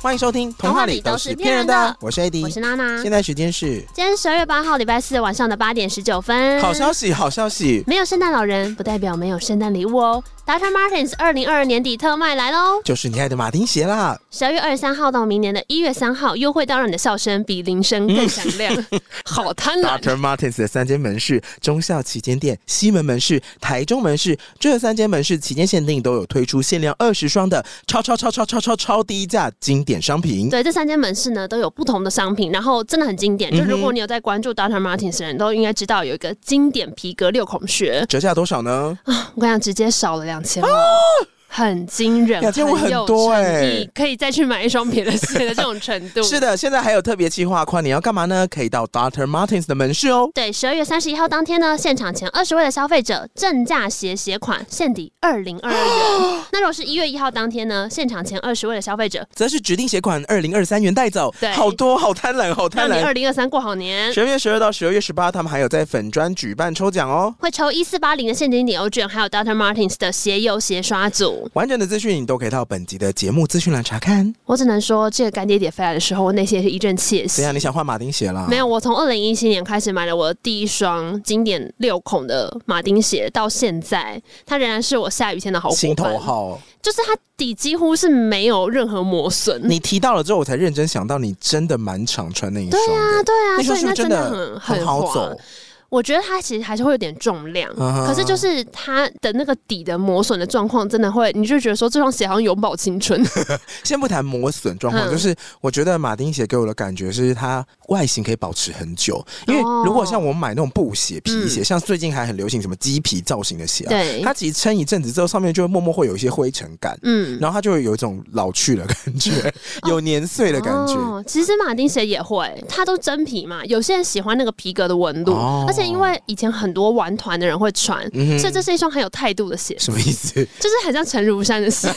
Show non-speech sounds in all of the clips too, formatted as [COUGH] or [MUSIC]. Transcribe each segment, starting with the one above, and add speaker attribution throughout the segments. Speaker 1: 欢迎收听《童话里都是骗人的》，我是 AD，
Speaker 2: 我是娜娜。
Speaker 1: 现在时间是
Speaker 2: 今天十二月八号，礼拜四晚上的八点十九分。
Speaker 1: 好消息，好消息，
Speaker 2: 没有圣诞老人，不代表没有圣诞礼物哦。Dr. Martens 二零二二年底特卖来喽！
Speaker 1: 就是你爱的马丁鞋啦。
Speaker 2: 十二月二十三号到明年的一月三号，优惠到让你的笑声比铃声更响亮，
Speaker 1: 嗯
Speaker 2: [LAUGHS] 好贪婪！
Speaker 1: Dr. Martens 的三间门市：忠孝旗舰店、西门门市、台中门市。这三间门市期间限定都有推出限量二十双的超超超超超超超低价经典商品。
Speaker 2: 对，这三间门市呢都有不同的商品，然后真的很经典。就
Speaker 1: 嗯
Speaker 2: 如果你有在关注 Dr. Martens 的人都应该知道，有一个经典皮革六孔穴，
Speaker 1: 折价多少呢？
Speaker 2: 我跟你讲，直接少了两千
Speaker 1: 啊
Speaker 2: 五。很惊
Speaker 1: 2500
Speaker 2: 人，很有
Speaker 1: 很多
Speaker 2: 诚
Speaker 1: 欸
Speaker 2: 意可以再去买一双别的鞋的这种程度。
Speaker 1: [LAUGHS] 是的，现在还有特别企划款，你要干嘛呢？可以到 Dr. Martens 的门市哦。
Speaker 2: 对，十二月三十一号当天呢，现场前二十位的消费者正价鞋鞋款限抵二零二二元。
Speaker 1: [GASPS]
Speaker 2: 那如果是一月一号当天呢，现场前二十位的消费者，
Speaker 1: 则是指定鞋款二零二三元带走
Speaker 2: 对，
Speaker 1: 好多，好贪婪，好贪
Speaker 2: 让你二
Speaker 1: 婪。
Speaker 2: 零二三过好年。
Speaker 1: 十二月十二到十二月十八，他们还有在粉专举办抽奖哦。
Speaker 2: 会抽一四八零的现金抵欧券，还有 Dr. Martens 的鞋油鞋刷组。
Speaker 1: 完整的资讯你都可以到本集的节目资讯栏查看。
Speaker 2: 我只能说，这个干爹爹飞来的时候，我内心也是一阵窃喜
Speaker 1: 怎。样？你想换马丁鞋了？
Speaker 2: 没有，我从二零一七年开始买了我的第一双经典六孔的马丁鞋，到现在，它仍然是我下雨天的好伙伴。
Speaker 1: 心头好。
Speaker 2: 就是它底几乎是没有任何磨损。
Speaker 1: 你提到了之后，我才认真想到，你真的蛮常穿那一双
Speaker 2: 啊，
Speaker 1: 的。
Speaker 2: 对啊，
Speaker 1: 那
Speaker 2: 所
Speaker 1: 双
Speaker 2: 以
Speaker 1: 是不是
Speaker 2: 那真
Speaker 1: 的
Speaker 2: 很
Speaker 1: 好
Speaker 2: 滑
Speaker 1: 走，
Speaker 2: 我觉得它其实还是会有点重量，
Speaker 1: 啊
Speaker 2: 可是就是它的那个底的磨损的状况，真的会，你就觉得说这双鞋好像永葆青春。
Speaker 1: 先不谈磨损状况，
Speaker 2: 嗯
Speaker 1: 就是我觉得马丁鞋给我的感觉是它外形可以保持很久，因为
Speaker 2: 哦
Speaker 1: 如果像我买那种布鞋、皮鞋，
Speaker 2: 嗯
Speaker 1: 像最近还很流行什么鸡皮造型的鞋、啊，
Speaker 2: [LAUGHS] 对
Speaker 1: 它，其实撑一阵子之后，上面就会默默会有一些灰尘感，
Speaker 2: 嗯。
Speaker 1: 然后它就会有一种老去的感觉，有年岁的感觉。
Speaker 2: 哦，其实马丁鞋也会，它都真皮嘛。有些人喜欢那个皮革的纹路，
Speaker 1: 哦
Speaker 2: 而且因为以前很多玩团的人会穿，
Speaker 1: 嗯哼
Speaker 2: 所以这是一双很有态度的鞋，
Speaker 1: 什么意
Speaker 2: [LAUGHS]
Speaker 1: 思？
Speaker 2: 就是很像陈如山的鞋，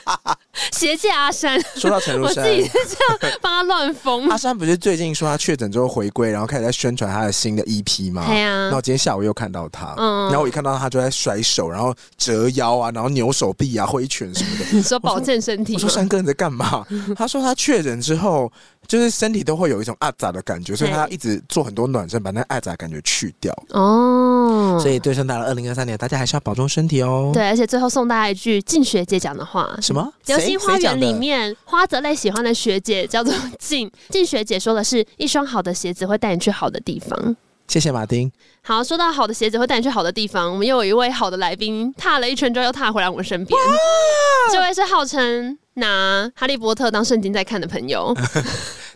Speaker 2: [LAUGHS] 鞋界阿山，
Speaker 1: 说到陈如
Speaker 2: 我
Speaker 1: 山
Speaker 2: 自，己是这样帮他乱封。
Speaker 1: 阿山不是最近说他确诊之后回归，然后开始在宣传他的新的 EP 吗？
Speaker 2: 对啊
Speaker 1: 然后今天下午又看到他，
Speaker 2: 嗯
Speaker 1: 然后我一看到他就在甩手，然后折腰啊，然后扭手臂啊，挥拳什么的。
Speaker 2: [LAUGHS] 你说保健身体
Speaker 1: 我
Speaker 2: 吗？
Speaker 1: 说山哥你在干嘛？他说他确诊之后，就是身体都会有一种阿杂的感觉，所以他一直做很多暖身，把那阿杂感觉去掉。
Speaker 2: 哦，
Speaker 1: 所以对上到了二零二三年，大家还是要保重身体哦。，
Speaker 2: 对，而且最后送大家一句静学姐讲的话。
Speaker 1: 什么？
Speaker 2: 流
Speaker 1: 谁
Speaker 2: 星花
Speaker 1: 谁讲
Speaker 2: 园里
Speaker 1: 的
Speaker 2: 面，花泽类喜欢的学姐叫做静。静学姐说的是一双好的鞋子会带你去好的地方。
Speaker 1: 谢谢马丁。
Speaker 2: 好，说到好的鞋子会带你去好的地方，我们又有一位好的来宾，踏了一圈之后又踏回来我们身边。这位是号称拿《哈利波特》当圣经在看的朋友，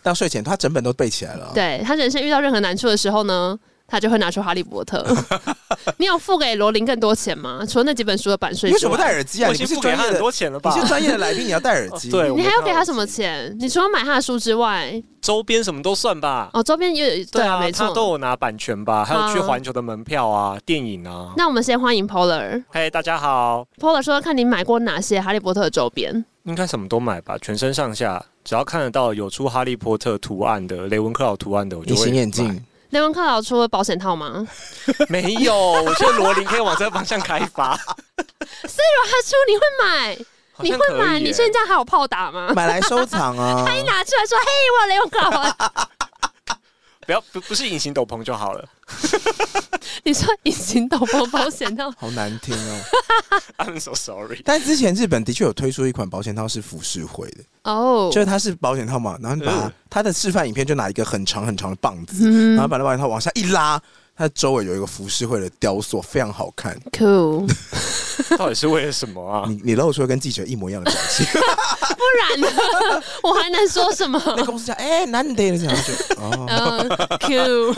Speaker 1: 到睡前他整本都背起来了。
Speaker 2: 对他人生遇到任何难处的时候呢，他就会拿出《哈利波特》。你有付给罗琳更多钱吗？除了那几本书的版税
Speaker 1: 你
Speaker 2: 之外，
Speaker 1: 为什么不戴耳机啊？
Speaker 3: 我已
Speaker 1: 你
Speaker 3: 经
Speaker 1: 不是
Speaker 3: 付给
Speaker 1: 专
Speaker 3: 他
Speaker 1: 业
Speaker 3: 很
Speaker 1: 的
Speaker 3: 多钱了
Speaker 1: 你
Speaker 3: 吧？哦
Speaker 1: 是专业的来宾，你要戴耳机。
Speaker 3: 对我
Speaker 2: 你还要给他什
Speaker 3: 啊我
Speaker 2: 么钱？你除了买他的书之外，
Speaker 3: 周边什么都算吧。
Speaker 2: 哦，周边也有对啊，没
Speaker 3: 他都
Speaker 2: 错。
Speaker 3: 有拿版权吧，还有去
Speaker 2: 啊
Speaker 3: 环球的门票啊、电影啊。
Speaker 2: 那我们先欢迎 Polar。
Speaker 3: 嘿，大家好，
Speaker 2: Polar 说，看你买过哪些《哈利波特》的周边？
Speaker 3: 应该什么都买吧，全身上下只要看得到有出哈利波特图案的、雷文克劳图案的，我
Speaker 1: [LAUGHS]
Speaker 3: 就
Speaker 1: 隐
Speaker 3: 会
Speaker 1: 形眼
Speaker 3: 买。
Speaker 1: 镜，
Speaker 2: 雷文克劳出了保险套吗？
Speaker 3: 没有，我觉得罗琳可以往这个方向开发。
Speaker 2: 他出你会买？
Speaker 3: 好
Speaker 2: [LAUGHS] 你
Speaker 3: 像
Speaker 2: 会
Speaker 3: 可
Speaker 2: 买？
Speaker 3: 以
Speaker 2: 你
Speaker 3: 耶
Speaker 2: 现在还有炮打吗？
Speaker 1: 买来收藏
Speaker 2: [LAUGHS]
Speaker 1: 啊。
Speaker 2: 一 [LAUGHS] 拿出来说，嘿，我有啊雷文克 [LAUGHS] 劳。
Speaker 3: 不要不不是隐形斗篷就好了
Speaker 2: 你说隐形斗篷保险套？
Speaker 1: 好难听哦！
Speaker 3: ，I'm
Speaker 1: [LAUGHS]
Speaker 3: so sorry。
Speaker 1: 但之前日本的确有推出一款保险套是浮世绘的，
Speaker 2: [LAUGHS] [LAUGHS] 哦
Speaker 1: 就是它是保险套嘛，然后你把它
Speaker 3: 嗯
Speaker 1: 它的示范影片就拿一个很长很长的棒子，
Speaker 2: 嗯
Speaker 1: 然后把那保险套往下一拉，它周围有一个浮世绘的雕塑，非常好看。
Speaker 2: ，cool。
Speaker 3: 到底是为了什么啊？
Speaker 1: 你你露出了跟记者一模一样的表
Speaker 3: [LAUGHS]
Speaker 1: 情，
Speaker 2: 不然呢？ [LAUGHS] 我还能 [LAUGHS] 说什么？ [LAUGHS]
Speaker 1: 那公司叫哎难得这样就哦，
Speaker 2: 嗯，Q。 Q。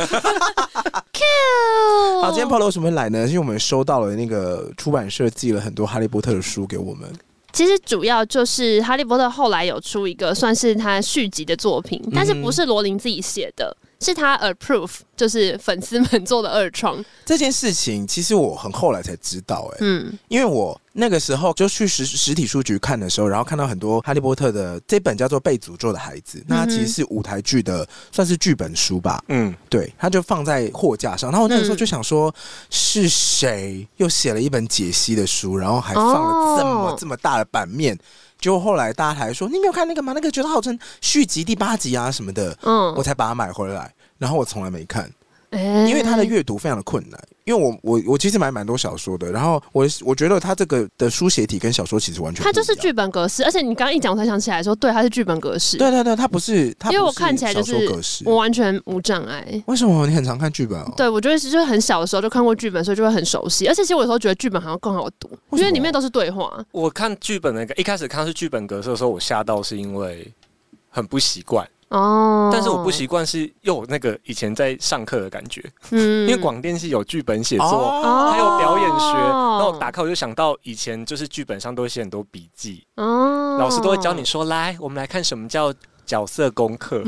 Speaker 2: 哦
Speaker 1: 好，今天 Polo 为什么会来呢？是因为我们收到了那个出版社寄了很多哈利波特的书给我们。
Speaker 2: 其实主要就是《哈利波特》后来有出一个算是他续集的作
Speaker 1: 嗯
Speaker 2: 品，但是不是罗琳自己写的，是他 approve，就是粉丝们做的二创。
Speaker 1: 这件事情其实我很后来才知道、哎、
Speaker 2: 嗯，
Speaker 1: 因为我那个时候就去实实体书局看的时候，然后看到很多《哈利波特》的这本叫做《被诅咒的孩子》，那它其实是舞台剧的，算是剧本书吧。
Speaker 3: 嗯，
Speaker 1: 对，它就放在货架上。然后我那个时候就想说，
Speaker 2: 嗯
Speaker 1: 是谁又写了一本解析的书，然后还放了这么、
Speaker 2: 哦
Speaker 1: 这么大的版面？结果后来大家还说，你没有看那个吗？那个觉得号称续集第八集啊什么的，
Speaker 2: 嗯
Speaker 1: 我才把它买回来。然后我从来没看，
Speaker 2: 哎
Speaker 1: 因为他的阅读非常的困难。因为我我我其实买蛮多小说的，然后我我觉得他这个的书写体跟小说其实完全不
Speaker 2: 它
Speaker 1: 一样
Speaker 2: 就是剧本格式，而且你刚刚一讲，我才想起来说，对，它是剧本格式。
Speaker 1: 对对对，他不是他
Speaker 2: 因为我看起来就是
Speaker 1: 小说格式。
Speaker 2: 我完全无障碍。
Speaker 1: 为什么你很常看剧本哦？
Speaker 2: 对，我觉得就是很小的时候就看过剧本，所以就会很熟悉。而且其实我有时候觉得剧本好像更好读，
Speaker 1: 为什么
Speaker 2: 因为里面都是对话。
Speaker 3: 我看剧本那个一开始看到是剧本格式的时候，我吓到是因为很不习惯，
Speaker 2: 哦，
Speaker 3: 但是我不习惯是又有那个以前在上课的感觉，
Speaker 2: 嗯
Speaker 3: 因为广电系有剧本写作。
Speaker 1: 哦
Speaker 3: 还有表演学，
Speaker 2: 哦
Speaker 3: 然后我打开我就想到以前就是剧本上都会写很多笔记，
Speaker 2: 哦
Speaker 3: 老师都会教你说，来，我们来看什么叫角色功
Speaker 2: [LAUGHS]
Speaker 3: 课，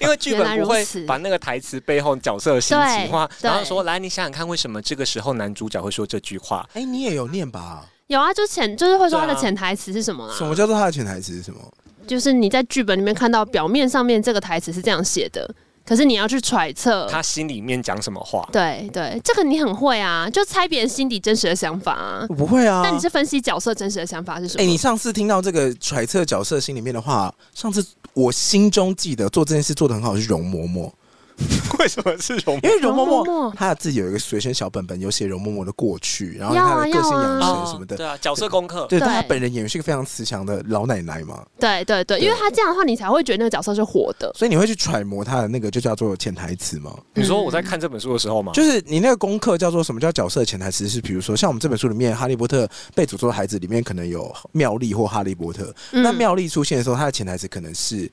Speaker 3: 因为剧本不
Speaker 2: 原来
Speaker 3: 会
Speaker 2: 如此
Speaker 3: 把那个台词背后角色的心情话，
Speaker 2: 对对
Speaker 3: 然后说，来，你想想看，为什么这个时候男主角会说这句话？
Speaker 1: 哎、你也有念吧？
Speaker 2: 有啊，就潜就是会说它的
Speaker 3: 对啊
Speaker 2: 潜台词是什么啦？
Speaker 1: 什么叫做他的潜台词是什么？
Speaker 2: 就是你在剧本里面看到表面上面这个台词是这样写的，可是你要去揣测。
Speaker 3: 他心里面讲什么话？
Speaker 2: 对对，这个你很会啊，就猜别人心底真实的想法啊。
Speaker 1: 我不会啊。
Speaker 2: 但你是分析角色真实的想法是什么？
Speaker 1: 哎、你上次听到这个揣测角色心里面的话，上次我心中记得做这件事做的很好是容嬷嬷，
Speaker 3: [LAUGHS] 为什么是容
Speaker 1: 因为容嬷
Speaker 2: 容嬷
Speaker 1: 嬷
Speaker 2: 嬷
Speaker 1: 她自己有一个随身小本本，有写容嬷嬷的过去，然后
Speaker 2: 要啊
Speaker 1: 她的个性养
Speaker 2: 要啊
Speaker 1: 成什么的。
Speaker 3: 对啊，角色功课。
Speaker 1: 对，
Speaker 2: 对
Speaker 1: 但她本人也是一个非常慈祥的老奶奶嘛，
Speaker 2: 对对对，因为他这样的话，你才会觉得那个角色是活的。
Speaker 1: 所以你会去揣摩她的那个就叫做潜台词嘛，
Speaker 2: 嗯
Speaker 3: 你说我在看这本书的时候嘛，
Speaker 1: 就是你那个功课叫做什么叫角色的潜台词是，比如说像我们这本书里面《哈利波特被诅咒的孩子》里面可能有妙丽或哈利波特，那
Speaker 2: 嗯
Speaker 1: 妙丽出现的时候，她的潜台词可能是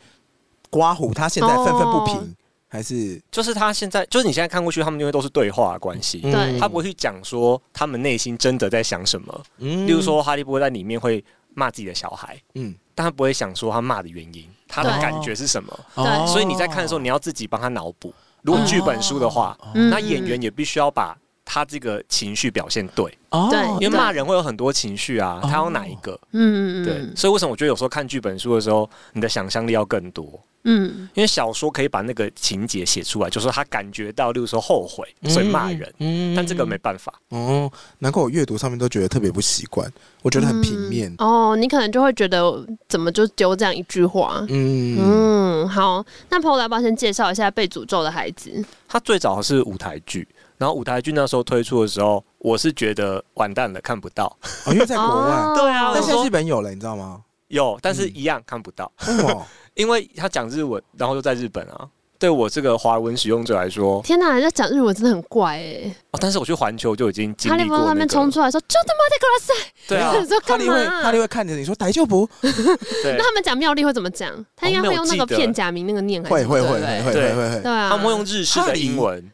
Speaker 1: 刮胡，她现在愤愤不平，
Speaker 2: 哦
Speaker 1: 还是
Speaker 3: 就是他现在，就是你现在看过去，他们因为都是对话的关
Speaker 1: 嗯
Speaker 3: 系，
Speaker 2: 对
Speaker 3: 他不会去讲说他们内心真的在想什么。
Speaker 1: 嗯
Speaker 3: 例如，说，哈利波特在里面会骂自己的小孩，
Speaker 1: 嗯，
Speaker 3: 但他不会想说他骂的原因，他的
Speaker 2: 对
Speaker 3: 感觉是什么。
Speaker 1: 哦哦
Speaker 3: 所以你在看的时候，你要自己帮他脑补。如果剧本书的话，
Speaker 2: 嗯
Speaker 3: 那演员也必须要把他这个情绪表现对，
Speaker 1: 哦
Speaker 2: 对
Speaker 3: 因为骂人会有很多情绪啊，
Speaker 1: 哦
Speaker 3: 他要哪一个？
Speaker 2: 嗯嗯
Speaker 3: 对
Speaker 2: 嗯，
Speaker 3: 所以为什么我觉得有时候看剧本书的时候，你的想象力要更多，
Speaker 2: 嗯，
Speaker 3: 因为小说可以把那个情节写出来，就是说他感觉到，例如说后悔，所以骂人。
Speaker 1: 嗯
Speaker 3: 但这个没办法，
Speaker 1: 哦，难怪我阅读上面都觉得特别不习惯，我觉得很平面
Speaker 2: 嗯，哦，你可能就会觉得怎么就只有这样一句话。
Speaker 1: 嗯，
Speaker 2: 嗯，好，那朋友来帮先介绍一下被诅咒的孩子。
Speaker 3: 他最早是舞台剧，然后舞台剧那时候推出的时候，我是觉得完蛋了，看不到。
Speaker 1: 哦，因为在国外，
Speaker 2: 哦
Speaker 3: 对啊
Speaker 1: 但
Speaker 3: 那
Speaker 1: 现在
Speaker 3: 些
Speaker 1: 日本有了，你知道吗？
Speaker 2: [LAUGHS]
Speaker 3: 有，但是一样看不到，
Speaker 1: 为
Speaker 2: 嗯
Speaker 1: 什么？
Speaker 3: 因为他讲日文，然后又在日本啊。对我这个华文使用者来说，
Speaker 2: 天哪，人家讲日文真的很怪哎、
Speaker 3: 哦，但是我去环球就已经经
Speaker 2: 哈利
Speaker 3: 历
Speaker 2: 波特
Speaker 3: 过
Speaker 2: 那
Speaker 3: 那
Speaker 2: 边冲
Speaker 3: 个，
Speaker 2: 出来说“就他妈的格拉塞 [LAUGHS]
Speaker 3: 对啊，
Speaker 2: 你说
Speaker 1: 哈
Speaker 2: 干嘛
Speaker 1: 利会哈利会看着你说逮就不”，
Speaker 3: 对
Speaker 2: 那，他们讲妙丽会怎么讲？他应该会用那个
Speaker 3: 哦没有记得
Speaker 2: 片假名那个念还是
Speaker 1: 会
Speaker 2: 什么
Speaker 1: 会会会
Speaker 2: 对不对
Speaker 1: 会
Speaker 3: 对
Speaker 1: 会会
Speaker 2: 对
Speaker 1: 会，
Speaker 2: 啊，
Speaker 3: 他们会用日式
Speaker 1: 哈
Speaker 3: 的
Speaker 1: 利
Speaker 3: 英
Speaker 2: [LAUGHS]
Speaker 3: 文，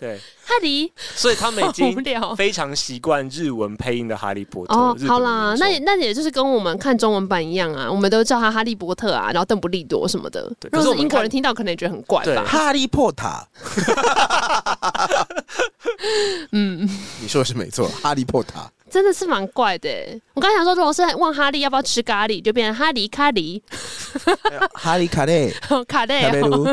Speaker 3: 对，
Speaker 2: 哈利，
Speaker 3: 所以他们已
Speaker 2: [LAUGHS] 好
Speaker 3: 经
Speaker 2: 无聊。
Speaker 3: 非常习惯日文配音的《哈利波特》
Speaker 2: 哦，
Speaker 3: 日本的
Speaker 2: 好啦，
Speaker 3: 民众
Speaker 2: 那也那也就是跟我们看中文版一样啊，我们都叫他哈利波特啊，然后邓布利多什么的。
Speaker 3: 对
Speaker 2: 如果
Speaker 3: 可是我
Speaker 2: 是
Speaker 3: 们
Speaker 2: 英国人
Speaker 3: 看
Speaker 2: 听到，可能也觉得很怪
Speaker 3: 对
Speaker 2: 吧。
Speaker 1: 哈利波特，
Speaker 2: [LAUGHS] 嗯，
Speaker 1: 你说的是没错，哈利波特。
Speaker 2: 真的是蛮怪的欸。我刚想说，如果是问哈利要不要吃咖喱，就变成哈利咖喱 [LAUGHS]
Speaker 1: 哈利卡内，
Speaker 2: 卡
Speaker 1: 卡
Speaker 2: 累
Speaker 1: 贝
Speaker 2: 哦，
Speaker 1: 鲁，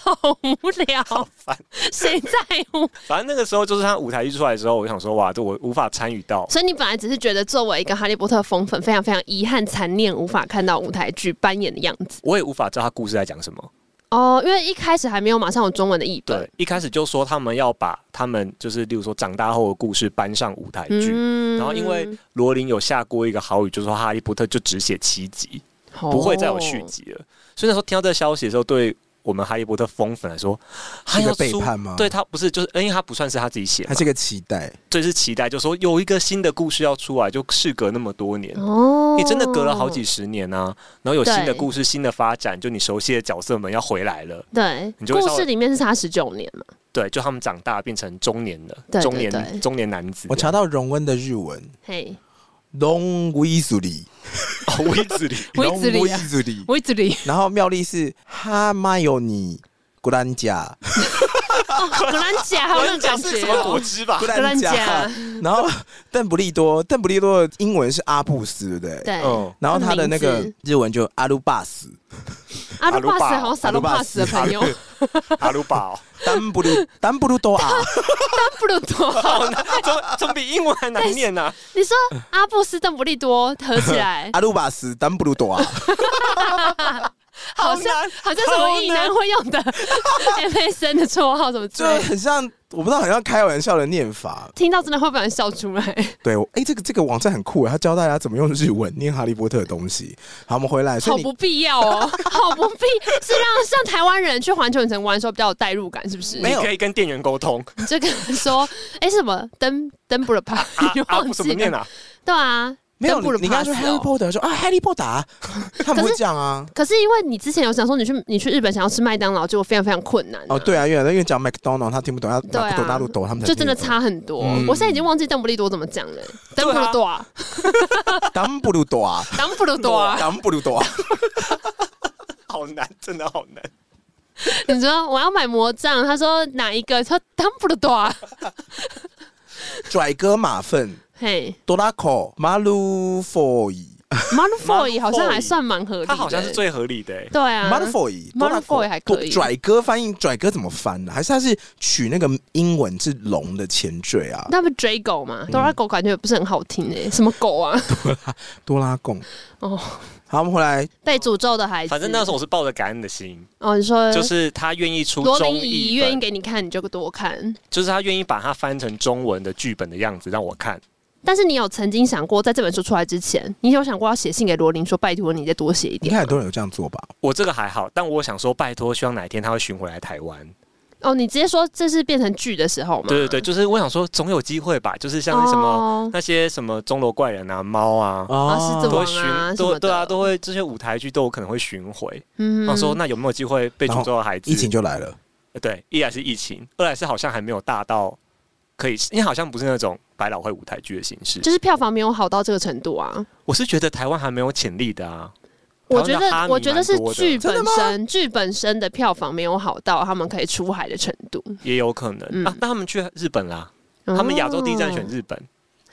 Speaker 2: 好无聊，
Speaker 3: 烦
Speaker 2: 谁在乎？
Speaker 3: 反正那个时候就是他舞台一出来的时候，我就想说，哇，这我无法参与到。
Speaker 2: 所以你本来只是觉得作为一个哈利波特疯粉，非常非常遗憾残念，无法看到舞台剧扮演的样子
Speaker 3: 我也无法知道他故事在讲什么。
Speaker 2: 哦，因为一开始还没有马上有中文的译本
Speaker 3: 对。，一开始就说他们要把他们就是，例如说长大后的故事搬上舞台剧。
Speaker 2: 嗯
Speaker 3: 然后因为罗琳有下过一个好语，就说《
Speaker 2: 嗯哦
Speaker 3: 哈利波特》就只写七集，不会再有续集了。所以那时候听到这个消息的时候，对我们哈利波特疯粉来说，他
Speaker 1: 是
Speaker 3: 要
Speaker 1: 个背
Speaker 3: 出
Speaker 1: 叛吗？
Speaker 3: 对，他不是，就是因为他不算是他自己写嘛，
Speaker 1: 还是个期待。
Speaker 3: 最是期待，就说有一个新的故事要出来，就事隔那么多年，
Speaker 2: 哦
Speaker 3: 你真的隔了好几十年啊，然后有新的
Speaker 2: 对
Speaker 3: 故事、新的发展，就你熟悉的角色们要回来了，
Speaker 2: 对
Speaker 3: 你，就会
Speaker 2: 故
Speaker 3: 稍微
Speaker 2: 事里面是差十九年嘛，
Speaker 3: 对，就他们长大变成中年了，
Speaker 2: 对对
Speaker 3: 中
Speaker 2: 对
Speaker 3: 年中年男子，
Speaker 1: 我查到荣恩的日文
Speaker 2: 嘿，
Speaker 1: 龙威苏里，
Speaker 3: 哦，我一
Speaker 2: [LAUGHS]
Speaker 3: 直里
Speaker 2: 威斯里
Speaker 1: 龙
Speaker 2: 啊
Speaker 1: 威苏里。
Speaker 2: 我一直里
Speaker 1: 然后妙丽是哈马尤尼古兰
Speaker 2: 啊
Speaker 1: 加，
Speaker 2: 格兰姐还有那种感
Speaker 3: 是
Speaker 2: 觉
Speaker 3: 什么
Speaker 2: 哦，
Speaker 3: 果汁吧
Speaker 1: 古？
Speaker 2: 格兰
Speaker 1: 兰加
Speaker 2: 姐。
Speaker 1: 然后邓布利多，邓布利多的英文是阿布斯，对不对？。
Speaker 2: 对，
Speaker 3: 嗯，
Speaker 1: 哦然后他的那
Speaker 2: 名
Speaker 1: 个
Speaker 2: 字
Speaker 1: 日文就阿鲁巴斯，
Speaker 2: 阿鲁巴斯
Speaker 3: 阿鲁巴
Speaker 2: 好像萨鲁巴斯的朋友，
Speaker 3: 阿鲁巴 [LAUGHS] 哦，
Speaker 1: 丹
Speaker 2: [LAUGHS]
Speaker 1: 布鲁丹布鲁多啊，
Speaker 2: 布鲁多。
Speaker 3: 好难，怎怎么比英文还难念啊
Speaker 2: [LAUGHS]
Speaker 3: 呢？
Speaker 2: 你说阿布斯邓布利多合起
Speaker 1: [LAUGHS]，
Speaker 2: 来
Speaker 1: 阿鲁巴斯丹布鲁多啊，
Speaker 2: 好像好像什么异男会用的 MSN 的绰号什么之
Speaker 1: 就
Speaker 2: 类的。
Speaker 1: 很像，我不知道，很像开玩笑的念法。
Speaker 2: 听到真的会不然笑出来，
Speaker 1: 对，哎、这个这个网站很酷耶，它教大家怎么用日文念哈利波特的东西。好，我们回来，所
Speaker 2: 好
Speaker 1: 以
Speaker 2: 不
Speaker 1: 你
Speaker 2: 必要哦，好不必是让像台湾人去环球影城玩的时候比较有代入感，是不是？
Speaker 1: 没有
Speaker 3: 你可以跟店员沟通，
Speaker 2: 你就跟他说，哎、什么登登布尔帕，
Speaker 3: 阿
Speaker 2: [LAUGHS] 你
Speaker 3: 阿
Speaker 2: 忘
Speaker 3: 布
Speaker 2: 记
Speaker 3: 怎么念
Speaker 2: 了
Speaker 3: 啊？
Speaker 2: 对啊，
Speaker 1: 没有
Speaker 2: 登
Speaker 1: 你
Speaker 2: 布尔，
Speaker 1: 你刚才
Speaker 2: 帕
Speaker 1: 说
Speaker 2: 斯
Speaker 1: 哈利
Speaker 2: 哦。
Speaker 1: 波特说啊，哈利波特啊，他们会
Speaker 2: 可是
Speaker 1: 这样啊。
Speaker 2: 可是因为你之前有讲说你去你去日本想要吃麦当劳，结果非常非常困难、
Speaker 1: 哦，，对啊，因为因为讲 McDonald 他听不懂，要
Speaker 2: 对
Speaker 1: 拿
Speaker 2: 啊
Speaker 1: 不懂大陆懂，他们才
Speaker 2: 就真的
Speaker 1: 听得懂
Speaker 2: 差很多。
Speaker 1: 嗯
Speaker 2: 我现在已经忘记邓布利多怎么讲了、
Speaker 3: 对
Speaker 2: 邓
Speaker 3: 啊
Speaker 2: 布利多啊，
Speaker 1: 丹布鲁多
Speaker 2: [LAUGHS]
Speaker 1: 啊，
Speaker 2: 邓布利多啊，
Speaker 1: 丹布鲁多啊，
Speaker 3: 好难，真的好难。
Speaker 2: 你说我要买魔杖，他说哪一个？他说邓布利多啊，
Speaker 1: 拽哥马粪
Speaker 2: 嘿，
Speaker 1: 多拉口马鲁佛伊
Speaker 2: m a l f o y
Speaker 3: Malfoy
Speaker 2: 好像还算蛮合理的，
Speaker 3: 他好像是最合理的欸，
Speaker 2: 对啊
Speaker 1: 马鲁佛伊
Speaker 2: Malfoy 还可以
Speaker 1: 拽哥翻译拽哥怎么翻呢？还是他是取那个英文是龙的前缀啊？
Speaker 2: 那不 Drago 嘛，Drago 感觉不是很好听诶、什么狗
Speaker 3: [LAUGHS]
Speaker 2: 啊？
Speaker 1: 多拉贡
Speaker 2: 哦，
Speaker 1: 好，我们回来
Speaker 2: 被诅咒的孩子。
Speaker 3: 反正那时候我是抱着感恩的心，
Speaker 2: 哦，你说
Speaker 3: 就是他愿意出
Speaker 2: 罗
Speaker 3: 中
Speaker 2: 琳姨
Speaker 3: 译
Speaker 2: 愿意
Speaker 3: 本，
Speaker 2: 给你看，你就多看。
Speaker 3: 就是他愿意把它翻成中文的剧本的样子让我看。
Speaker 2: 但是你有曾经想过，在这本书出来之前，你有想过要写信给罗琳说，拜托你再多写一
Speaker 1: 应
Speaker 2: 点
Speaker 1: 该很
Speaker 2: 吗？
Speaker 1: 多人有这样做吧？
Speaker 3: 我这个还好，但我想说，拜托，希望哪一天他会巡回来台湾。
Speaker 2: 哦，你直接说这是变成剧的时候嘛？
Speaker 3: 对对对，就是我想说，总有机会吧。就是像是什么、
Speaker 2: 哦
Speaker 3: 那些什么钟楼怪人啊、猫啊，
Speaker 2: 啊是这
Speaker 3: 都
Speaker 2: 么
Speaker 3: 会
Speaker 2: 王
Speaker 3: 巡，
Speaker 2: 啊什么
Speaker 3: 都
Speaker 2: 的
Speaker 3: 对啊，都会这些舞台剧都有可能会巡回。
Speaker 2: 嗯
Speaker 3: 我、说，那有没有机会被诅咒的孩子？
Speaker 1: 疫情就来了，
Speaker 3: 呃对，一来是疫情，二来是好像还没有大到可以，因为好像不是那种百老汇舞台剧的形式。
Speaker 2: 就是票房没有好到这个程度啊。
Speaker 3: 我是觉得台湾还没有潜力的啊。
Speaker 2: 我觉
Speaker 3: 台湾的哈
Speaker 2: 得，
Speaker 3: 迷
Speaker 2: 我觉得是
Speaker 3: 蛮多的
Speaker 2: 剧
Speaker 1: 真的
Speaker 2: 本
Speaker 1: 吗
Speaker 2: 身剧本身的票房没有好到他们可以出海的程度。
Speaker 3: 也有可能、
Speaker 2: 嗯
Speaker 3: 啊。那他们去日本啦，他们亚洲第一站选日本，
Speaker 2: 哦，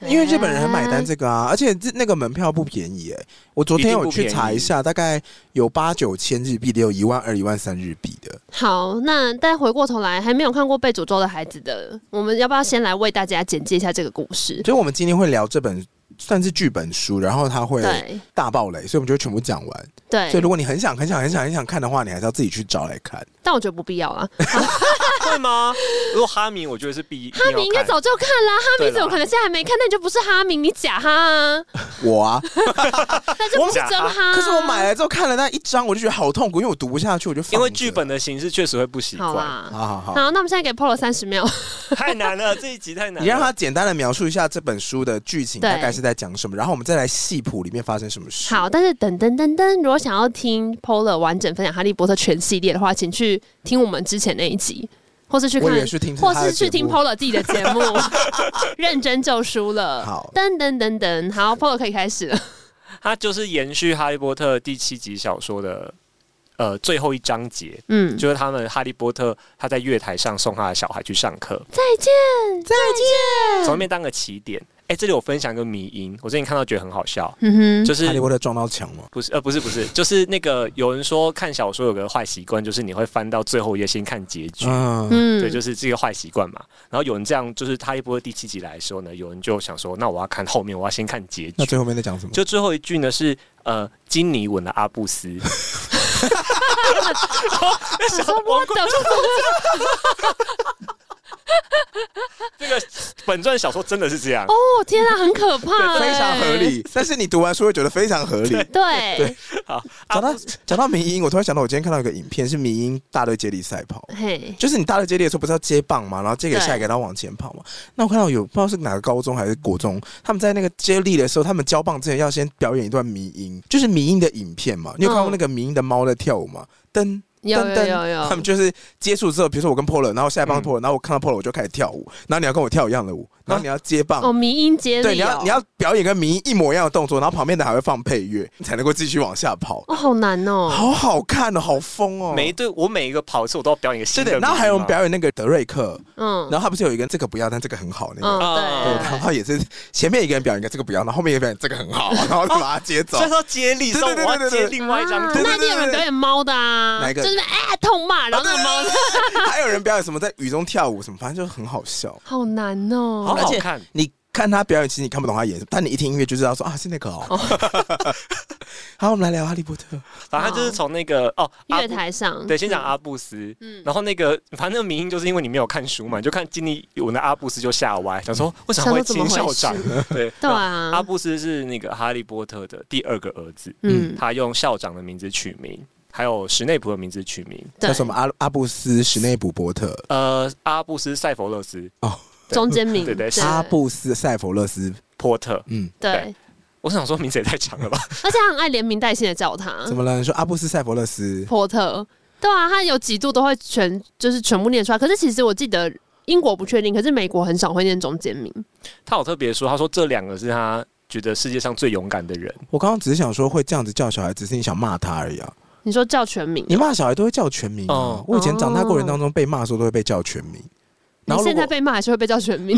Speaker 2: 哎
Speaker 1: 因为日本人很买单这个啊，而且这那个门票不便宜哎。我昨天
Speaker 3: 一定
Speaker 1: 有
Speaker 3: 不
Speaker 1: 去查
Speaker 3: 便宜
Speaker 1: 一下，大概有八九千日币，也有一万二、一万三日币的。
Speaker 2: 好，那但回过头来，还没有看过《被诅咒的孩子》的，我们要不要先来为大家简介一下这个故事？
Speaker 1: 所以我们今天会聊这本算是剧本书，然后它会
Speaker 2: 对
Speaker 1: 大爆雷，所以我们就全部讲完。所以
Speaker 2: 对
Speaker 1: 如，果你很想、很想、很想、很想看的话，你还是要自己去找来
Speaker 2: [LAUGHS]
Speaker 1: 看。
Speaker 2: 但我觉得不必要啊。[LAUGHS]
Speaker 3: 会吗？如果哈迷，我觉得是必
Speaker 2: 哈明应该早就看啦，哈明怎么可能现在还没看？那你就不是
Speaker 1: [LAUGHS]
Speaker 2: 哈明，你假哈啊，
Speaker 1: 我啊，
Speaker 2: 那就不是真
Speaker 3: 我
Speaker 2: 哈啊。
Speaker 1: 可是我买了之后看了那一章，我就觉得好痛苦，因为我读不下去，我就放着
Speaker 3: 因为剧本的形式确实会不习
Speaker 2: 好啊
Speaker 3: 惯，
Speaker 2: 啦，
Speaker 1: 好好好，
Speaker 2: 好，那我们现在给 Polo 三十秒。
Speaker 3: 太难了，这一集太难了。
Speaker 1: 你让他简单的描述一下这本书的剧情
Speaker 2: 对
Speaker 1: 大概是在讲什么，然后我们再来细谱里面发生什么事。
Speaker 2: 好，但是等等等等，如果想要听 Polo 完整分享《哈利波特》全系列的话，请去听我们之前那一集，或是去
Speaker 1: 我以
Speaker 2: 看
Speaker 1: 为是听
Speaker 2: 或
Speaker 1: 他的
Speaker 2: 是去
Speaker 1: 节
Speaker 2: 听
Speaker 1: 目
Speaker 2: Polo 自己的节
Speaker 1: [LAUGHS]
Speaker 2: 目，认真就输了。
Speaker 1: 好
Speaker 2: 噔噔噔噔，好，Polo 可以开始了。
Speaker 3: 它就是延续《哈利波特》第七集小说的呃最后一章节，
Speaker 2: 嗯，
Speaker 3: 就是他们哈利波特他在月台上送他的小孩去上课，
Speaker 2: 再见，再见
Speaker 3: 从那边当个起点。哎、这里我分享一个迷因，我最近看到觉得很好笑，
Speaker 2: 嗯哼，
Speaker 3: 就
Speaker 1: 哈利
Speaker 3: 是。
Speaker 1: 波特撞到墙吗？
Speaker 3: 不是，呃，不是，不是，就是那个有人说看小说有个坏习惯，就是你会翻到最后一页先看结局，
Speaker 1: 嗯，
Speaker 2: 嗯
Speaker 3: 对，就是这个坏习惯嘛。然后有人这样，就是《哈利波特》第七集来的时候呢，有人就想说，那我要看后面，我要先看结
Speaker 1: 那
Speaker 3: 局。
Speaker 1: 最后面在讲什么？
Speaker 3: 就最后一句呢是呃，金妮吻了阿布斯， [LAUGHS]
Speaker 2: 我说 What the fuck？
Speaker 3: 这个本传小说真的是这样，
Speaker 2: 哦，天啊，很可怕、
Speaker 1: 非常合
Speaker 2: 哎。
Speaker 1: 理。但是你读完书会觉得非常合理。
Speaker 2: 对，
Speaker 1: 讲到讲到迷音，我突然想到，我今天看到一个影片，是迷音大队接力赛跑。
Speaker 2: 嘿，
Speaker 1: 就是你大队接力的时候，不是要接棒嘛，然后接给
Speaker 2: 对
Speaker 1: 下一个，然后往前跑嘛。那我看到有不知道是哪个高中还是国中，他们在那个接力的时候，他们交棒之前要先表演一段迷音，就是迷音的影片嘛。你有看过那个迷音的猫在跳舞吗？噔
Speaker 2: 有
Speaker 1: 噔
Speaker 2: 有有
Speaker 1: 噔，他
Speaker 2: 有
Speaker 1: 们，就是接触之后，比如说我跟 Polo，然后下一棒
Speaker 3: 嗯
Speaker 1: Polo，然后我看到 Polo 我就开始跳舞，然后你要跟我跳一样的舞，然后你要接棒，
Speaker 2: 啊哦，迷音接力、哦，
Speaker 1: 对，你要你要表演跟迷音一模一样的动作，然后旁边的还会放配乐，你才能够继续往下跑。
Speaker 2: 哦，好难嗯哦，
Speaker 1: 好好看哦，好疯哦！
Speaker 3: 每一对我每一个跑次我都要表演一个
Speaker 1: 是
Speaker 3: 新的
Speaker 1: 的，
Speaker 3: 名字嘛，
Speaker 1: 然后还有表演那个德瑞克，
Speaker 2: 嗯，
Speaker 1: 然后他不是有一个这个不要，但这个很好那个。
Speaker 2: 嗯，
Speaker 1: 对，
Speaker 3: 哦
Speaker 2: 对，
Speaker 1: 然后也是前面一个人表演一个这个不要，然后后面一个表演这个很
Speaker 2: [LAUGHS]
Speaker 1: 好，然后就把它接走
Speaker 3: 所。以说接力，
Speaker 1: 对
Speaker 3: 所
Speaker 1: 对
Speaker 3: 以我
Speaker 1: 对
Speaker 3: 要
Speaker 1: 对对
Speaker 3: 接另外一张
Speaker 2: 啊
Speaker 3: 图
Speaker 1: 对，
Speaker 2: 那一定有人表演猫的啊，
Speaker 1: 哪一个啊
Speaker 2: 就是哎痛骂，然后那个猫，
Speaker 1: [LAUGHS] 还有人表演什么在雨中跳舞什么，反正就很好笑。
Speaker 2: 好难
Speaker 3: 好
Speaker 2: 哦，
Speaker 3: 好看。
Speaker 1: 你看他表演，其实你看不懂他演什么，但你一听音乐就知道说啊是那个哦。 [LAUGHS] 好，我们来聊《哈利波特》。
Speaker 3: 反正就是从那个哦，阿
Speaker 2: 嗯月台上，
Speaker 3: 对，先讲
Speaker 1: 啊
Speaker 3: 阿布斯，
Speaker 2: 嗯，
Speaker 3: 然后那个反正那个名因就是因为你没有看书嘛，你就看经历我的阿布斯就吓歪，想说为什么会亲校长？ [LAUGHS] 对
Speaker 2: 对
Speaker 3: 然后
Speaker 2: 啊，
Speaker 3: 阿布斯是那个哈利波特的第二个儿子，
Speaker 2: 嗯，
Speaker 3: 他用校长的名字取名，还有史内普的名字取名，
Speaker 2: 对
Speaker 1: 叫，什么阿阿布斯史内普波特，
Speaker 3: 呃，阿布斯塞佛勒斯
Speaker 2: 中间名，
Speaker 3: 对对对
Speaker 1: 阿布斯塞佛勒斯，
Speaker 3: 波特。
Speaker 1: 嗯，
Speaker 2: 对，
Speaker 3: 我想说名字也太
Speaker 2: [LAUGHS]
Speaker 3: 长了吧？
Speaker 2: 而且他很爱连名带姓的叫他
Speaker 1: 怎么了？你说阿布斯塞佛勒斯？
Speaker 2: 波特，对啊，他有几度都会全就是全部念出来，可是其实我记得。英国不确定，可是美国很少会念中间名。
Speaker 3: 他有特别说，他说这两个是他觉得世界上最勇敢的
Speaker 2: [LAUGHS]
Speaker 3: 人。
Speaker 1: 我刚刚只是想说会这样子叫小孩，只是你想骂他而已啊。
Speaker 2: 你说叫全名，
Speaker 1: 你骂小孩都会叫全名、啊
Speaker 3: 哦
Speaker 1: 我以前长大过程当中被骂的时候都会被叫全名。
Speaker 2: 你
Speaker 1: 然后如
Speaker 2: 现在
Speaker 1: 果，
Speaker 2: 被骂还是会被叫全名。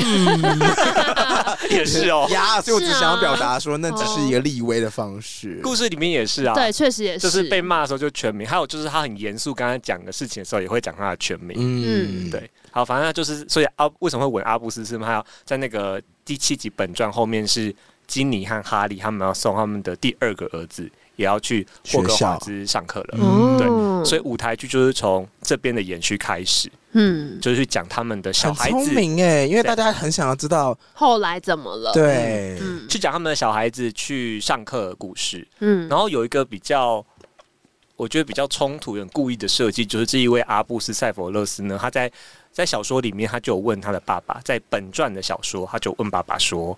Speaker 3: 也是哦
Speaker 1: [LAUGHS] 呀，所以我只
Speaker 2: 是啊
Speaker 1: 想要表达说，那只是一个立威的方式。
Speaker 3: 故事里面也是啊，
Speaker 2: 对，确实也。
Speaker 3: 就是是被骂的时候就全名，还有就是他很严肃跟他讲的事情的时候也会讲他的全名。
Speaker 1: 嗯，
Speaker 3: 对，好，反正他就是，所以阿为什么会吻阿布斯是吗？他要在那个第七集本传后面是金妮和哈利他们要送他们的第二个儿子也要去霍格华兹上课了，
Speaker 1: 嗯
Speaker 3: 对
Speaker 2: 哦
Speaker 3: 所以舞台剧就是从这边的延续开始，
Speaker 2: 嗯，
Speaker 3: 就是去讲他们的小
Speaker 1: 很
Speaker 3: 孩
Speaker 1: 聪
Speaker 3: 子，
Speaker 1: 明哎，因为大
Speaker 3: 对
Speaker 1: 家很想要知道，
Speaker 2: 后来怎么了？，
Speaker 1: 对，
Speaker 2: 嗯
Speaker 3: 去讲他们的小孩子去上课的故事。
Speaker 2: 嗯，
Speaker 3: 然后有一个比较，我觉得比较冲突、很故意的设计，就是这一位阿布斯塞佛勒斯呢，他在在小说里面他就有问他的爸爸，在本传的小说他就问爸爸说，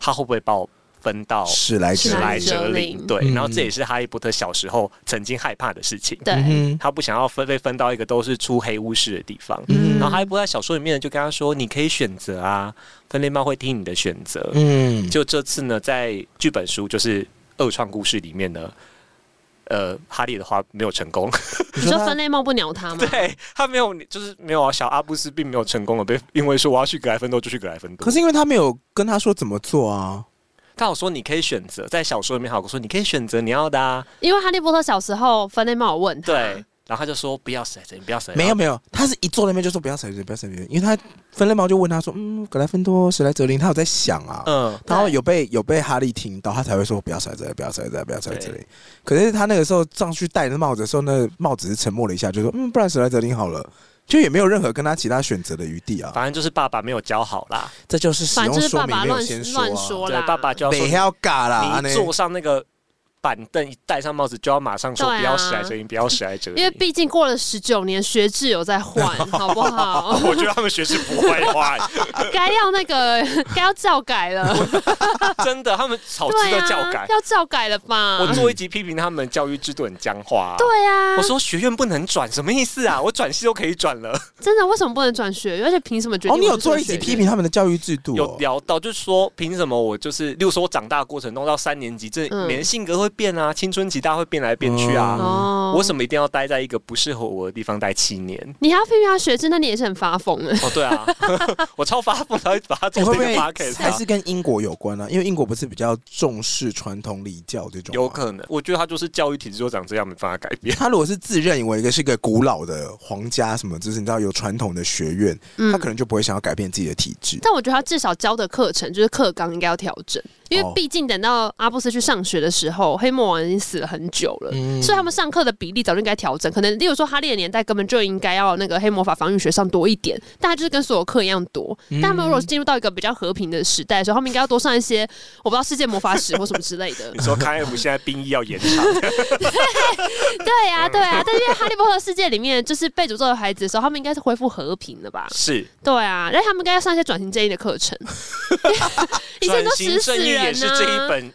Speaker 3: 他会不会把我分到
Speaker 1: 史莱
Speaker 2: 史
Speaker 1: 哲
Speaker 3: 史
Speaker 2: 莱
Speaker 3: 莱
Speaker 2: 哲
Speaker 3: 哲
Speaker 2: 林
Speaker 3: 林？对，
Speaker 1: 嗯
Speaker 3: 然后这也是哈利波特小时候曾经害怕的事情，
Speaker 2: 对，
Speaker 1: 嗯
Speaker 3: 他不想要分被分到一个都是出黑巫师的地方。
Speaker 1: 嗯
Speaker 3: 然后哈利波特在小说里面就跟他说，你可以选择啊，分类猫会听你的选择。
Speaker 1: 嗯，
Speaker 3: 就这次呢，在剧本书就是二创故事里面呢，呃，哈利的话没有成功，
Speaker 1: 你
Speaker 2: 你说
Speaker 1: 他
Speaker 2: 分类梦不鸟他吗？
Speaker 3: [LAUGHS] 对他没有，就是没有啊，小阿布斯并没有成功了，被因为说我要去格莱芬多就去格莱芬多。
Speaker 1: 可是因为他没有跟他说怎么做啊，
Speaker 3: 他有说你可以选择，在小说里面还有说你可以选择你要的啊，
Speaker 2: 因为哈利波特小时候分类梦有问他，
Speaker 3: 对，然后他就说不要谁谁不要谁，
Speaker 2: 哦
Speaker 1: 没有没有，他是一坐那边就说不要踩人，不要踩人，因为他分类猫就问他说，嗯，格莱芬多、史莱哲林，他有在想啊，
Speaker 3: 嗯，
Speaker 1: 然后有被有被哈利听到，他才会说不要甩这里，不要甩这里，不要甩这里
Speaker 3: 对。
Speaker 1: 可是他那个时候上去戴着帽子的时候，那帽子是沉默了一下，就说嗯，不然史莱哲林好了，就也没有任何跟他其他选择的余地啊。
Speaker 3: 反正就是爸爸没有教好啦，
Speaker 1: 这就是使
Speaker 2: 反正
Speaker 1: 用
Speaker 2: 就是
Speaker 1: 说
Speaker 2: 爸
Speaker 1: 明
Speaker 2: 爸
Speaker 1: 没有
Speaker 2: 乱
Speaker 1: 先说
Speaker 2: 乱
Speaker 1: 啊，
Speaker 2: 说
Speaker 3: 对
Speaker 2: 啦，，
Speaker 3: 爸爸就要
Speaker 1: 北
Speaker 3: 说
Speaker 1: 要尬啦，
Speaker 3: 你
Speaker 1: 那
Speaker 3: 一坐上那个板凳，一戴上帽子就要马上说
Speaker 2: 对啊
Speaker 3: 不要谁来这里，不要谁来这里，
Speaker 2: 因为毕竟过了十九年，学制有在
Speaker 3: [LAUGHS]
Speaker 2: 换，好不好？ [LAUGHS]
Speaker 3: 我觉得他们学习不会坏。
Speaker 2: 该要那个 [LAUGHS] 该要教改了，
Speaker 3: [LAUGHS] 真的，他们草吃
Speaker 2: 对
Speaker 3: 都
Speaker 2: 啊，
Speaker 3: 教改。
Speaker 2: 要教改了吧？
Speaker 3: 我做一集批评他们教育制度很僵化、啊。
Speaker 2: 对啊，
Speaker 3: 我说学院不能转，什么意思啊？我转系都可以转了。
Speaker 2: 真的，为什么不能转学？而且凭什么决定
Speaker 1: 哦，
Speaker 2: 我
Speaker 1: 你
Speaker 2: 是
Speaker 1: 有
Speaker 2: 转学院？
Speaker 1: 做一集批评他们的教育制度
Speaker 3: 有
Speaker 1: 哦，
Speaker 3: 聊到，就是说凭什么我就是，例如说我长大的过程中到三年级，这
Speaker 2: 嗯
Speaker 3: 每人性格会变啊，青春期大家会变来变去啊。
Speaker 2: 哦，
Speaker 3: 我为什么一定要待在一个不适合我的地方待七年？
Speaker 2: 你还要批评他学制，那你也是很发疯的。
Speaker 3: 哦，对啊，
Speaker 2: [LAUGHS]
Speaker 3: 我超发疯，才会把它做
Speaker 1: 你会
Speaker 3: 成一
Speaker 1: 不
Speaker 3: 个
Speaker 1: 会
Speaker 3: podcast，、
Speaker 1: 还
Speaker 3: 啊
Speaker 1: 是、跟英国有关啊呢？因为英国不是比较重视传统礼教这种吗，啊
Speaker 3: 有可能。我觉得他就是教育体制就长这样，没办法改变。
Speaker 1: 他如果是自认为一个是一个古老的皇家什么，就是你知道有传统的学院，
Speaker 2: 嗯
Speaker 1: 他可能就不会想要改变自己的体制。
Speaker 2: 但我觉得他至少教的课程就是课纲应该要调整，因为
Speaker 1: 哦
Speaker 2: 毕竟等到阿布斯去上学的时候，黑魔王已经死了很久了，
Speaker 1: 嗯
Speaker 2: 所以他们上课的比例早就应该调整。可能例如说哈利的年代根本就应该要那个黑魔法防御学上多一点，但他就是跟所有课一样多。
Speaker 1: 嗯
Speaker 2: 但他们如果进入到一个比较和平的时代的时候，他们应该要多上一些我不知道世界魔法史或什么之类
Speaker 1: [LAUGHS]
Speaker 2: 的 [LAUGHS]
Speaker 3: 你。说开 M 现在兵役要延长，
Speaker 2: 对呀、对啊呀、但是因为哈利波特世界里面就是被诅咒的孩子的时候，他们应该是恢复和平的吧？
Speaker 3: 是
Speaker 2: 对啊，但他们应该要上一些转型正义的课
Speaker 3: [LAUGHS]
Speaker 2: 程。以前
Speaker 3: 转
Speaker 2: 都
Speaker 3: 型
Speaker 2: 死死
Speaker 3: 正义
Speaker 2: 人啊
Speaker 3: 也是
Speaker 2: 呢、
Speaker 3: 这一本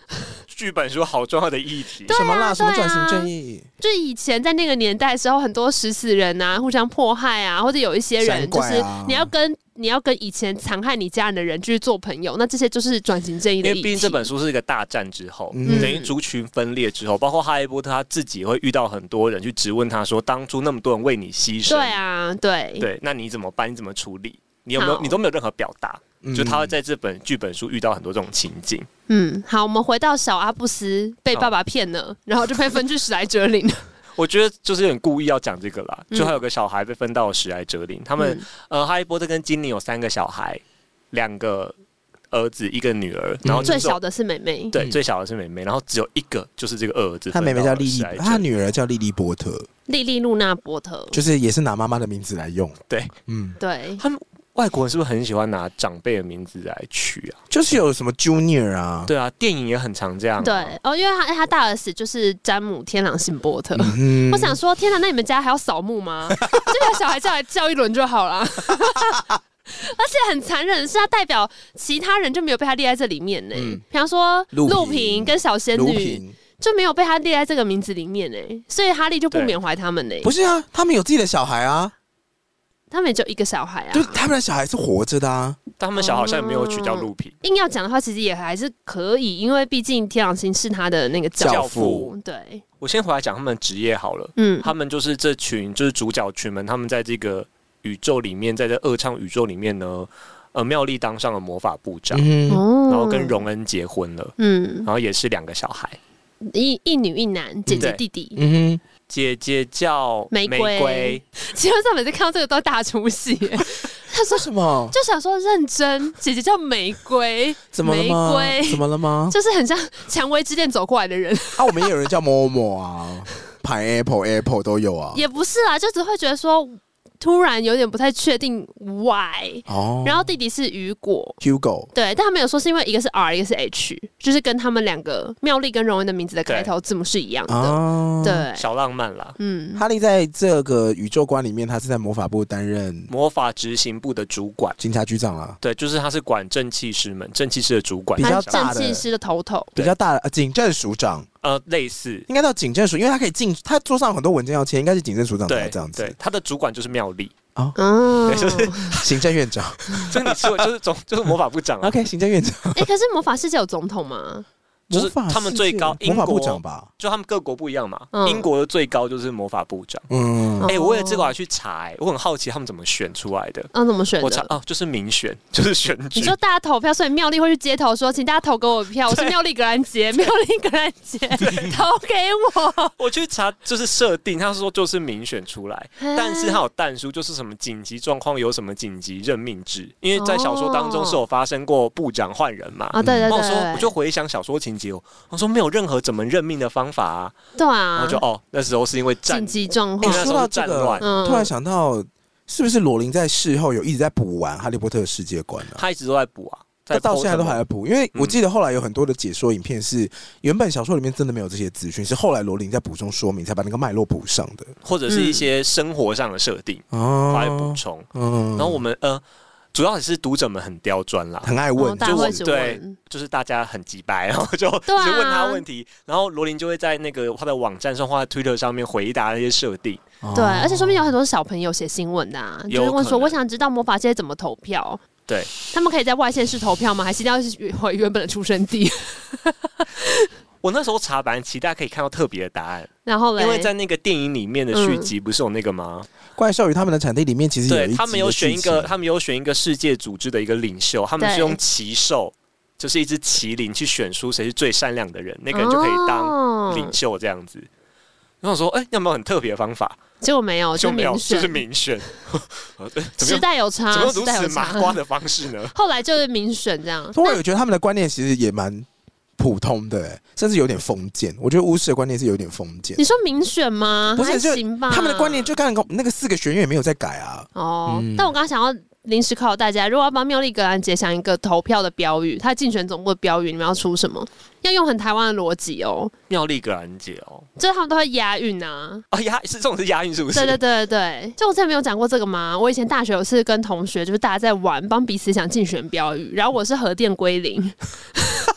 Speaker 3: 剧本书好重要的议题。
Speaker 1: 什么啦？
Speaker 2: 啊
Speaker 1: 什么
Speaker 2: 对
Speaker 1: 转型
Speaker 2: 啊
Speaker 1: 正义？
Speaker 2: 就以前在那个年代的时候，很多食死人啊，互相迫害啊，或者有一些
Speaker 1: 山
Speaker 2: 人就
Speaker 1: 怪啊
Speaker 2: 是你要跟你要跟以前残害你家人的人继续做朋友，那这些就是转型正义
Speaker 3: 因
Speaker 2: 的议
Speaker 3: 为
Speaker 2: 题。
Speaker 3: 毕竟这本书是一个大战之后，
Speaker 1: 嗯
Speaker 3: 等于族群分裂之后，包括哈利波特他自己也会遇到很多人去质问他说，当初那么多人为你牺牲，
Speaker 2: 对啊，对
Speaker 3: 对，那你怎么办？你怎么处理？你有没有？
Speaker 2: 好
Speaker 3: 你都没有任何表达，
Speaker 1: 嗯
Speaker 3: 就他会在这本剧本书遇到很多这种情境。
Speaker 2: 嗯，好，我们回到小阿布斯被爸爸骗了，然后就被分去史莱哲
Speaker 3: [LAUGHS]
Speaker 2: 林。
Speaker 3: 我觉得就是有点故意要讲这个啦。
Speaker 2: 嗯
Speaker 3: 就还有个小孩被分到史莱哲林，他们、呃，哈利波特跟金妮有三个小孩，两个儿子，一个女儿，然后
Speaker 1: 嗯
Speaker 3: 这
Speaker 2: 最
Speaker 3: 时候
Speaker 2: 小的是妹妹，
Speaker 3: 对
Speaker 1: 嗯
Speaker 3: 最小的是妹妹，然后只有一个就是这个二儿子分到
Speaker 1: 他妹妹
Speaker 3: 了史莱哲林，
Speaker 1: 叫莉莉，他女儿叫莉莉波特，
Speaker 2: 莉莉露娜波特。
Speaker 1: 就是也是拿妈妈的名字来用。
Speaker 3: 对，
Speaker 1: 嗯，
Speaker 2: 对，
Speaker 3: 他们外国人是不是很喜欢拿长辈的名字来取啊？
Speaker 1: 就是有什么 Junior 啊，
Speaker 3: 对啊，电影也很常这样、啊。
Speaker 2: 对，哦，因为他他大儿子就是詹姆天狼星波特。
Speaker 1: 嗯
Speaker 2: 我想说，天哪，那你们家还要扫
Speaker 1: [LAUGHS]
Speaker 2: 墓吗？这个小孩叫来叫一轮就好了。而且很残忍，是他代表其他人就没有被他列在这里面呢、
Speaker 1: 嗯
Speaker 2: 比方说
Speaker 1: 陆平
Speaker 2: 陆平跟小仙
Speaker 1: 卢
Speaker 2: 女
Speaker 1: 平
Speaker 2: 就没有被他列在这个名字里面呢、所以哈利就不
Speaker 3: 对
Speaker 2: 缅怀他们呢、
Speaker 1: 不是啊，他们有自己的小孩啊，
Speaker 2: 他们也就一个小孩啊
Speaker 1: 就。他们的小孩是活着的啊。
Speaker 3: 但他们小孩好像也没有取叫陆平。
Speaker 2: 硬要讲的话，其实也还是可以，因为毕竟天狼星是他的那个
Speaker 1: 教
Speaker 2: 教
Speaker 1: 父
Speaker 2: 父。对，
Speaker 3: 我先回来讲他们的职业好了。
Speaker 2: 嗯，
Speaker 3: 他们就是这群就是主角群们，他们在这个宇宙里面，在这二唱宇宙里面呢，呃，妙丽当上了魔法部长，
Speaker 1: 嗯，
Speaker 2: 哦
Speaker 3: 然后跟荣恩结婚了，
Speaker 2: 嗯
Speaker 3: 然后也是两个小孩，
Speaker 2: 一一女一男，姐姐
Speaker 3: 对
Speaker 2: 弟弟。
Speaker 1: 嗯哼，
Speaker 3: 姐姐叫
Speaker 2: 玫瑰其实上每次看到这个都大出
Speaker 3: [LAUGHS]
Speaker 2: 戏耶，他说
Speaker 1: 为什么？
Speaker 2: 就想说认真，姐姐叫玫瑰，
Speaker 1: 怎么了吗
Speaker 2: 玫？瑰
Speaker 1: 怎么了吗？[LAUGHS]
Speaker 3: 哦
Speaker 2: 就是很像蔷薇之恋走过来的人，
Speaker 1: 啊，我们也有人叫某某啊，Pineapple、Apple 都有啊。
Speaker 2: 也不是啊，就只会觉得说突然有点不太确定 why。
Speaker 1: 哦，
Speaker 2: 然后弟弟是雨果，
Speaker 1: Hugo，
Speaker 2: 对，但他没有说是因为一个是 R，一个是 H，就是跟他们两个妙丽跟荣恩的名字的开头字母是一样的，
Speaker 1: 啊，
Speaker 2: 对，
Speaker 3: 哦小浪漫啦，
Speaker 2: 嗯，
Speaker 1: 哈利在这个宇宙观里面，他是在魔法部担任
Speaker 3: 魔法执行部的主管。
Speaker 1: 警察局长啊，
Speaker 3: 对，就是他是管正气师们，正气师的主管，
Speaker 1: 比较
Speaker 2: 他
Speaker 3: 像
Speaker 2: 是
Speaker 1: 大
Speaker 2: 正
Speaker 1: 的
Speaker 2: 气师的头头，
Speaker 1: 比较大的、呃、警政署长，
Speaker 3: 呃类似，
Speaker 1: 应该到警政署，因为他可以进，他桌上有很多文件要签，应该是警政署长才
Speaker 3: 对
Speaker 1: 这样
Speaker 3: 对
Speaker 1: 子，，
Speaker 3: 他的主管就是妙丽，
Speaker 2: 嗯，
Speaker 3: [LAUGHS] 对，就是
Speaker 1: 行政院长
Speaker 3: 就是你吃过，就是总就是魔法部长啊，
Speaker 1: [LAUGHS] ，OK，行政院长，
Speaker 2: 哎、可是魔法世界有总统吗？
Speaker 3: 就是
Speaker 1: 魔法
Speaker 3: 他们
Speaker 1: 世
Speaker 3: 最
Speaker 1: 界
Speaker 3: 高
Speaker 1: 魔法
Speaker 3: 英
Speaker 1: 部
Speaker 3: 国
Speaker 1: 长吧，
Speaker 3: 就他们各国不一样嘛，
Speaker 2: 嗯
Speaker 3: 英国的最高就是魔法部长。
Speaker 1: 嗯
Speaker 2: 哦
Speaker 3: 哎、我为了这个我还去查、欸，我很好奇他们怎么选出来的。
Speaker 2: 嗯，怎么选的？
Speaker 3: 我查哦，就是民选，就是选
Speaker 2: 你
Speaker 3: 举。
Speaker 2: 说大家投票，所以妙丽会去街头说：“请大家投给我票，我是
Speaker 3: 对
Speaker 2: 妙丽格兰
Speaker 3: [LAUGHS]
Speaker 2: 杰，妙丽格兰杰，投给我。
Speaker 3: 我去查，就是设定，他说就是民选出来，
Speaker 2: 嗯
Speaker 3: 但是他有淡书，就是什么紧急状况有什么紧急任命制，因为在小说当中是有发生过部长换人嘛”。
Speaker 2: 啊，对对
Speaker 3: 然
Speaker 2: 对
Speaker 3: 后我
Speaker 2: 对，
Speaker 3: 嗯哦说，我就回想小说情节，我说没有任何怎么任命的方法啊。
Speaker 2: 对啊，
Speaker 3: 然后就哦，那时候是因为战
Speaker 2: 紧，急状
Speaker 1: 哎、
Speaker 2: 况
Speaker 3: 因为，那时
Speaker 1: 说
Speaker 3: 候
Speaker 1: 到
Speaker 3: 是
Speaker 1: 这
Speaker 3: 战
Speaker 1: 个
Speaker 3: 乱，
Speaker 2: 嗯
Speaker 1: 突然想到，是不是罗琳在事后有一直在补完《哈利波特》的世界观呢、啊？
Speaker 3: 他一直都在补啊，
Speaker 1: 他
Speaker 3: 在
Speaker 1: 到
Speaker 3: po
Speaker 1: 现在都
Speaker 3: 什么嗯
Speaker 1: 还在补，因为我记得后来有很多的解说影片是原本小说里面真的没有这些资讯，是后来罗琳在补充说明才把那个脉络补上的。
Speaker 3: 或者是一些生活上的设定，
Speaker 1: 哦
Speaker 3: 他来补充。
Speaker 1: 嗯
Speaker 3: 然后我们呃，主要也是读者们很刁钻啦，
Speaker 1: 很爱
Speaker 2: 然后
Speaker 1: 问，
Speaker 2: 哦大家
Speaker 3: 就
Speaker 2: 会
Speaker 3: 我
Speaker 2: 一直
Speaker 3: 对
Speaker 2: 问，
Speaker 3: 就是大家很急白， [LAUGHS] 然后就
Speaker 2: 对啊
Speaker 3: 就问他问题，然后罗琳就会在那个他的网站上或他的 Twitter 上面回答那些设定。
Speaker 2: 对，而且说明有很多小朋友写新闻的啊，就
Speaker 3: 哦有
Speaker 2: 是问
Speaker 3: 可
Speaker 2: 说：“
Speaker 3: 能
Speaker 2: 我想知道魔法世界怎么投票。”
Speaker 3: 对，
Speaker 2: 他们可以在外县市投票吗？还是一定要去回原本的出生地？ [LAUGHS]
Speaker 3: 我那时候查版期待可以看到特别的答案，
Speaker 2: 然后嘞，
Speaker 3: 因为在那个电影里面的续集
Speaker 2: 嗯
Speaker 3: 不是有那个吗？
Speaker 1: 怪兽与他们的产地里面其实有一
Speaker 3: 对
Speaker 1: 集
Speaker 3: 他们有
Speaker 1: 的
Speaker 3: 选
Speaker 1: 剧
Speaker 3: 一个，
Speaker 1: 情
Speaker 3: 他们有选一个世界组织的一个领袖，他们是
Speaker 2: 对
Speaker 3: 用骑兽，就是一只麒麟去选出谁是最善良的人，那个人就可以当
Speaker 2: 哦
Speaker 3: 领袖这样子。然后我说，哎、有没有很特别的方法？
Speaker 2: 结果没有，
Speaker 3: 就
Speaker 2: 哦就
Speaker 3: 没有，
Speaker 2: 民
Speaker 3: 就
Speaker 2: 选，
Speaker 3: 是民选。 [LAUGHS] 呃怎么
Speaker 2: 时
Speaker 3: 又
Speaker 2: 代有差
Speaker 3: 怎么，又
Speaker 2: 时
Speaker 3: 如
Speaker 2: 代有
Speaker 3: 此
Speaker 2: 差 [LAUGHS]
Speaker 3: 麻。瓜的方式呢？
Speaker 2: 后来就是民选这样，
Speaker 1: 不过我觉得他们的观念其实也蛮普通的、欸甚至有点封建。我觉得巫师的观念是有点封建
Speaker 2: 你，说民选吗？
Speaker 1: 不是
Speaker 2: 还
Speaker 1: 就
Speaker 2: 行吧？
Speaker 1: 他们的观念就刚刚那个四个学院也没有在改啊。
Speaker 2: 哦。
Speaker 1: 嗯
Speaker 2: 但我刚刚想要临时考考大家，如果要帮妙丽格兰杰想一个投票的标语，他竞选总部的标语，你们要出什么？要用很台湾的逻辑哦，
Speaker 3: 妙丽格兰姐哦，
Speaker 2: 这他们都会押韵啊。
Speaker 3: 啊押是这种是押韵是不是？
Speaker 2: 对对对对对，就我之前没有讲过这个吗？我以前大学有次跟同学，就是大家在玩，帮彼此想竞选标语，然后我是核电归零，
Speaker 1: [LAUGHS]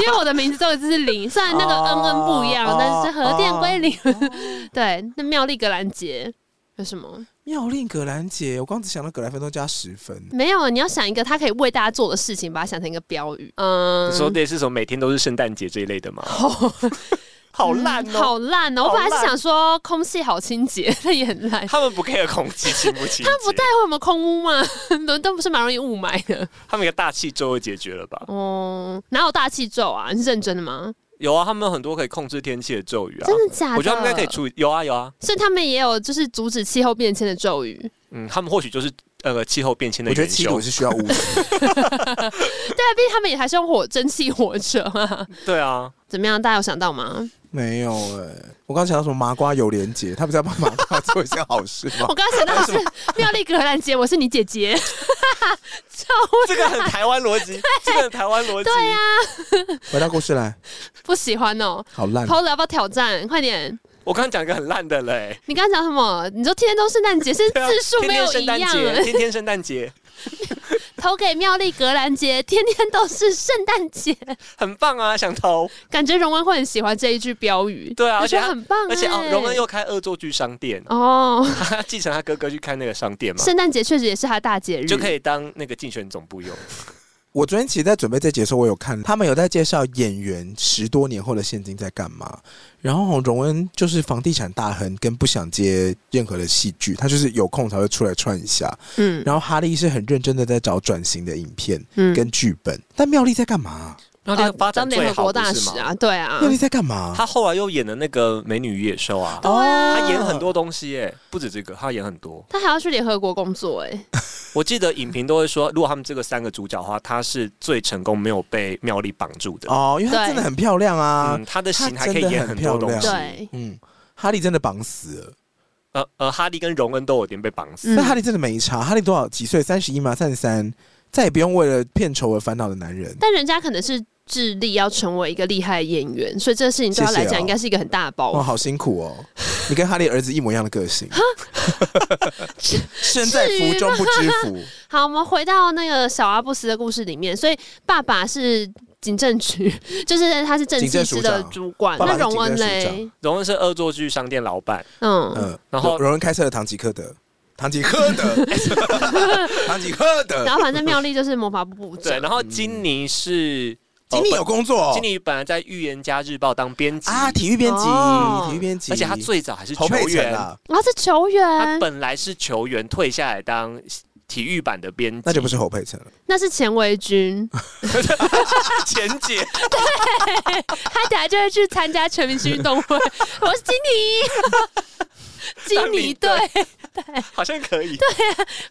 Speaker 2: 因为我的名字只有一字是零，虽然那个
Speaker 1: 哦
Speaker 2: N N 不一样，
Speaker 1: 哦
Speaker 2: 但是核电归零。 [LAUGHS] 对，那妙丽格兰杰有什么？
Speaker 1: 妙令葛兰姐，我刚只想到葛兰芬多加十分，
Speaker 3: 嗯
Speaker 2: 没有，你要想一个他可以为大家做的事情，把它想成一个标语。嗯
Speaker 3: 你，
Speaker 2: [LAUGHS]
Speaker 3: 说类似什么每天都是圣诞节这一类的吗？好烂
Speaker 2: 嗯
Speaker 3: 哦！
Speaker 2: 好烂哦！我
Speaker 3: 好
Speaker 2: 本来
Speaker 3: 烂
Speaker 2: 是想说空气好清洁，但也很烂。
Speaker 3: 他们不 care 空气清不清洁，
Speaker 2: [LAUGHS] 他不带会有没有空污吗？ [LAUGHS] 伦敦不是蛮容易雾霾的。
Speaker 3: 他们一个大气周就解决了吧？
Speaker 2: 哦，哪有大气咒啊？你是认真的吗？有
Speaker 3: 有啊，他们有很多可以控制天气的咒语啊。
Speaker 2: 真的假的？
Speaker 3: 我觉得他们应该可以处理。有啊有啊，
Speaker 2: 所以他们也有就是阻止气候变迁的咒语。
Speaker 3: 嗯，他们或许就是呃气候变迁的
Speaker 1: 我觉得
Speaker 3: 元
Speaker 1: 七鲁
Speaker 3: 凶。
Speaker 1: 是需要巫师。
Speaker 2: 对啊，毕竟他们也还是用火蒸汽活着
Speaker 3: [LAUGHS]
Speaker 2: 嘛。
Speaker 1: [LAUGHS]
Speaker 3: 对啊，
Speaker 2: 怎么样？大家有想到
Speaker 3: [LAUGHS]
Speaker 2: 吗？
Speaker 1: 没有哎、我刚想到什么麻瓜有连结，他不是要帮麻瓜做一些好事
Speaker 2: [LAUGHS]
Speaker 1: 吗
Speaker 2: 我？刚刚想到的是妙丽格兰杰，我是你姐姐。
Speaker 3: 这个很台湾逻
Speaker 2: [LAUGHS]
Speaker 3: 辑，这个很台湾逻辑。对呀，
Speaker 2: 啊
Speaker 1: 回到故事来，
Speaker 2: 不喜欢
Speaker 3: [LAUGHS]
Speaker 2: 哦。
Speaker 1: 好
Speaker 3: 嗯
Speaker 1: 烂。
Speaker 2: Paul 要不要挑战？快点！
Speaker 3: 我刚刚讲一个很烂的嘞。
Speaker 2: 你刚刚讲什么？你说天天都圣诞节，是
Speaker 3: [LAUGHS] 对啊
Speaker 2: 字数没有一
Speaker 3: 天天
Speaker 2: 样
Speaker 3: 圣诞
Speaker 2: 啊
Speaker 3: 节，。天天圣诞节，
Speaker 2: [LAUGHS] 投给妙丽格兰杰，天天都是圣诞
Speaker 3: [LAUGHS]
Speaker 2: 节。
Speaker 3: 很棒啊，想投。
Speaker 2: 感觉荣恩会很喜欢这一句标语。
Speaker 3: 对啊，
Speaker 2: 我
Speaker 3: 而且
Speaker 2: 觉
Speaker 3: 他
Speaker 2: 得很棒、欸。
Speaker 3: 而且哦，荣恩又开恶作剧商店， [LAUGHS]
Speaker 2: 哦，
Speaker 3: 他继承他哥哥去开那个商店嘛，
Speaker 2: 圣诞节确实也是他的大节日，
Speaker 3: 就可以当那个竞选总
Speaker 2: [LAUGHS]
Speaker 3: 部
Speaker 2: 哦
Speaker 3: 用。
Speaker 1: 我昨天其实，在准备这节的时候，我有看他们有在介绍演员十多年后的现今在干嘛。然后荣恩就是房地产大亨，跟不想接任何的戏剧，他就是有空才会出来串一下。
Speaker 2: 嗯
Speaker 1: 然后哈利是很认真的在找转型的影片
Speaker 2: 嗯
Speaker 1: 跟剧本，但妙丽在干嘛、
Speaker 3: 然后那
Speaker 2: 呃
Speaker 3: 个发展
Speaker 2: 当联
Speaker 3: 最
Speaker 2: 合
Speaker 3: 好
Speaker 2: 国
Speaker 3: 不
Speaker 2: 大
Speaker 3: 是
Speaker 2: 使
Speaker 3: 吗？
Speaker 2: 啊，对啊
Speaker 1: 妙。丽在干嘛？
Speaker 3: 他后来又演了那个《美女与野兽》啊，
Speaker 2: 对啊
Speaker 3: 他演很多东西耶，不止这个，他演很多。
Speaker 2: 他还要去联合国工作哎、
Speaker 3: 我记得影评都会说，如果他们这个三个主角的话，他是最成功没有被妙丽绑住的。
Speaker 1: 哦，因为她真的很漂亮啊
Speaker 3: 嗯，。他的型
Speaker 1: 她
Speaker 3: 还可
Speaker 1: 真
Speaker 3: 以
Speaker 1: 的
Speaker 3: 演
Speaker 1: 很
Speaker 3: 很
Speaker 1: 漂
Speaker 3: 多东
Speaker 1: 亮
Speaker 3: 西。
Speaker 2: 对，
Speaker 1: 嗯，哈利真的绑死了。
Speaker 3: 呃呃，哈利跟荣恩都有点被绑死。
Speaker 2: 嗯
Speaker 1: 但哈利真的没差，哈利多少几岁？三十一吗？三十三，再也不用为了片酬而烦恼的男人。
Speaker 2: 但人家可能是智力要成为一个厉害的演员，所以这个事情对他
Speaker 1: 谢谢
Speaker 2: 来
Speaker 1: 哦
Speaker 2: 讲应该是一个很大的包
Speaker 1: 哇，
Speaker 2: 袱。
Speaker 1: 好辛苦哦！你跟哈利儿子一模一样的个 [LAUGHS] 性，身在福中不知福。
Speaker 2: 好，我们回到那个小阿布斯的故事里面，所以爸爸是警政局， [LAUGHS] 就是他是政
Speaker 1: 警
Speaker 2: 治
Speaker 1: 政
Speaker 2: 师
Speaker 1: 署
Speaker 2: 的
Speaker 1: 长
Speaker 2: 主管。
Speaker 1: 爸爸
Speaker 2: 那
Speaker 1: 是
Speaker 2: 荣
Speaker 1: 警
Speaker 2: 恩
Speaker 1: 政署
Speaker 2: 嘞，
Speaker 3: 荣恩是恶作剧商店老板，
Speaker 2: 嗯，
Speaker 1: 嗯，
Speaker 3: 然后
Speaker 1: 荣荣恩开车的唐吉诃德，唐吉诃
Speaker 2: [LAUGHS]
Speaker 1: 德，唐吉诃德哦
Speaker 2: 然。后反正妙丽就是魔法部部长
Speaker 3: 对，。然后金妮是
Speaker 1: 经理有工作嗯哦
Speaker 3: 金，妮本来在《预言家日报》当编辑
Speaker 1: 啊，体育编辑
Speaker 2: 哦，
Speaker 1: 体育编辑，
Speaker 3: 而且他最早还是
Speaker 1: 侯
Speaker 3: 球
Speaker 1: 佩岑
Speaker 3: 员，
Speaker 1: 啊，
Speaker 2: 啊，是球
Speaker 3: 他
Speaker 2: 员，
Speaker 3: 本来是球员，退下来当体育版的编辑，
Speaker 1: 那就不是侯佩岑了。
Speaker 2: 那是钱维君，
Speaker 3: 前
Speaker 1: [LAUGHS]
Speaker 3: 姐。
Speaker 2: 他等下就会去参加全明星运动会。 [LAUGHS] 我是金妮，金妮队，
Speaker 3: 好像可以。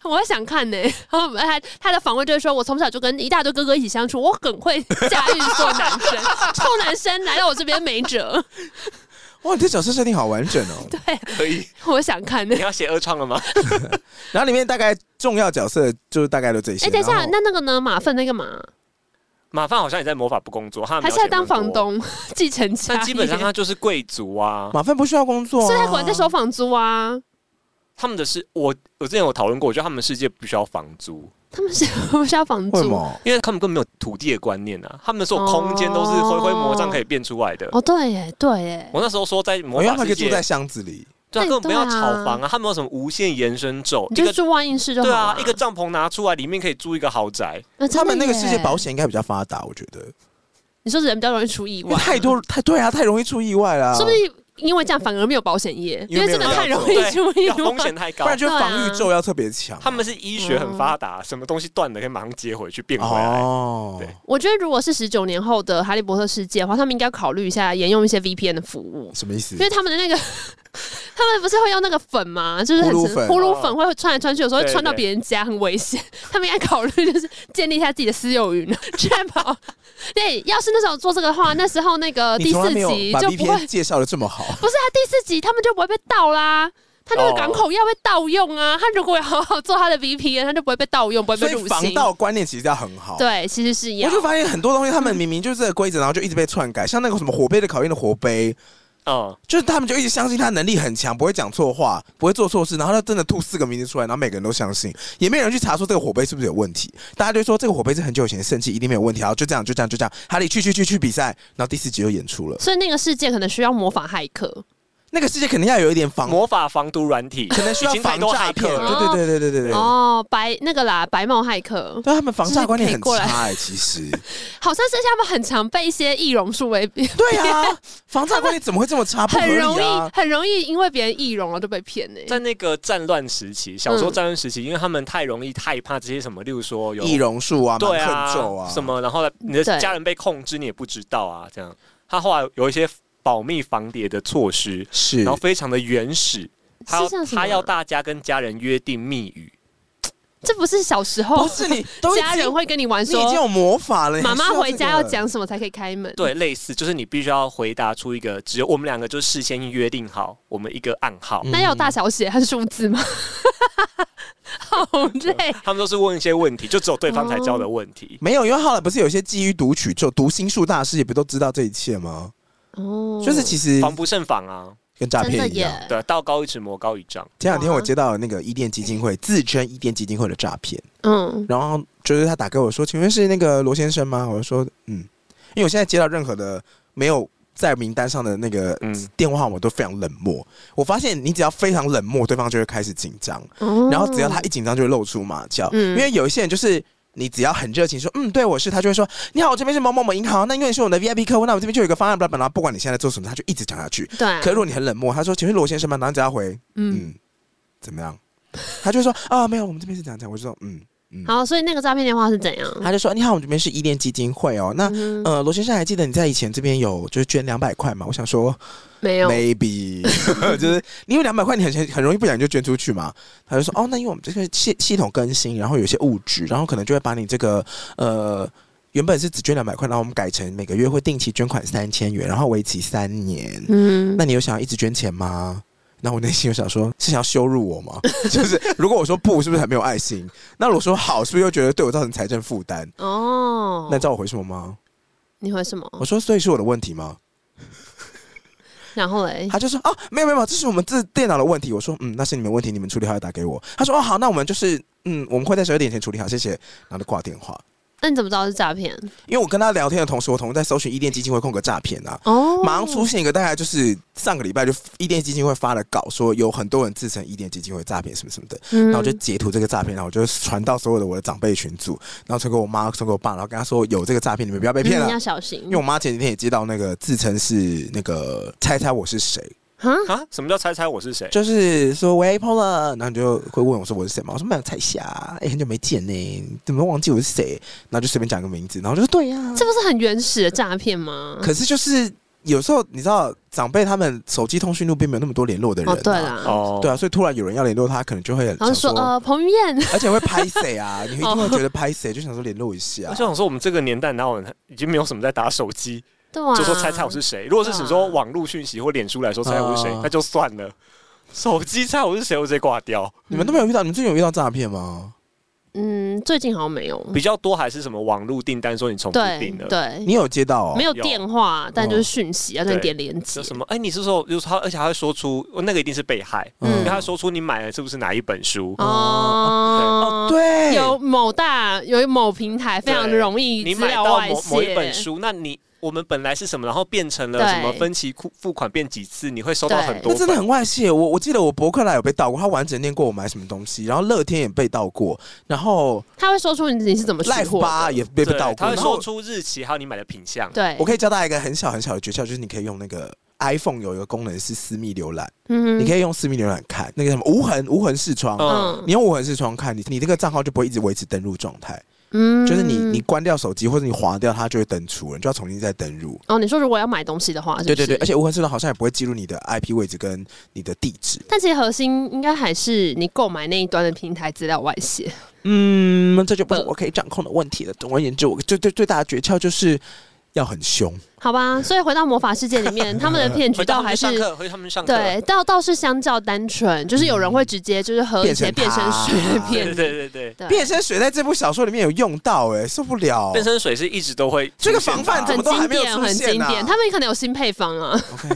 Speaker 2: 我也想看呢、然后他他的访问就是说，我从小就跟一大堆哥哥一起相处，我很会驾驭做男生，臭男生来到我这边没辙。 [LAUGHS]
Speaker 1: 哇，你这角色设定好完整哦。
Speaker 3: 可以。
Speaker 2: 我想看呢、
Speaker 3: 你要写二创了吗？
Speaker 1: 然后里面大概重要角色就是大概都这些。
Speaker 2: 哎、等一
Speaker 1: 然
Speaker 2: 下，
Speaker 1: 后
Speaker 2: 那那个呢？马粪那个嘛，
Speaker 3: 马范好像也在魔法部工作，他
Speaker 2: 还是在当房。东、 [LAUGHS] 继承家业？
Speaker 3: 但基本上他就是贵族啊，
Speaker 1: 马粪不需要工作啊，
Speaker 2: 所以他果然在收房租啊。
Speaker 3: 他们的是我我之前有讨论过，我觉得他们世界不需要房租，
Speaker 2: 他们是 [LAUGHS] 不需要房
Speaker 1: 为什
Speaker 2: 租。
Speaker 1: 么？
Speaker 3: 因为他们根本没有土地的观念啊，他们的所有空间都是灰灰魔杖可以变出来的。
Speaker 2: 哦，对耶，对耶，
Speaker 3: 我那时候说在魔
Speaker 1: 我哦要他
Speaker 3: 法
Speaker 1: 们可
Speaker 3: 世
Speaker 1: 以住
Speaker 3: 界，
Speaker 1: 在箱子里，
Speaker 3: 对啊，
Speaker 2: 对
Speaker 3: 根本不要
Speaker 2: 对啊
Speaker 3: 炒房啊，他们有什么无限延伸咒，
Speaker 2: 你
Speaker 3: 一
Speaker 2: 就
Speaker 3: 个
Speaker 2: 住万应室就好
Speaker 3: 对
Speaker 2: 了、
Speaker 3: 啊，一个帐篷拿出来，里面可以住一个豪宅。
Speaker 2: 啊
Speaker 1: 他们那个世界保，
Speaker 2: 真的耶
Speaker 1: 险应该比较发达，我觉得，
Speaker 2: 你说人比较容易出意
Speaker 1: 因为
Speaker 2: 外，
Speaker 1: 太多太对啊，太容易出意外啦，
Speaker 2: 是不是因为这样反而没有保险业？
Speaker 1: 因
Speaker 2: 因
Speaker 1: 为
Speaker 2: 为
Speaker 1: 没有
Speaker 2: 真的太容易
Speaker 3: 对
Speaker 2: 出，意
Speaker 3: 要风
Speaker 2: 外
Speaker 3: 险。太高
Speaker 1: 不，然就
Speaker 2: 对啊
Speaker 1: 防御咒要特别强。
Speaker 3: 他们是医学很发达，什么东西断了可以马上接回去变回来。
Speaker 1: 哦
Speaker 3: 对
Speaker 2: 我觉得如果是十九年后的哈利波特世界的话，他们应该考虑一下沿用一些 VPN 的服务，
Speaker 1: 什么意思
Speaker 2: 因？为他们的那个他他们不是会用那个粉吗？就是很
Speaker 1: 呼噜粉
Speaker 2: 呼噜粉会穿来穿去，有时候会
Speaker 3: 对
Speaker 2: 穿到
Speaker 3: 对
Speaker 2: 别人家，很危险。 [LAUGHS] 他们应该考虑就是建立一下自己的私有云， [LAUGHS] 确保。对，要是那时候做这个的话，那时候那个
Speaker 1: 你
Speaker 2: 第
Speaker 1: 从来
Speaker 2: 四
Speaker 1: 没有
Speaker 2: 集
Speaker 1: 把
Speaker 2: 就不会
Speaker 1: VPN 介绍的这么
Speaker 2: [LAUGHS]
Speaker 1: 好。
Speaker 2: 不是啊，第四集他们就不会被盗啦。他那个
Speaker 3: 哦
Speaker 2: 港口要被盗用啊，他如果有好好做他的 VPN，他就不会被盗用，不会
Speaker 1: 所
Speaker 2: 被
Speaker 1: 以
Speaker 2: 入
Speaker 1: 防
Speaker 2: 侵。
Speaker 1: 盗观念其实要很好。，
Speaker 2: 对，啊其实是要
Speaker 1: 我就发现很多东西，他们明明就是这个规则，然后就一直被篡改。像那个什么火杯的考验的火杯，
Speaker 3: 嗯，
Speaker 1: 就是他们就一直相信他能力很强，不会讲错话，不会做错事，然后他真的吐四个名字出来，然后每个人都相信，也没有人去查说这个火杯是不是有问题。大家就说这个火杯是很久以前的圣器，一定没有问题。然后就这样，就这样，就这样，哈利去去去去比赛，然后第四集就演出了。
Speaker 2: 所以那个事件可能需要模仿骇客，
Speaker 1: 那个世界肯定要有一点防，
Speaker 3: 嗯魔法防毒软体
Speaker 1: 可能需要
Speaker 3: 已经太
Speaker 1: 防
Speaker 3: 多
Speaker 1: 诈
Speaker 3: 骇
Speaker 1: 骗。
Speaker 3: 客了，
Speaker 1: 对对对对对对对。
Speaker 2: 哦，白那个啦，白帽骇客，
Speaker 1: 对他们防诈观念很
Speaker 2: 就是可以过来
Speaker 1: 差哎、其实
Speaker 2: 好像是他们很常被一些易容术为，
Speaker 1: 对啊，防诈观念怎么会这么差？不合
Speaker 2: 很容
Speaker 1: 理
Speaker 2: 易
Speaker 1: 啊！
Speaker 2: 很容易因为别人易容了就被骗呢、
Speaker 3: 在那个战乱时期，小时候
Speaker 2: 嗯
Speaker 3: 战乱时期，因为他们太容易害怕这些什么，例如说有
Speaker 1: 易容术啊，
Speaker 3: 对
Speaker 1: 蛮
Speaker 3: 啊
Speaker 1: 困咒啊，
Speaker 3: 什么，然后你的
Speaker 2: 对
Speaker 3: 家人被控制，你也不知道啊，这样。他后来有一些保密防谍的措施，
Speaker 1: 是
Speaker 3: 然后非常的原始，他
Speaker 2: 是像什么
Speaker 3: 他要大家跟家人约定密语，
Speaker 2: 这不是小时
Speaker 1: 不
Speaker 2: 候
Speaker 1: 是你都已经
Speaker 2: 家人会跟你玩
Speaker 1: 你已经有
Speaker 2: 说，
Speaker 1: 魔法了，你还
Speaker 2: 妈妈
Speaker 1: 需要
Speaker 2: 回
Speaker 1: 这
Speaker 2: 家
Speaker 1: 个
Speaker 2: 要讲什么才可以开门？
Speaker 3: 对，类似就是你必须要回答出一个只有我们两个就是事先约定好我们一个暗号，
Speaker 1: 嗯
Speaker 2: 那要有大小写和数字吗？ [LAUGHS] 好累，
Speaker 3: 他们都是问一些问题，就只有对方才教的问题。
Speaker 1: 没有，因为后来不是有一些基于读取咒，读心术大师也不都知道这一切吗？
Speaker 2: 哦
Speaker 1: 就是其实
Speaker 3: 防不胜防啊，
Speaker 1: 跟诈
Speaker 2: 真的
Speaker 1: 骗一
Speaker 2: 耶
Speaker 1: 样。，
Speaker 3: 对，道高一尺，魔高一丈。
Speaker 1: 前两天我接到了那个伊甸基金会自称伊甸基金会的诈骗，
Speaker 2: 嗯，
Speaker 1: 然后就是他打给我说：“请问是那个罗先生吗？”我就说：“嗯，因为我现在接到任何的没有在名单上的那个
Speaker 3: 嗯
Speaker 1: 电话号码都非常冷漠。我发现你只要非常冷漠，对方就会开始紧张，
Speaker 2: 哦
Speaker 1: 然后只要他一紧张就会露出马脚。
Speaker 2: 嗯
Speaker 1: 因为有一些人就是。”你只要很热情说，嗯，对我是，他就会说，你好，我这边是某某某银行，那因为你是我们的 VIP 客户，那我们这边就有一个方案，巴拉巴拉，不管你现在在做什么，他就一直讲下去。
Speaker 2: 对啊，
Speaker 1: 可是如果你很冷漠，他说，请问罗先生吗？然后你只要回，
Speaker 2: 嗯，
Speaker 1: 嗯，怎么样？他就说啊，没有，我们这边是讲讲，我就说嗯嗯。
Speaker 2: 好，所以那个诈骗电话是怎样？
Speaker 1: 他就说你好，我们这边是依恋基金会哦。那、
Speaker 2: 嗯
Speaker 1: 呃，罗先生还记得你在以前这边有就是捐两百块嘛？我想说
Speaker 2: 没有，
Speaker 1: maybe
Speaker 2: [LAUGHS]
Speaker 1: 就是你有两百块，你很很容易不小心就捐出去嘛。他就说哦，那因为我们这个系系统更新，然后有一些物质，然后可能就会把你这个呃。原本是只捐两百块，然后我们改成每个月会定期捐款三千元，然后为期三年。
Speaker 2: 嗯
Speaker 1: 那，你有想要一直捐钱吗？那我内心有想说，是想要羞辱我吗？
Speaker 2: [LAUGHS]
Speaker 1: 就是如果我说不，是不是很没有爱心？那如果说好，是不是又觉得对我造成财政负担？
Speaker 2: 哦，
Speaker 1: 那你知道我回什么吗？
Speaker 2: 你回什么？
Speaker 1: 我说，所以是我的问题吗？
Speaker 2: 然后嘞，
Speaker 1: 他就说，哦，没有没有，没有这是我们这电脑的问题。我说，嗯，那是你们问题，你们处理好要打给我。他说，哦，好，那我们就是，嗯，我们会在十二点前处理好，谢谢。然后就挂电话。
Speaker 2: 那你怎么知道是诈骗？
Speaker 1: 因为我跟他聊天的同时，我同时在搜寻伊甸基金会空格诈骗啊，
Speaker 2: 哦，
Speaker 1: 马上出现一个大概就是上个礼拜就伊甸基金会发了稿，说有很多人自称伊甸基金会诈骗什么什么的。
Speaker 2: 嗯，
Speaker 1: 然后我就截图这个诈骗，然后我就传到所有的我的长辈群组，然后传给我妈，传给我爸，然后跟他说有这个诈骗，你们不要被骗
Speaker 2: 嗯
Speaker 1: 了
Speaker 2: 要。小心，
Speaker 1: 啊因为我妈前几天也接到那个自称是那个猜猜我是谁，
Speaker 2: 哈，
Speaker 3: 啊，什么叫猜猜我是谁？
Speaker 1: 就是说喂 Paula，然后你就会问我说我是谁嘛？我说没有猜一下，哎、很久没见呢、你怎么忘记我是谁？然后就随便讲个名字，然后就说对呀、
Speaker 2: 这嗯不是很原始的诈骗吗？
Speaker 1: 可是就是有时候你知道长辈他们手机通讯录并没有那么多联络的人、
Speaker 2: 哦，
Speaker 1: 啊，
Speaker 2: 对啦，
Speaker 3: 哦
Speaker 1: 对啊，所以突然有人要联络他，可能就会
Speaker 2: 然后
Speaker 1: 想
Speaker 2: 说
Speaker 1: 说，
Speaker 2: 呃，彭于晏， [LAUGHS]
Speaker 1: 而且会拍谁啊？你一定会觉得拍谁，就想说联络一下
Speaker 2: 哦
Speaker 3: 我。就想说，我们这个年代哪有人已经没有什么在打手机，
Speaker 2: 对啊，
Speaker 3: 就说猜猜我是谁。如果是
Speaker 2: 对啊
Speaker 3: 只说网络讯息或脸书来说猜我是谁
Speaker 1: 啊，
Speaker 3: 那就算了。手机猜我是谁，我直接挂掉。
Speaker 1: 你们都没有遇到，你们最近有遇到诈骗吗？
Speaker 2: 嗯，最近好像没有，
Speaker 3: 比较多还是什么网络订单，说你重复
Speaker 2: 对
Speaker 3: 订的，
Speaker 2: 对
Speaker 1: 你，有接到、哦？
Speaker 2: 没有
Speaker 3: 有
Speaker 2: 电话，但就是讯息，要叫你点连接
Speaker 3: 就，什么哎，你是说就是他，而且还会说出哦那个一定是被害，
Speaker 2: 嗯
Speaker 3: 因为他说出你买的是不是哪一本书，
Speaker 2: 哦
Speaker 1: 哦，，对，
Speaker 2: 啊有某大有某平台非常
Speaker 3: 对
Speaker 2: 容易
Speaker 3: 你
Speaker 2: 资
Speaker 3: 买
Speaker 2: 料
Speaker 3: 到
Speaker 2: 外
Speaker 3: 某某一本
Speaker 2: 泄，
Speaker 3: 书，那你我们本来是什么，然后变成了什么
Speaker 2: 对
Speaker 3: 分期付付款变几次，你会收到
Speaker 2: 对
Speaker 3: 很多
Speaker 1: 那
Speaker 3: 本。
Speaker 1: 真的很外泄。我我记得我博客来有被盗过，他完整念过我买什么东西，然后乐天也被盗过，然后
Speaker 2: 他会说出你你是怎么取
Speaker 1: Life
Speaker 2: 货
Speaker 1: 吧
Speaker 2: 的，
Speaker 1: 也被被
Speaker 3: 对
Speaker 1: 盗过。
Speaker 3: 他会
Speaker 1: 然后
Speaker 3: 说出日期还有你买的品相。
Speaker 2: 对，
Speaker 1: 我可以教大家一个很小很小的诀窍，就是你可以用那个 iPhone 有一个功能是私密浏览，
Speaker 2: 嗯
Speaker 1: 你
Speaker 2: 以，
Speaker 1: 可以用私密浏览看那个什么无痕无痕视窗。
Speaker 3: 嗯
Speaker 2: 嗯
Speaker 1: 你用无痕视窗看，你你这个账号就不会一直维持登录状态，
Speaker 2: 嗯
Speaker 1: 就是你你关掉手机或者你划掉，它就会登出了，你就要重新再登入。
Speaker 2: 哦，你说如果要买东西的话，是不
Speaker 1: 对
Speaker 2: 是
Speaker 1: 对对，而且无痕智能好像也不会记录你的 IP 位置跟你的地址。
Speaker 2: 但其实核心应该还是你购买那一端的平台资料外泄。
Speaker 1: 嗯，这就不是
Speaker 2: 呃
Speaker 1: 我可以掌控的问题了。总而言之，我最最最大的诀窍就是要很凶。
Speaker 2: 好吧，所以回到魔法世界里面，他们的骗局
Speaker 3: 回到
Speaker 2: 倒
Speaker 3: 他
Speaker 2: 还
Speaker 3: 们
Speaker 2: 是
Speaker 3: 上课，回他们上课。
Speaker 2: 对，倒倒是相较单纯，就是有人会直接就是和一些变
Speaker 1: 变成
Speaker 2: 身
Speaker 1: 他
Speaker 2: 水 [LAUGHS] 的
Speaker 3: 对
Speaker 2: 骗
Speaker 3: 对
Speaker 2: 你，
Speaker 3: 对对对，
Speaker 2: 对
Speaker 1: 变身水在这部小说里面有用到、哎，受不了。
Speaker 3: 变身水是一直都会
Speaker 1: 这个
Speaker 3: 出现
Speaker 1: 防
Speaker 3: 的啊
Speaker 1: 范怎
Speaker 2: 很
Speaker 1: 么都还
Speaker 2: 经
Speaker 1: 没有
Speaker 2: 典，
Speaker 1: 出
Speaker 2: 很经
Speaker 1: 现啊
Speaker 2: 典。他们可能有新配方啊，
Speaker 1: OK，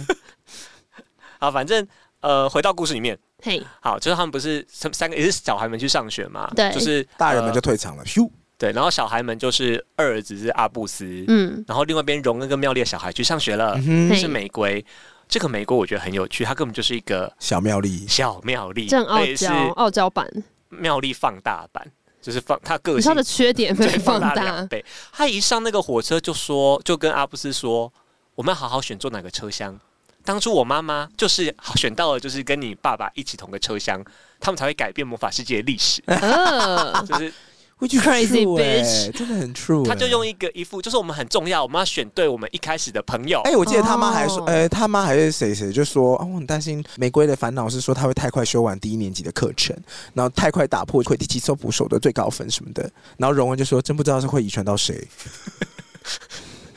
Speaker 3: 啊，反正呃，回到故事里面，
Speaker 2: 嘿，
Speaker 3: 好，就是他们不是三三个也是小孩们去上学嘛，
Speaker 2: 对
Speaker 3: 就是
Speaker 1: 大人们就
Speaker 3: 呃
Speaker 1: 退场了。咻，
Speaker 3: 对，然后小孩们就是二儿子是阿布斯，
Speaker 2: 嗯，
Speaker 3: 然后另外一边荣恩跟妙丽的小孩去上学了，
Speaker 1: 嗯
Speaker 2: 嘿
Speaker 1: 哼，
Speaker 3: 是玫瑰。这个玫瑰我觉得很有趣，它根本就是一个
Speaker 1: 小妙丽，
Speaker 3: 小妙丽，
Speaker 2: 这很傲
Speaker 3: 类似
Speaker 2: 娇，傲娇版。
Speaker 3: 妙丽放大版，就是放他个
Speaker 2: 你说
Speaker 3: 性
Speaker 2: 的缺点被
Speaker 3: [LAUGHS] 对
Speaker 2: 放
Speaker 3: 大
Speaker 2: 大
Speaker 3: 两，倍。他一上那个火车就说，就跟阿布斯说，我们要好好选坐哪个车厢。当初我妈妈就是选到了，就是跟你爸爸一起同个车厢，他们才会改变魔法世界的历史。
Speaker 1: 啊
Speaker 3: [LAUGHS]
Speaker 2: 呃，
Speaker 1: [LAUGHS]
Speaker 3: 就是
Speaker 1: 我觉得
Speaker 2: Crazy
Speaker 1: true，哎
Speaker 2: bitch
Speaker 1: 真的很 true 哎。
Speaker 3: 他就用一个一副，就是我们很重要，我们要选对我们一开始的朋友。
Speaker 1: 哎、我记得他妈还说，
Speaker 2: 哦
Speaker 1: 呃、他妈还是谁谁就说，啊，我很担心玫瑰的烦恼是说他会太快修完第一年级的课程，然后太快打破会第七搜捕手的最高分什么的。然后荣恩就说，真不知道是会遗传到谁。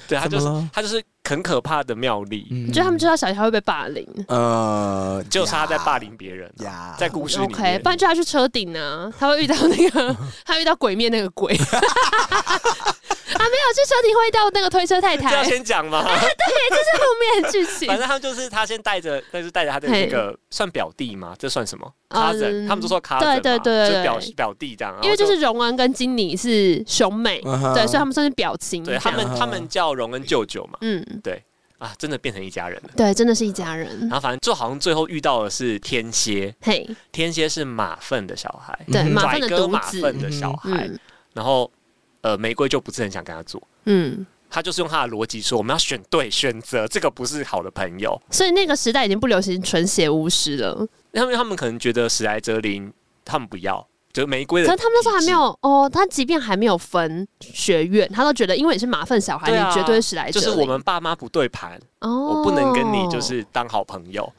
Speaker 3: 对，他就
Speaker 1: 怎么
Speaker 3: 是
Speaker 1: 了
Speaker 3: 他就是很可怕的妙丽，
Speaker 1: 嗯
Speaker 2: 你觉得他们知道小孩会被霸凌
Speaker 1: 呃，
Speaker 3: 就差他在霸
Speaker 1: 凌
Speaker 3: 凌别人。啊
Speaker 1: 呀，
Speaker 3: 在故事里
Speaker 2: ？OK，
Speaker 3: 面
Speaker 2: 不，然就他去车顶啊， [LAUGHS] 他会遇到那
Speaker 3: [LAUGHS]
Speaker 2: 个，他遇到鬼面那个鬼。 [LAUGHS] 啊，没有，去车顶会遇到那个推车太
Speaker 3: 这要 [LAUGHS]
Speaker 2: 太，这是
Speaker 3: 先讲吗？
Speaker 2: 后面的剧情 [LAUGHS]
Speaker 3: 反。正他们就是他先带着，但是带着他的那个算表弟吗？这算什么
Speaker 2: 嗯
Speaker 3: ？cousin，他们都说 cousin，嘛
Speaker 2: 对对对
Speaker 3: 就是表
Speaker 2: 对
Speaker 3: 表弟这样。然后
Speaker 2: 因为就是荣恩跟金妮是兄妹，
Speaker 1: 嗯哼
Speaker 2: 对，所以他们算是表亲。
Speaker 3: 对他们
Speaker 1: 这样
Speaker 3: 他们叫荣恩舅舅嘛，
Speaker 2: 嗯，
Speaker 3: 啊，真的变成一家人了。
Speaker 2: 对，真的是一家人
Speaker 3: 然。后反正就好像最后遇到的是天蝎，
Speaker 2: 嘿，
Speaker 3: 天蝎是马粪的小孩，
Speaker 2: 对，
Speaker 1: 嗯
Speaker 2: 马
Speaker 3: 拽
Speaker 2: 粪的
Speaker 3: 哥
Speaker 2: 独
Speaker 3: 马粪哎
Speaker 2: 子，
Speaker 3: 的小孩。
Speaker 2: 嗯
Speaker 3: 然后呃，玫瑰就不是很想跟他做，
Speaker 2: 嗯，
Speaker 3: 他就是用他的逻辑说，我们要选对选择，这个不是好的朋友。
Speaker 2: 所以那个时代已经不流行纯血巫师了，
Speaker 3: 因为他们可能觉得史莱哲林他们不要，就是玫瑰
Speaker 2: 可
Speaker 3: 的体
Speaker 2: 是
Speaker 3: 质。
Speaker 2: 他们那时候还没有哦，他即便还没有分学院，他都觉得因为你是马粪小孩，
Speaker 3: 对啊
Speaker 2: 你绝对是史莱哲
Speaker 3: 就
Speaker 2: 林
Speaker 3: 是我们爸妈不对盘，
Speaker 2: 哦，
Speaker 3: 我不能跟你就是当好朋友。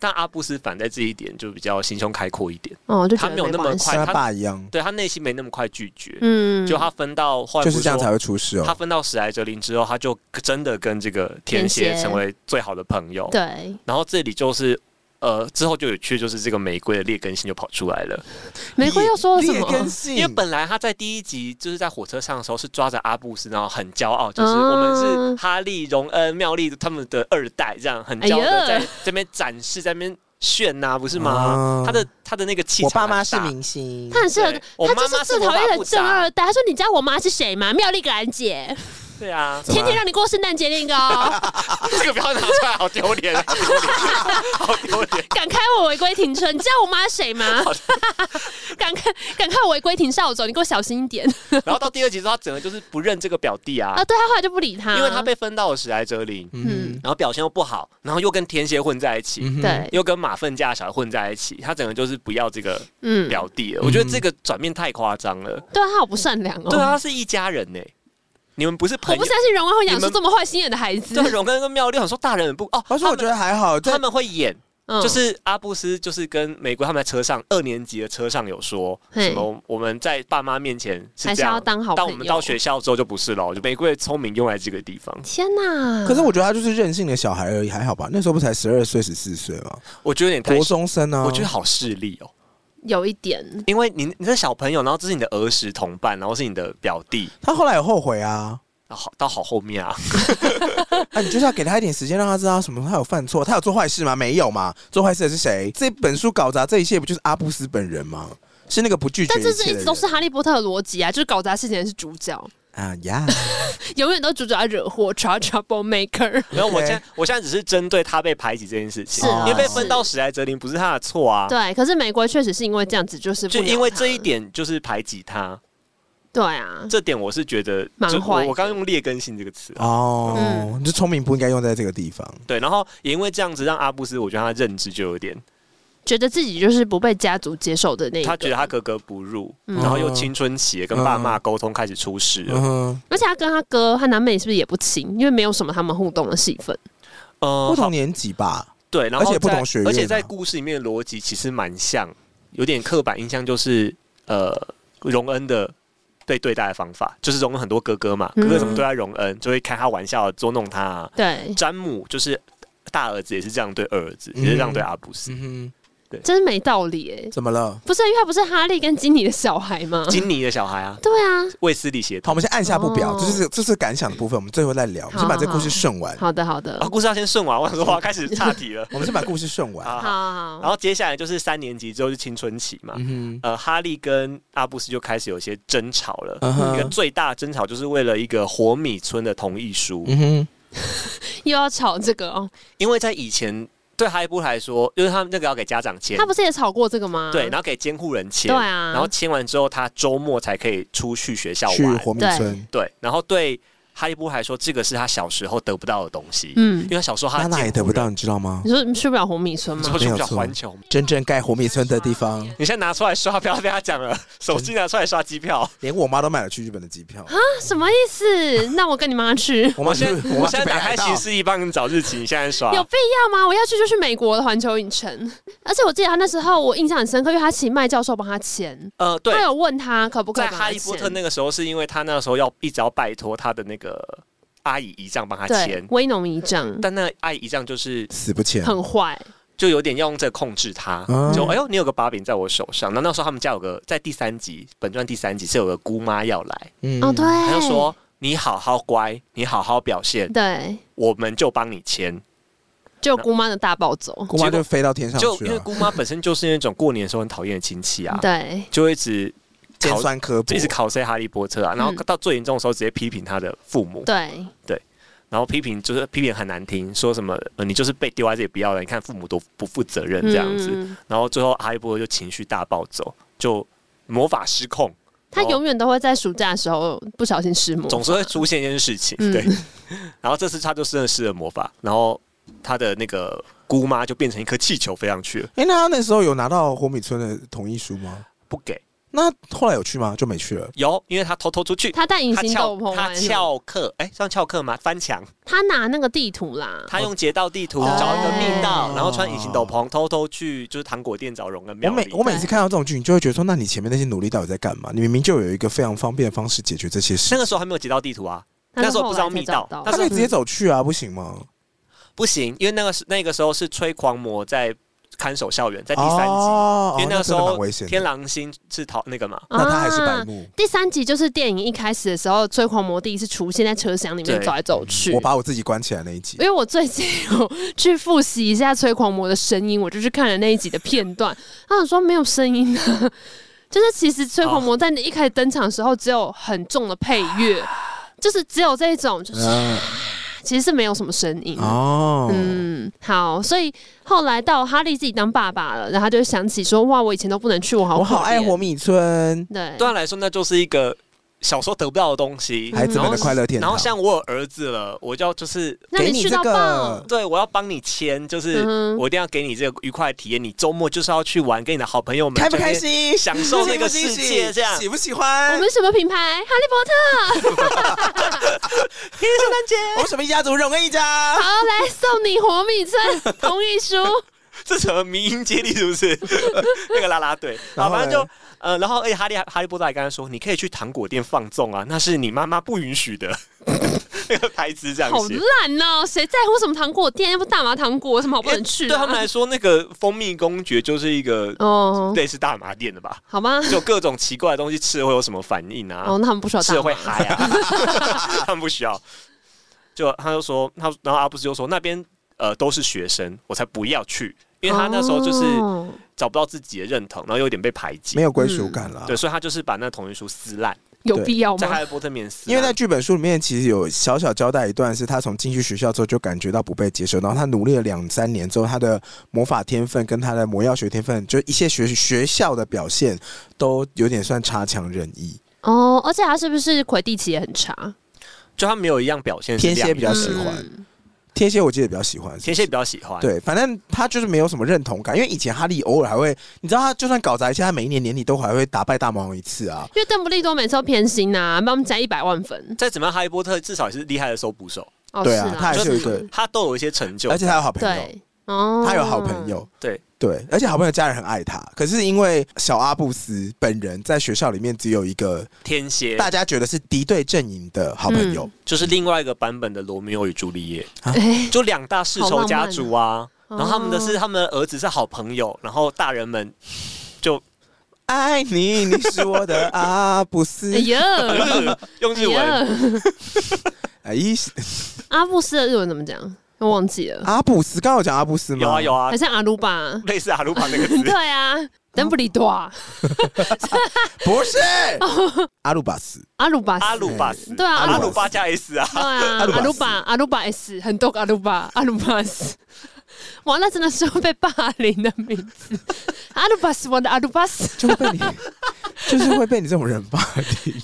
Speaker 3: 但阿布斯反在这一点就比较心胸开阔一点，
Speaker 2: 哦，就觉
Speaker 3: 他
Speaker 2: 得
Speaker 3: 没有那么
Speaker 2: 关系
Speaker 1: 像他
Speaker 3: 快他
Speaker 1: 爸一样，
Speaker 3: 对他内心没那么快拒绝。
Speaker 2: 嗯，
Speaker 3: 就他分到后来
Speaker 1: 就
Speaker 3: 不
Speaker 1: 是这样
Speaker 3: 说
Speaker 1: 才会出事
Speaker 3: 他
Speaker 1: 哦。
Speaker 3: 分到史莱哲林之后，他就真的跟这个天蝎
Speaker 2: 天蝎
Speaker 3: 成为最好的朋友。
Speaker 2: 对，
Speaker 3: 然后这里就是呃，之后就有趣，就是这个玫瑰的劣根性就跑出来了。
Speaker 2: 玫瑰又说了什
Speaker 1: 劣根
Speaker 2: 么？
Speaker 1: 性
Speaker 3: 因为本来他在第一集就是在火车上的时候是抓着阿布斯，然后很骄傲，就是
Speaker 2: 哦
Speaker 3: 我们是哈利、荣恩、妙丽他们的二代，这样很骄傲
Speaker 2: 哎呀
Speaker 3: 的在这边展示，在那边炫呐、不是
Speaker 1: 啊
Speaker 3: 吗？他的他的那个气
Speaker 1: 我
Speaker 3: 场很大，
Speaker 1: 爸妈是明星，
Speaker 2: [LAUGHS] 他很适合
Speaker 3: 对，我
Speaker 2: 他
Speaker 3: 妈
Speaker 2: 就
Speaker 3: 妈
Speaker 2: 是
Speaker 3: 是
Speaker 2: 最讨厌
Speaker 3: 魔法
Speaker 2: 的
Speaker 3: 部
Speaker 2: 正
Speaker 3: 长
Speaker 2: 二代。他说：“你知道我妈是谁吗？妙丽格兰姐，
Speaker 3: 对啊， [LAUGHS]
Speaker 1: 怎么
Speaker 2: 天
Speaker 1: 了
Speaker 2: 天让你过圣诞节那个哦，
Speaker 3: 这个不要拿出来，好丢
Speaker 1: [LAUGHS]
Speaker 3: 脸，好丢脸，好丢脸。
Speaker 2: 敢开我违规停车，你知道我妈是谁吗？ [LAUGHS] 敢开敢开我违规停哨走，你给我小心一点
Speaker 3: 然后到第二集之后，他整个就是不认这个表弟啊
Speaker 2: 啊！”，对他后来就不理他，
Speaker 3: 因为他被分到了史莱哲林，
Speaker 1: 嗯
Speaker 3: 然后表现又不好，然后又跟天蝎混在一起，
Speaker 1: 哼，
Speaker 2: 嗯对，
Speaker 3: 嗯又跟马粪家的小孩混在一起，他整个就是不要这个
Speaker 2: 嗯，
Speaker 3: 表弟了。
Speaker 1: 嗯
Speaker 3: 我觉得这个转变太夸张了。
Speaker 2: 对啊，他好不善良哦。
Speaker 3: 对啊，是一家人呢、你们不是朋
Speaker 2: 我
Speaker 3: 友
Speaker 2: 不。相信荣恩会养
Speaker 3: 你
Speaker 2: 出
Speaker 3: 们
Speaker 2: 这么坏心眼的孩子
Speaker 3: 对。啊，荣哥跟妙丽，我说大人也不哦，
Speaker 1: 而且我
Speaker 3: 他
Speaker 1: 觉
Speaker 3: 们
Speaker 1: 得还好，
Speaker 3: 他
Speaker 1: 在
Speaker 3: 们会演，
Speaker 2: 嗯
Speaker 3: 就是阿布斯就是跟玫瑰他们在车上二年级的车上有说
Speaker 2: 嘿
Speaker 3: 什么，我们在爸妈面前是
Speaker 2: 还是
Speaker 3: 这
Speaker 2: 要
Speaker 3: 样，
Speaker 2: 当好朋
Speaker 3: 但
Speaker 2: 友。
Speaker 3: 我们到学校之后就不是了，就玫瑰的聪明用在这个地方。
Speaker 2: 天哪！
Speaker 1: 可是我觉得他就是任性的小孩而已，还好吧？那时候不才十二岁、十四岁嘛，
Speaker 3: 我觉得有点太
Speaker 1: 国，中生啊。
Speaker 3: 我觉得好势利哦。
Speaker 2: 有一点，
Speaker 3: 因为你你是小朋友，然后这是你的儿时同伴，然后是你的表弟，
Speaker 1: 他后来有后悔啊，
Speaker 3: 然后好到好后面啊，
Speaker 1: 啊，你就是要给他一点时间，让他知道什么他有犯错，他有做坏事吗？没有嘛，做坏事的是谁？这本书搞砸这一切不就是阿布斯本人吗？是那个不拒绝
Speaker 2: 但
Speaker 1: 一切
Speaker 2: 这
Speaker 1: 的人，
Speaker 2: 是一直都是哈利波特的逻辑啊，就是搞砸事情的是主角，
Speaker 1: 啊呀，
Speaker 2: 永远都主角要惹祸，trouble trouble maker。
Speaker 3: 没有，我
Speaker 1: OK
Speaker 3: 现在我现在只是针对他被排挤这件事情，
Speaker 2: 是啊
Speaker 3: 因为被分
Speaker 1: 哦
Speaker 3: 到史莱哲林不是他的错啊，
Speaker 2: [LAUGHS] 对，可是玫瑰确实是因为这样子，就是不
Speaker 3: 就
Speaker 2: 鸟
Speaker 3: 因为
Speaker 2: 他
Speaker 3: 这一，点就是排挤他，
Speaker 2: 对啊，
Speaker 3: 这点我是觉得
Speaker 2: 蛮
Speaker 3: 就
Speaker 2: 坏
Speaker 3: 我
Speaker 2: 的
Speaker 3: 我刚用劣根性这个词啊，
Speaker 1: 哦，
Speaker 2: 嗯
Speaker 1: 这聪明不应该用在这个地方。
Speaker 3: 对，然后也因为这样子让阿布斯，我觉得他的认知就有点
Speaker 2: 觉得自己就是不被家族接受的那一
Speaker 3: 他觉
Speaker 2: 个，
Speaker 3: 得他格格不入，
Speaker 2: 嗯
Speaker 3: 然后又青春期，跟爸妈沟通开始出事了。
Speaker 1: 嗯哼，
Speaker 2: 而且他跟他哥、他男妹是不是也不亲？因为没有什么他们互动的戏份。
Speaker 3: 呃
Speaker 1: 不同
Speaker 3: 好
Speaker 1: 年级吧，
Speaker 3: 对，然后
Speaker 1: 而且不
Speaker 3: 在
Speaker 1: 同学院啊
Speaker 3: 而且在故事里面的逻辑其实蛮像，有点刻板印象，就是呃，荣恩的被对待的方法，就是荣恩很多哥哥嘛，
Speaker 2: 嗯
Speaker 3: 哥哥怎么对待荣恩，就会开他玩笑，捉弄他啊、
Speaker 2: 对，
Speaker 3: 詹姆就是大儿子也是这样对二儿子，也是这样对阿布斯。
Speaker 1: 嗯
Speaker 2: 真是没道理哎、
Speaker 1: 哼，怎么了？
Speaker 2: 不是，因为他不是哈利跟基尼的小孩吗？
Speaker 3: 金妮的小孩啊，
Speaker 2: 对啊，
Speaker 3: 卫斯理协
Speaker 1: 好，我
Speaker 3: 同。
Speaker 1: 们先按下不表，
Speaker 2: 哦
Speaker 1: 这是这是感想的部分，我们最后再聊。我们先把这故事顺完，
Speaker 2: 好的好
Speaker 1: 嗯
Speaker 2: 的，
Speaker 3: 啊，故事要先顺完，我想说哇，开始岔题了
Speaker 1: 我们先把故事顺完。
Speaker 2: [LAUGHS]
Speaker 3: 啊。
Speaker 2: 好
Speaker 3: 然后接下来就是三年级之后是青春期嘛，
Speaker 1: 嗯
Speaker 3: 呃，哈利跟阿布斯就开始有一些争吵了。
Speaker 1: 哼，
Speaker 3: 一
Speaker 1: 嗯
Speaker 3: 个
Speaker 1: 哼，
Speaker 3: 最大的争吵就是为了一个活米村的同意书，
Speaker 1: 嗯哼，
Speaker 2: 又要吵这个哦，
Speaker 3: 因为在以前对哈利波特来说，因为他们那个要给家长签
Speaker 2: 他，不是也吵过这个吗？
Speaker 3: 对，然后给监护人签，
Speaker 2: 对啊，
Speaker 3: 然后签完之后，他周末才可以出去学校
Speaker 1: 去
Speaker 3: 玩，
Speaker 1: 活米村，
Speaker 3: 对，然后对哈利波特来说，这个是他小时候得不到的东西，
Speaker 2: 嗯
Speaker 3: 因，为他小时候他
Speaker 1: 他
Speaker 3: 的
Speaker 1: 哪也
Speaker 3: 监
Speaker 1: 得
Speaker 3: 护
Speaker 1: 不到，
Speaker 3: 人，
Speaker 1: 你知道吗
Speaker 2: 你？说你去不了红米村
Speaker 3: 你
Speaker 2: 吗？
Speaker 3: 说去
Speaker 1: 没
Speaker 3: 不
Speaker 1: 有
Speaker 3: 了
Speaker 1: 错
Speaker 3: 环球吗。
Speaker 1: 真正盖活米村的地方，
Speaker 3: 你现在拿出来刷，不要被他
Speaker 1: [LAUGHS]
Speaker 3: 讲了。手机拿出来刷机票。
Speaker 1: 连我妈都买了去日本的机票。
Speaker 2: 啊 [LAUGHS] 什么意思？那我跟你妈去，
Speaker 1: 我
Speaker 3: 我
Speaker 1: 妈去，
Speaker 3: 现在我
Speaker 1: 妈去
Speaker 3: 现在
Speaker 1: 北
Speaker 3: 打
Speaker 1: 海
Speaker 3: 开
Speaker 1: 道
Speaker 3: 行事历帮你找日期，你现在刷。
Speaker 2: 有必要吗？我要去就去美国的环球影城。 [LAUGHS] 而且我记得他那时候我印象很深刻，因为他请麦教授帮他签，
Speaker 3: 呃，对
Speaker 2: 他，有问他可不可以
Speaker 3: 在
Speaker 2: 帮他
Speaker 3: 哈利波特
Speaker 2: 签
Speaker 3: 那个时候，是因为他那时候要一直要拜托他的那个阿姨姨丈帮他
Speaker 2: 对
Speaker 3: 签，
Speaker 2: 威农一丈
Speaker 3: 但那阿姨姨丈就是
Speaker 1: 死不前，
Speaker 2: 很坏，
Speaker 3: 就有点要用这个控制他，
Speaker 1: 嗯
Speaker 3: 就哎呦，你有个把柄在我手上。那那时候他们家有个在第三集本传第三集是有个姑妈要来，
Speaker 1: 嗯
Speaker 2: 哦对，
Speaker 3: 他就说你好好乖，你好好表现，
Speaker 2: 对，
Speaker 3: 我们就帮你签。
Speaker 2: 就姑妈的大暴走，
Speaker 1: 姑妈就飞到天上
Speaker 3: 就
Speaker 1: 去
Speaker 3: 因为
Speaker 1: 了，
Speaker 3: 姑妈本身就是那种过年的时候很讨厌的亲戚
Speaker 2: [LAUGHS]
Speaker 3: 啊，
Speaker 2: 对，
Speaker 3: 就一直
Speaker 1: 尖
Speaker 3: 考
Speaker 1: 酸刻薄
Speaker 3: 一，直考塞哈利波特啊，然后
Speaker 2: 嗯
Speaker 3: 到最严重的时候直接批评他的父母，
Speaker 2: 对，
Speaker 3: 然后批评就是批评很难听，说什么、呃、你就是被丢在这里不要了，你看父母多不负责任这样子。
Speaker 2: 嗯
Speaker 3: 然后最后哈利波特就情绪大暴走，就魔法失控，
Speaker 2: 他永远都会在暑假的时候不小心失魔，
Speaker 3: 总是会出现一件事情，
Speaker 2: 嗯
Speaker 3: 对。然后这次他就真的施了魔法，然后他的那个姑妈就变成一颗气球飞上去了，
Speaker 1: 哎、那他那时候有拿到活米村的同意书吗？
Speaker 3: 不给
Speaker 1: 那后来有去吗？就没去了。
Speaker 3: 有，因为他偷偷出去。
Speaker 2: 他带隐
Speaker 3: 他
Speaker 2: 形
Speaker 3: 翘
Speaker 2: 斗篷
Speaker 3: 他
Speaker 2: 玩什么，
Speaker 3: 翘课，哎、算翘课吗？翻墙，
Speaker 2: 他拿那个地图啦，
Speaker 3: 他用街道地图
Speaker 1: 哦
Speaker 3: 找一个密道，
Speaker 1: 对
Speaker 3: 然后穿隐形斗篷，偷偷去就是糖果店找荣恩
Speaker 1: 我
Speaker 3: 庙
Speaker 1: 每
Speaker 3: 里。
Speaker 1: 我每次看到这种剧，你就会觉得说，那你前面那些努力到底在干嘛？你明明就有一个非常方便的方式解决这些事
Speaker 3: 那，个时候还没有街道地图啊，
Speaker 2: 他是
Speaker 3: 那时候不知道
Speaker 2: 后来才
Speaker 3: 密道
Speaker 2: 找
Speaker 3: 那
Speaker 1: 他
Speaker 3: 时
Speaker 1: 可
Speaker 3: 候
Speaker 1: 以直接走去啊，不行吗？
Speaker 3: 不行，因为那个是那个时候是吹狂魔在看守校园，在第三集，
Speaker 1: 哦、
Speaker 3: 因为那个时候
Speaker 1: 真的蛮危险的
Speaker 3: 天狼星是逃那个嘛，
Speaker 1: 那他还是白
Speaker 2: 啊
Speaker 1: 目。
Speaker 2: 第三集就是电影一开始的时候，追狂魔第一次出现在车厢里面
Speaker 3: 对
Speaker 2: 走来走
Speaker 3: 啊
Speaker 2: 去。
Speaker 1: 我把我自己关起来那一集
Speaker 2: 因，为我最近有去复习一下催狂魔的声音，我就去看了那一集的片段。他想说没有声音啊， [LAUGHS] 就是其实催
Speaker 1: 啊
Speaker 2: 狂魔在一开始登场的时候，只有很重的配乐，就是只有这种，就是
Speaker 1: 嗯，
Speaker 2: 其实是没有什么声音。
Speaker 1: 哦，
Speaker 2: 嗯，好，所以后来到哈利自己当爸爸了，然后他就想起说：“哇，我以前都不能去，我好
Speaker 1: 我好
Speaker 2: 可
Speaker 1: 爱
Speaker 2: 怜
Speaker 1: 活啊米村，
Speaker 2: 对
Speaker 3: 对他来说那就是一个小时候得不到的东西。
Speaker 1: 孩子们
Speaker 3: 然后
Speaker 1: 的快乐天
Speaker 3: 然
Speaker 1: 堂
Speaker 3: 后。像我有儿子了，我就要就是
Speaker 2: 让
Speaker 1: 给你
Speaker 2: 去到
Speaker 1: 这个
Speaker 2: 爆。
Speaker 3: 对我要帮你签，就是
Speaker 2: 嗯哼
Speaker 3: 我一定要给你这个愉快的体验。你周末就是要去玩，跟你的好朋友们
Speaker 1: 开不开
Speaker 3: [LAUGHS] 在那边
Speaker 1: 心？
Speaker 3: 享受那个世界，这样
Speaker 1: 喜不喜
Speaker 2: 我
Speaker 1: 欢？
Speaker 2: 们什么品牌？哈利波特。
Speaker 1: 我们什么家族荣恩一家
Speaker 2: [LAUGHS] 好，？来送你活米
Speaker 3: [LAUGHS]
Speaker 2: 村同意书。
Speaker 3: 这什么民营接力是
Speaker 2: [LAUGHS]
Speaker 3: 不是？那个啦啦队，
Speaker 1: 然
Speaker 3: 好，
Speaker 1: 后
Speaker 3: 反正
Speaker 1: 嘞
Speaker 3: 就呃，然后而且哈利哈利波特还跟他说，你可以去糖果店放纵啊，那是你妈妈不允许的。
Speaker 2: [LAUGHS]
Speaker 3: 那个台词这样
Speaker 2: 好
Speaker 3: 写，
Speaker 2: 烂哦、谁在乎什么糖果店？又不是大麻糖果，有什么好不
Speaker 3: 因为
Speaker 2: 能去、啊？
Speaker 3: 对他们来说，那个蜂蜜公爵就是一个
Speaker 2: 哦，
Speaker 3: 类似大麻店的吧，
Speaker 2: 好吗？
Speaker 3: 就各种奇怪的东西吃了会有什么反应啊？
Speaker 2: 哦，那他们不需要
Speaker 3: 吃了
Speaker 2: 大
Speaker 3: 会
Speaker 2: 麻。[LAUGHS]
Speaker 3: 嗨啊，他们不需要。就他就说，他然后阿布斯就说那边呃都是学生，我才不要去，因为他那时候就是
Speaker 2: 哦
Speaker 3: 找不到自己的认同，然后有点被排
Speaker 1: 没
Speaker 3: 挤。
Speaker 1: 有归属感了。
Speaker 3: 对，所以他就是把那同意书撕烂，
Speaker 2: 有
Speaker 1: 对
Speaker 2: 必要
Speaker 3: 在哈
Speaker 2: 吗？
Speaker 3: 利波特面撕
Speaker 1: 因
Speaker 3: 烂。
Speaker 1: 为在剧本书里面，其实有小小交代一段，是他从进去学校之后就感觉到不被接受，然后他努力了两三年之后，他的魔法天分跟他的魔药学天分，就一些学学校的表现都有点算差强人意，
Speaker 2: 哦，而且他是不是魁地奇也很差？
Speaker 3: 就他没有一样表现是
Speaker 1: 天蝎
Speaker 3: 亮眼
Speaker 1: 比较喜欢
Speaker 2: 嗯。
Speaker 1: 天蝎我记得比较喜欢，是不是
Speaker 3: 天蝎比较喜欢。，
Speaker 1: 对，反正他就是没有什么认同感，因为以前哈利偶尔还会，你知道他就算搞砸一下，他每一年年底都还会打败大魔王一次啊。
Speaker 2: 因为邓布利多每次都偏心呐、帮我们加一百万分。
Speaker 3: 再怎么样，哈利波特至少也是厉害的搜捕手，
Speaker 2: 哦，
Speaker 1: 对
Speaker 2: 是
Speaker 1: 啊，他还是有一个，
Speaker 3: 他都有一些成就。
Speaker 1: 而且他有好朋友，
Speaker 2: 对哦，
Speaker 1: 他有好朋，友，
Speaker 3: 对
Speaker 1: 对，而且好朋友家人很爱他。可是因为小阿布斯本人在学校里面只有一个
Speaker 3: 天蝎
Speaker 1: 大家觉得是敌对阵营的好朋友，
Speaker 3: 就是另外一个版本的罗密欧与朱丽叶，
Speaker 2: [LAUGHS] 哎，
Speaker 3: 就两大世仇家族啊。
Speaker 2: 好浪漫啊
Speaker 3: 然后他们的是
Speaker 1: 哦
Speaker 3: 他们的儿子是好朋友，然后大人们就
Speaker 1: 爱你，你是我的阿布斯
Speaker 2: [LAUGHS]
Speaker 3: [LAUGHS]
Speaker 2: 哎。呀，
Speaker 3: 呃
Speaker 1: [LAUGHS]
Speaker 3: 用
Speaker 2: 哎
Speaker 3: 日文
Speaker 2: 呀，
Speaker 1: 哎，一
Speaker 2: 阿布斯的日文怎么讲？我忘记了，
Speaker 1: 阿布斯，刚刚有讲阿布斯吗？
Speaker 3: 有啊有啊
Speaker 2: 好，像阿鲁巴。，
Speaker 3: 类似阿鲁巴那个字
Speaker 2: [LAUGHS] 对啊，邓布利多啊，
Speaker 1: 不是阿鲁巴斯，
Speaker 2: 阿鲁巴斯
Speaker 3: 阿鲁巴斯，
Speaker 2: 对啊
Speaker 3: 阿
Speaker 1: 阿鲁
Speaker 3: 鲁
Speaker 1: 巴
Speaker 3: 巴
Speaker 1: 斯
Speaker 3: 加 S 啊，
Speaker 2: 对啊，
Speaker 1: 阿鲁巴斯
Speaker 2: 阿鲁巴阿鲁巴 S 很多个阿鲁巴阿鲁巴 S，哇，那真的是会被霸凌的名字。
Speaker 3: [LAUGHS]
Speaker 2: 阿鲁巴斯，我的阿鲁巴斯
Speaker 1: 就会被你，就是会被你这种人霸凌。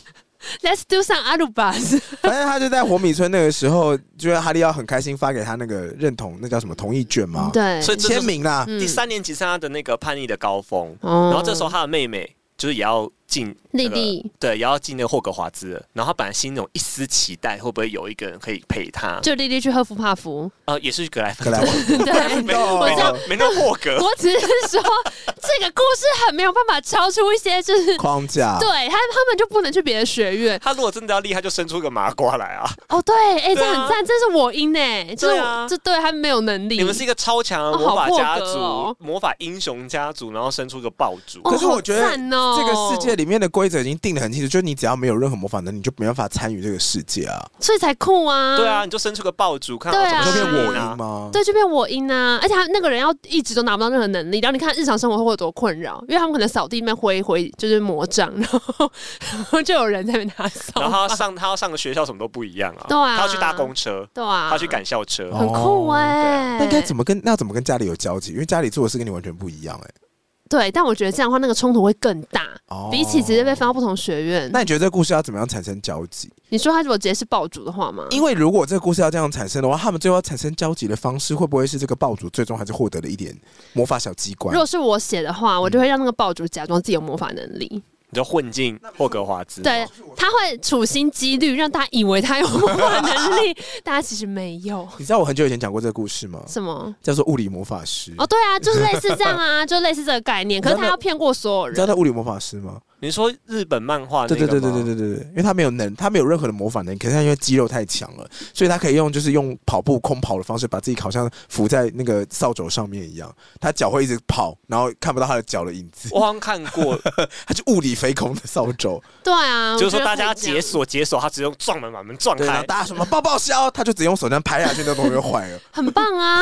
Speaker 2: ，Let's do some 阿鲁巴斯。
Speaker 1: 反正他就在火米村那个时候，就是哈利要很开心发给他那个认同，那叫什么同意券吗？，
Speaker 2: 对，
Speaker 3: 啊所以这就是
Speaker 1: 签名啦。
Speaker 2: 嗯
Speaker 3: 啊第三年级是他的那个叛逆的高峰，
Speaker 2: 哦
Speaker 3: 然后这时候他的妹妹就是也要进
Speaker 2: 丽
Speaker 3: 那个
Speaker 2: 丽
Speaker 3: 对，也要进那个霍格华兹了，然后他本来心中有一丝期待，会不会有一个人可以陪他？
Speaker 2: 就莉莉去赫夫帕夫，
Speaker 3: 呃，也是格莱
Speaker 1: 格
Speaker 3: 芬
Speaker 1: 莱
Speaker 3: 多，
Speaker 1: 文，
Speaker 2: 嗯 [LAUGHS] 对，
Speaker 3: [LAUGHS] 没
Speaker 1: 我
Speaker 3: 没
Speaker 1: 知
Speaker 3: 那
Speaker 1: 道
Speaker 3: 没那霍格，
Speaker 2: 我只是说这个故事很没有办法超出一些，就是
Speaker 1: 框架。
Speaker 2: 对他他们就不能去别的学院。
Speaker 3: 他如果真的要厉害，就生出个麻瓜来
Speaker 2: [LAUGHS]
Speaker 3: 啊！
Speaker 2: 哦，对，哎、这
Speaker 3: 对啊
Speaker 2: 很赞，这是我赢哎、就是
Speaker 3: 对
Speaker 2: 我、
Speaker 3: 啊
Speaker 2: 这对他们没有能力。
Speaker 3: 你们是一个超强
Speaker 2: 哦
Speaker 3: 的魔
Speaker 2: 好
Speaker 3: 法
Speaker 2: 破
Speaker 3: 家
Speaker 2: 格
Speaker 3: 族、
Speaker 2: 哦
Speaker 3: 魔法英雄家族，然后生出个爆竹。
Speaker 2: 哦
Speaker 1: 可是我觉得
Speaker 2: 好赞哦
Speaker 1: 这个世界里面的规则已经定得很清楚，就是你只要没有任何魔法能力，你就没办法参与这个世界啊。
Speaker 2: 所以才酷啊。
Speaker 3: 对啊，，你就生出个爆竹，看
Speaker 2: 对
Speaker 3: 到
Speaker 2: 啊
Speaker 3: 怎么
Speaker 1: 你
Speaker 3: 去
Speaker 1: 说变我
Speaker 3: 赢啊
Speaker 1: 赢吗？
Speaker 2: 对，就变我赢啊！而且他那个人要一直都拿不到任何能力，然后你看日常生活会有多困扰，因为他们可能扫地那边挥一挥就是魔杖，然后然后就有人在那边拿扫 [LAUGHS]
Speaker 3: 然后
Speaker 2: 把
Speaker 3: 他，上他要上的学校什么都不一样啊，
Speaker 2: 对啊
Speaker 3: 他要去搭公车，
Speaker 2: 对啊，
Speaker 3: 他要去赶校车，
Speaker 1: 哦
Speaker 2: 很酷哎、
Speaker 1: 那应该怎么跟那要怎么跟家里有交集？因为家里做的事跟你完全不一样哎、
Speaker 2: 嗯对？但我觉得这样的话，那个冲突会更大，
Speaker 1: 哦
Speaker 2: 比起直接被分到不同学院。
Speaker 1: 那你觉得这个故事要怎么样产生交集？
Speaker 2: 你说他如果直接是爆竹的话吗？
Speaker 1: 因为如果这个故事要这样产生的话，他们最后要产生交集的方式，会不会是这个爆竹最终还是获得了一点魔法小机关
Speaker 2: 如？果是我写的话，我就会让那个爆竹假装自己有魔法能力，
Speaker 3: 你就混进霍格华兹。
Speaker 2: 对，他会处心积虑让大家以为他有魔法能 [LAUGHS] 力，但他其实没有。
Speaker 1: 你知道我很久以前讲过这个故事吗？
Speaker 2: 什么？
Speaker 1: 叫做物理魔法师。
Speaker 2: 哦，对啊，就是类似这样
Speaker 3: [LAUGHS]
Speaker 2: 啊，就类似这个概念。可是他要骗过所有
Speaker 1: 你知道
Speaker 2: 人，
Speaker 1: 他物理魔法师吗？
Speaker 3: 你说日本漫画啊那
Speaker 1: 对
Speaker 3: 个
Speaker 1: 对
Speaker 3: 吗
Speaker 1: 对对对对对对，因为他没有能，他没有任何的魔法能力，可是他因为肌肉太强了，所以他可以用就是用跑步空跑的方式，把自己好像浮在那个扫帚上面一样，他脚会一直跑，然后看不到他的脚的影子， [LAUGHS]
Speaker 3: 我好像看过，
Speaker 1: 他就物理飞空的扫帚。
Speaker 2: 对啊，
Speaker 3: 就是
Speaker 2: 我觉
Speaker 3: 说
Speaker 2: 得
Speaker 3: 大家
Speaker 2: 可以这样
Speaker 3: 解。锁解锁，他只用撞门把门撞
Speaker 1: 对，然后
Speaker 3: 开。
Speaker 1: 大家什么抱抱消，他就只用手这样拍下去，那东西就坏
Speaker 3: [LAUGHS]
Speaker 1: 了。
Speaker 2: 很棒啊！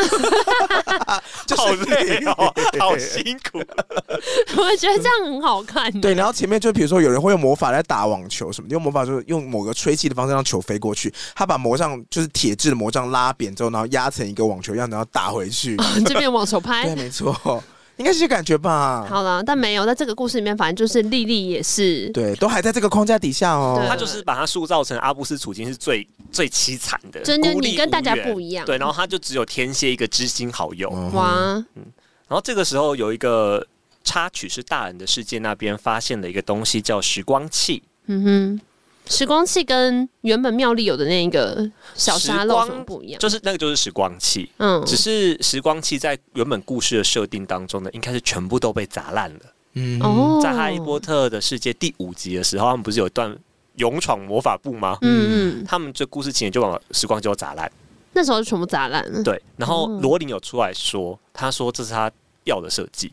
Speaker 1: 就是
Speaker 3: 好累哦，好辛
Speaker 1: [LAUGHS]
Speaker 3: 苦。
Speaker 2: 我觉得这样很好看。
Speaker 1: 对，然后前面就比如说有人会用魔法来打网球什么的，用魔法就是用某个吹气的方式让球飞过去，他把魔杖就是铁质的魔杖拉扁之后，然后压成一个网球样，然后打回去。
Speaker 2: [LAUGHS] 这边网球
Speaker 1: 对，
Speaker 2: 拍。
Speaker 1: 没错，应该是这感觉吧。
Speaker 2: 哎好了，但没有，在这个故事里面，反正就是莉莉也是
Speaker 1: 对，都还在这个框架底下
Speaker 2: 对
Speaker 1: 哦
Speaker 3: 他。就是把他塑造成阿布斯处境是最最凄惨的，
Speaker 2: 真的
Speaker 3: 孤立
Speaker 2: 你跟大家
Speaker 3: 无援
Speaker 2: 不一样
Speaker 3: 对，然后他就只有天蝎一个知心好友。
Speaker 1: 嗯
Speaker 2: 哇，
Speaker 3: 然后这个时候有一个插曲是大人的世界那边发现了一个东西叫时光器，
Speaker 2: 嗯哼，时光器跟原本妙丽有的那个小沙漏
Speaker 3: 时光
Speaker 2: 什么不一样？
Speaker 3: 就是那个就是时光器。
Speaker 2: 嗯，
Speaker 3: 只是时光器在原本故事的设定当中呢，应该是全部都被砸烂了。
Speaker 1: 嗯，
Speaker 2: 哦，
Speaker 3: 在《哈利波特》的世界第五集的时候，他们不是有一段勇闯魔法部吗？
Speaker 2: 嗯嗯，嗯
Speaker 3: 他们这故事情节就把时光机都砸烂。
Speaker 2: 那时候就全部砸烂了。
Speaker 3: 对，然后
Speaker 2: 哦
Speaker 3: 罗琳有出来说，他说这是他要的设计，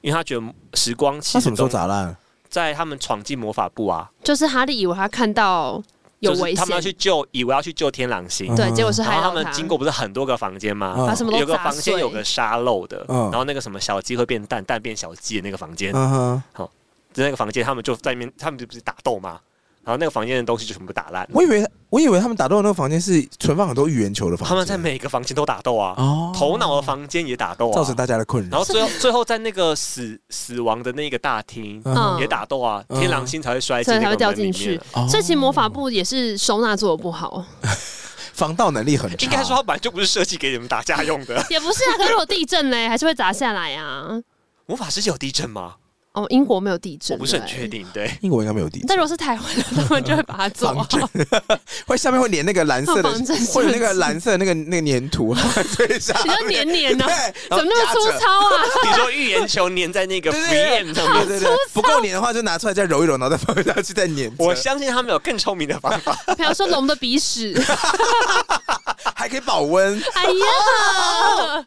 Speaker 3: 因为他觉得时光器
Speaker 1: 他什么时候
Speaker 3: 中
Speaker 1: 砸烂？
Speaker 3: 在他们闯进魔法部啊，
Speaker 2: 就是哈利以为他看到有
Speaker 3: 就是
Speaker 2: 危
Speaker 3: 他们要
Speaker 2: 险，
Speaker 3: 去救，以为要去救天狼
Speaker 1: 嗯
Speaker 3: 星。
Speaker 2: 对，结果是
Speaker 3: 然后
Speaker 2: 害
Speaker 3: 他
Speaker 2: 到
Speaker 3: 们经过不是很多个房间吗？
Speaker 2: 哦把什么
Speaker 3: 有
Speaker 2: 都
Speaker 3: 个
Speaker 2: 砸
Speaker 3: 房间
Speaker 2: 碎，
Speaker 3: 有个沙漏的，
Speaker 1: 嗯
Speaker 3: 然后那个什么小鸡会变蛋，蛋变小鸡的那个房间，
Speaker 1: 嗯哼，
Speaker 3: 那个房间他们就在那边，他们就不是打斗吗？然后那个房间的东西就全部打烂。
Speaker 1: 我以为我以为他们打斗的那个房间是存放很多预言球的房间，
Speaker 3: 他们在每个房间都打斗啊，
Speaker 1: 哦
Speaker 3: 头脑的房间也打斗
Speaker 1: 造成
Speaker 3: 啊，
Speaker 1: 大家的困
Speaker 3: 然
Speaker 1: 扰
Speaker 3: 后。最后最后在那个死死亡的那个大厅，
Speaker 1: 嗯哼
Speaker 2: 嗯
Speaker 3: 也打斗啊，
Speaker 1: 嗯
Speaker 3: 天狼星才会摔
Speaker 2: 所
Speaker 3: 进
Speaker 2: 以才
Speaker 3: 那个
Speaker 2: 会掉
Speaker 3: 门里
Speaker 2: 进去
Speaker 3: 面。
Speaker 1: 哦
Speaker 2: 所以其实魔法部也是收纳做的不好，
Speaker 1: 防盗能力很差。
Speaker 3: 应该说，它本来就不是设计给你们打架用的。
Speaker 2: [LAUGHS] 也不是啊，可是有地震嘞，还是会砸下来啊。
Speaker 1: 嗯
Speaker 3: 魔法世界有地震吗？
Speaker 2: 哦，英国没有地
Speaker 3: 我
Speaker 2: 震，
Speaker 3: 不是很
Speaker 2: 对
Speaker 3: 确定。对，
Speaker 1: 英国应该没有地
Speaker 2: 但
Speaker 1: 震，
Speaker 2: 如果是台湾的，他们就会把它做好
Speaker 1: [LAUGHS] 防。震会下面会连那个蓝色的
Speaker 2: 防震，设计
Speaker 1: 会有那个蓝色的那个那个粘土， [LAUGHS] 最上
Speaker 2: 你就黏黏的、
Speaker 1: 对，
Speaker 2: [LAUGHS] 怎么那么粗
Speaker 1: 然后
Speaker 2: 糙啊？
Speaker 3: 你说预言球粘在那个
Speaker 1: 对
Speaker 3: free
Speaker 1: 对
Speaker 3: end
Speaker 1: 夹
Speaker 3: 上
Speaker 1: 着？对
Speaker 3: 面，
Speaker 1: 对
Speaker 2: [LAUGHS]
Speaker 1: 对，不够粘的话就拿出来再揉一揉，然后再放下去再粘着。
Speaker 3: 我相信他们有更聪明的方法。
Speaker 2: 比方说龙的
Speaker 1: [LAUGHS]
Speaker 2: 鼻屎，
Speaker 1: 还可以保
Speaker 2: [LAUGHS]
Speaker 1: 温，
Speaker 2: 哎呀！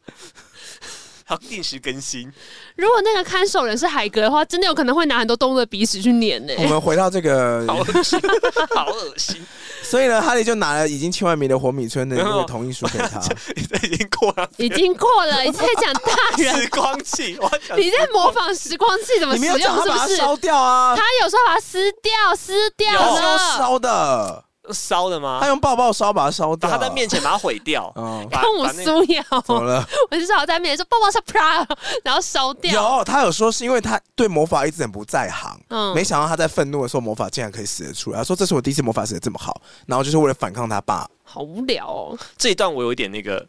Speaker 3: 好，定时更新。
Speaker 2: [LAUGHS] 如果那个看守人是海格的话，真的有可能会拿很多动物的鼻屎去撵呢、
Speaker 1: 我们回到这个，
Speaker 3: 好
Speaker 1: [LAUGHS]
Speaker 3: 恶心，好恶心！ [LAUGHS]
Speaker 1: 所以呢，哈利就拿了已经千万迷的活米村的那个同意书给
Speaker 3: [LAUGHS]
Speaker 1: 他。
Speaker 3: 这已经过了
Speaker 2: 已经过了，你在讲大人
Speaker 3: 时，光器，我要讲
Speaker 2: 你在模仿时光器怎么
Speaker 1: 你
Speaker 2: 使
Speaker 1: 没有
Speaker 2: 用，
Speaker 1: 讲他
Speaker 2: 是
Speaker 1: 把
Speaker 2: 不
Speaker 1: 它
Speaker 2: 是？
Speaker 1: 烧掉啊
Speaker 2: 他？啊有时候把它撕掉，撕掉
Speaker 1: 他是用
Speaker 2: 了。
Speaker 1: 烧的，
Speaker 3: 烧的吗
Speaker 1: 他？用爆爆烧把它烧
Speaker 3: 把
Speaker 1: 掉。
Speaker 3: 他在面前把它毁掉，
Speaker 1: 哦，
Speaker 3: 把
Speaker 2: 跟我
Speaker 3: 把那
Speaker 2: 苏瑶，
Speaker 1: 怎么
Speaker 2: 我
Speaker 1: 了？
Speaker 2: 是说我在面前说抱抱是 pra，然后 [LAUGHS] 烧 [LAUGHS] 掉。
Speaker 1: 有，他有说是因为他对魔法一直很不在行，
Speaker 2: 嗯
Speaker 1: 没想到他在愤怒的时候魔法竟然可以死得出来。他说这是我第一次魔法死的这么好，然后就是为了反抗他爸。
Speaker 2: 好无聊哦。
Speaker 3: 这一段我有一点那个，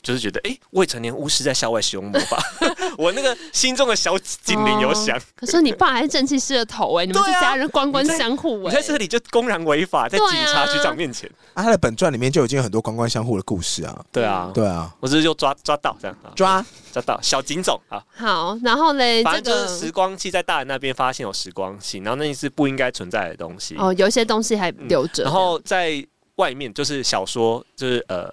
Speaker 3: 就是觉得，哎、未成年巫师在校外使用魔法， [LAUGHS] 我那个心中的小警
Speaker 2: 哦
Speaker 3: 铃有响。
Speaker 2: 可是你爸还是正气师的头哎、你们是
Speaker 3: 对啊
Speaker 2: 家人官官
Speaker 3: 你在
Speaker 2: 相护
Speaker 3: 我
Speaker 2: 哎、
Speaker 3: 在这里就公然违法，在
Speaker 2: 对啊
Speaker 3: 警察局长面前。
Speaker 1: 啊，他的本传里面就已经有很多官官相护的故事啊。
Speaker 3: 对啊，
Speaker 1: 对啊，
Speaker 3: 我只是就抓抓到这样啊，
Speaker 1: 抓
Speaker 3: 抓到小警总啊。
Speaker 2: 好，然后嘞，
Speaker 3: 反
Speaker 2: 这
Speaker 3: 正就是时
Speaker 2: 个
Speaker 3: 光器在大人那边发现有时光器，然后那是不应该存在的东西。
Speaker 2: 哦，有一些东西还留着、
Speaker 3: 嗯然后在外面就是小说，就是呃，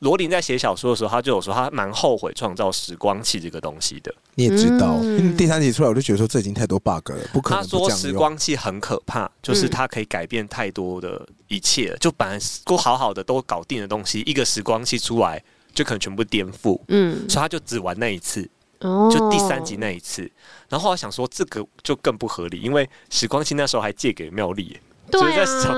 Speaker 3: 罗琳在写小说的时候，他就有说他蛮后悔创造时光器这个东西的。
Speaker 1: 你也知道，
Speaker 2: 嗯
Speaker 1: 嗯第三集出来我就觉得说这已经太多 bug 了，不可
Speaker 3: 他
Speaker 1: 能不
Speaker 3: 说
Speaker 1: 这样
Speaker 3: 时
Speaker 1: 用。
Speaker 3: 光器很可怕，就是它可以改变太多的一切了。就本来都好好的都搞定的东西，一个时光器出来就可能全部颠覆。
Speaker 2: 嗯，
Speaker 3: 所以他就只玩那一次，
Speaker 2: 哦
Speaker 3: 就第三集那一次。然后我想说，这个就更不合理，因为时光器那时候还借给妙丽，就是
Speaker 2: 对
Speaker 3: 在
Speaker 2: 啊
Speaker 3: 想。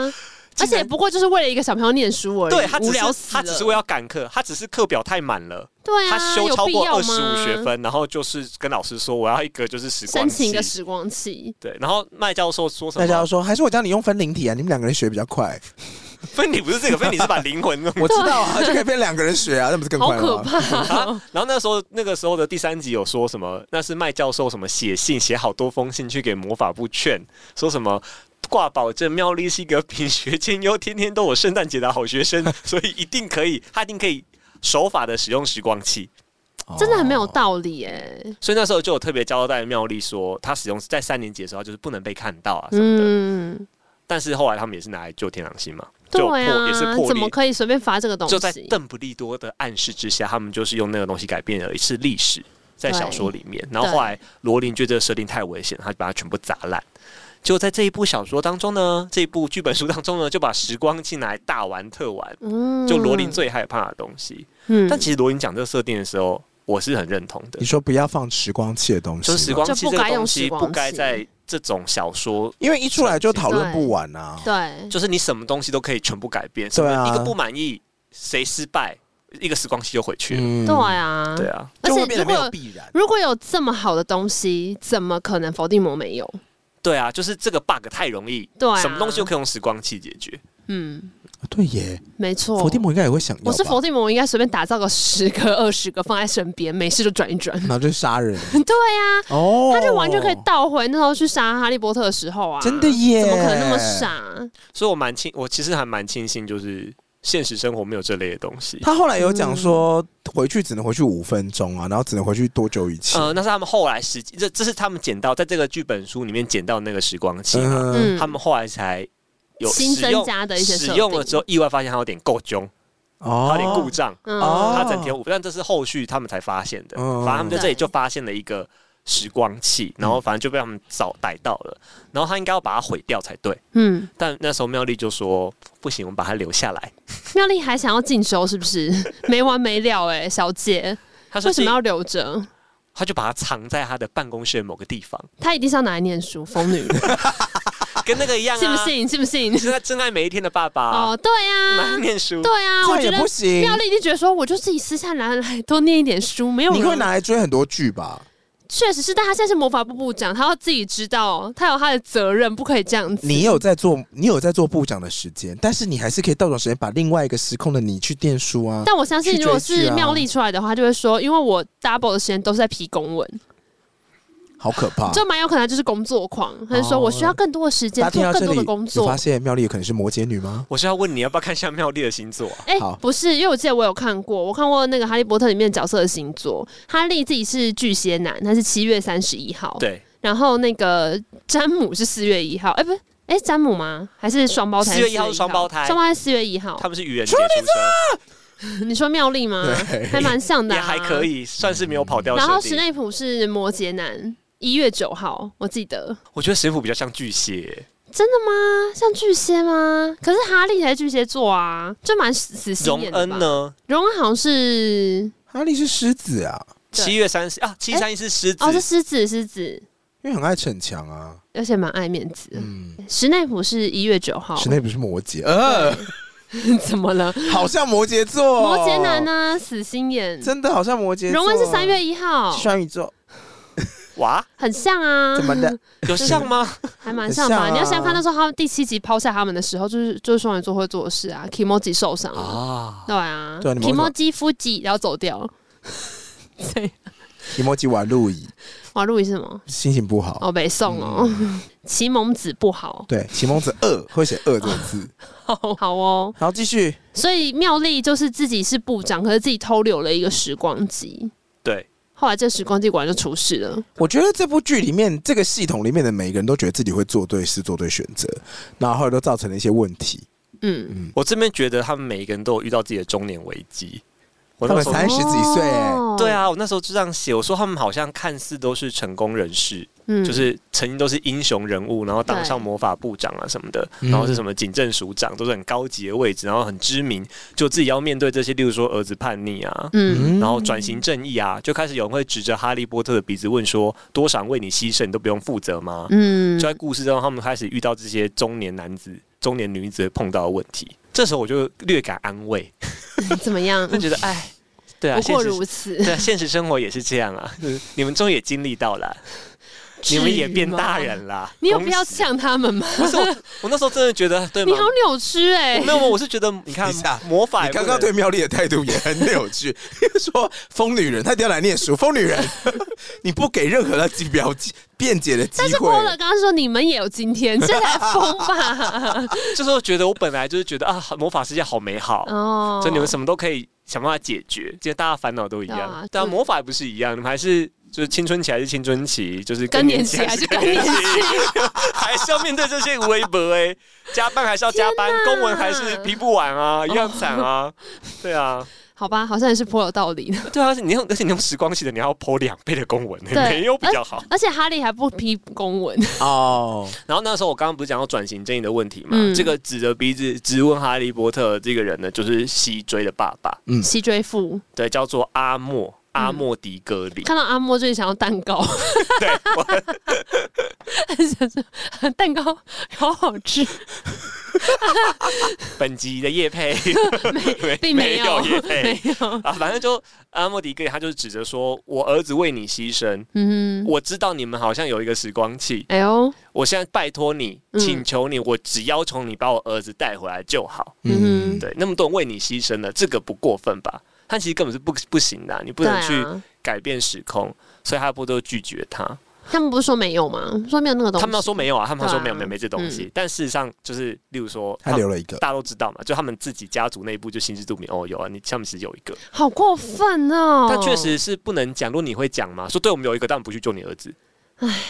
Speaker 2: 而
Speaker 3: 竟
Speaker 2: 且
Speaker 3: 然
Speaker 2: 不过就是为了一个小朋友念书而已，
Speaker 3: 对他
Speaker 2: 无
Speaker 3: 只是
Speaker 2: 聊死
Speaker 3: 他
Speaker 2: 了。
Speaker 3: 只是为了赶课，他只是课表太满了，
Speaker 2: 对啊，
Speaker 3: 他修超过
Speaker 2: 有
Speaker 3: 二
Speaker 2: 必
Speaker 3: 十
Speaker 2: 要吗
Speaker 3: 五学，分，然后就是跟老师说我要一个就是时光
Speaker 2: 申请
Speaker 3: 器
Speaker 2: 一个，时光器。
Speaker 3: 对，然后麦教授说什么？
Speaker 1: 大家要说，还是我教你用分灵体啊，你们两个人学比较快。
Speaker 3: 芬你不是这个，芬你是把灵 [LAUGHS] 魂弄
Speaker 1: 我知道啊，就可以变两个人学啊，那不是更
Speaker 2: 好
Speaker 1: 快
Speaker 2: 可
Speaker 1: 吗？
Speaker 2: 怕！
Speaker 3: 啊，然后那时候那个时候的第三集有说什么？那是麦教授什么写信写好多封信去给魔法部劝，说什么挂保证妙丽是一个品学兼优、天天都有圣诞节的好学 [LAUGHS] 生，所以一定可以，他一定可以守法的使用时光器。
Speaker 2: 真的很没有
Speaker 1: 哦。
Speaker 2: 道理哎。
Speaker 3: 所以那时候就有特别交代妙丽说，他使用在三年级的时候就是不能被看到啊什么的。
Speaker 2: 嗯，
Speaker 3: 但是后来他们也是拿来救天狼星嘛，就破、
Speaker 2: 对啊
Speaker 3: 也是，破
Speaker 2: 怎么
Speaker 3: 裂。
Speaker 2: 可以随便罚这个东
Speaker 3: 就在
Speaker 2: 西？
Speaker 3: 邓布利多的暗示之下，他们就是用那个东西改变了一次历史，在小说里面。然后后来罗琳觉得这个设定太危险，他就把它全部砸烂。就在这一部小说当中呢，这一部剧本书当中呢，就把时光机拿来大玩特玩，
Speaker 2: 嗯
Speaker 3: 就罗琳，最害怕的东西。
Speaker 2: 嗯
Speaker 3: 但其实罗琳讲这个设定的时候，我是很认同的
Speaker 1: 你，说不要放时光器的东西，
Speaker 3: 就是时光机
Speaker 2: 就不
Speaker 3: 这
Speaker 2: 该
Speaker 3: 个
Speaker 2: 用
Speaker 3: 东西
Speaker 2: 时光
Speaker 3: 不该
Speaker 2: 器
Speaker 3: 在这种小说。
Speaker 1: 因为一出来就讨论不完啊。
Speaker 2: 对，
Speaker 3: 就是你什么东西都可以全部改变，什
Speaker 1: 对啊
Speaker 3: 么一个不满意，谁失败，一个时光机就回去了。
Speaker 1: 嗯
Speaker 2: 对，啊，
Speaker 3: 对。啊，
Speaker 2: 而
Speaker 1: 就会
Speaker 2: 且
Speaker 1: 变
Speaker 2: 如
Speaker 1: 得没有
Speaker 2: 果
Speaker 1: 必然。
Speaker 2: 如果有这么好的东西，怎么可能否定我没有？
Speaker 3: 对啊，就是这个 bug 太容易，
Speaker 2: 对啊
Speaker 3: 什么东西都可以用时光器解决。
Speaker 2: 嗯，
Speaker 1: 哦对耶，
Speaker 2: 没错。
Speaker 1: 伏地魔应该也会想要吧。
Speaker 2: 嗯我是否定我应该随便打造个十个、二十个放在身边，没事就转一转。 [LAUGHS]
Speaker 1: 然后就杀人
Speaker 2: 对啊，
Speaker 1: 哦，
Speaker 2: 他就完全可以倒回那时候去杀哈利波特的时候啊，
Speaker 1: 真的耶，
Speaker 2: 怎么可能那么？傻？
Speaker 3: 所以我蛮庆，我其实还蛮庆幸，就是现实生活没有这类的东西。
Speaker 1: 他后来有讲说，回去只能回去五分钟啊，然后只能回去多久一次？
Speaker 3: 呃，那是他们后来实际，这这是他们捡到在这个剧本书里面捡到那个时光器嘛，
Speaker 1: 嗯，
Speaker 3: 他们后来才有
Speaker 2: 新
Speaker 3: 使用
Speaker 2: 增加的一些设
Speaker 3: 使
Speaker 2: 定
Speaker 3: 用了之后，意外发现它有点够凶，它
Speaker 1: 哦
Speaker 3: 有点故障，
Speaker 2: 嗯
Speaker 1: 哦
Speaker 3: 它整天五，但这是后续他们才发现的。
Speaker 1: 嗯
Speaker 2: 哦
Speaker 3: 反正他们在这里就发现了一个时光器，然后
Speaker 2: 嗯
Speaker 3: 反正就被他们找逮到了，然后他应该要把它毁掉才对。
Speaker 2: 嗯，
Speaker 3: 但那时候妙丽就说：“不行，我们把它留下来。
Speaker 2: 妙丽还想要进修是不是？ [LAUGHS] 没完没了哎、小姐，”
Speaker 3: 他说：“
Speaker 2: 为什么要留着？
Speaker 3: 他就把它藏在他的办公室的某个地方，
Speaker 2: 她一定是要拿来念书，疯女人，
Speaker 3: 跟那
Speaker 2: [LAUGHS]
Speaker 3: 个一样、啊，
Speaker 2: 信不？信？信不信？
Speaker 3: 是他真爱每一天的爸爸、啊，
Speaker 2: 哦，对
Speaker 3: 拿来
Speaker 2: 啊，
Speaker 3: 念书。
Speaker 2: 对啊，我
Speaker 1: 这
Speaker 2: 觉
Speaker 1: 样
Speaker 2: 得
Speaker 1: 也不行。
Speaker 2: 妙丽一定觉得说，我就自己私下拿来多念一点书，没有
Speaker 1: 你
Speaker 2: 人
Speaker 1: 会拿来追很多剧吧？
Speaker 2: 确实是，但他现在是魔法部部长，他要自己知道，他有他的责任，不可以这样子。
Speaker 1: 你有在做，你有在做部长的时间，但是你还是可以倒转时间把另外一个时空的你去念书啊。
Speaker 2: 但我相信，
Speaker 1: 去追
Speaker 2: 如果
Speaker 1: 剧
Speaker 2: 是
Speaker 1: 啊
Speaker 2: 妙丽出来的话，他就会说，因为我 double 的时间都是在批公文，
Speaker 1: 好可怕！
Speaker 2: 就蛮有可能他就是工作狂，他就说
Speaker 1: 哦
Speaker 2: 我需要更多的时间
Speaker 1: 大家听
Speaker 2: 做
Speaker 1: 到
Speaker 2: 更
Speaker 1: 这
Speaker 2: 多的
Speaker 1: 里，
Speaker 2: 工
Speaker 1: 有
Speaker 2: 作
Speaker 1: 发。现妙丽有可能是摩羯女吗？
Speaker 3: 我是要问你要不要看一下妙丽的星座啊？
Speaker 2: 哎、
Speaker 1: 好
Speaker 2: 不是，因为我记得我有看过，我看过那个《哈利波特》里面角色的星座，哈利自己是巨蟹男，他是七月三十一号，，
Speaker 3: 对，
Speaker 2: 然后那个詹姆是四月一号，哎、不是。哎，詹姆吗？还是双胞胎？
Speaker 3: 4月1号
Speaker 2: 4
Speaker 3: 是双胞胎
Speaker 2: 双胞胎四月一号
Speaker 3: 他。们是愚人节出生，
Speaker 2: 你说妙丽吗？
Speaker 1: 对
Speaker 2: 还蛮像的、
Speaker 3: 也
Speaker 2: 啊，
Speaker 3: 还可。以，算是没有跑掉
Speaker 2: 嗯然后
Speaker 3: 设
Speaker 2: 史
Speaker 3: 定。
Speaker 2: 内普是摩羯男，一月九号，我记得。
Speaker 3: 我觉得神父比较像巨蟹，
Speaker 2: 真的吗？像巨蟹吗？可是哈利才是巨蟹座啊，就蛮死死心
Speaker 3: 荣
Speaker 2: 眼的吧
Speaker 3: 恩？呢？
Speaker 2: 荣恩好像是
Speaker 1: 哈利是狮子啊，
Speaker 2: 对
Speaker 3: 七月三十啊，七三一是狮子
Speaker 2: 哦，，是狮子，狮子，
Speaker 1: 因为很爱逞强啊。
Speaker 2: 而且蛮爱面子的。
Speaker 1: 嗯，
Speaker 2: 史内普是一月九号，
Speaker 1: 史内不是摩羯，呃，
Speaker 2: [LAUGHS] 怎么了？
Speaker 1: [LAUGHS] 好像摩羯座，
Speaker 3: 哦
Speaker 2: 摩羯男？呢？死心眼。
Speaker 1: 真的好像摩羯座。
Speaker 2: 荣恩是三月一号，
Speaker 1: 双鱼座，
Speaker 3: 哇，
Speaker 2: 很像啊
Speaker 1: 啊怎，么 [LAUGHS] 的？
Speaker 3: 有像吗？
Speaker 2: [LAUGHS] 还蛮像吧？
Speaker 1: 很像啊
Speaker 2: 你要想想看，那时候他们第七集抛下他们的时候，就是就是双鱼座会做的事啊，Kimoji 受伤了，
Speaker 3: 啊，
Speaker 2: 对啊
Speaker 1: 哦对啊你们为什么
Speaker 2: ，Kimoji 夫妻然后走
Speaker 1: [LAUGHS]
Speaker 2: 掉，对，
Speaker 1: 提摩吉瓦路易
Speaker 2: 哇，路易是什么？
Speaker 1: 心情不好。
Speaker 2: 哦，北宋哦，
Speaker 1: 嗯
Speaker 2: 奇蒙子不好，
Speaker 1: 对，启蒙者二会写二这个字。
Speaker 2: 好哦。
Speaker 1: [LAUGHS] 好，继续。
Speaker 2: 所以妙丽就是自己是部长，可是自己偷留了一个时光机，
Speaker 3: 对，
Speaker 2: 后来这时光机果然就出事了。
Speaker 1: 我觉得这部剧里面，这个系统里面的每一个人都觉得自己会做对事、做对选择，然后后来都造成了一些问题。
Speaker 2: 嗯，
Speaker 3: 我这边觉得他们每一个人都有遇到自己的中年危机。我
Speaker 1: 他
Speaker 3: 那
Speaker 1: 们
Speaker 3: 时候
Speaker 1: 才十几岁欸
Speaker 2: 哦
Speaker 3: 对，啊，我那时候就这样写，我说他们好像看似都是成功人士，
Speaker 2: 嗯
Speaker 3: 就是曾经都是英雄人物，然后当上
Speaker 2: 对
Speaker 3: 魔法部长啊什么的，
Speaker 1: 嗯
Speaker 3: 然后是什么警政署长，都是很高级的位置，然后很知名，就自己要面对这些，例如说儿子叛逆啊，
Speaker 2: 嗯，
Speaker 3: 然后转型正义啊，就开始有人会指着哈利波特的鼻子问说：多少人为你牺牲，你都不用负责吗？
Speaker 2: 嗯
Speaker 3: 就在故事中，他们开始遇到这些中年男子、中年女子碰到的问题。这时候我就略感安慰，
Speaker 2: [LAUGHS] 怎么样？
Speaker 3: 就觉得哎，对啊，
Speaker 2: 不
Speaker 3: 现
Speaker 2: 过
Speaker 3: 实
Speaker 2: 如此，
Speaker 3: 对啊，现实生活也是这样啊， [LAUGHS] 就是你们终于也经历到了，
Speaker 2: 至于
Speaker 3: 你
Speaker 2: 吗
Speaker 3: 们也变大人啦。
Speaker 2: [LAUGHS] 你有必要
Speaker 3: 恭喜
Speaker 2: 呛他们吗？
Speaker 3: 不是
Speaker 2: [LAUGHS]
Speaker 3: 我，我那时候真的觉得，对
Speaker 2: 你
Speaker 3: 吗
Speaker 2: 好？扭曲哎、
Speaker 3: 没有，我是觉得，你
Speaker 1: [LAUGHS]
Speaker 3: 看
Speaker 1: 等一下
Speaker 3: 魔法
Speaker 1: 你
Speaker 3: 也不
Speaker 1: 刚
Speaker 3: 能，
Speaker 1: 刚对妙丽的态度也很扭曲， [LAUGHS] 说疯女人，她一定要来念书。疯女人， [LAUGHS] 你不给任何的机标机辩解的机
Speaker 2: 但是
Speaker 1: 会。
Speaker 2: 波乐刚刚说你们也有今天，这才疯
Speaker 3: [LAUGHS]
Speaker 2: 吧？
Speaker 3: 这时候觉得我本来就是觉得啊，魔法世界好美好，
Speaker 2: 哦，
Speaker 3: 就你们什么都可以想办法解决，这些大家烦恼都一
Speaker 2: 对啊
Speaker 3: 样。但
Speaker 2: 就
Speaker 3: 魔法也不是一样，你们还是就是青春期还是青春期，就是
Speaker 2: 更年期
Speaker 3: 期
Speaker 2: 还是更年期？
Speaker 3: [LAUGHS] 还是要面对这些微博哎，加班还是要加班
Speaker 2: 天，哪哦
Speaker 3: 公文还是批不完啊，一样惨啊，对啊，
Speaker 2: [LAUGHS] 好吧，好像也是颇有道理的。
Speaker 3: 对啊，而且你用而且你用时光机的，你还要剖两倍的公文，
Speaker 2: 对
Speaker 3: 没有比较好。
Speaker 2: 而且哈利还不批公文，
Speaker 1: 哦，
Speaker 3: 然后那时候我刚刚不是讲到转型正义的问题嘛，
Speaker 2: 嗯
Speaker 3: 这个指着鼻子质问哈利波特这个人呢，就是西追的爸爸，
Speaker 2: 西追父
Speaker 3: 对，叫做阿
Speaker 2: 嗯
Speaker 3: 莫阿莫迪格
Speaker 2: [LAUGHS]
Speaker 3: 里，
Speaker 2: 看到阿莫最想要蛋糕，
Speaker 3: 对，我
Speaker 2: 想说 [LAUGHS] 蛋糕好好吃，
Speaker 3: 本集的叶配 [LAUGHS] 没
Speaker 2: 并没有，[LAUGHS]
Speaker 3: 没有业
Speaker 2: 没
Speaker 3: 配
Speaker 2: 有，
Speaker 3: 啊，反正就阿莫迪格里他就指着说，我儿子为你牺牲，
Speaker 2: 嗯，
Speaker 3: 我知道你们好像有一个时光器，
Speaker 2: 哎呦，
Speaker 3: 我现在拜托你，
Speaker 2: 嗯
Speaker 3: 请求你，我只要求你把我儿子带回来就好。
Speaker 2: 嗯
Speaker 3: 对，那么多人为你牺牲了，这个不过分吧？他其实根本是不不行的啊、你不
Speaker 2: 对
Speaker 3: 能去
Speaker 2: 啊，
Speaker 3: 改变时空，所以哈利波特拒绝他。
Speaker 2: 他们不是说没有吗？说没有那个东西，
Speaker 3: 他们要说没有啊，他们要说
Speaker 2: 对啊
Speaker 3: 没有没有没这东西，但事实上就是，例如说，
Speaker 1: 他留了一个
Speaker 3: 大家都知道嘛，就他们自己家族内部就心知肚明哦，有啊，你他们其实有一个，
Speaker 2: 好过分哦，
Speaker 3: 但确实是不能讲。如果你会讲嘛，说对我们有一个，但我们不去救你儿子，唉，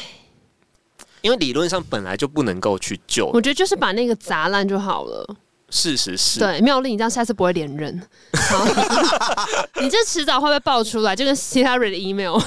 Speaker 3: 因为理论上本来就不能够去救
Speaker 2: 我，觉得就是把那个砸烂就好了。
Speaker 3: 事实是，
Speaker 2: 对，妙丽，你这样下次不会连任。
Speaker 3: [LAUGHS]
Speaker 2: 好你这迟早会被爆出来，就跟 Hillary 的 email。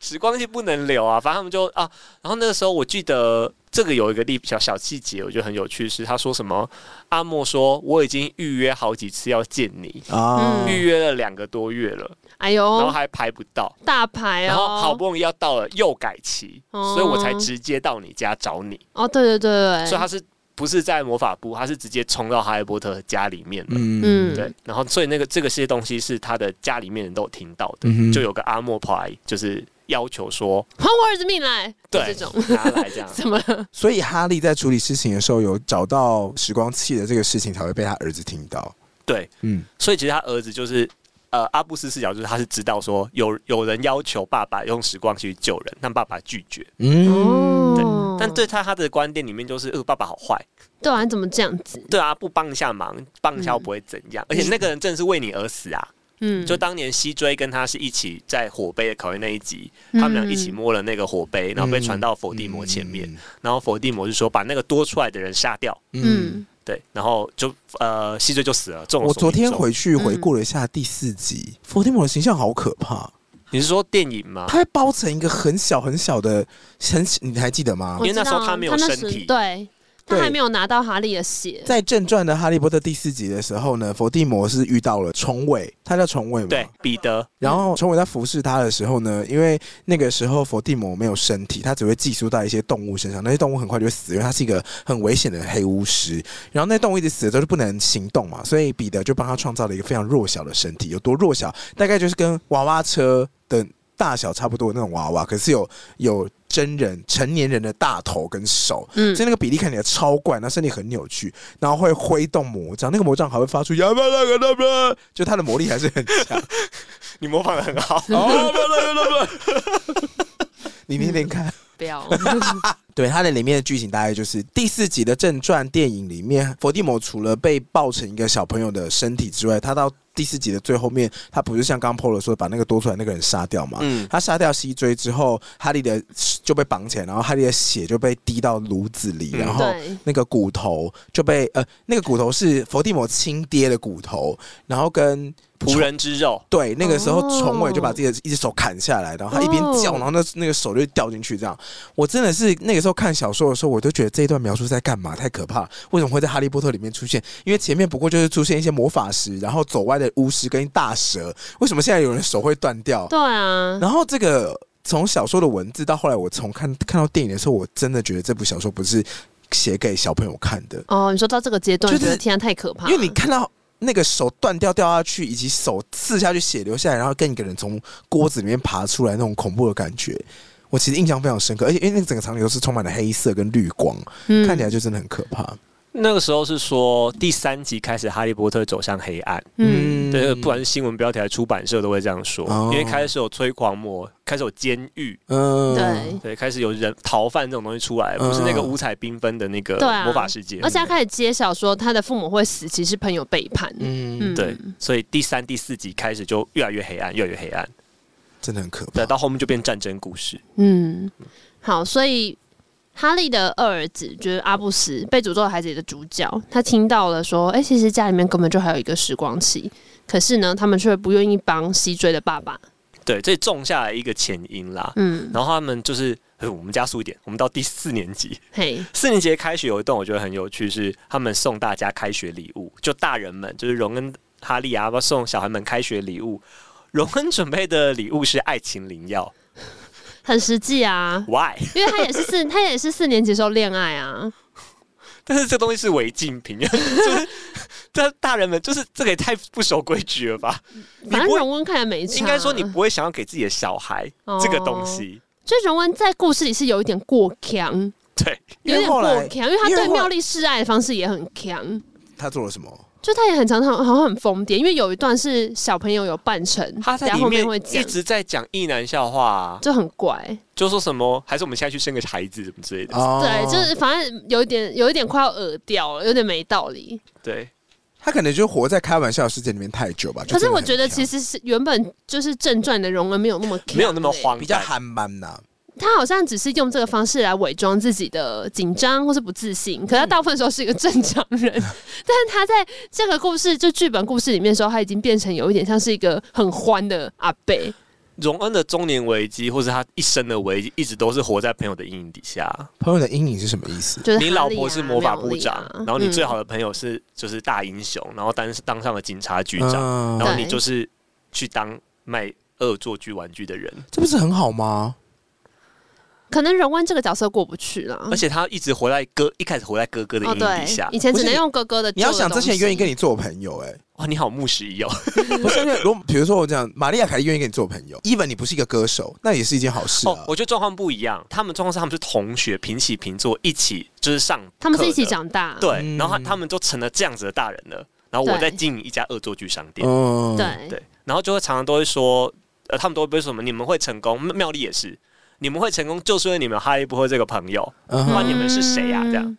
Speaker 3: 时光机不能留啊，反正他们就啊，然后那个时候我记得这个有一个例小小细节，我觉得很有趣是，他说什么阿莫说我已经预约好几次要见你，
Speaker 1: 啊
Speaker 2: 嗯
Speaker 3: 预约了两个多月了，
Speaker 2: 哎
Speaker 3: 然后
Speaker 2: 呦，
Speaker 3: 还排不到。
Speaker 2: 大牌哦，
Speaker 3: 然后好不容易要到了又改期，
Speaker 2: 哦
Speaker 3: 所以我才直接到你家找你。
Speaker 2: 哦，对对对对，
Speaker 3: 所以他是不是在魔法部，他是直接冲到哈利波特家里面的。
Speaker 1: 嗯
Speaker 3: 对，然后所以那个这个些东西是他的家里面人都有听到的，
Speaker 1: 嗯哼
Speaker 3: 就有个阿莫跑来就是要求说，
Speaker 2: 还我儿子命来，
Speaker 3: 对，
Speaker 2: 这种
Speaker 3: 拿来
Speaker 2: [LAUGHS]
Speaker 3: 这样，
Speaker 2: 怎么了？
Speaker 1: 所以哈利在处理事情的时候，有找到时光器的这个事情，才会被他儿子听到。
Speaker 3: 对，
Speaker 1: 嗯，
Speaker 3: 所以其实他儿子就是。呃，阿布斯视角就是他是知道说有有人要求爸爸用时光去救人，但爸爸拒绝。
Speaker 1: 嗯，
Speaker 2: 哦，
Speaker 3: 但对他他的观点里面就是，呃，爸爸好坏，
Speaker 2: 对啊，你怎么这样子？
Speaker 3: 对啊，不帮一下忙，帮一下又不会怎样。而且那个人正是为你而死啊！
Speaker 2: 嗯，
Speaker 3: 就当年西追跟他是一起在火杯的考验那一集，他们俩一起摸了那个火杯，然后被传到伏地魔前面，然后伏地魔是说把那个多出来的人杀掉，
Speaker 2: 嗯，
Speaker 3: 对，然后就呃西追就死了。中了
Speaker 1: 我昨天
Speaker 3: 手柄
Speaker 1: 回去回顾了一下第四集，伏地魔的形象好可怕，
Speaker 3: 中，你是说电影吗？
Speaker 1: 他还包成一个很小很小的，很你还记得吗
Speaker 2: 我？
Speaker 3: 因为那时
Speaker 2: 知
Speaker 3: 候
Speaker 2: 道啊
Speaker 3: 他没有
Speaker 2: 那
Speaker 3: 身
Speaker 2: 时
Speaker 3: 体
Speaker 2: 对，他
Speaker 1: 对
Speaker 2: 还没有拿到哈利的血，
Speaker 1: 在正传的《哈利波特》第四集的时候呢，伏地魔是遇到了虫尾，他叫虫尾嘛，
Speaker 3: 对，彼得，
Speaker 1: 然后虫尾在服侍他的时候呢，因为那个时候伏地魔没有身体，他只会寄宿到一些动物身上，那些动物很快就会死，因为他是一个很危险的黑巫师。然后那动物一直死了之后就不能行动嘛，所以彼得就帮他创造了一个非常弱小的身体，有多弱小？大概就是跟娃娃车的大小差不多的那种娃娃，可是有有真人成年人的大头跟手，
Speaker 2: 嗯
Speaker 1: 所以那个比例看起来超怪，那身体很扭曲，然后会挥动魔杖，那个魔杖还会发出呀巴啦个啦啦，就它的魔力还是很强。
Speaker 3: 你模仿的很 [LAUGHS] 好，
Speaker 1: 哦，不不不不，你念念看。
Speaker 2: 不要， [LAUGHS]
Speaker 1: 对它的里面的剧情大概就是第四集的正传电影里面，伏地魔除了被爆成一个小朋友的身体之外，他到第四集的最后面，他不是像刚 Polo 说的把那个多出来那个人杀掉嘛？
Speaker 3: 嗯，
Speaker 1: 他杀掉西追之后，哈利的就被绑起来，然后哈利的血就被滴到炉子里，
Speaker 3: 嗯
Speaker 1: 然后
Speaker 2: 对，
Speaker 1: 那个骨头就被呃那个骨头是伏地魔亲爹的骨头，然后跟
Speaker 3: 仆人之肉，
Speaker 1: 对，那个时候
Speaker 2: 哦
Speaker 1: 虫尾就把自己的一只手砍下来，然后他一边
Speaker 2: 哦
Speaker 1: 叫，然后那那个手就掉进去，这样。我真的是那个时候看小说的时候，我都觉得这一段描述是在干嘛？太可怕了！为什么会在《哈利波特》里面出现？因为前面不过就是出现一些魔法师，然后走歪的巫师跟大蛇，为什么现在有人手会断
Speaker 2: [LAUGHS]
Speaker 1: 掉？
Speaker 2: 对啊，
Speaker 1: 然后这个从小说的文字到后来我从看看到电影的时候，我真的觉得这部小说不是写给小朋友看的，
Speaker 2: 哦，你说到这个阶段，
Speaker 1: 就
Speaker 2: 你
Speaker 1: 是
Speaker 2: 觉得天啊太可怕了，
Speaker 1: 因为你看到那个手断掉掉下去，以及手刺下去血流下来，然后跟一个人从锅子里面爬出来那种恐怖的感觉，我其实印象非常深刻。而且因哎为那个整个场景都是充满了黑色跟绿光，
Speaker 2: 嗯
Speaker 1: 看起来就真的很可怕。
Speaker 3: 那个时候是说第三集开始，哈利波特走向黑暗。
Speaker 2: 嗯
Speaker 3: 对，不管是新闻标题还是出版社都会这样说，
Speaker 1: 哦
Speaker 3: 因为开始有催狂魔，开始有监狱，
Speaker 1: 嗯，
Speaker 2: 对，
Speaker 3: 对，开始有人逃犯这种东西出来，
Speaker 1: 嗯
Speaker 3: 不是那个五彩缤纷的那个
Speaker 2: 对啊
Speaker 3: 魔法世界。嗯
Speaker 2: 而且他开始揭晓说他的父母会死，其实是朋友背叛，
Speaker 1: 嗯，
Speaker 2: 嗯
Speaker 3: 对，所以第三、第四集开始就越来越黑暗，越来越黑暗。
Speaker 1: 真的很可怕
Speaker 3: 对，。到后面就变战争故事。
Speaker 2: 嗯，好，所以哈利的二儿子就是阿布斯，被诅咒的孩子里的主角，他听到了说，哎、其实家里面根本就还有一个时光器，可是呢，他们却不愿意帮西追的爸爸。
Speaker 3: 对，这种下来一个前因啦。
Speaker 2: 嗯，
Speaker 3: 然后他们就是，呃我们加速一点，我们到第四年级，
Speaker 2: 嘿，
Speaker 3: 四年级的开学有一段我觉得很有趣，是他们送大家开学礼物，就大人们，就是荣恩、哈利啊，送小孩们开学礼物。荣恩准备的礼物是爱情灵药
Speaker 2: 很实际啊，
Speaker 3: ，Why？ [LAUGHS]
Speaker 2: 因为他也是四，他也是四年级时候恋爱啊，
Speaker 3: 但是这东西是违禁品， [LAUGHS] 就是这大人们就是这个也太不守规矩了吧？你
Speaker 2: 反
Speaker 3: 不
Speaker 2: 正
Speaker 3: 会
Speaker 2: 荣恩看来没差。
Speaker 3: 应该说你不会想要给自己的小孩
Speaker 2: 哦
Speaker 3: 这个东，西，
Speaker 2: 所以荣恩在故事里是有一点过强，
Speaker 3: 对，
Speaker 1: 因
Speaker 2: 有
Speaker 1: 为
Speaker 2: 点
Speaker 1: 后
Speaker 2: 过
Speaker 1: 来
Speaker 2: 强，因为他
Speaker 1: 因为
Speaker 2: 对
Speaker 1: 后来
Speaker 2: 妙丽示爱的方式也很强。
Speaker 1: 他做了什么？
Speaker 2: 就他也很常常好像很疯癫，因为有一段是小朋友有扮成，
Speaker 3: 他在
Speaker 2: 然
Speaker 3: 里
Speaker 2: 后后
Speaker 3: 面
Speaker 2: 面会
Speaker 3: 一
Speaker 2: 讲，
Speaker 3: 直在讲意男笑话、啊，
Speaker 2: 就很怪。
Speaker 3: 就说什么还是我们现在去生个孩子什么之类的，
Speaker 1: 哦
Speaker 2: 对，就是反正有一点有一点快要耳掉了，有点没道理。
Speaker 3: 对，
Speaker 1: 他可能就活在开玩笑的世界里面太久吧。就
Speaker 2: 可是
Speaker 1: 真的
Speaker 2: 我
Speaker 1: 很
Speaker 2: 觉得
Speaker 1: 强
Speaker 2: 其实是原本就是正传的容恩没有那么
Speaker 3: 没有那么
Speaker 2: 强欸，
Speaker 3: 荒
Speaker 1: 比较
Speaker 3: 诞，
Speaker 1: 憨班呐，
Speaker 2: 他好像只是用这个方式来伪装自己的紧张或是不自信，可他大部分时候是一个正常 [LAUGHS] 人，但是他在这个故事就剧本故事里面的时候，他已经变成有一点像是一个很欢的阿贝。
Speaker 3: 荣恩的中年危机或是他一生的危机，一直都是活在朋友的阴影底下。
Speaker 1: 朋友的阴影是什么意思？
Speaker 2: 就是
Speaker 3: 你
Speaker 2: 哈
Speaker 3: 老
Speaker 2: 利
Speaker 3: 婆
Speaker 2: 啊
Speaker 3: 是魔法部
Speaker 2: 妙丽
Speaker 3: 长，
Speaker 2: 啊
Speaker 3: 然后你
Speaker 2: 嗯
Speaker 3: 最好的朋友是就是大英雄，然后当当上了警察局长，
Speaker 1: 嗯
Speaker 3: 然后你
Speaker 2: 对
Speaker 3: 就是
Speaker 2: 嗯
Speaker 3: 去当卖恶作剧玩具的人。
Speaker 1: 这不是很好吗？
Speaker 2: 可能荣恩这个角色过不去了
Speaker 3: 而。且他一直活在哥一开始活在哥哥的
Speaker 2: 哦，
Speaker 3: 阴影底
Speaker 2: 对
Speaker 3: 下，。
Speaker 2: 以前
Speaker 1: 不
Speaker 2: 只
Speaker 1: 是
Speaker 2: 能用哥哥的。
Speaker 1: 你要想之前愿意跟
Speaker 2: 你，
Speaker 1: 你做朋友、欸，
Speaker 3: 哇，你好牧师一哦，
Speaker 1: 哎，不是因为如果比如说我讲玛利亚凯莉愿意跟你做朋友，even 你不是一个歌手，那也是一件好事
Speaker 3: 哦
Speaker 1: 啊，。
Speaker 3: 我觉得状况不一样，他们状况是他们是同学，平起平坐，一起就是上，
Speaker 2: 他们是一起，长大。
Speaker 3: 对，
Speaker 1: 嗯
Speaker 3: 然后他他们都成了这样子的大人了，然后我
Speaker 2: 对
Speaker 3: 在经营一家恶作剧商
Speaker 1: 嗯，
Speaker 3: 店，
Speaker 2: 哦对
Speaker 3: 对，然后就会常常都会说，呃，他们都会被说什么你们会成功，妙妙丽也是，你们会成功就是因为你们有哈利波特这个朋友，
Speaker 1: 嗯
Speaker 3: 不
Speaker 1: 哼，
Speaker 3: 然你们是谁啊这样
Speaker 2: 样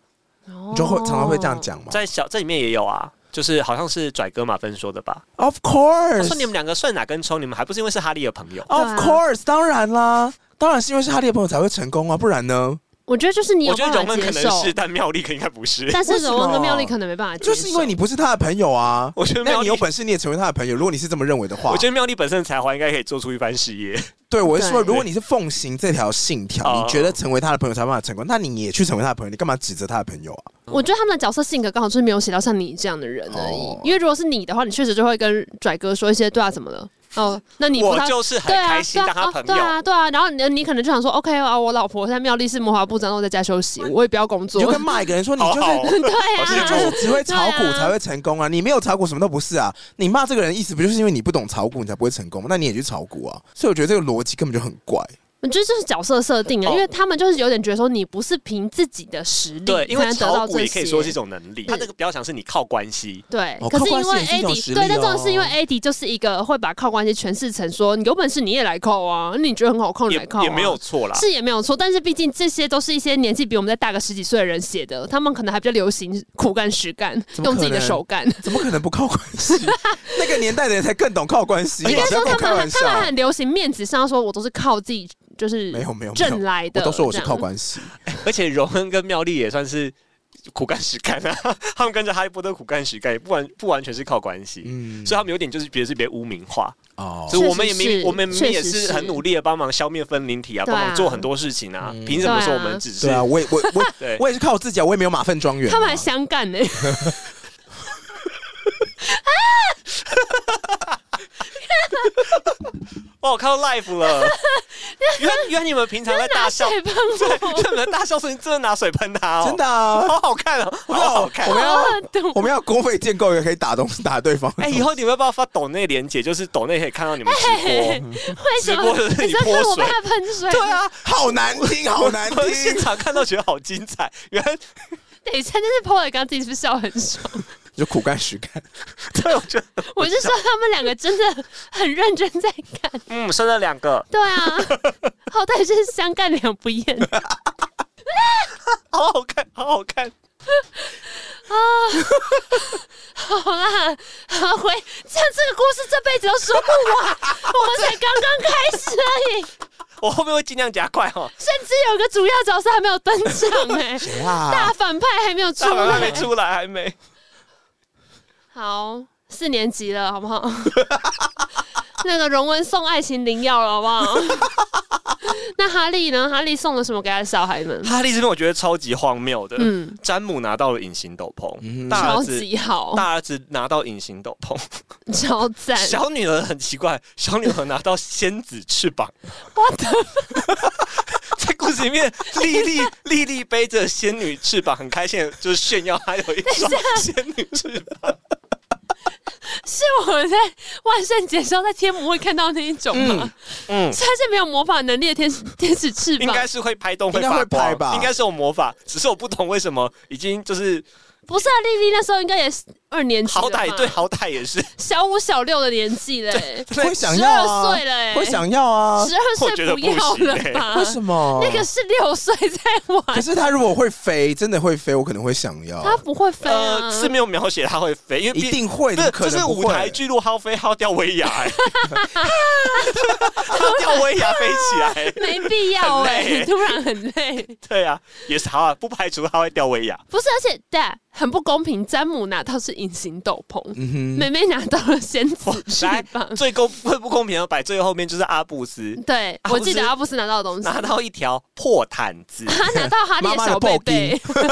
Speaker 1: 你就会
Speaker 2: 哦
Speaker 1: 常常会这样。讲嘛。
Speaker 3: 在小这里面也有啊。就是好像是拽哥马芬说的吧，
Speaker 1: Of
Speaker 3: 他
Speaker 1: course，
Speaker 3: 哦说你们两个算哪根葱？你们还不是因为是哈利的朋友？
Speaker 1: Of
Speaker 2: 对啊
Speaker 1: course，当然啦，当然是因为是哈利的朋友才会成功啊，不然呢？
Speaker 2: 我觉得就是你有
Speaker 3: 我觉
Speaker 2: 办
Speaker 3: 得
Speaker 2: 法
Speaker 3: 荣恩可
Speaker 2: 接
Speaker 3: 能
Speaker 2: 受
Speaker 3: 是，，但妙丽可应该不是。
Speaker 2: 但是
Speaker 1: 为什么
Speaker 2: 荣恩跟妙丽可能没办法接
Speaker 1: 就
Speaker 2: 受，
Speaker 1: 是因为你不是他的朋友啊。
Speaker 3: 我觉得
Speaker 1: 那
Speaker 3: 妙
Speaker 1: 你
Speaker 3: 丽
Speaker 1: 有本事你也成为他的朋友，如果你是这么认为的话
Speaker 3: 我，觉得妙丽本身的才华应该可以做出一番事业。
Speaker 1: 对我是说，
Speaker 2: 对
Speaker 1: 如果你是奉行这条信条，
Speaker 3: 哦
Speaker 1: 你觉得成为他的朋友才有办法成功，那你也去成为他的朋友，你干嘛指责他的朋友啊？
Speaker 2: 我觉得他们的角色性格刚好就是没有写到像你这样的人而已。
Speaker 1: 哦
Speaker 2: 因为如果是你的话，你确实就会跟拽哥说一些对啊怎么了哦，那你不
Speaker 3: 我
Speaker 2: 他
Speaker 3: 就是很
Speaker 2: 对啊
Speaker 3: 开心
Speaker 2: 对
Speaker 3: 当
Speaker 2: 啊
Speaker 3: 他
Speaker 2: 哦
Speaker 3: 朋
Speaker 2: 对
Speaker 3: 友，
Speaker 2: 啊对啊，然后你你可能就想说 OK 啊，我老婆在妙丽是魔法部长，然后我在家休息，我也不要工
Speaker 1: 你
Speaker 2: 作
Speaker 1: 就，跟骂一个人说你
Speaker 3: 哦好
Speaker 1: 就
Speaker 3: 好
Speaker 1: 是。
Speaker 3: 哦。
Speaker 2: [LAUGHS] 对啊，
Speaker 3: 好
Speaker 1: 你就是只会炒股
Speaker 2: 对啊
Speaker 1: 才会成
Speaker 2: [LAUGHS]
Speaker 1: 功啊！你没有炒股什么都不是啊！你骂这个人意思不就是因为你不懂炒股，你才不会成功吗？那你也去炒股啊！所以我觉得这个逻辑根本就很怪。
Speaker 2: 我觉得这是角色设定啊，
Speaker 3: 哦
Speaker 2: 因为他们就是有点觉得说你不是凭自己的实力
Speaker 3: 对，因
Speaker 2: 才
Speaker 3: 为
Speaker 2: 能得
Speaker 3: 炒
Speaker 2: 到
Speaker 3: 股
Speaker 2: 这
Speaker 3: 也可以说是一
Speaker 2: 些。
Speaker 3: 种能力，
Speaker 2: 对
Speaker 3: 他这个不要想是你靠关系，
Speaker 2: 对，
Speaker 1: 哦
Speaker 2: 可是
Speaker 1: 靠关
Speaker 2: 因
Speaker 1: 系
Speaker 2: 为
Speaker 1: 也是一
Speaker 2: AD
Speaker 1: 种实力
Speaker 2: 对，但这
Speaker 1: 哦
Speaker 2: 种是因为 AD 就是一个会把靠关系诠释成说你有本事你也来靠啊，那你觉得很好靠你
Speaker 3: 也
Speaker 2: 来靠、啊，
Speaker 3: 也没有错啦。
Speaker 2: 是也没有错，但是毕竟这些都是一些年纪比我们再大个十几岁的人写的，他们可能还比较流行苦干实干，
Speaker 1: 怎么可能
Speaker 2: 用自己的手干。
Speaker 1: 怎么可能不靠关
Speaker 2: [LAUGHS]
Speaker 1: 系？那个年代的人才更懂靠关系吧，
Speaker 3: 应该
Speaker 1: 不要跟我开
Speaker 2: 他们
Speaker 1: 玩
Speaker 2: 他们还
Speaker 1: 笑。
Speaker 2: 很流行面子上说，我都是靠自己，就是
Speaker 1: 没有没有没
Speaker 2: 挣
Speaker 1: 有，
Speaker 2: 来
Speaker 1: 我
Speaker 2: 的。
Speaker 1: 都说我是靠
Speaker 2: 这样
Speaker 1: 关系。啊
Speaker 3: 而且荣恩跟妙丽也算是苦干实干啊，他们跟着哈利波特苦干实干，也不完不完全是靠关系。
Speaker 1: 嗯
Speaker 3: 所以他们有点就是别是别污名化，
Speaker 1: 哦
Speaker 3: 所以我们也
Speaker 2: 确实
Speaker 3: 明
Speaker 2: 是
Speaker 3: 我们明明
Speaker 2: 确
Speaker 3: 也
Speaker 2: 实
Speaker 3: 是
Speaker 2: 是
Speaker 3: 很努力的帮忙消灭分灵体啊，
Speaker 2: 对啊
Speaker 3: 帮忙做很多事情啊
Speaker 1: 嗯，
Speaker 3: 凭什么说我
Speaker 2: 对
Speaker 3: 们
Speaker 2: 啊
Speaker 3: 只是
Speaker 1: 对啊，我也我我
Speaker 3: 对
Speaker 1: 我也是靠我自己啊，我也没有马粪庄园啊。
Speaker 2: 他们还相
Speaker 3: [LAUGHS]
Speaker 2: 干呢、
Speaker 3: 哇，我看到
Speaker 2: [LAUGHS]
Speaker 3: live 了，原原来你们平常在大笑，
Speaker 2: 水喷
Speaker 3: [LAUGHS]
Speaker 2: 我，
Speaker 3: 你们大笑声真的拿水喷他哦，
Speaker 1: 真的啊，
Speaker 3: 好好看哦，好好看
Speaker 1: 我。们
Speaker 3: [LAUGHS]
Speaker 1: 要
Speaker 2: 懂
Speaker 1: 我们要公费建构一个可以打东打对方的
Speaker 3: 哎，
Speaker 1: 东西。
Speaker 3: 以后你们要不要发抖内连接？就是抖内可以看到你们
Speaker 2: 哎
Speaker 3: 直播，
Speaker 2: 为什么
Speaker 3: 直播的？是
Speaker 2: 你
Speaker 3: 你
Speaker 2: 真的
Speaker 3: 泼
Speaker 2: 我被
Speaker 3: 水
Speaker 2: 他喷水？
Speaker 3: [LAUGHS] 对，啊，
Speaker 1: 好难听，好难
Speaker 3: 我现
Speaker 1: 听。
Speaker 3: 场看到觉得好精彩。原来
Speaker 2: 等一下，但是 Paul 也刚刚自己是不是笑很爽？
Speaker 3: [LAUGHS]
Speaker 1: 就苦干实干，
Speaker 3: 对，我觉得
Speaker 2: 我是说他们两个真的很认真在干。
Speaker 3: [LAUGHS] 嗯，生了两个，
Speaker 2: 对啊，好歹是相干两不厌。
Speaker 3: 好好看，好好看。
Speaker 2: 好啦，好回，这样这个故事这辈子都说不完，我们才刚刚开始而已，
Speaker 3: 我后面会尽量加快哦。
Speaker 2: 甚至有个主要角色还没有登场
Speaker 3: [LAUGHS]
Speaker 2: 哎、大
Speaker 1: 哇！
Speaker 2: 反派还没有出
Speaker 3: 大门还
Speaker 2: 来。
Speaker 3: 没出来，还没。
Speaker 2: 好，四年级了，好不好？ [LAUGHS] 那个荣恩送爱情灵药了，好不好？ [LAUGHS] 那哈利呢？哈利送了什么给他的小孩们？
Speaker 3: 哈利这边我觉得超级荒谬的。
Speaker 2: 嗯，
Speaker 3: 詹姆拿到了隐形斗篷，
Speaker 1: 嗯
Speaker 3: 大
Speaker 2: 超
Speaker 3: 儿子
Speaker 2: 级好，
Speaker 3: 大儿子拿到隐形斗篷，
Speaker 2: 超赞！
Speaker 3: 小女儿很奇怪，小女儿拿到仙子翅膀。
Speaker 2: 我的
Speaker 3: [LAUGHS] 在故事里面，莉 [LAUGHS] 莉莉莉背着仙女翅膀，很开心，地就是炫耀她有一双仙女翅膀。
Speaker 2: 是我在万圣节时候在天母会看到那一种吗？
Speaker 3: 嗯，
Speaker 2: 他是没有魔法能力的天使天使翅
Speaker 3: 应
Speaker 2: 膀，
Speaker 3: 该是会拍动，
Speaker 1: 应该
Speaker 3: 发
Speaker 1: 会拍
Speaker 3: 光
Speaker 1: 吧
Speaker 3: 应该是有魔法，只是我不懂为什么已经就是
Speaker 2: 不是啊？莉莉那时候应该也是二年级了吧，
Speaker 3: 好歹对好歹也是，
Speaker 2: 小五小六的年纪嘞，
Speaker 1: 啊会想
Speaker 2: 十
Speaker 1: 要
Speaker 2: 二
Speaker 1: 啊
Speaker 2: 岁，嘞，
Speaker 1: 会想要啊
Speaker 2: 十。二
Speaker 3: 我觉
Speaker 2: 岁
Speaker 3: 得
Speaker 2: 不要
Speaker 3: 不行
Speaker 2: 了 [LAUGHS]
Speaker 3: 欸
Speaker 2: 吧？
Speaker 1: 为什么？
Speaker 2: 那个
Speaker 3: [LAUGHS]
Speaker 2: 是六岁在
Speaker 1: 可
Speaker 2: 玩，
Speaker 1: 是他如果会飞，真的会飞，我可能会想要。
Speaker 2: 他不会飞啊，
Speaker 3: 呃，是没有描写他会飞，因为毕
Speaker 1: 一定会，
Speaker 3: 不
Speaker 1: 怎
Speaker 3: 是
Speaker 1: 么可
Speaker 3: 这是
Speaker 1: 能不会
Speaker 3: 舞台剧路，好飞好掉威亚，
Speaker 1: [LAUGHS]
Speaker 3: 欸他掉威亚飞起来
Speaker 1: [LAUGHS]
Speaker 3: 欸，
Speaker 2: 没必要哎、
Speaker 3: 很累欸
Speaker 2: 突然很累，
Speaker 3: 对啊，也是好啊，不排除他会掉威亚。
Speaker 2: [LAUGHS] 不是，而且对啊，很不公平。詹姆拿到是隐形斗篷，
Speaker 1: 嗯哼，
Speaker 2: 妹妹拿到了仙子翅
Speaker 3: 来
Speaker 2: 膀，
Speaker 3: 最公最不公平的摆最后面就是阿布斯
Speaker 2: 对
Speaker 3: 阿布
Speaker 2: 我
Speaker 3: 斯
Speaker 2: 记得阿布斯拿到的东西，
Speaker 3: 啊拿到一条破毯子，
Speaker 2: 他拿到哈利
Speaker 1: 妈妈的
Speaker 2: 小
Speaker 1: 抱
Speaker 2: 贝贝。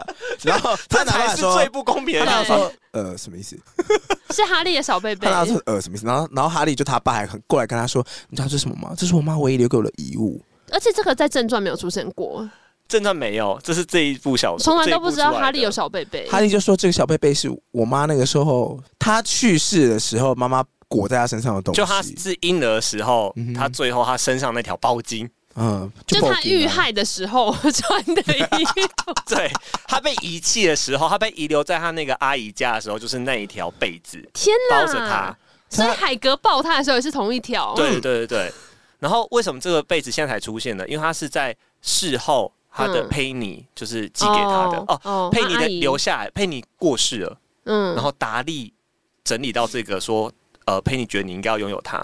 Speaker 1: [LAUGHS] 然
Speaker 3: [LAUGHS]
Speaker 1: 后 [LAUGHS] 他
Speaker 3: 这
Speaker 1: 拿
Speaker 3: 才
Speaker 1: 来
Speaker 3: 是
Speaker 1: 说
Speaker 3: 最，不公平
Speaker 1: 他
Speaker 3: 的
Speaker 1: 拿来
Speaker 3: 地方。
Speaker 1: 说，呃，什么意思？
Speaker 2: [LAUGHS] 是哈利的小贝贝
Speaker 1: 他。拿说，呃，什么意思？然后，然后哈利就他爸还很过来跟他说，你知道这是什么吗？这是我妈唯一留给我的遗物。
Speaker 2: 而且这个在正传没有出现过，
Speaker 3: 正传没有，这是这一部小说，
Speaker 2: 从来
Speaker 3: 这一
Speaker 2: 都
Speaker 3: 部
Speaker 2: 不知道
Speaker 3: 出来
Speaker 2: 哈利
Speaker 3: 的
Speaker 2: 有小贝贝。
Speaker 1: 哈利就说这个小贝贝是我妈那个时候她去世的时候，妈妈裹在她身上的东西，
Speaker 3: 就他是婴儿的时候，
Speaker 1: 嗯哼
Speaker 3: 他最后他身上那条包巾，
Speaker 1: 嗯，
Speaker 2: 就
Speaker 1: 报
Speaker 2: 他
Speaker 1: 警啊
Speaker 2: 遇害的时候穿的衣
Speaker 3: [LAUGHS]
Speaker 2: 服，
Speaker 3: [LAUGHS] 对他被遗弃的时候，他被遗留在他那个阿姨家的时候，就是那一条被子
Speaker 2: 天啊哪！
Speaker 3: 包着他。
Speaker 2: 所以海格抱他的时候也是同一条。
Speaker 3: 对对对对。然后为什么这个被子现在才出现呢？因为他是在事后他的
Speaker 2: 嗯
Speaker 3: 佩妮就是寄给他的哦，
Speaker 2: 哦
Speaker 3: 佩妮
Speaker 2: 他阿
Speaker 3: 的
Speaker 2: 姨
Speaker 3: 留下来，佩妮过世了，
Speaker 2: 嗯
Speaker 3: 然后达利整理到这个说，呃，佩妮觉得你应该要拥有它。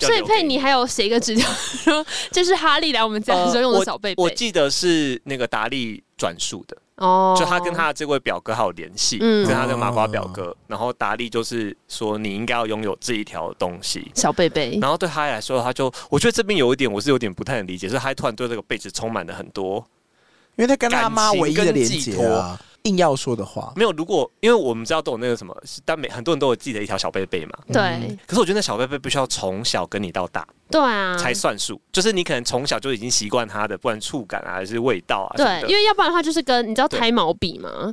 Speaker 3: 要
Speaker 2: 所以
Speaker 3: 留给
Speaker 2: 佩妮还有写一个纸条说，这是哈利来我们家的时候用的小贝
Speaker 3: 呃我
Speaker 2: 贝。
Speaker 3: 记得是那个达利转述的，
Speaker 2: 哦
Speaker 3: 就他跟他的这位表哥还有联系，
Speaker 2: 嗯
Speaker 3: 跟他的麻瓜表哥。然后达利就是说你应该要拥有这一条东西。
Speaker 2: 小贝贝，
Speaker 3: 然后对他来说，他就我觉得这边有一点我是有点不太能理解，所以他突然对这个被子充满了很多
Speaker 1: 因为他跟他
Speaker 3: 感
Speaker 1: 妈
Speaker 3: 情
Speaker 1: 唯一的
Speaker 3: 跟
Speaker 1: 连
Speaker 3: 寄
Speaker 1: 接
Speaker 3: 托
Speaker 1: 啊，硬要说的话，
Speaker 3: 没有。如果因为我们知道都有那个什么，但每很多人都有自己的一条小贝贝嘛。
Speaker 1: 嗯
Speaker 2: 对
Speaker 3: 可是我觉得那小贝贝必须要从小跟你到大
Speaker 2: 对啊，
Speaker 3: 才算数，就是你可能从小就已经习惯它的，不管触感啊还是味道啊什么
Speaker 2: 对，
Speaker 3: 的。
Speaker 2: 因为要不然的话就是跟你知道
Speaker 3: 对
Speaker 2: 胎毛笔吗？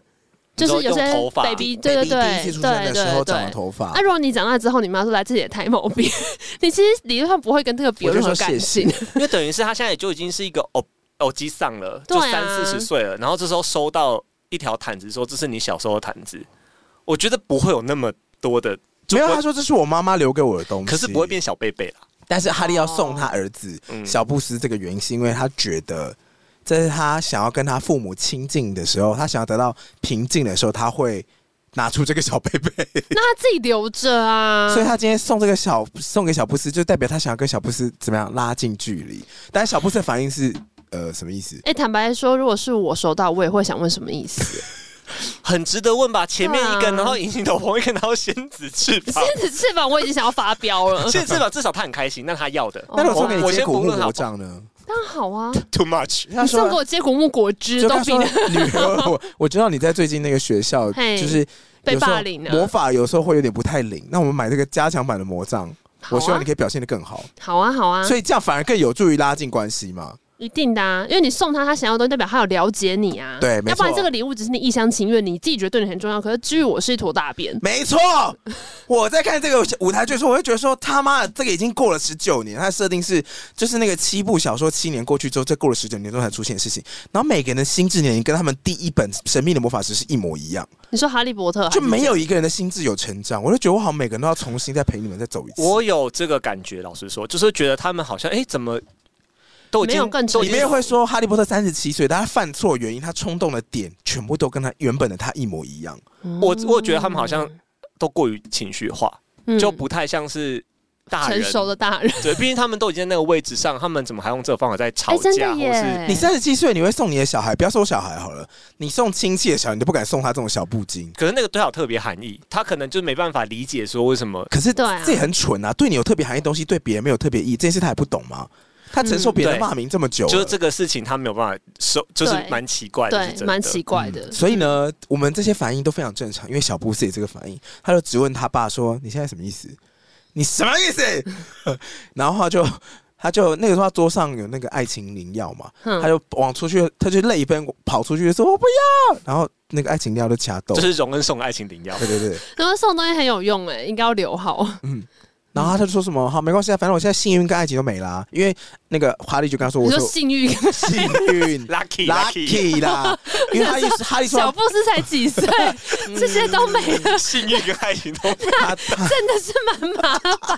Speaker 2: 就
Speaker 3: 你说
Speaker 2: 是有些
Speaker 3: 用头发
Speaker 2: baby，对对
Speaker 1: Baby 第
Speaker 2: 对
Speaker 1: 一次出生的
Speaker 2: 对
Speaker 1: 时候
Speaker 2: 对
Speaker 1: 长
Speaker 2: 啊
Speaker 1: 了
Speaker 2: 对。
Speaker 1: 头发
Speaker 2: 那、，如果你长大之后，你妈说来这里的胎毛笔， [LAUGHS] 你其实理论上不会跟这个笔有
Speaker 1: 我就
Speaker 2: 任何
Speaker 1: 说
Speaker 2: 感
Speaker 1: 谢谢
Speaker 2: 情。。
Speaker 3: [LAUGHS] 因为等于是他现在也就已经是一个偶偶机上了，
Speaker 2: 对
Speaker 3: 就
Speaker 2: 啊
Speaker 3: 三四十岁了，然后这时候收到一条毯子说这是你小时候的毯子，我觉得不会有那么多的，就
Speaker 1: 没有，
Speaker 3: 不会
Speaker 1: 他说这是我妈妈留给我的东西，
Speaker 3: 可是不会变。小贝贝了。
Speaker 1: 但是哈利要送他儿子
Speaker 3: 嗯
Speaker 1: 小布斯这个原因，是因为他觉得这是他想要跟他父母亲近的时候，他想要得到平静的时候，他会拿出这个小贝贝，
Speaker 2: 那他自己留着啊。
Speaker 1: 所以他今天送这个小送给小布斯，就代表他想要跟小布斯怎么样拉近距离。但是小布斯的反应是呃什么意思？
Speaker 2: 哎、坦白说，如果是我收到，我也会想问什么意思。
Speaker 3: 很值得问吧？前面一
Speaker 2: 对
Speaker 3: 个，
Speaker 2: 啊
Speaker 3: 然后隐形斗篷一个，然后仙子翅
Speaker 2: [LAUGHS]
Speaker 3: 膀，，
Speaker 2: 仙子翅膀我已经想要发飙了
Speaker 1: [LAUGHS]
Speaker 3: 仙子翅膀至少他很开心，那他要的
Speaker 2: 哦
Speaker 1: 那如果送给你
Speaker 3: 我
Speaker 1: 接
Speaker 3: 先
Speaker 1: 骨
Speaker 3: 不
Speaker 1: 木
Speaker 3: 论好
Speaker 1: 魔
Speaker 3: 不
Speaker 1: 杖呢？
Speaker 2: 当然好啊。
Speaker 3: ，too much。
Speaker 1: 他
Speaker 2: 你送给
Speaker 1: 说。
Speaker 2: 我接骨木果汁
Speaker 1: 就
Speaker 2: 都
Speaker 1: 他
Speaker 2: 比
Speaker 1: 说
Speaker 2: 那，
Speaker 1: 女儿，我我知道你在最近那个学校，
Speaker 2: 嘿
Speaker 1: 就是
Speaker 2: 被
Speaker 1: 有时候
Speaker 2: 霸凌啊
Speaker 1: 魔法有时候会有点不太灵。那我们买这个加强版的魔杖，
Speaker 2: 好
Speaker 1: 我
Speaker 2: 啊
Speaker 1: 希望你可以表现得更好，
Speaker 2: 好啊好啊，
Speaker 1: 所以这样反而更有助于拉近关系嘛。
Speaker 2: 一定的啊，因为你送他他想要的东西，代表他有了解你啊。
Speaker 1: 对没错
Speaker 2: 要不然这个礼物只是你一厢情愿，你自己觉得对你很重要，可是至于我是一坨大便。
Speaker 3: 嗯
Speaker 1: 没
Speaker 2: [LAUGHS]
Speaker 1: 错，我在看这个舞台剧的时候，我会觉得说他妈的，这个已经过了十九年，它的设定是就是那个七部小说七年过去之后，这过了十九年之后才出现的事情。然后每个人的心智年龄跟他们第一本《神秘的魔法师》是一模一样，
Speaker 2: 你说哈利波特还是
Speaker 1: 就没有一个人的心智有成长。我就觉得我好像每个人都要重新再陪你们再走一次。
Speaker 3: 我有这个感觉，老实说，就是觉得他们好像哎、诶怎么都已经
Speaker 2: 没有更
Speaker 3: 都已
Speaker 1: 里
Speaker 3: 经
Speaker 1: 面会说哈利波特三十七岁，但他犯错原因，他冲动的点全部都跟他原本的他一模一样。
Speaker 3: 我我觉得他们好像都过于情绪化，
Speaker 2: 嗯
Speaker 3: 就不太像是大
Speaker 2: 成
Speaker 3: 人
Speaker 2: 熟的大人。
Speaker 3: [LAUGHS] 对，毕竟他们都已经在那个位置上，他们怎么还用这个方法在吵
Speaker 2: 哎，真
Speaker 3: 架，
Speaker 2: 的
Speaker 3: 或是
Speaker 2: 耶！
Speaker 1: 你三十七岁，你会送你的小孩，不要说小孩好了，你送亲戚的小孩，你都不敢送他这种小布巾。
Speaker 3: 可是那个对他有特别含义，他可能就没办法理解说为什么
Speaker 1: 可是
Speaker 2: 对啊
Speaker 1: 这也很蠢啊！对你有特别含义的东西，对别人没有特别意义，这件事他也不懂吗？他承受别人的
Speaker 3: 嗯
Speaker 1: 骂名这么久了，
Speaker 3: 就是这个事情他没有办法收，就是
Speaker 2: 对
Speaker 3: 蛮奇怪的，是
Speaker 2: 对
Speaker 3: 真，的嗯
Speaker 2: 蛮奇怪的。
Speaker 1: 嗯所以呢，我们这些反应都非常正常，因为小布斯也这个反应，他就质问他爸说：“你现在什么意思？你什么意思？” [LAUGHS] 然后他就他就那个时候他桌上有那个爱情灵药嘛，
Speaker 2: 嗯，
Speaker 1: 他就往出去，他就泪奔跑出去说：“我不要！”然后那个爱情灵药就掐斗，
Speaker 3: 就是荣恩送的爱情灵
Speaker 1: [LAUGHS]
Speaker 3: 药
Speaker 1: 对。对对，
Speaker 2: 然后送东西很有用哎，应该要留好。
Speaker 1: 然后他就说什么：“好，没关系啊，反正我现在幸运跟爱情都没啦、因为那个哈利就跟他说：“
Speaker 2: 你
Speaker 1: 我
Speaker 2: 说
Speaker 1: 说
Speaker 2: 性
Speaker 3: [LAUGHS]
Speaker 2: 欲，
Speaker 1: 幸运
Speaker 3: Lucky lucky，
Speaker 1: lucky 啦，因为哈利哈利说
Speaker 2: 小布斯才几
Speaker 3: [LAUGHS]
Speaker 2: 岁，
Speaker 3: 嗯
Speaker 2: 这些都没了，
Speaker 3: 幸运跟爱情都 [LAUGHS]
Speaker 1: 他他
Speaker 2: 真的是蛮麻烦。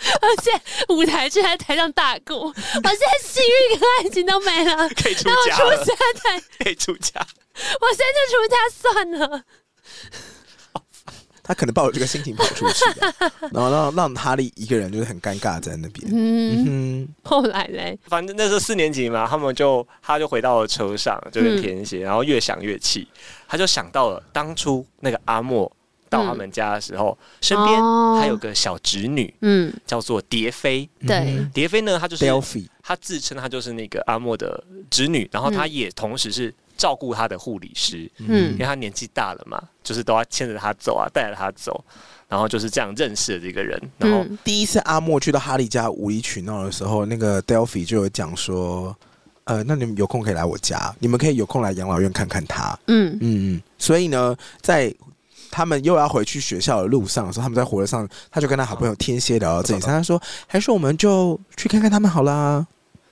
Speaker 2: 而且舞台剧还在台上大哭，我现在性欲跟爱情都没了，
Speaker 3: 可
Speaker 2: [LAUGHS]
Speaker 3: 以出
Speaker 2: 那我
Speaker 3: 家
Speaker 2: 哦出
Speaker 3: 了，
Speaker 2: 家台，
Speaker 3: [LAUGHS] 可以出家。
Speaker 2: 我现在就出家算了。 [LAUGHS]
Speaker 1: 他可能抱着这个心情跑出去吧，然后让让哈利一个人就是很尴尬地在那边。
Speaker 2: 嗯，
Speaker 1: 嗯，
Speaker 2: 后来嘞，
Speaker 3: 反正那时候四年级嘛，他们就他就回到了车上，就跟填
Speaker 2: 嗯
Speaker 3: 写，然后越想越气，他就想到了当初那个阿莫
Speaker 2: 嗯
Speaker 3: 到他们家的时候，身边
Speaker 2: 哦
Speaker 3: 还有个小侄女
Speaker 2: 嗯，
Speaker 3: 叫做蝶飞，
Speaker 2: 对，
Speaker 3: 蝶飞呢，她就是
Speaker 1: Delphi
Speaker 3: 她自称她就是那个阿莫的侄女，然后她也同时是照顾他的护理师，
Speaker 2: 嗯
Speaker 3: 因为他年纪大了嘛，就是都要牵着他走啊，带着他走，然后就是这样认识了这个人，然后
Speaker 2: 嗯
Speaker 1: 第一次阿莫去到哈利家无理取闹的时候，那个 Delphi 就有讲说，呃，那你们有空可以来我家，你们可以有空来养老院看看他。
Speaker 2: 嗯
Speaker 1: 嗯，嗯，所以呢，在他们又要回去学校的路上的时候，他们在火车上，他就跟他好朋友天蝎聊到这里，他说：“还是我们就去看看他们好啦。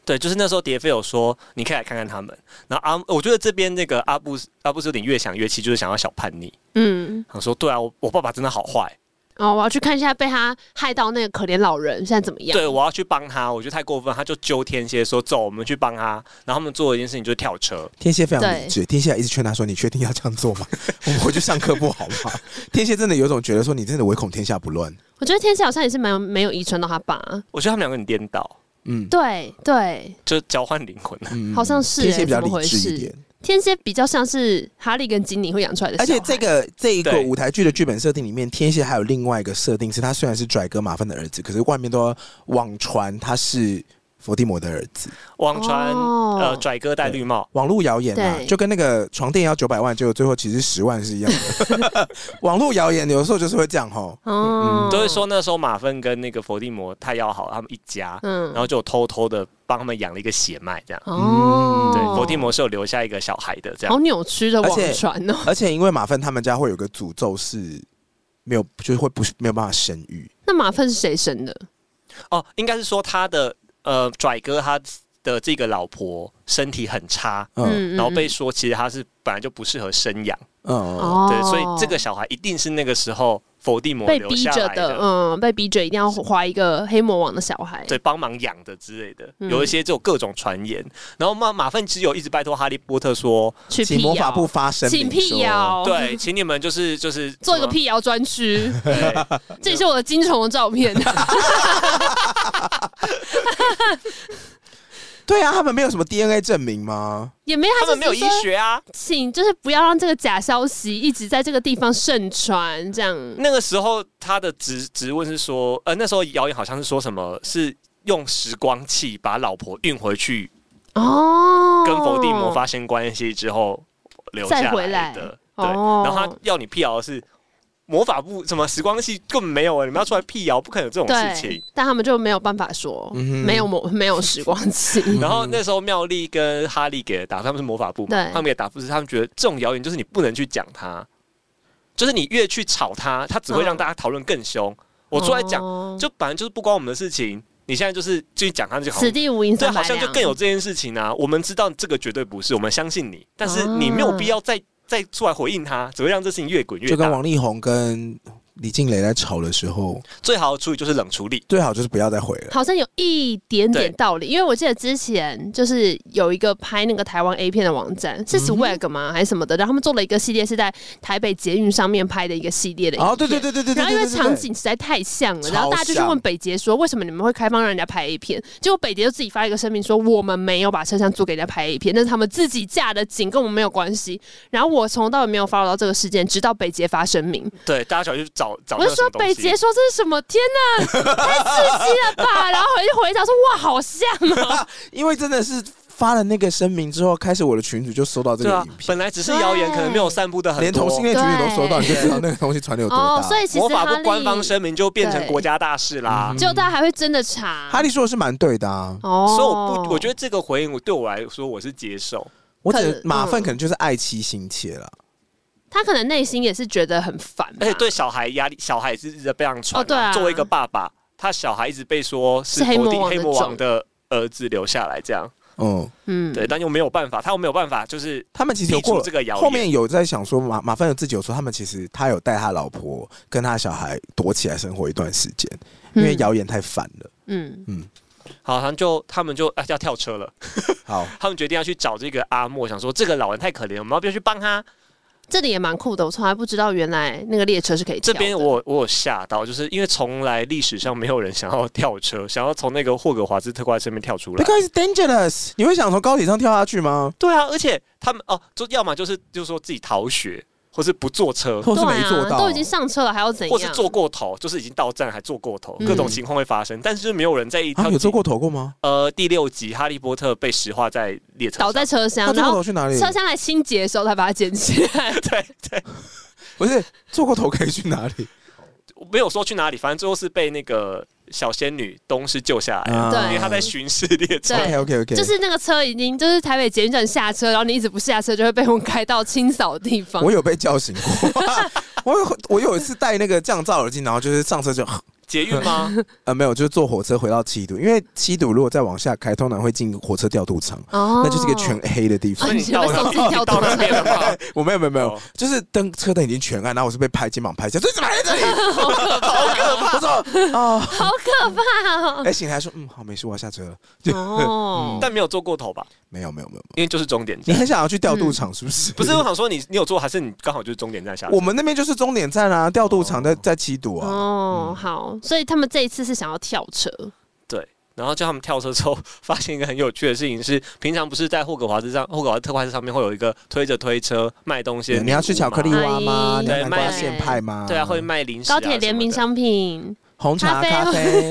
Speaker 3: 对，就是那时候蝶飞有说，你可以来看看他们。然后阿，我觉得这边那个阿布斯阿布斯有点越想越气，就是想要小叛逆。
Speaker 2: 嗯，
Speaker 3: 他说：“对啊，我我爸爸真的好坏，
Speaker 2: 哦，我要去看一下被他害到那个可怜老人现在怎么样。
Speaker 3: 对我要去帮他，我觉得太过分。”他就揪天蝎说：“走，我们去帮他。”然后他们做了一件事情，就是跳车。”
Speaker 1: 天蝎非常
Speaker 2: 对
Speaker 1: 理智，天蝎一直劝他说：“你确定要这样做
Speaker 2: [LAUGHS]
Speaker 1: 吗？我们回去上课不好吗？”天蝎真的有种觉得说：“你真的唯恐天下不乱。
Speaker 2: 我觉得天蝎好像也是蛮没有遗传到他爸，
Speaker 3: 我觉得他们两个很颠倒，”
Speaker 1: 嗯，
Speaker 2: 对对，
Speaker 3: 就交换灵魂了。
Speaker 1: 嗯
Speaker 2: 好像是
Speaker 1: 天蝎比较
Speaker 2: 欸怎么
Speaker 1: 理
Speaker 2: 回
Speaker 1: 智
Speaker 2: 事
Speaker 1: 一点，
Speaker 2: 天蝎比较像是哈利跟金妮会养出来的小
Speaker 1: 而
Speaker 2: 孩，
Speaker 1: 且这个这一个
Speaker 3: 对
Speaker 1: 舞台剧的剧本设定里面，天蝎还有另外一个设定是，他虽然是拽哥马粪的儿子，可是外面都网传他是伏地魔的儿子。
Speaker 3: 网传、
Speaker 2: 哦
Speaker 3: 呃，拽哥戴绿帽，
Speaker 1: 网络谣言啊
Speaker 2: 对，
Speaker 1: 就跟那个床垫要九百万，结果最后其实十万是一样的。
Speaker 2: [LAUGHS]
Speaker 1: 网络谣言有时候就是会这样吼。
Speaker 2: 哦，
Speaker 3: 嗯都会说那时候马粪跟那个伏地魔太要好，他们一家，
Speaker 2: 嗯
Speaker 3: 然后就偷偷的帮他们养了一个血脉，这样。
Speaker 2: 哦，
Speaker 3: 嗯对，伏地魔是有留下一个小孩的，这
Speaker 2: 好
Speaker 3: 样。
Speaker 2: 扭曲的
Speaker 1: 而且
Speaker 2: 网传哦。
Speaker 1: 而且因为马粪他们家会有个诅咒是没有，就是会不是没有办法生育。
Speaker 2: 那马粪是谁生的？
Speaker 3: 哦，应该是说他的呃，拽哥他的这个老婆身体很差，
Speaker 1: 嗯
Speaker 2: 嗯
Speaker 3: 然后被说其实他是本来就不适合生养，
Speaker 1: 嗯，
Speaker 2: 哦，
Speaker 3: 对，所以这个小孩一定是那个时候伏地魔
Speaker 2: 被
Speaker 3: 留
Speaker 2: 逼
Speaker 3: 下
Speaker 2: 着
Speaker 3: 来
Speaker 2: 的，嗯，被逼着一定要怀一个黑魔王的小孩，
Speaker 3: 对，帮忙养的之类的，
Speaker 2: 嗯
Speaker 3: 有一些就有各种传言。然后马马粪只有一直拜托哈利波特说，
Speaker 2: 去
Speaker 1: 请
Speaker 2: 辟
Speaker 1: 魔法
Speaker 2: 谣
Speaker 1: 部，发声
Speaker 2: 请
Speaker 1: 明
Speaker 2: 辟
Speaker 1: 说，
Speaker 2: 谣，，
Speaker 3: [LAUGHS] 对，请你们就是就是
Speaker 2: 哦 [LAUGHS] 做一个
Speaker 3: [LAUGHS] 什么，
Speaker 2: 辟谣专区。
Speaker 3: 对
Speaker 2: 这也是我的金虫的照
Speaker 3: [LAUGHS]
Speaker 2: 片，
Speaker 1: 对啊，他们没有什么 DNA 证明吗？
Speaker 2: 也没有，他
Speaker 3: 他们没有
Speaker 2: 只
Speaker 3: 医
Speaker 2: 是说
Speaker 3: 学啊。
Speaker 2: 请就是不要让这个假消息一直在这个地方盛传，这样。
Speaker 3: 那个时候他的职职问是说，呃，那时候谣言好像是说什么是用时光器把老婆运回去，
Speaker 2: 哦，
Speaker 3: 跟伏地魔发生关系之后留下
Speaker 2: 再回来
Speaker 3: 来的。对，
Speaker 2: 哦
Speaker 3: 然后他要你辟谣的是。魔法部什么时光器根本没有啊！你们要出来辟谣，不可能有这种事情
Speaker 2: 对。，但他们就没有办法说，
Speaker 1: 嗯哼
Speaker 2: 没有魔，没有时光机，
Speaker 3: 然后那时候妙丽跟哈利给的答复，他们是魔法部
Speaker 2: 对
Speaker 3: 嘛，他们给的答复是，他们觉得这种谣言就是你不能去讲它，就是你越去炒它，它只会让
Speaker 2: 嗯
Speaker 3: 大家讨论更凶。 [LAUGHS] 我出来讲，
Speaker 2: 哦
Speaker 3: 就反正就是不关我们的事情，你现在就是去讲它就好。
Speaker 2: 此地无银
Speaker 3: 对，
Speaker 2: 三百
Speaker 3: 好
Speaker 2: 两，
Speaker 3: 像就更有这件事情啊。我们知道这个绝对不是，我们相信你，但是你没有必要再再出来回应他，只会让这事情越滚越
Speaker 1: 就跟
Speaker 3: 大。
Speaker 1: 王力宏跟李静蕾在吵的时候，
Speaker 3: 最好的处理就是冷处理。
Speaker 1: 最好就是不要再回了。
Speaker 2: 好像有一点点
Speaker 3: 对
Speaker 2: 道理，因为我记得之前就是有一个拍那个台湾 A 片的网站，
Speaker 1: 嗯
Speaker 2: 是 Swag 吗、还是什么的，然后他们做了一个系列是在台北捷运上面拍的一个系列的影片。
Speaker 1: 哦，对对对对对对，
Speaker 2: 然后因为
Speaker 1: 对对对
Speaker 2: 场景实在太像了，然后大家就去
Speaker 1: 超像
Speaker 2: 问北捷说，为什么你们会开放让人家拍 A 片？结果北捷就自己发一个声明说，我们没有把车厢租给人家拍 A 片，那是他们自己架的景，跟我们没有关系。然后我从头到尾没有 follow 到这个事件，直到北捷发声明，
Speaker 3: 对，大家小心去找找
Speaker 2: 我
Speaker 3: 那
Speaker 2: 就
Speaker 3: 个什
Speaker 2: 说
Speaker 3: 么东西。
Speaker 2: 北捷说这是什么？天哪，太刺激了吧！然后回去回答说，哇，好像哦，
Speaker 1: [LAUGHS] 因为真的是发了那个声明之后，开始我的群主就收到这
Speaker 3: 对
Speaker 1: 个
Speaker 3: 啊
Speaker 1: 影，片，
Speaker 3: 本来只是谣言，
Speaker 2: 对
Speaker 3: 可能没有散布的
Speaker 1: 哎
Speaker 3: 很
Speaker 1: 连同性
Speaker 3: 多。
Speaker 1: 恋群主都收到，你就知道那个东西传的有多大。
Speaker 2: 哦，所以其实
Speaker 3: 魔法
Speaker 2: 哈
Speaker 3: 部
Speaker 2: 利
Speaker 3: 官方声明就变成国家大事啦。
Speaker 2: 就大家还会真的
Speaker 3: 嗯
Speaker 2: 查
Speaker 1: 哈利说的是蛮对的啊，
Speaker 2: 哦，
Speaker 3: 所以我不，我觉得这个回应我对我来说我是接受。
Speaker 1: 我
Speaker 2: 可
Speaker 1: 只
Speaker 2: 是
Speaker 1: 马粪
Speaker 2: 嗯
Speaker 1: 可能就是爱妻心切了。
Speaker 2: 他可能内心也是觉得很烦吧，
Speaker 3: 而且哎对小孩压力，小孩也是一直被让传、
Speaker 2: 哦对啊
Speaker 3: 作为一个爸爸，他小孩一直被说是
Speaker 2: 是黑
Speaker 3: 佛地
Speaker 2: 魔王的
Speaker 3: 黑魔王
Speaker 2: 种
Speaker 3: 的儿子留下来这样，
Speaker 1: 嗯，
Speaker 2: 嗯，
Speaker 3: 对，但又没有办法，他又没有办法，就是
Speaker 1: 他们其实有
Speaker 3: 剔
Speaker 1: 过
Speaker 3: 除这个谣言
Speaker 1: 后面有在想说马马粪有自己有说，他们其实他有带他老婆跟他小孩躲起来生活一段时间，因为
Speaker 2: 嗯
Speaker 1: 谣言太烦
Speaker 3: [LAUGHS]
Speaker 1: 了。
Speaker 2: 嗯，
Speaker 3: 好像就他们就、啊、要跳车了，
Speaker 1: 好，
Speaker 3: 他们决定要去找这个阿莫，想说这个老人太可怜了，我们要不要去帮他？
Speaker 2: 这里也蛮酷的，我从来不知道原来那个列车是可以跳
Speaker 3: 这
Speaker 2: 的
Speaker 3: 边我我有吓到，就是因为从来历史上没有人想要跳车，想要从那个霍格华兹特快车上面跳出来。
Speaker 1: because dangerous，你会想从高铁上跳下去吗？
Speaker 3: [LAUGHS] 对啊，而且他们哦，就要么就是就是说自己逃学，或是不坐车，
Speaker 1: 或是没做
Speaker 2: 对啊，
Speaker 1: 到，
Speaker 2: 都已经上车了，还要怎
Speaker 3: 或是
Speaker 2: 样？
Speaker 3: 坐过头，就是已经到站还坐过头，
Speaker 2: 嗯
Speaker 3: 各种情况会发生。但是就是没有人在意
Speaker 1: 啊
Speaker 3: 他
Speaker 1: 有做过头过吗？
Speaker 3: 呃第六集《哈利波特》被石化在列车上
Speaker 2: 倒
Speaker 3: [LAUGHS]
Speaker 2: 在车
Speaker 1: 他
Speaker 2: 厢，
Speaker 1: 做
Speaker 2: 然
Speaker 1: 过
Speaker 2: 后
Speaker 1: 头去哪里？
Speaker 2: 车厢来清洁的时候才把它捡起来。
Speaker 3: 对对，
Speaker 1: 不是做过头可以去哪里？
Speaker 3: 我没有说去哪里，反正最后是被那个小仙女东施救下来
Speaker 1: 啊
Speaker 3: 的，
Speaker 2: 对
Speaker 3: 因为她在巡视列车。
Speaker 2: 对
Speaker 1: OK OK OK，
Speaker 2: [LAUGHS] 就是那个车已经就是台北捷运站下车，然后你一直不下车，就会被我们开到清扫的地方
Speaker 1: 我。有被叫醒过，我有我有一次戴那个降噪耳机，然后就是上车就
Speaker 3: 捷
Speaker 2: [LAUGHS]
Speaker 3: 运吗？
Speaker 1: 呃没有，就是坐火车回到七堵，因为七堵如果再往下开，通常会进火车调度场，
Speaker 2: 哦
Speaker 1: 那就是一个 [LAUGHS] 全黑的地方
Speaker 3: 所。以你
Speaker 2: 啊
Speaker 3: 到
Speaker 2: 你是被
Speaker 3: 那
Speaker 2: 送进跳
Speaker 3: 你
Speaker 2: 动
Speaker 3: 到那边了吗？
Speaker 1: 我没有没有没有
Speaker 3: 哦，
Speaker 1: 就是灯车灯已经全暗，然后我是被拍肩膀拍一下，这怎么还在这里？好可怕！ [LAUGHS] 我说啊，
Speaker 2: 好可怕哦！
Speaker 1: 哎，醒来说嗯好没事，我要下车了。嗯
Speaker 2: 哦，
Speaker 3: 但没有坐过头吧？
Speaker 1: [LAUGHS] 没有没有没有，没有
Speaker 3: 因为就是终点
Speaker 1: 你
Speaker 3: 站。
Speaker 1: 很想要去调度场是不是？
Speaker 3: 嗯不是我想说你你有坐，还是你刚好就是终点站下来？
Speaker 1: 我们那边就是终点站啊，调度场在
Speaker 3: 哦
Speaker 1: 在七堵啊。
Speaker 2: 哦，好，所以他们这一次是想要跳车，
Speaker 3: 对，然后叫他们跳车之后， [LAUGHS] 发现一个很有趣的事情是，平常不是在霍格华兹上，霍格华兹特快车上面会有一个推着推车卖东西的
Speaker 1: 对你要吃
Speaker 3: 女巫
Speaker 1: 巧
Speaker 3: 嘛
Speaker 1: 克力蛙吗？
Speaker 2: 哎
Speaker 1: 你要南瓜
Speaker 3: 对卖
Speaker 1: 馅派吗？
Speaker 3: 对啊，会卖零食、啊、
Speaker 2: 高铁联名，商品
Speaker 1: 红茶、咖
Speaker 2: 咖
Speaker 1: 啡、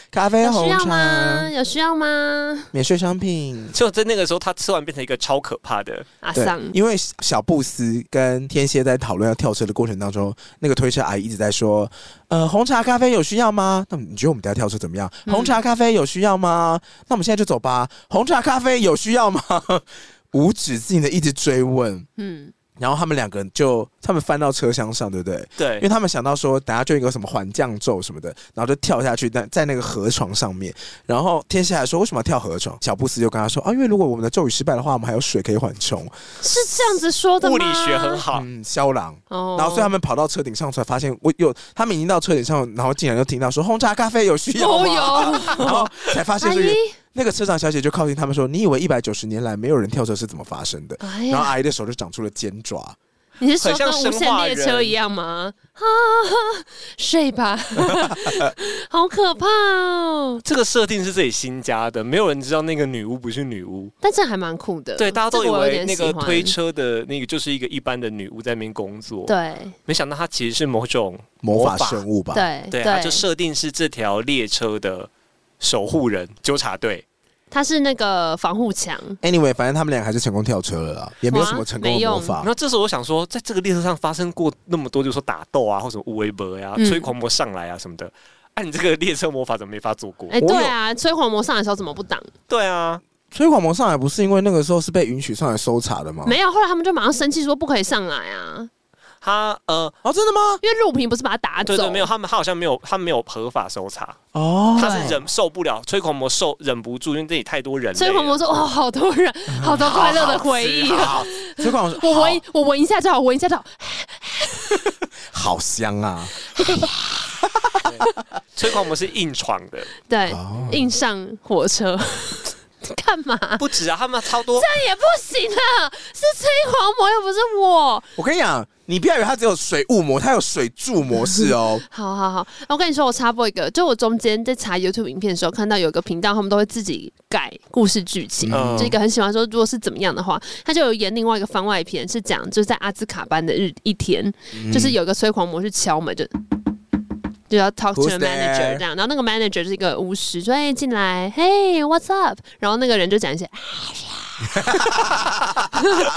Speaker 2: [LAUGHS]
Speaker 1: 咖啡、
Speaker 2: 有需
Speaker 1: 哎红
Speaker 2: 要吗？
Speaker 1: 茶、
Speaker 2: 有需要吗？
Speaker 1: 免税商品。
Speaker 3: 就在那个时候，他吃完变成一个超可怕的，
Speaker 2: 阿
Speaker 1: 对
Speaker 2: 桑，，
Speaker 1: 因为小布斯跟天蝎在讨论要跳车的过程当中，那个推车阿姨一直在说：“呃，红茶咖啡有需要吗？那你觉得我们等一下跳车怎么样？
Speaker 2: 嗯
Speaker 1: 红茶咖啡有需要吗？那我们现在就走吧。红茶咖啡有需要吗？” [LAUGHS] 无止境的一直追问，
Speaker 2: 嗯，
Speaker 1: 然后他们两个人就他们翻到车厢上，对不对？
Speaker 2: [LAUGHS]
Speaker 1: 因
Speaker 2: 嗯
Speaker 1: 为
Speaker 3: 对，
Speaker 1: 他们想到说，等下就有一个什么缓降咒什么的，然后就跳下去，但在那个河床上面。然后天蝎还说，为什么要跳河床？小布斯就跟他说啊，因为如果我们的咒语失败的话，我们还有水可以缓冲。
Speaker 2: 是这样子
Speaker 1: 哦
Speaker 2: 说的吗？
Speaker 3: 物理学很好，
Speaker 1: 嗯，肖郎。
Speaker 2: 哦
Speaker 1: 然后所以他们跑到车顶上，才发现我有他们已经到车顶上，然后竟然就听到说红茶咖啡有需要
Speaker 2: 哦
Speaker 1: 吗？[LAUGHS]
Speaker 2: 哟，
Speaker 1: 然后才发现
Speaker 2: 阿
Speaker 1: 这个
Speaker 2: 姨，
Speaker 1: 那个车长小姐就靠近他们说，你以为一百九十年来没有人跳车是怎么发生的？
Speaker 2: 哎
Speaker 1: 然后啊
Speaker 2: 呀，
Speaker 1: 阿姨的手就长出了尖爪，
Speaker 2: 你是说
Speaker 3: 很像
Speaker 2: 跟
Speaker 3: 生
Speaker 2: 无
Speaker 3: 化
Speaker 2: 限列车
Speaker 3: 人
Speaker 2: 一样吗？啊，睡吧，好可怕哦！
Speaker 3: 这个设定是自己新加的，没有人知道那个女巫不是女巫。
Speaker 2: 但这还蛮酷的，
Speaker 3: 对，大家都以
Speaker 2: 这我有
Speaker 3: 为
Speaker 2: 点
Speaker 3: 那
Speaker 2: 喜
Speaker 3: 个
Speaker 2: 欢
Speaker 3: 推车的那个就是一个一般的女巫在那边工作，，
Speaker 2: 对
Speaker 3: 没想到她其实是某种
Speaker 1: 魔法
Speaker 3: 魔法
Speaker 1: 生物吧？
Speaker 2: 对
Speaker 3: 对，啊他就设定是这条列车的守护人纠察队。
Speaker 2: 它是那个防护墙，
Speaker 1: Anyway，反正他们俩还是成功跳车了啦，也没有什么成功的魔法
Speaker 3: 然。后这时候我想说，在这个列车上发生过那么多，就是说打斗啊，或者乌维伯呀、
Speaker 2: 嗯
Speaker 3: 吹狂魔上来啊什么的。啊，你这个列车魔法怎么没法做过？
Speaker 2: 哎，
Speaker 1: 我
Speaker 2: 对
Speaker 1: 有
Speaker 2: 啊，吹黄魔上来的时候怎么不挡？
Speaker 3: 对啊，
Speaker 1: 推广蒙上来不是因为那个时候是被允许上来搜查的吗？
Speaker 2: 没有，后来他们就马上生气说不可以上来啊，
Speaker 3: 他呃，
Speaker 1: 哦，真的吗？
Speaker 2: 因为陆平不是把他打啊走，
Speaker 3: 对对，没有，他们他好像没有，他没有合法搜查，
Speaker 1: 哦，
Speaker 3: 他是忍受不了吹狂魔受忍不住，因为这里太多人类了。
Speaker 2: 吹黄魔说哦，好多人，好多快乐的回忆啊。
Speaker 3: 好好
Speaker 1: 推
Speaker 3: 吃好
Speaker 1: 广 [LAUGHS] 蒙
Speaker 2: 我闻一，我闻一下就好，闻一下就好。
Speaker 1: 好香啊！
Speaker 3: 吹狂魔是硬闯的，
Speaker 2: 对，
Speaker 1: 哦
Speaker 2: 硬上火车， [LAUGHS] 干嘛？
Speaker 3: 不止啊，他们超 [LAUGHS] 多。
Speaker 2: 那也不行啊！是吹黄魔又不是我。
Speaker 1: 我跟你讲，你不要以为它只有水雾膜，它有水柱模式
Speaker 2: [LAUGHS]
Speaker 1: 哦。
Speaker 2: 好好好，我跟你说，我插播一个，就我中间在查 YouTube 影片的时候，看到有一个频道，他们都会自己改故事剧情，
Speaker 3: 嗯
Speaker 2: 就一个很喜欢说，如果是怎么样的话，他就有演另外一个番外篇，是讲就是在阿兹卡班的日一天，
Speaker 1: 嗯
Speaker 2: 就是有一个催狂魔去敲门，就。就要 talk to
Speaker 1: Who's
Speaker 2: the
Speaker 1: there？
Speaker 2: manager 这样，然后那个 manager 就是一个巫师，说：“哎、进来，Hey what's up？” 然后那个人就讲一些， [LAUGHS] 哎呀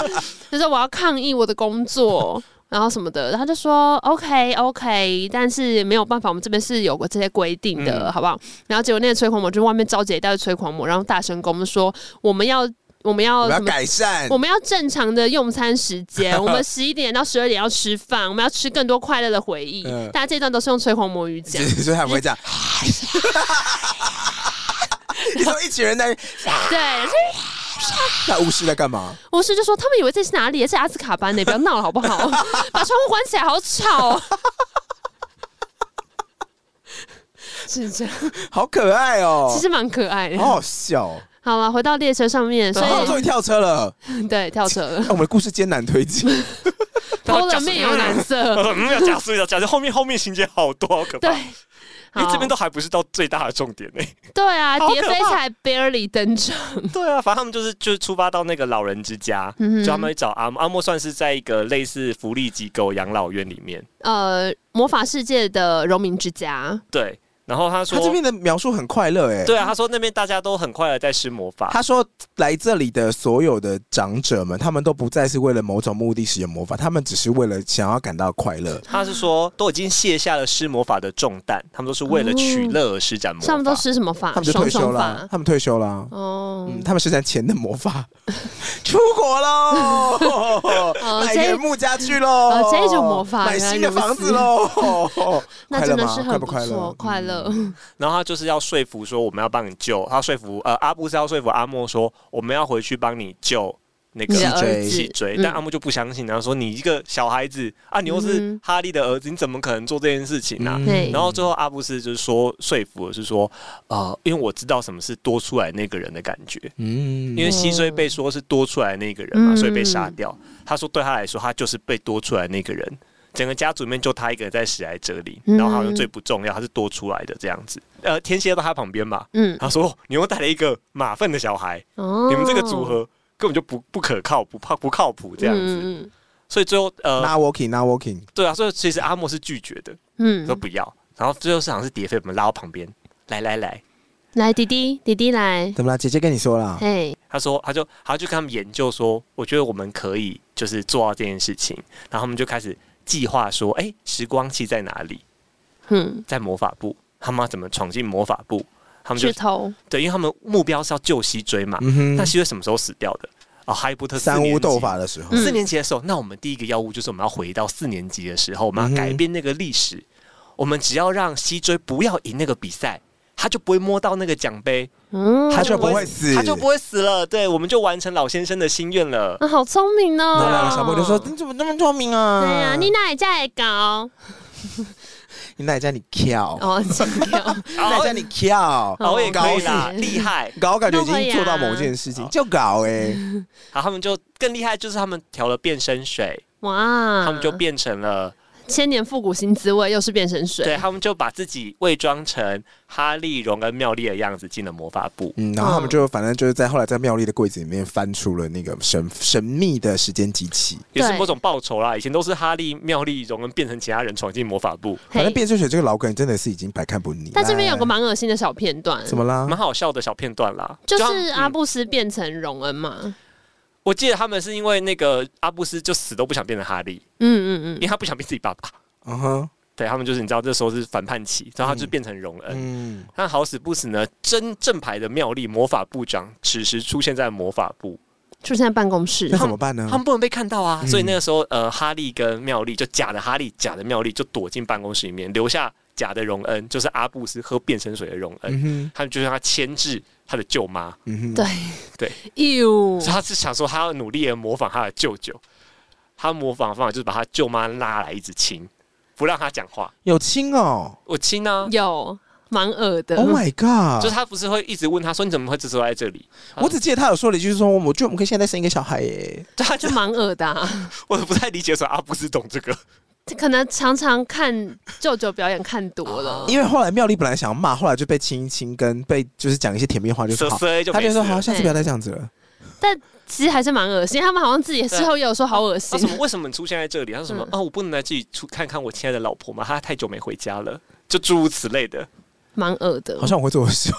Speaker 2: 就说我要抗议我的工作，然后什么的，然后他就说 OK OK，但是没有办法，我们这边是有过这些规定的，
Speaker 1: 嗯
Speaker 2: 好不好？然后结果那个催狂魔就外面召集了一大堆催狂魔，然后大声跟我们说我们要我们
Speaker 1: 我
Speaker 2: 要
Speaker 1: 们要
Speaker 2: 什么？
Speaker 1: 改善
Speaker 2: 我，们要正常的用餐时间，
Speaker 3: [LAUGHS]
Speaker 2: 我们十一点到十二点要吃饭，我们要吃更多快乐的回忆。
Speaker 1: 嗯
Speaker 2: 大家这一段都是用催狂魔语
Speaker 3: [LAUGHS]
Speaker 2: 讲，
Speaker 1: 所以他们会这样。 [LAUGHS] 你说一群人在
Speaker 2: 对，
Speaker 1: 那巫师在干嘛？
Speaker 2: 我是就说他们以为这是哪里？这是阿兹卡班呢、不要闹了好不
Speaker 3: [LAUGHS]
Speaker 2: 好？把窗户关起来，好吵、哦。是这样，
Speaker 1: 好可爱哦，
Speaker 2: 其实蛮可爱的。
Speaker 1: 好好笑哦。
Speaker 2: 好了，回到列车上面，所
Speaker 1: 然后终于
Speaker 2: 以
Speaker 1: 跳车了，
Speaker 2: 对跳车了
Speaker 1: 哎，我们的故事艰难推
Speaker 2: [LAUGHS]
Speaker 1: 进。
Speaker 2: 偷了面有难色，
Speaker 3: [LAUGHS] 嗯，要加速要加速，后面后面情节好多，好可怕
Speaker 2: 对。
Speaker 3: 因为这边
Speaker 2: 都
Speaker 3: 都还不是到最大的重点呢、
Speaker 2: 对啊，
Speaker 3: 好可
Speaker 2: 蝶飞
Speaker 3: 怕
Speaker 2: 才 barely 登场，
Speaker 3: [LAUGHS] 对啊，反正他们就是就是出发到那个老人之家，
Speaker 2: 嗯哼
Speaker 3: 就他们去找阿嬷阿莫，算是在一个类似福利机构养老院里面。
Speaker 2: 呃，魔法世界的荣民之家，
Speaker 3: 对，然后他说
Speaker 1: 他这边的描述很快乐哎、
Speaker 3: 对啊，他说那边大家都很快的在施魔法。
Speaker 1: 他说来这里的所有的长者们，他们都不再是为了某种目的使用魔法，他们只是为了想要感到快乐。
Speaker 3: 他是说都已经卸下了施魔法的重担，他们都是为了取乐而施展魔
Speaker 2: 哦所以他们
Speaker 3: 法。
Speaker 2: 都施什么法
Speaker 1: 他？们就退
Speaker 2: 双
Speaker 1: 休
Speaker 2: 啊双
Speaker 1: 啦
Speaker 2: 法，。
Speaker 1: 他们退休啦。
Speaker 2: 哦，
Speaker 1: 嗯，他们施展钱的魔
Speaker 2: [LAUGHS]
Speaker 1: 法，出国喽， [LAUGHS] 买
Speaker 2: 哦呃这一
Speaker 1: 原木家具喽、
Speaker 2: 哦这一种魔法
Speaker 1: 买
Speaker 2: 原来
Speaker 1: 新的
Speaker 2: 如此
Speaker 1: 房子喽，
Speaker 2: 那
Speaker 1: [LAUGHS] 快乐
Speaker 2: 真的
Speaker 1: 吗
Speaker 2: 是
Speaker 1: 快
Speaker 2: 很
Speaker 1: 不
Speaker 2: 不
Speaker 1: 快
Speaker 2: 错
Speaker 1: 乐，？
Speaker 2: 快乐。
Speaker 3: 然后他就是要说服说我们要帮你救，他说服呃阿布是要说服阿莫说我们要回去帮你救那个
Speaker 2: 你的
Speaker 1: 脊椎
Speaker 2: 儿
Speaker 3: 脊
Speaker 2: 子，
Speaker 3: 椎，
Speaker 2: 嗯
Speaker 3: 但阿木就不相信，然后说你一个小孩子啊，你又是
Speaker 2: 嗯
Speaker 3: 哈利的儿子，你怎么可能做这件事情呢、啊？
Speaker 1: 嗯
Speaker 2: 对
Speaker 3: 然后最后阿布斯就是说说服我是说，呃，因为我知道什么是多出来那个人的感觉，
Speaker 1: 嗯
Speaker 3: 因为西追被说是多出来那个人嘛，
Speaker 2: 嗯
Speaker 3: 所以被杀掉。他说对他来说，他就是被多出来那个人，整个家族里面就他一个人在死在这里，
Speaker 2: 嗯
Speaker 3: 然后好像最不重要，他是多出来的这样子。呃，天蝎到他旁
Speaker 2: [LAUGHS]
Speaker 3: 边嘛，
Speaker 2: 嗯，
Speaker 3: 他说你又带了一个马粪的小孩，
Speaker 2: 哦
Speaker 3: 你们这个组合根本就不不可靠，不靠不靠谱这样子。
Speaker 2: 嗯
Speaker 3: 所以最后呃，
Speaker 1: ，not working not working，
Speaker 3: 对啊，所以其实阿莫是拒绝的，
Speaker 2: 嗯，
Speaker 3: 说
Speaker 2: 嗯
Speaker 3: 不要。然后最后是好像是蝶飞，我们拉到旁边，来来来，
Speaker 2: 来弟弟，弟弟来，
Speaker 1: 怎么啦？姐姐跟你说啦，
Speaker 2: 嘿，
Speaker 3: 他说他就他就跟他们研究说，我觉得我们可以就是做到这件事情。然后他们就开始计划说，哎，时光器在哪里？
Speaker 2: 嗯，
Speaker 3: 在魔法部，他们要怎么闯进魔法部？他们就
Speaker 2: 去偷，
Speaker 3: 对，因为他们目标是要救西追嘛。
Speaker 1: 嗯
Speaker 3: 那
Speaker 1: 哼，
Speaker 3: 西追什么时候死掉的？哦，哈利波特四
Speaker 1: 三
Speaker 3: 年
Speaker 1: 巫
Speaker 3: 级
Speaker 1: 斗法的时候，
Speaker 2: 嗯
Speaker 3: 四年级的时候，那我们第一个要务就是我们要回到四年级的时候，我们
Speaker 1: 嗯哼
Speaker 3: 要改变那个历史。我们只要让西追不要赢那个比赛，他就不会摸到那个奖杯，
Speaker 2: 嗯，
Speaker 3: 他
Speaker 1: 就不会死
Speaker 3: 他就不会死了。对，我们就完成老先生的心愿了。
Speaker 2: 啊，好聪明哦。
Speaker 1: 然后两个小朋友就说：“你怎么那么聪明啊？”
Speaker 2: 对呀，你哪里在搞？
Speaker 1: 你哪里叫你跳？
Speaker 2: 哦，这个
Speaker 1: 哪里叫你跳？
Speaker 2: 嗯
Speaker 3: 熬哦也可以啦，
Speaker 2: 高兴
Speaker 3: 厉害。
Speaker 1: 搞感觉已
Speaker 2: 都可
Speaker 1: 经
Speaker 2: 以啊
Speaker 1: 做到某件事情，就搞哎，
Speaker 3: 然后他们就更厉害，就是他们调了变身水，
Speaker 2: 哇，
Speaker 3: 他们就变成了，
Speaker 2: 千年复古新滋味，又是变身水，
Speaker 3: 对啊他们就把自己伪装成哈利、荣跟妙丽的样子进了魔法部。
Speaker 1: 嗯，然后他们
Speaker 2: 嗯
Speaker 1: 就反正就是在后来在妙丽的柜子里面翻出了那个神神秘的时间机器，
Speaker 3: 也是
Speaker 2: 对
Speaker 3: 某种报仇啦，以前都是哈利、妙丽、荣恩变成其他人闯进魔法部，
Speaker 1: 反正
Speaker 2: 嘿。
Speaker 1: 变身水这个老梗真的是已经百看不腻。
Speaker 2: 但这边有个
Speaker 1: 来
Speaker 2: 蛮恶心的小片段，
Speaker 1: 怎么啦？
Speaker 3: 蛮好笑的小片段啦。
Speaker 2: 就
Speaker 3: 他
Speaker 2: 是
Speaker 3: 们
Speaker 2: 阿、
Speaker 3: 嗯
Speaker 2: 布斯变成荣恩嘛，
Speaker 3: 我记得他们是因为那个阿布斯就死都不想变成哈利，
Speaker 2: 嗯嗯
Speaker 3: 因为他不想变自己爸爸。
Speaker 1: 嗯哼，
Speaker 3: 对他们就是你知道这时候是反叛期，然后他就变成荣恩。
Speaker 1: 嗯，
Speaker 3: 但好死不死呢，真正牌的妙丽魔法部长此时出现在魔法部，
Speaker 2: 嗯，出现在办公室
Speaker 1: 那，怎么办呢
Speaker 3: 他？们不能被看到啊，
Speaker 1: 嗯
Speaker 3: 所以那个时候，呃，哈利跟妙丽就假的哈利、假的妙丽就躲进办公室里面，留下假的荣恩，就是阿布斯喝变身水的荣恩，
Speaker 1: 嗯哼，
Speaker 3: 他们就让他牵制他的舅妈，
Speaker 1: 嗯哼，
Speaker 2: 对
Speaker 3: 对，
Speaker 2: 哟
Speaker 3: 所以，他是想说他要努力的模仿他的舅舅，他模仿的方法就是把他舅妈拉来一直亲，不让他讲话，
Speaker 1: 有亲哦
Speaker 3: 我亲啊。
Speaker 2: 有蛮恶的
Speaker 1: ，Oh my
Speaker 3: 就是呃
Speaker 1: god！
Speaker 3: 他不是会一直问他说你怎么会这时候在这里？
Speaker 1: 我只记得他有说了一句说，我觉得我们可以现在再生一个小孩欸耶。
Speaker 3: 对 [LAUGHS] 他就
Speaker 2: 就蛮恶的、啊。
Speaker 3: 我不太理解说阿布斯懂这个，
Speaker 2: 这可能常常看舅舅表演看多
Speaker 3: 啊哦
Speaker 2: 了，
Speaker 1: 因为后来妙丽本来想要骂，后来就被亲一亲，跟被就是讲一些甜蜜话，就
Speaker 3: 瑟
Speaker 1: 是好，
Speaker 3: 瑟就
Speaker 1: 他
Speaker 3: 没
Speaker 1: 就
Speaker 3: 事
Speaker 1: 说
Speaker 3: 了。嗯
Speaker 1: 好，下次不要再这样子了。
Speaker 2: 但其实还是蛮恶心。他们好像自己事后也有说好恶
Speaker 3: 他
Speaker 2: 心
Speaker 3: 什，么？为什么你出现在这里？他说什么？
Speaker 2: 嗯
Speaker 3: 啊，我不能来这里出看看我亲爱的老婆吗？她太久没回家了，就诸如此类的。
Speaker 2: 蛮恶的
Speaker 1: 好。像我会做的事。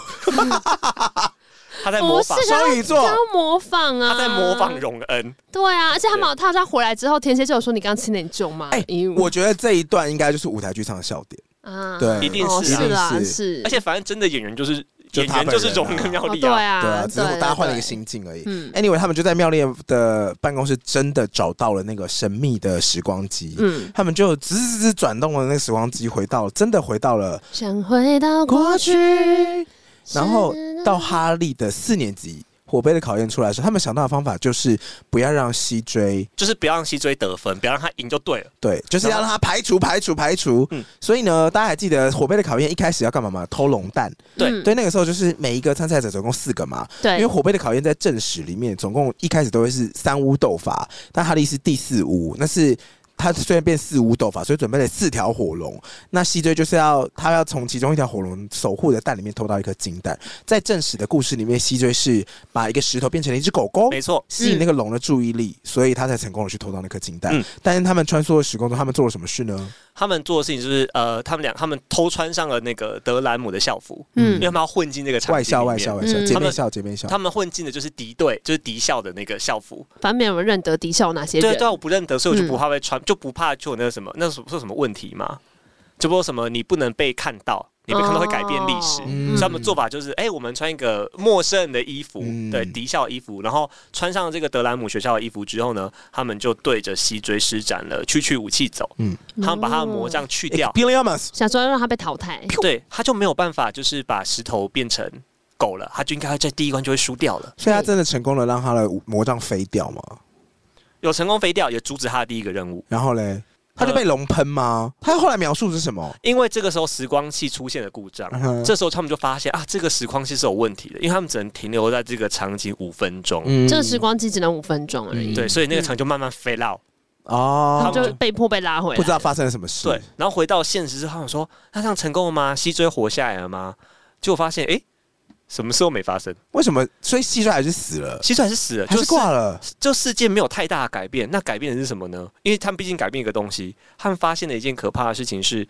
Speaker 3: 他在模
Speaker 2: 不是
Speaker 3: 仿，，
Speaker 2: 他
Speaker 1: 双鱼座
Speaker 2: 他要模仿啊，
Speaker 3: 他在模仿。荣恩。
Speaker 2: 对啊，而且他们他好像回来之后，天蝎就有说你刚亲了你舅妈，
Speaker 1: 哎
Speaker 2: 哎 [LAUGHS] 呦
Speaker 1: 我觉得这一段应该就是舞台剧上的笑点，
Speaker 2: 啊
Speaker 1: 对，
Speaker 3: 一定
Speaker 2: 哦
Speaker 3: 是啊
Speaker 2: 是啊
Speaker 1: 一定是
Speaker 2: 是，
Speaker 3: 而且反正真的演员就是
Speaker 1: 就
Speaker 3: 演
Speaker 1: 他
Speaker 3: 员
Speaker 1: 本
Speaker 3: 就是
Speaker 1: 人
Speaker 3: 荣
Speaker 1: 啊
Speaker 3: 恩妙
Speaker 2: 哦
Speaker 3: 丽
Speaker 2: 对
Speaker 3: 啊。
Speaker 1: 对
Speaker 2: 啊
Speaker 1: 啊，，只是大家换了一个
Speaker 2: 对
Speaker 1: 心哎境而已。
Speaker 2: 嗯
Speaker 1: Anyway，他们就在妙丽的办公室真的找到了那个神秘的时光机，
Speaker 2: 嗯，
Speaker 1: 他们就直直直转动了那个时光机，回到真的回到了
Speaker 2: 想回到过
Speaker 1: 过
Speaker 2: 去，
Speaker 1: 去。然后
Speaker 2: 是
Speaker 1: 到哈利的四年级火杯的考验出来的时候，他们想到的方法就是不要让西追，
Speaker 3: 就是不要让西追得分，不要让他赢就对了。
Speaker 1: 对，就是要让他排除、排除、排除。
Speaker 3: 嗯
Speaker 1: 所以呢，大家还记得火杯的考验一开始要干嘛吗？偷龙蛋。
Speaker 3: 对
Speaker 2: 嗯
Speaker 1: 对，那个时候就是每一个参赛者总共四个嘛，因为
Speaker 2: 对，
Speaker 1: 火杯的考验在正史里面，总共一开始都会是三巫斗法，但哈利是第四巫，那是他虽然变四五斗法，所以准备了四条火龙。那西追就是要他要从其中一条火龙守护的蛋里面偷到一颗金蛋。在正史的故事里面，西追是把一个石头变成了一只狗狗，
Speaker 3: 没错，
Speaker 1: 吸
Speaker 2: 嗯
Speaker 1: 引那个龙的注意力，所以他才成功的去偷到那颗金蛋。
Speaker 3: 嗯
Speaker 1: 但是他们穿梭的时空中，他们做了什么事呢？
Speaker 3: 他们做的事情就是呃，他们俩他们偷穿上了那个德兰姆的校服，
Speaker 2: 嗯
Speaker 3: 因为他们要混进这个场景
Speaker 1: 外校，
Speaker 3: 里面
Speaker 1: 外校，外校，
Speaker 2: 嗯
Speaker 1: 姐妹校，姐妹校。
Speaker 3: 他们混进的就是敌队，就是敌校的那个校服。
Speaker 2: 反正没有人认得敌校有哪些
Speaker 3: 对
Speaker 2: 人。
Speaker 3: 对啊，我不认得，所以我就不怕
Speaker 1: 嗯
Speaker 3: 被穿，就不怕就有那个什么，那是是有什么问题吗？就不说什么你不能被看到，你被看到会改变历史。
Speaker 2: 哦
Speaker 1: 嗯
Speaker 3: 所以他们做法就是，哎、我们穿一个陌生人的衣服，
Speaker 1: 嗯
Speaker 3: 对敌校衣服，然后穿上这个德兰姆学校的衣服之后呢，他们就对着西追施展了去去武器走，
Speaker 1: 嗯
Speaker 3: 他们把他的魔杖去掉，
Speaker 1: Expelliarmus，
Speaker 2: 想说要让他被淘汰，
Speaker 3: 对，他就没有办法就是把石头变成狗了，他就应该在第一关就会输掉了。
Speaker 1: 所以他真的成功了，让他的魔杖飞掉嘛？
Speaker 3: 有成功飞掉，也阻止他的第一个任务。
Speaker 1: 然后嘞，他就被龙喷
Speaker 3: 呃
Speaker 1: 吗？他后来描述是什么？
Speaker 3: 因为这个时候时光器出现了故障
Speaker 1: 嗯，哼
Speaker 3: 这时候他们就发现啊，这个时光器是有问题的，因为他们只能停留在这个场景五分钟，
Speaker 1: 嗯
Speaker 2: 这个时光机只能五分钟而已，
Speaker 1: 嗯
Speaker 3: 对，所以那个场景就慢慢飞到。
Speaker 2: 他
Speaker 1: 哦，
Speaker 2: 们就被迫被拉回
Speaker 1: 不知
Speaker 2: 来。
Speaker 1: 道发生了什么事。
Speaker 3: 对，然后回到现实之后，他们说那这样成功了吗？西追活下来了吗？结果发现诶，什么事都没发生，
Speaker 1: 为什么？所以蟋蟀还是死了，
Speaker 3: 西追还是死了，
Speaker 1: 还
Speaker 3: 就是
Speaker 1: 挂了。
Speaker 3: 这世界没有太大的改变，那改变的是什么呢？因为他们毕竟改变一个东西，他们发现了一件可怕的事情是，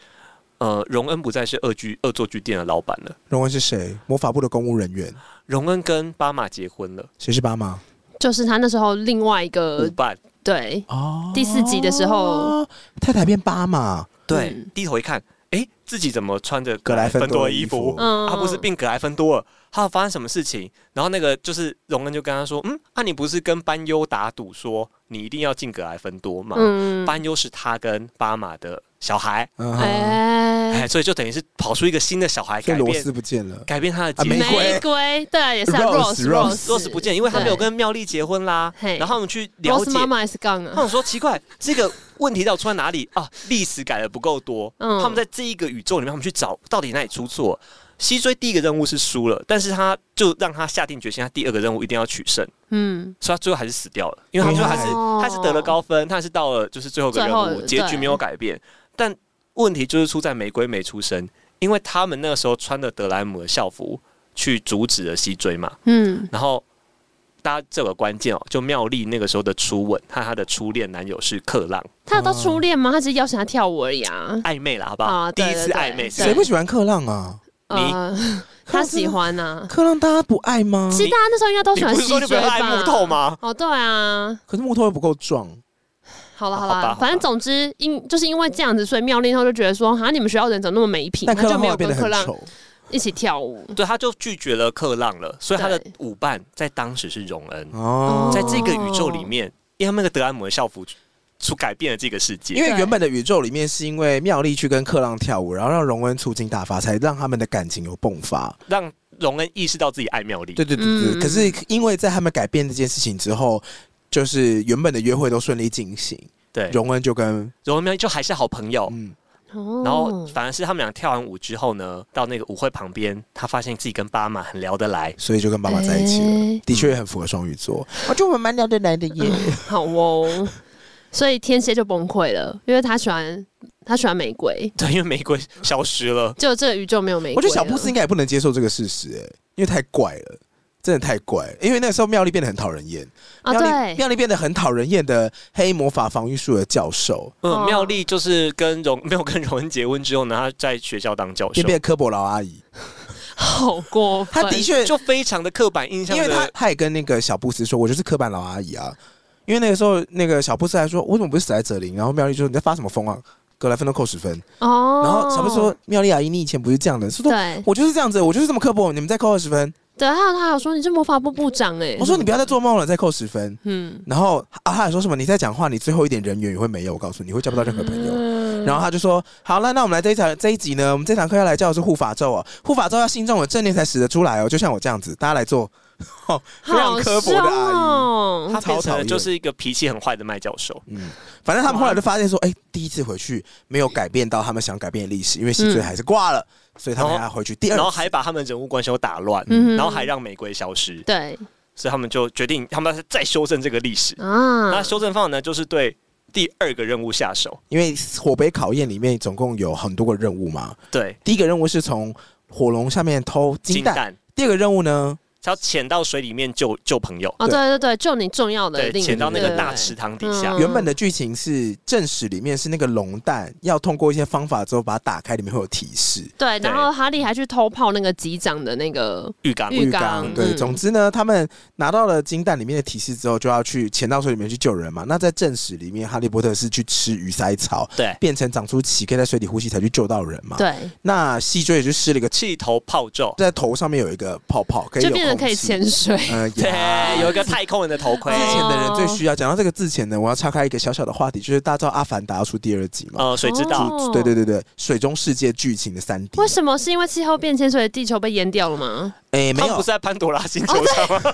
Speaker 3: 呃，荣恩不再是恶居恶作剧店的老板了，
Speaker 1: 荣恩是谁？魔法部的公务人员。
Speaker 3: 荣恩跟巴马结婚了，
Speaker 1: 谁是巴马？
Speaker 2: 就是他那时候另外一
Speaker 3: 舞
Speaker 2: 个
Speaker 3: 伴，
Speaker 2: 对
Speaker 1: 哦，
Speaker 2: 第四集的时候，
Speaker 1: 哦太太变巴马。
Speaker 3: 对，
Speaker 2: 嗯
Speaker 3: 低头一看，诶，自己怎么穿着格
Speaker 1: 格莱
Speaker 3: 莱
Speaker 1: 芬
Speaker 3: 芬
Speaker 1: 多
Speaker 3: 多
Speaker 1: 的
Speaker 3: 的
Speaker 1: 衣
Speaker 3: 衣
Speaker 1: 服
Speaker 3: 服？
Speaker 2: 嗯
Speaker 3: 啊他不是变格莱芬多尔，他发生什么事情？然后那个就是荣恩就跟他说，嗯，那、你不是跟班优打赌说你一定要进格莱芬多吗？
Speaker 2: 嗯
Speaker 3: 班优是他跟巴马的小孩，
Speaker 1: 嗯哼，
Speaker 3: 哎，
Speaker 2: 哎
Speaker 3: 所以就等于是跑出一个新的小孩，
Speaker 1: 所以
Speaker 3: 改
Speaker 1: 罗
Speaker 3: 变
Speaker 1: 斯不见了。
Speaker 3: 改变他的
Speaker 1: 啊
Speaker 3: 结
Speaker 1: 玫
Speaker 3: 局。
Speaker 1: 瑰
Speaker 2: 玫瑰对也是啊
Speaker 1: Rose，
Speaker 2: Rose
Speaker 1: Rose，
Speaker 2: Rose
Speaker 3: 若是不见，因为他没有
Speaker 2: 对
Speaker 3: 跟妙丽结婚啦。
Speaker 2: 嘿
Speaker 3: 然后他们去了
Speaker 2: Rose
Speaker 3: 解，哦
Speaker 2: 妈妈也是杠
Speaker 3: 他
Speaker 2: 啊，
Speaker 3: 们说奇怪，这个问题到底出在哪里啊？历史改的不够多。
Speaker 2: 嗯
Speaker 3: 他们在这一个宇宙里面，他们去找到底哪里出错。西追第一个任务是输了，但是他就让他下定决心，他第二个任务一定要取胜，
Speaker 2: 嗯，
Speaker 3: 所以他最后还是死掉了，因为他最后还是、
Speaker 2: 哦
Speaker 3: 他还是得了高分，他还是到了就是最后一个任
Speaker 2: 最
Speaker 3: 务，
Speaker 2: 后
Speaker 3: 结局没有改变。但问题就是出在玫瑰没出生，因为他们那个时候穿的德莱姆的校服去阻止了西追嘛。
Speaker 2: 嗯
Speaker 3: 然后大家这有个关键哦，就妙丽那个时候的初吻和她的初恋男友是克浪
Speaker 2: 他有到初恋
Speaker 1: 哦
Speaker 2: 吗？他只是邀请他跳舞而已啊。
Speaker 3: 暧昧啦，好不好？
Speaker 2: 啊对
Speaker 3: 第一次
Speaker 2: 对对
Speaker 3: 暧昧
Speaker 1: 谁
Speaker 3: 是
Speaker 1: 不喜欢克浪啊？
Speaker 2: 呃，他喜欢啊。
Speaker 1: 克浪大家不爱吗？
Speaker 2: 其实大家那时候应该都
Speaker 3: [LAUGHS] 你
Speaker 2: 喜欢
Speaker 3: 不是
Speaker 2: 西
Speaker 3: 说
Speaker 2: 追
Speaker 3: 你不要爱
Speaker 2: 吧？
Speaker 3: 木头吗？
Speaker 2: 哦，对啊，
Speaker 1: 可是木头又不够壮，
Speaker 2: 好了好
Speaker 3: 好吧
Speaker 2: 了
Speaker 3: 好，吧
Speaker 2: 反正总之因就是因为这样子，所以妙丽她就觉得说，好像你们学校人怎么那么没品，
Speaker 1: 但
Speaker 2: 她
Speaker 1: 克
Speaker 2: 就
Speaker 1: 浪后
Speaker 2: 没
Speaker 1: 来
Speaker 2: 有
Speaker 1: 变
Speaker 2: 跟
Speaker 1: 得
Speaker 2: 克
Speaker 1: 很
Speaker 2: 浪
Speaker 1: 丑。
Speaker 2: 一起跳舞。
Speaker 3: 对，他就拒绝了克浪了，所以他的
Speaker 2: 对
Speaker 3: 舞伴在当时是荣恩，
Speaker 1: 哦，
Speaker 3: 在这个宇宙里面，
Speaker 2: 哦
Speaker 3: 因为他们那个德兰姆的校服出改变了这个世
Speaker 1: 因
Speaker 3: 界。
Speaker 1: 为原本的宇宙里面是因为妙丽去跟克浪跳舞，然后让荣恩促进大发，才让他们的感情有迸发。
Speaker 3: 让荣恩意识到自己爱妙丽，
Speaker 1: 对对对对。
Speaker 2: 嗯
Speaker 1: 可是因为在他们改变这件事情之后，就是原本的约会都顺利进行，
Speaker 3: 对，
Speaker 1: 荣恩就跟
Speaker 3: 荣恩妙丽就还是好朋友。
Speaker 1: 嗯，
Speaker 2: 哦
Speaker 3: 然后反而是他们俩跳完舞之后呢，到那个舞会旁边，他发现自己跟巴马很聊得来，
Speaker 1: 所以就跟爸爸在一起了。
Speaker 2: 哎
Speaker 1: 的确也很符合双鱼座，哦我觉得我们蛮聊得来的耶。
Speaker 2: 好哦，所以天蝎就崩溃了，因为他喜欢他喜欢玫瑰，
Speaker 3: 对，因为玫瑰消失了。
Speaker 2: 就这个宇宙没有玫瑰了。
Speaker 1: 我觉得小布斯应该也不能接受这个事实、哎，因为太怪了，真的太怪了。因为那时候妙丽变得很讨人厌，
Speaker 2: 啊，
Speaker 1: 妙丽
Speaker 2: 对，
Speaker 1: 妙丽变得很讨人厌的黑魔法防御术的教授，
Speaker 3: 嗯，
Speaker 2: 哦
Speaker 3: 妙丽就是跟荣 [LAUGHS] 没有跟荣恩结婚之后呢，她在学校当教授
Speaker 1: 变，变科博劳阿姨。
Speaker 2: 好过分。
Speaker 1: 她的确，
Speaker 3: 就非常的刻板印象
Speaker 1: 因为她
Speaker 3: 的。
Speaker 1: 她也跟那个小布斯说，我就是科班老阿姨啊。因为那个时候，那个小布斯还说，我怎么不是死在这里？然后妙丽就说你在发什么疯啊？格莱芬都扣十分。
Speaker 2: 哦，
Speaker 1: 然后小布斯说，妙丽阿姨，你以前不是这样的，是说
Speaker 2: 对
Speaker 1: 我就是这样子，我就是这么刻薄，你们再扣二十分。
Speaker 2: 对，还有他还有说你是魔法部部长哎，
Speaker 1: 我说你不要再做梦了，再扣十分。
Speaker 2: 嗯，
Speaker 1: 然后啊，他还说什么？你再讲话，你最后一点人缘也会没有。我告诉你，你会交不到任何朋友。
Speaker 2: 嗯
Speaker 1: 然后他就说：“好了，那我们来这一场这一集呢，我们这堂课要来教的是护法咒哦。护法咒要心中有正念才使得出来哦，就像我这样子，大家来做。 [LAUGHS] 哦”非常
Speaker 2: 好
Speaker 1: 刻薄的啊
Speaker 2: 凶
Speaker 1: 阿姨。
Speaker 2: 哦
Speaker 3: 她变成
Speaker 1: 超讨
Speaker 3: 了
Speaker 1: 厌
Speaker 3: 就是一个脾气很坏的麦教授，
Speaker 1: 嗯，反正他们后来就发现说，哎，第一次回去没有改变到他们想改变的历史，因为西追还是挂了，所以他们
Speaker 3: 嗯然后
Speaker 1: 还要回去第二
Speaker 3: 然
Speaker 1: 次。
Speaker 3: 后还把他们人物关系都打乱，
Speaker 2: 嗯哼
Speaker 3: 然后还让玫瑰消失，
Speaker 2: 对
Speaker 3: 所以他们就决定他们要再修正这个历史。
Speaker 2: 啊
Speaker 3: 那，修正方法呢，就是对第二个任务下手。
Speaker 1: 因为火杯考验里面总共有很多个任务嘛。
Speaker 3: 对，
Speaker 1: 第一个任务是从火龙下面偷金
Speaker 3: 金
Speaker 1: 蛋，
Speaker 3: 蛋，
Speaker 1: 第二个任务呢，
Speaker 3: 他要潜到水里面救救朋友，
Speaker 2: 哦，
Speaker 1: 对
Speaker 2: 对对对，就你重要的
Speaker 3: 对，
Speaker 2: 另一
Speaker 3: 潜到那个
Speaker 2: 对
Speaker 3: 大池塘底下
Speaker 2: 嗯。
Speaker 1: 原本的剧情是正史里面是那个龙蛋要通过一些方法之后把它打开，里面会有提示。
Speaker 2: 对，
Speaker 3: 对
Speaker 2: 然后哈利还去偷泡那个机长的那个，
Speaker 3: 浴缸，
Speaker 2: 浴缸
Speaker 1: 对，
Speaker 2: 嗯
Speaker 1: 总之呢，他们拿到了金蛋里面的提示之后，就要去潜到水里面去救人嘛。那在正史里面，哈利波特是去吃鱼鳃草，
Speaker 3: 对，
Speaker 1: 变成长出鳍，可以在水底呼吸才去救到人嘛。
Speaker 2: 对，
Speaker 1: 那细锥也就施了一个，
Speaker 3: 气头泡咒，
Speaker 1: 在头上面有一个泡泡，可以
Speaker 2: 就
Speaker 1: 有
Speaker 2: 变成
Speaker 1: 空
Speaker 2: 可以
Speaker 1: 气。
Speaker 2: 潜水。
Speaker 1: 呃，
Speaker 3: 对
Speaker 1: 呀，
Speaker 3: 有一个太空人的头盔。
Speaker 1: 之前的人最
Speaker 2: 哦
Speaker 1: 需要。讲到这个之前呢，我要岔开一个小小的话题，就是大家知道《阿凡达》要出第二集嘛？
Speaker 3: 呃，谁知道？
Speaker 2: 哦
Speaker 1: 对对对对，水中世界剧情的三 D。
Speaker 2: [LAUGHS] 为什么？是因为气候变迁，所以地球被淹掉
Speaker 1: [LAUGHS]
Speaker 2: 了吗？
Speaker 1: 哎、没
Speaker 3: 他们不
Speaker 1: 有
Speaker 3: 是，在潘多拉星球上吗？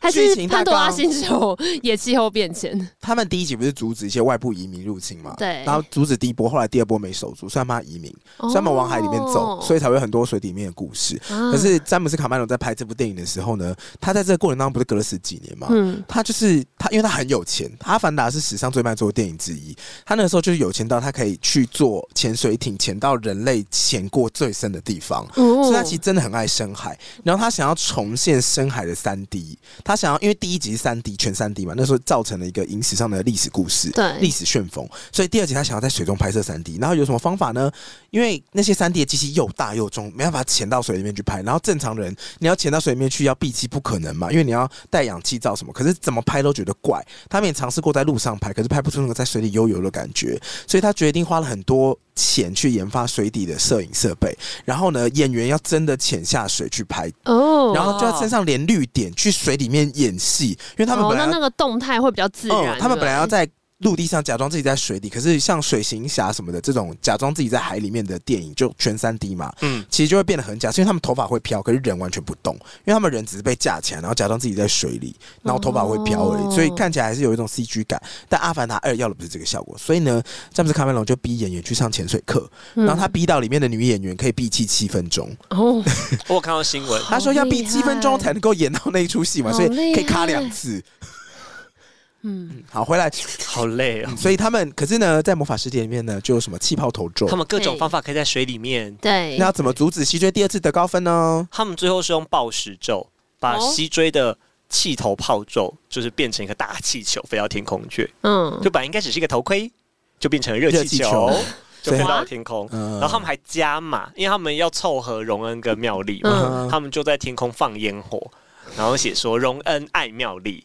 Speaker 2: 还
Speaker 1: 剧
Speaker 2: 是
Speaker 1: 情大
Speaker 2: 潘多拉
Speaker 1: 纲
Speaker 2: 星球也气候变迁？
Speaker 1: 他们第一集不是阻止一些外部移民入侵嘛？
Speaker 2: 对哦
Speaker 1: 然后阻止第一波，后来第二波没守住，所以他们要移民，所以他们往海里面走，所
Speaker 2: 以
Speaker 1: 以才会有很多水底面的故事。
Speaker 2: 可
Speaker 1: 可是詹姆斯卡麦隆在拍这部电影的时候呢，他在这个过程当中不是隔了十几年嘛？
Speaker 2: 嗯，
Speaker 1: 他就是他，因为他很有钱，《阿凡达》是史上最卖座的电影之一。他那个时候就是有钱到他可以去做潜水艇，潜到人类潜过最深的地方。所
Speaker 2: 所
Speaker 1: 以他其实真的很爱深海，然后他想要重现深海的三 D，他想要因为第一集是三 D 全三 D 嘛，那时候造成了一个影史上的历史故事，
Speaker 2: 对
Speaker 1: 历史旋风，所以第二集他想要在水中拍摄三 D，然后有什么方法呢？因为那些三 D 的机器又大又重，没办法潜到水里面去拍，然后正常人你要潜到水里面去要闭气不可能嘛，因为你要带氧气罩什么，可是怎么拍都觉得怪，他们也尝试过在路上拍，可是拍不出那个在水里悠游的感觉，所以他决定花了很多钱去研发水底的摄影设备。然后呢，演员要真的潜下水去拍，
Speaker 2: 哦，
Speaker 1: 然后就要身上连绿点去水里面演戏，因为他们
Speaker 2: 哦
Speaker 1: 本来
Speaker 2: 那
Speaker 1: 要哦
Speaker 2: 那个动态会比较自然，
Speaker 1: 他们
Speaker 2: 对不对
Speaker 1: 本来要在陆地上假装自己在水底，可是像水行侠什么的这种假装自己在海里面的电影，就全三 D 嘛，
Speaker 3: [LAUGHS] 嗯，
Speaker 1: 其实就会变得很假，是因为他们头发会飘，可是人完全不动，因为他们人只是被架起来，然后假装自己在水里，然后头发会飘而已，
Speaker 2: 哦
Speaker 1: 所以看起来还是有一种 CG 感。但《阿凡达二》要的不是这个效果，所以呢，詹姆斯卡梅隆就逼演员去上潜水课，
Speaker 2: 嗯
Speaker 1: 然后他逼到里面的女演员可以闭气七分钟，
Speaker 2: 哦，
Speaker 3: 我有看到新闻，
Speaker 1: 他说要闭
Speaker 2: 好厉害
Speaker 1: 七分钟才能够演到那一出戏嘛，
Speaker 2: 好
Speaker 1: 所以
Speaker 2: 厉害
Speaker 1: 可以卡两次。
Speaker 2: 嗯，
Speaker 1: 好，回来，
Speaker 3: 好累哦。
Speaker 1: 所以他们可是呢，在魔法世界里面呢，就有什么气泡头咒
Speaker 3: 他，们各种方法可以在水里面。
Speaker 2: 对，
Speaker 1: 那要怎么阻止西追第二次得高分呢？
Speaker 3: 他们最后是用暴食咒，把
Speaker 2: 哦
Speaker 3: 西追的气头泡咒，就是变成一个大气球飞到天空去。
Speaker 2: 嗯，
Speaker 3: 就本来应该只是一个头盔，就变成了热
Speaker 1: 热
Speaker 3: 气
Speaker 1: 气
Speaker 3: 球
Speaker 1: 球，
Speaker 3: 就
Speaker 1: 对
Speaker 3: 飞到了天空。
Speaker 1: 嗯
Speaker 3: 然后他们还加码，因为他们要凑合荣恩跟妙丽嘛，
Speaker 1: 嗯
Speaker 3: 他们就在天空放烟火，然后写说荣恩爱妙丽。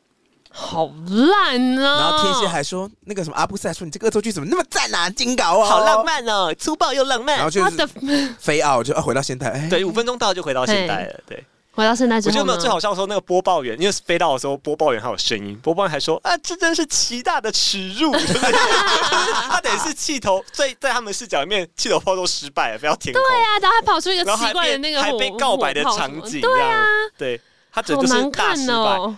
Speaker 2: 好烂啊！
Speaker 1: 然后天蝎还说那个什么阿布斯还说你这个恶作剧怎么那么赞啊，金搞哦，
Speaker 3: 好浪。漫哦，粗暴又浪
Speaker 1: 然
Speaker 3: 漫
Speaker 1: 后。就
Speaker 2: 他
Speaker 1: 是
Speaker 2: 的
Speaker 1: 飞奥就啊回到现代，哎，
Speaker 3: 对，五分钟到就回到现代了。对，
Speaker 2: 回到现在之
Speaker 3: 我
Speaker 2: 后
Speaker 3: 觉
Speaker 2: 呢，
Speaker 3: 得没有最好笑的时候，那个播报员，因为飞到的时候，播报员还有声音，播报员还说啊，这真是极大的耻辱。 [LAUGHS] 就是他等于是气头，最在他们视角里面，气头炮都失败了，飞到天空。
Speaker 2: 对啊，然后还跑出一个
Speaker 3: 然后
Speaker 2: 奇
Speaker 3: 还
Speaker 2: 怪的
Speaker 3: 被
Speaker 2: 那个
Speaker 3: 还
Speaker 2: 火
Speaker 3: 被告白的场
Speaker 2: 火
Speaker 3: 景，
Speaker 2: 炮什么
Speaker 3: 对啊，对他 [LAUGHS] 整
Speaker 2: 好
Speaker 3: 个就是
Speaker 2: 难
Speaker 3: 大
Speaker 2: 看
Speaker 3: 失败，
Speaker 2: 哦。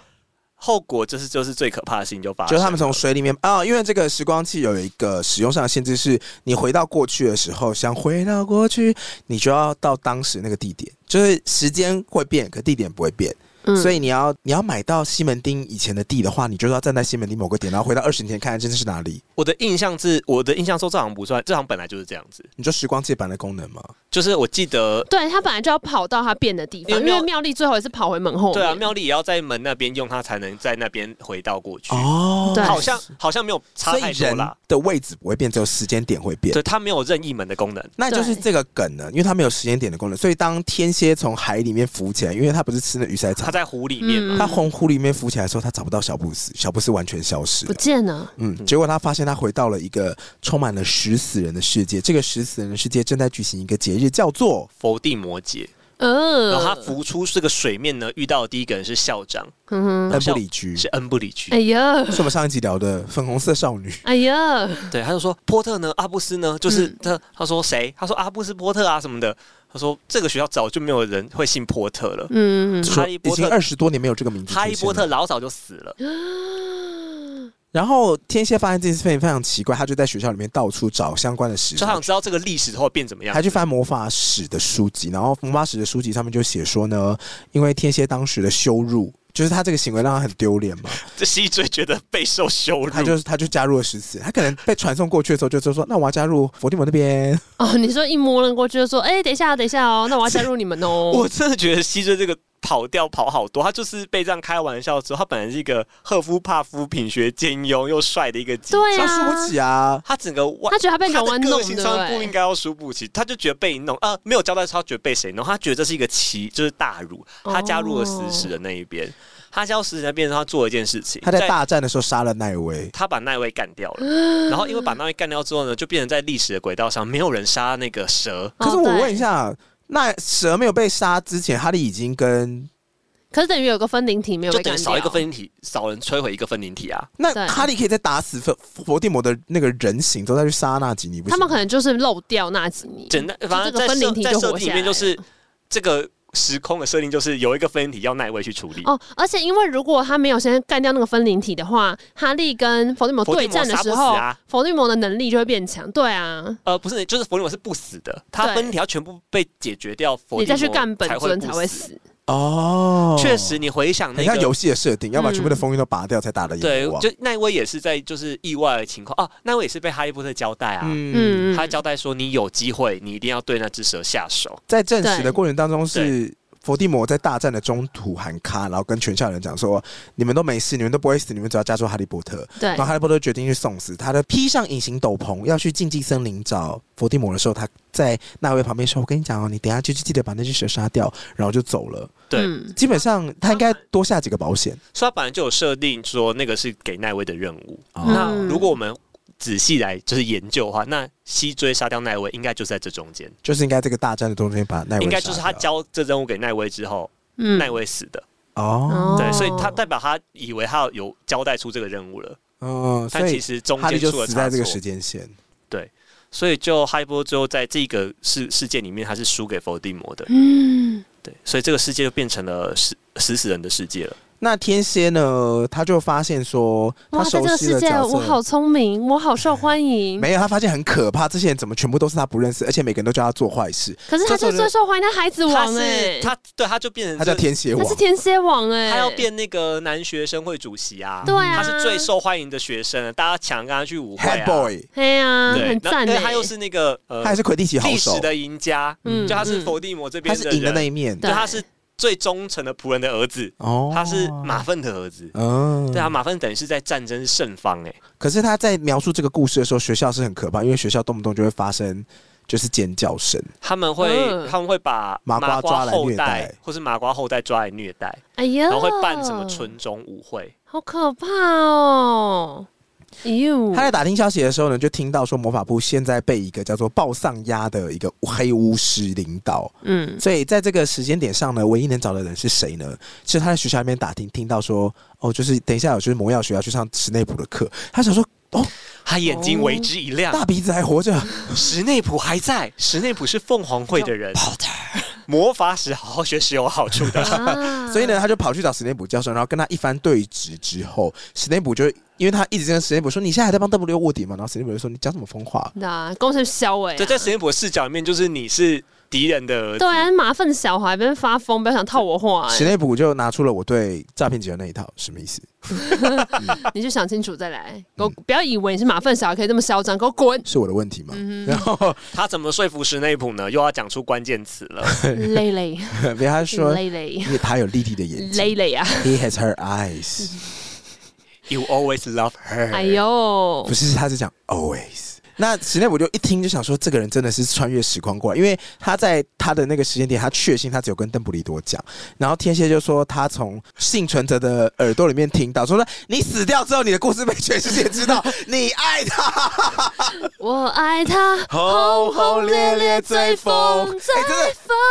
Speaker 3: 后果就是就是最可怕的事情就发生
Speaker 1: 就
Speaker 3: 了，
Speaker 1: 是他们从水里面啊、因为这个时光器有一个使用上的限制，是你回到过去的时候，想回到过去，你就要到当时那个地点，就是时间会变，可地点不会变，
Speaker 2: 嗯
Speaker 1: 所以你要你要买到西门町以前的地的话，你就要站在西门町某个点，然后回到二十年前看看这是哪里。
Speaker 3: 我的印象是我的印象说这行不算，这行本来就是这样子，
Speaker 1: 你说时光器版的功能吗？
Speaker 3: 就是我记得。
Speaker 2: 对他本来就要跑到他变的地方，
Speaker 3: 因为
Speaker 2: 因
Speaker 3: 妙
Speaker 2: 为妙丽最后也是跑回门后面。
Speaker 3: 对啊，妙丽也要在门那边用，她才能在那边回到过去。
Speaker 1: 哦
Speaker 2: 对
Speaker 3: 好像好像没有差
Speaker 1: 所
Speaker 3: 太
Speaker 1: 以
Speaker 3: 多
Speaker 1: 人
Speaker 3: 啦。
Speaker 1: 的位置不会变，只有时间点会变。
Speaker 3: 对，它没有任意门的功能。
Speaker 1: 那就是这个梗呢，因为它没有时间点的功能，所以当天蝎从海里面浮起来，因为它不是吃那鱼鳃草
Speaker 3: 它，在湖里面
Speaker 2: 嗯
Speaker 3: 嘛，
Speaker 1: 他从湖里面浮起来的时候，他找不到小布斯，小布斯完全消失
Speaker 2: 不
Speaker 1: 了。
Speaker 2: 见了。
Speaker 1: 嗯，结果他发现他回到了一个充满了食死人的世界，这个食死人的世界正在举行一个节日，叫做
Speaker 3: 伏地魔节，然
Speaker 2: 呃，
Speaker 3: 后他浮出这个水面呢，遇到的第一个人是校长，
Speaker 2: 嗯哼，
Speaker 1: 恩布里居，
Speaker 3: 是
Speaker 1: 是
Speaker 3: 恩布里居
Speaker 2: 哎。呀，
Speaker 1: 我们上一集聊的粉红色少女。
Speaker 2: 哎呀，
Speaker 3: 对，他就说波特呢，阿布斯呢，就是
Speaker 2: 嗯
Speaker 3: 他、他说谁？他说阿布斯波特啊什么的。他说这个学校早就没有人会姓波特了，
Speaker 2: 嗯，
Speaker 3: 哈利
Speaker 1: 已
Speaker 3: 波
Speaker 1: 经
Speaker 3: 特
Speaker 1: 二十多年没有这个名字出现
Speaker 3: 哈
Speaker 1: 了。
Speaker 3: 利波特老早就死了。
Speaker 2: 嗯
Speaker 1: 然后天蝎发现这件事情非常奇怪，他就在学校里面到处找相关的史
Speaker 3: 就
Speaker 1: 料
Speaker 3: 想知道这个历史后变怎么样
Speaker 1: 还。去翻魔法史的书籍，然后魔法史的书籍上面就写说呢，因为天蝎当时的羞辱。就是他这个行为让他很丢脸嘛，
Speaker 3: 这西追觉得备受羞
Speaker 1: 他
Speaker 3: 辱，
Speaker 1: 就他就加入了十次，他可能被传送过去的时候就就说，那我要加入佛地魔那边，
Speaker 2: 哦，你说一摸了过去就说，哎、等一下，等一下哦，那我要加入你们哦。
Speaker 3: [LAUGHS] 我真的觉得西追这个跑调跑好多，他就是被这样开玩笑之后，他本来是一个赫夫帕夫品学兼优又帅的一个，
Speaker 2: 对
Speaker 1: [LAUGHS] 他
Speaker 2: 啊
Speaker 1: 输不起啊，
Speaker 3: 他整个外
Speaker 2: 他觉得他被
Speaker 3: 他
Speaker 2: 荣
Speaker 3: 的
Speaker 2: 安
Speaker 3: 个
Speaker 2: 弄
Speaker 3: 性
Speaker 2: 的、
Speaker 3: 上不
Speaker 2: 哎
Speaker 3: 应该要输不起，他就觉得被弄，呃，没有交代他觉得被谁弄，他觉得这是一个棋，就是大辱。
Speaker 2: 哦
Speaker 3: 他加入了死史的那一边，他加入死史那边，他做了一件事情，
Speaker 1: 他在大战的时候杀了奈威，
Speaker 3: 他把奈威干掉
Speaker 2: [GASPS]
Speaker 3: 了，然后因为把奈威干掉之后呢，就变成在历史的轨道上，没有人杀那个蛇。
Speaker 2: 哦
Speaker 1: 可是我
Speaker 2: 对
Speaker 1: 问一下，那蛇没有被杀之前，哈利已经跟
Speaker 2: 可是等于有个分灵体没有
Speaker 3: 就
Speaker 2: 被
Speaker 3: 等
Speaker 2: 干
Speaker 3: 于
Speaker 2: 掉，
Speaker 3: 少一个分灵体，少人摧毁一个分灵体啊！
Speaker 1: 那
Speaker 2: 对
Speaker 1: 哈利可以在打死佛佛地魔的那个人形之后再去杀纳吉尼，不
Speaker 2: 他
Speaker 1: 行
Speaker 2: 们
Speaker 1: 吗？
Speaker 2: 可能就是漏掉纳吉尼。
Speaker 3: 简单，反
Speaker 2: 就
Speaker 3: 正
Speaker 2: 这个
Speaker 3: 在
Speaker 2: 分
Speaker 3: 设
Speaker 2: 灵体
Speaker 3: 在
Speaker 2: 就
Speaker 3: 设
Speaker 2: 活
Speaker 3: 定
Speaker 2: 下
Speaker 3: 里
Speaker 2: 来
Speaker 3: 面
Speaker 2: 了
Speaker 3: 就是这个时空的设定，就是有一个分灵体要奈威去处理。
Speaker 2: 哦，而且因为如果他没有先干掉那个分灵体的话，哈利跟伏地魔对战的时
Speaker 3: 伏地魔杀
Speaker 2: 候
Speaker 3: 不死啊，
Speaker 2: 伏地魔的能力就会变强。对啊，
Speaker 3: 呃，不是，就是佛地魔是不死的，他
Speaker 2: 对
Speaker 3: 分灵体要全部被解决掉，佛
Speaker 2: 你再
Speaker 3: 地魔
Speaker 2: 去干本尊才
Speaker 3: 不
Speaker 2: 会。死。
Speaker 1: 哦，
Speaker 3: 确实，你回想那
Speaker 1: 很
Speaker 3: 个
Speaker 1: 像游戏的设定，要把全部的
Speaker 2: 嗯
Speaker 1: 封印都拔掉才打得赢
Speaker 3: 对
Speaker 1: 国，王。
Speaker 3: 就奈威也是在就是意外的情况啊，奈威也是被哈利波特交代啊，
Speaker 1: 嗯，
Speaker 2: 嗯，
Speaker 3: 他交代说你有机会，你一定要对那只蛇下手。
Speaker 1: 在证实的过程当中是。伏地魔在大战的中途喊卡，然后跟全校人讲说：“你们都没事，你们都不会死，你们只要加入哈利波特。”
Speaker 2: 对
Speaker 1: 然后哈利波特决定去送死。他的披上隐形斗篷，要去禁忌森林找伏地魔的时候，他在那位旁边说：“我跟你讲哦，你等一下就记得把那只蛇杀掉。”然后就走了。
Speaker 3: 对
Speaker 2: 嗯
Speaker 1: 基本上他应该多下几个保险。
Speaker 3: 所以他本来就有设定说那个是给奈威的任务。
Speaker 1: 哦
Speaker 2: 嗯
Speaker 3: 那如果我们仔细来就是研究的话，那西追杀掉奈威应该就是在这中间，
Speaker 1: 就是应该这个大战的中间把奈威
Speaker 3: 应该就是
Speaker 1: 杀
Speaker 3: 他
Speaker 1: 掉
Speaker 3: 交这任务给奈威之后，
Speaker 2: 嗯
Speaker 3: 奈威死的。
Speaker 1: 哦，
Speaker 3: 对，所以他代表他以为他有交代出这个任务了，
Speaker 1: 嗯，所
Speaker 3: 但其
Speaker 1: 以
Speaker 3: 实中
Speaker 1: 哈利
Speaker 3: 间
Speaker 1: 就
Speaker 3: 出了
Speaker 1: 死
Speaker 3: 差
Speaker 1: 在这个
Speaker 3: 错
Speaker 1: 时。间线。
Speaker 3: 所以就哈利波特最后在这个事事件里面，他是输给伏地魔的。
Speaker 2: 嗯，
Speaker 3: 对，所以这个世界就变成了死死死人的世界了。
Speaker 1: 那天蝎呢，他就发现说，他
Speaker 2: 哇，在
Speaker 1: 熟
Speaker 2: 这个
Speaker 1: 悉的
Speaker 2: 世界
Speaker 1: 角
Speaker 2: 我好
Speaker 1: 色
Speaker 2: 聪明，我好受欢迎。
Speaker 1: 没有，他发现很可怕，这些人怎么全部都是他不认识，而且每个人都叫他做坏事，
Speaker 2: 可是他
Speaker 1: 这种人
Speaker 2: 是最受欢迎的孩子
Speaker 3: 他
Speaker 2: 王
Speaker 3: 是
Speaker 2: 哎，
Speaker 3: 他，对，他就变成
Speaker 1: 他叫
Speaker 3: 这，
Speaker 1: 天蝎
Speaker 2: 他
Speaker 1: 王
Speaker 2: 是。天蝎王哎，
Speaker 3: 他要变那个男学生会主席啊。
Speaker 2: 对啊，
Speaker 3: 他是最受欢迎的学生了，大家抢跟他去舞会
Speaker 1: Head
Speaker 3: 啊。
Speaker 1: boy，
Speaker 2: 嘿呀，
Speaker 3: 对
Speaker 2: 很，
Speaker 3: 那
Speaker 2: 赞
Speaker 3: 因为
Speaker 2: 哎，
Speaker 3: 他又是那个呃
Speaker 1: 他也是魁地奇好
Speaker 3: 历
Speaker 1: 手
Speaker 3: 史，的赢家，
Speaker 2: 嗯
Speaker 3: 就他是
Speaker 2: 嗯
Speaker 3: 伏地魔这
Speaker 1: 他
Speaker 3: 边
Speaker 1: 是
Speaker 3: 的
Speaker 1: 赢的那
Speaker 3: 人，
Speaker 1: 一面。
Speaker 3: 对，
Speaker 2: 对
Speaker 3: 他是最忠诚的仆人的儿子，
Speaker 1: 哦，
Speaker 3: 他是马，粪的儿子。
Speaker 1: 嗯，
Speaker 3: 对啊，。马粪等于是在战争胜方哎，
Speaker 1: 可是他在描述这个故事的时候，学校是很可怕，因为学校动不动就会发生就是尖叫声。
Speaker 3: 他们会、
Speaker 2: 嗯
Speaker 3: 他们会把
Speaker 1: 麻瓜抓来
Speaker 3: 后
Speaker 1: 虐待
Speaker 3: 代或是麻瓜后代抓来虐待，
Speaker 2: 哎呀，
Speaker 3: 然后会办什么春中舞会。
Speaker 2: 好可怕
Speaker 3: [LAUGHS]
Speaker 2: 哦！哎呦，
Speaker 1: 他在打听消息的时候呢，就听到说魔法部现在被一个叫做暴丧鸦的一个黑巫师领导，
Speaker 3: [LAUGHS]
Speaker 2: 嗯，
Speaker 1: 所以在这个时间点上呢，唯一能找的人是谁呢？是他在学校那边打听，听到说哦，就是等一下有就是魔药学要去上史内普的课，他想说哦
Speaker 3: 他眼睛为之一亮，
Speaker 1: 大鼻子还活着，
Speaker 3: 史内普还在，史内普是凤凰会的人，魔法史好好学是有
Speaker 1: [LAUGHS]
Speaker 3: 好处的。
Speaker 2: 啊
Speaker 1: 所以呢，他就跑去找史内普教授，然后跟他一番对峙之后，史内普就因为他一直跟史内普说你现在还在帮 W 卧底嘛，然后史内普就说你讲什么疯话？
Speaker 2: 那工程小伟、啊，
Speaker 3: 对，在史内普的视角里面，就是你是敌人的儿子
Speaker 2: 对啊，马粪小孩，别人发疯，不要想套我话、
Speaker 1: 史
Speaker 2: 欸，
Speaker 1: 内普就拿出了我对诈骗集团那一套，什么意思？
Speaker 2: 你就想清楚再来。给我不要以为你是马粪小孩可以这么嚣张，给
Speaker 1: [LAUGHS]！
Speaker 2: 我滚
Speaker 1: 是我的问题吗？
Speaker 2: 嗯
Speaker 1: 然后
Speaker 3: 他怎么说服史内普呢？又要讲出关键词
Speaker 1: [LAUGHS]
Speaker 3: 了。
Speaker 2: 哼，累累
Speaker 1: 别他说，
Speaker 2: 累累
Speaker 1: 因为他有丽丽的眼睛
Speaker 2: 累
Speaker 1: [LAUGHS]
Speaker 2: 累啊！
Speaker 1: ，He has her eyes，
Speaker 3: You always love her。
Speaker 2: 哎呦
Speaker 1: 不，是，他是讲 always。那史内普就一听就想说，这个人真的是穿越时光过来，因为他在他的那个时间点，他确信他只有跟邓布利多讲，然后天蝎就说他从幸存者的耳朵里面听到，说你死掉之后，你的故事被全世界知道，你爱他，哦
Speaker 2: 我爱他，
Speaker 1: 轰轰烈烈追风，哎、真的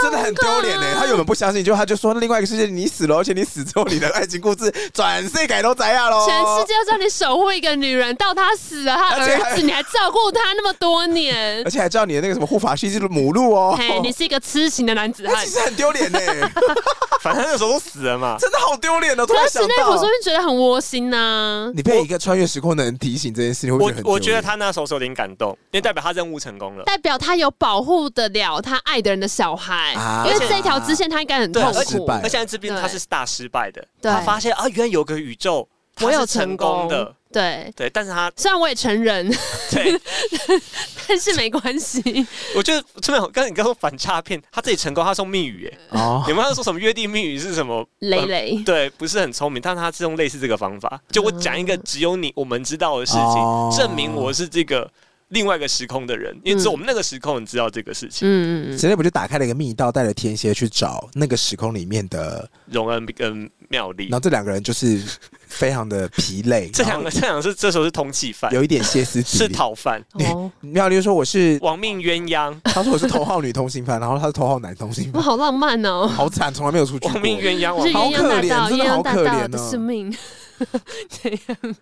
Speaker 1: 真的很丢脸欸呢。他原本不相信，就他就说另外一个世界你死了，而且你死之后，你的爱情故事转世改都怎样喽？
Speaker 2: 全世界要叫你守护一个女人，到她死了，她
Speaker 1: 而且还
Speaker 2: 儿子你还照顾他那么多
Speaker 1: [LAUGHS]
Speaker 2: 年
Speaker 1: 而，且还知道你的那个什么护法是一只母鹿哦， [LAUGHS]
Speaker 2: 嘿，你是一个痴情的男子
Speaker 1: 那
Speaker 2: 汉
Speaker 1: 哎
Speaker 3: 哎
Speaker 1: 其。实很丢脸
Speaker 3: [LAUGHS]
Speaker 1: 呢，
Speaker 3: 反正那时候都死了嘛。
Speaker 1: 真的好丢脸哦！突
Speaker 2: 可
Speaker 1: 然
Speaker 2: 是
Speaker 1: 想
Speaker 2: 那我
Speaker 1: 到
Speaker 2: 说，你觉得很窝心呐、
Speaker 1: 你被一个穿越时空的人提醒这件事情，会不
Speaker 3: 我
Speaker 1: 会很丢脸
Speaker 3: 我觉得他那时候是有点感动，因为代表他任务成功了。
Speaker 2: 代表他有保护得了他爱的人的小孩，
Speaker 1: 啊
Speaker 2: 因为这条支线他应该很痛
Speaker 3: 对而
Speaker 1: 且
Speaker 2: 苦。
Speaker 3: 而且这边
Speaker 2: 对
Speaker 3: 他是大失败的，
Speaker 2: 对
Speaker 3: 他发现啊，原来有个宇宙他
Speaker 2: 我有
Speaker 3: 是成功的，，
Speaker 2: 对。
Speaker 3: 对，但是他
Speaker 2: 虽然我也成人， [LAUGHS]
Speaker 3: 对，
Speaker 2: 但是没关
Speaker 3: [LAUGHS]
Speaker 2: 系。
Speaker 3: 我觉得这边有刚才你刚说反差片，他自己成功，他是用密语，哎，
Speaker 1: 哦
Speaker 3: 你，们刚才说什么约定密语是什么？
Speaker 2: 蕾
Speaker 3: 呃
Speaker 2: 蕾，
Speaker 3: 对，不是很聪明，但他是用类似这个方法，就我讲一个只有你我们知道的事
Speaker 1: 哦
Speaker 3: 情，证明我是这个另外一个时空的人，因为只有我们那个时空人知道这个事情。
Speaker 2: 嗯，嗯
Speaker 1: 直接不就打开了一个密道，带着天蝎去找那个时空里面
Speaker 3: [LAUGHS]
Speaker 1: 的，
Speaker 3: 荣恩跟妙丽
Speaker 1: 然，后这两个人就是非常的疲累，
Speaker 3: 这两个这两个是这时候是通缉犯，
Speaker 1: 有一点歇斯底
Speaker 3: 是
Speaker 1: 里。
Speaker 3: 逃犯，
Speaker 2: 嗯哦，
Speaker 1: 妙丽就说我是，
Speaker 3: 亡命鸳鸯，
Speaker 1: 他说我是头号女通信犯，然后他是头号男通信
Speaker 2: 哇，
Speaker 1: 犯，
Speaker 3: [LAUGHS]
Speaker 2: 好浪漫哦！
Speaker 1: 好惨，从来没有出去过
Speaker 3: 亡。命鸳鸯，
Speaker 2: 是
Speaker 3: 亡
Speaker 1: 好
Speaker 2: 鸳鸯
Speaker 1: 可
Speaker 2: 大
Speaker 1: 怜
Speaker 2: 道，
Speaker 1: 真的
Speaker 2: 鸳
Speaker 1: 好
Speaker 2: 鸯
Speaker 1: 可
Speaker 2: 大
Speaker 1: 怜
Speaker 2: 道的
Speaker 1: 哦
Speaker 2: 生命。 [LAUGHS]
Speaker 3: [LAUGHS]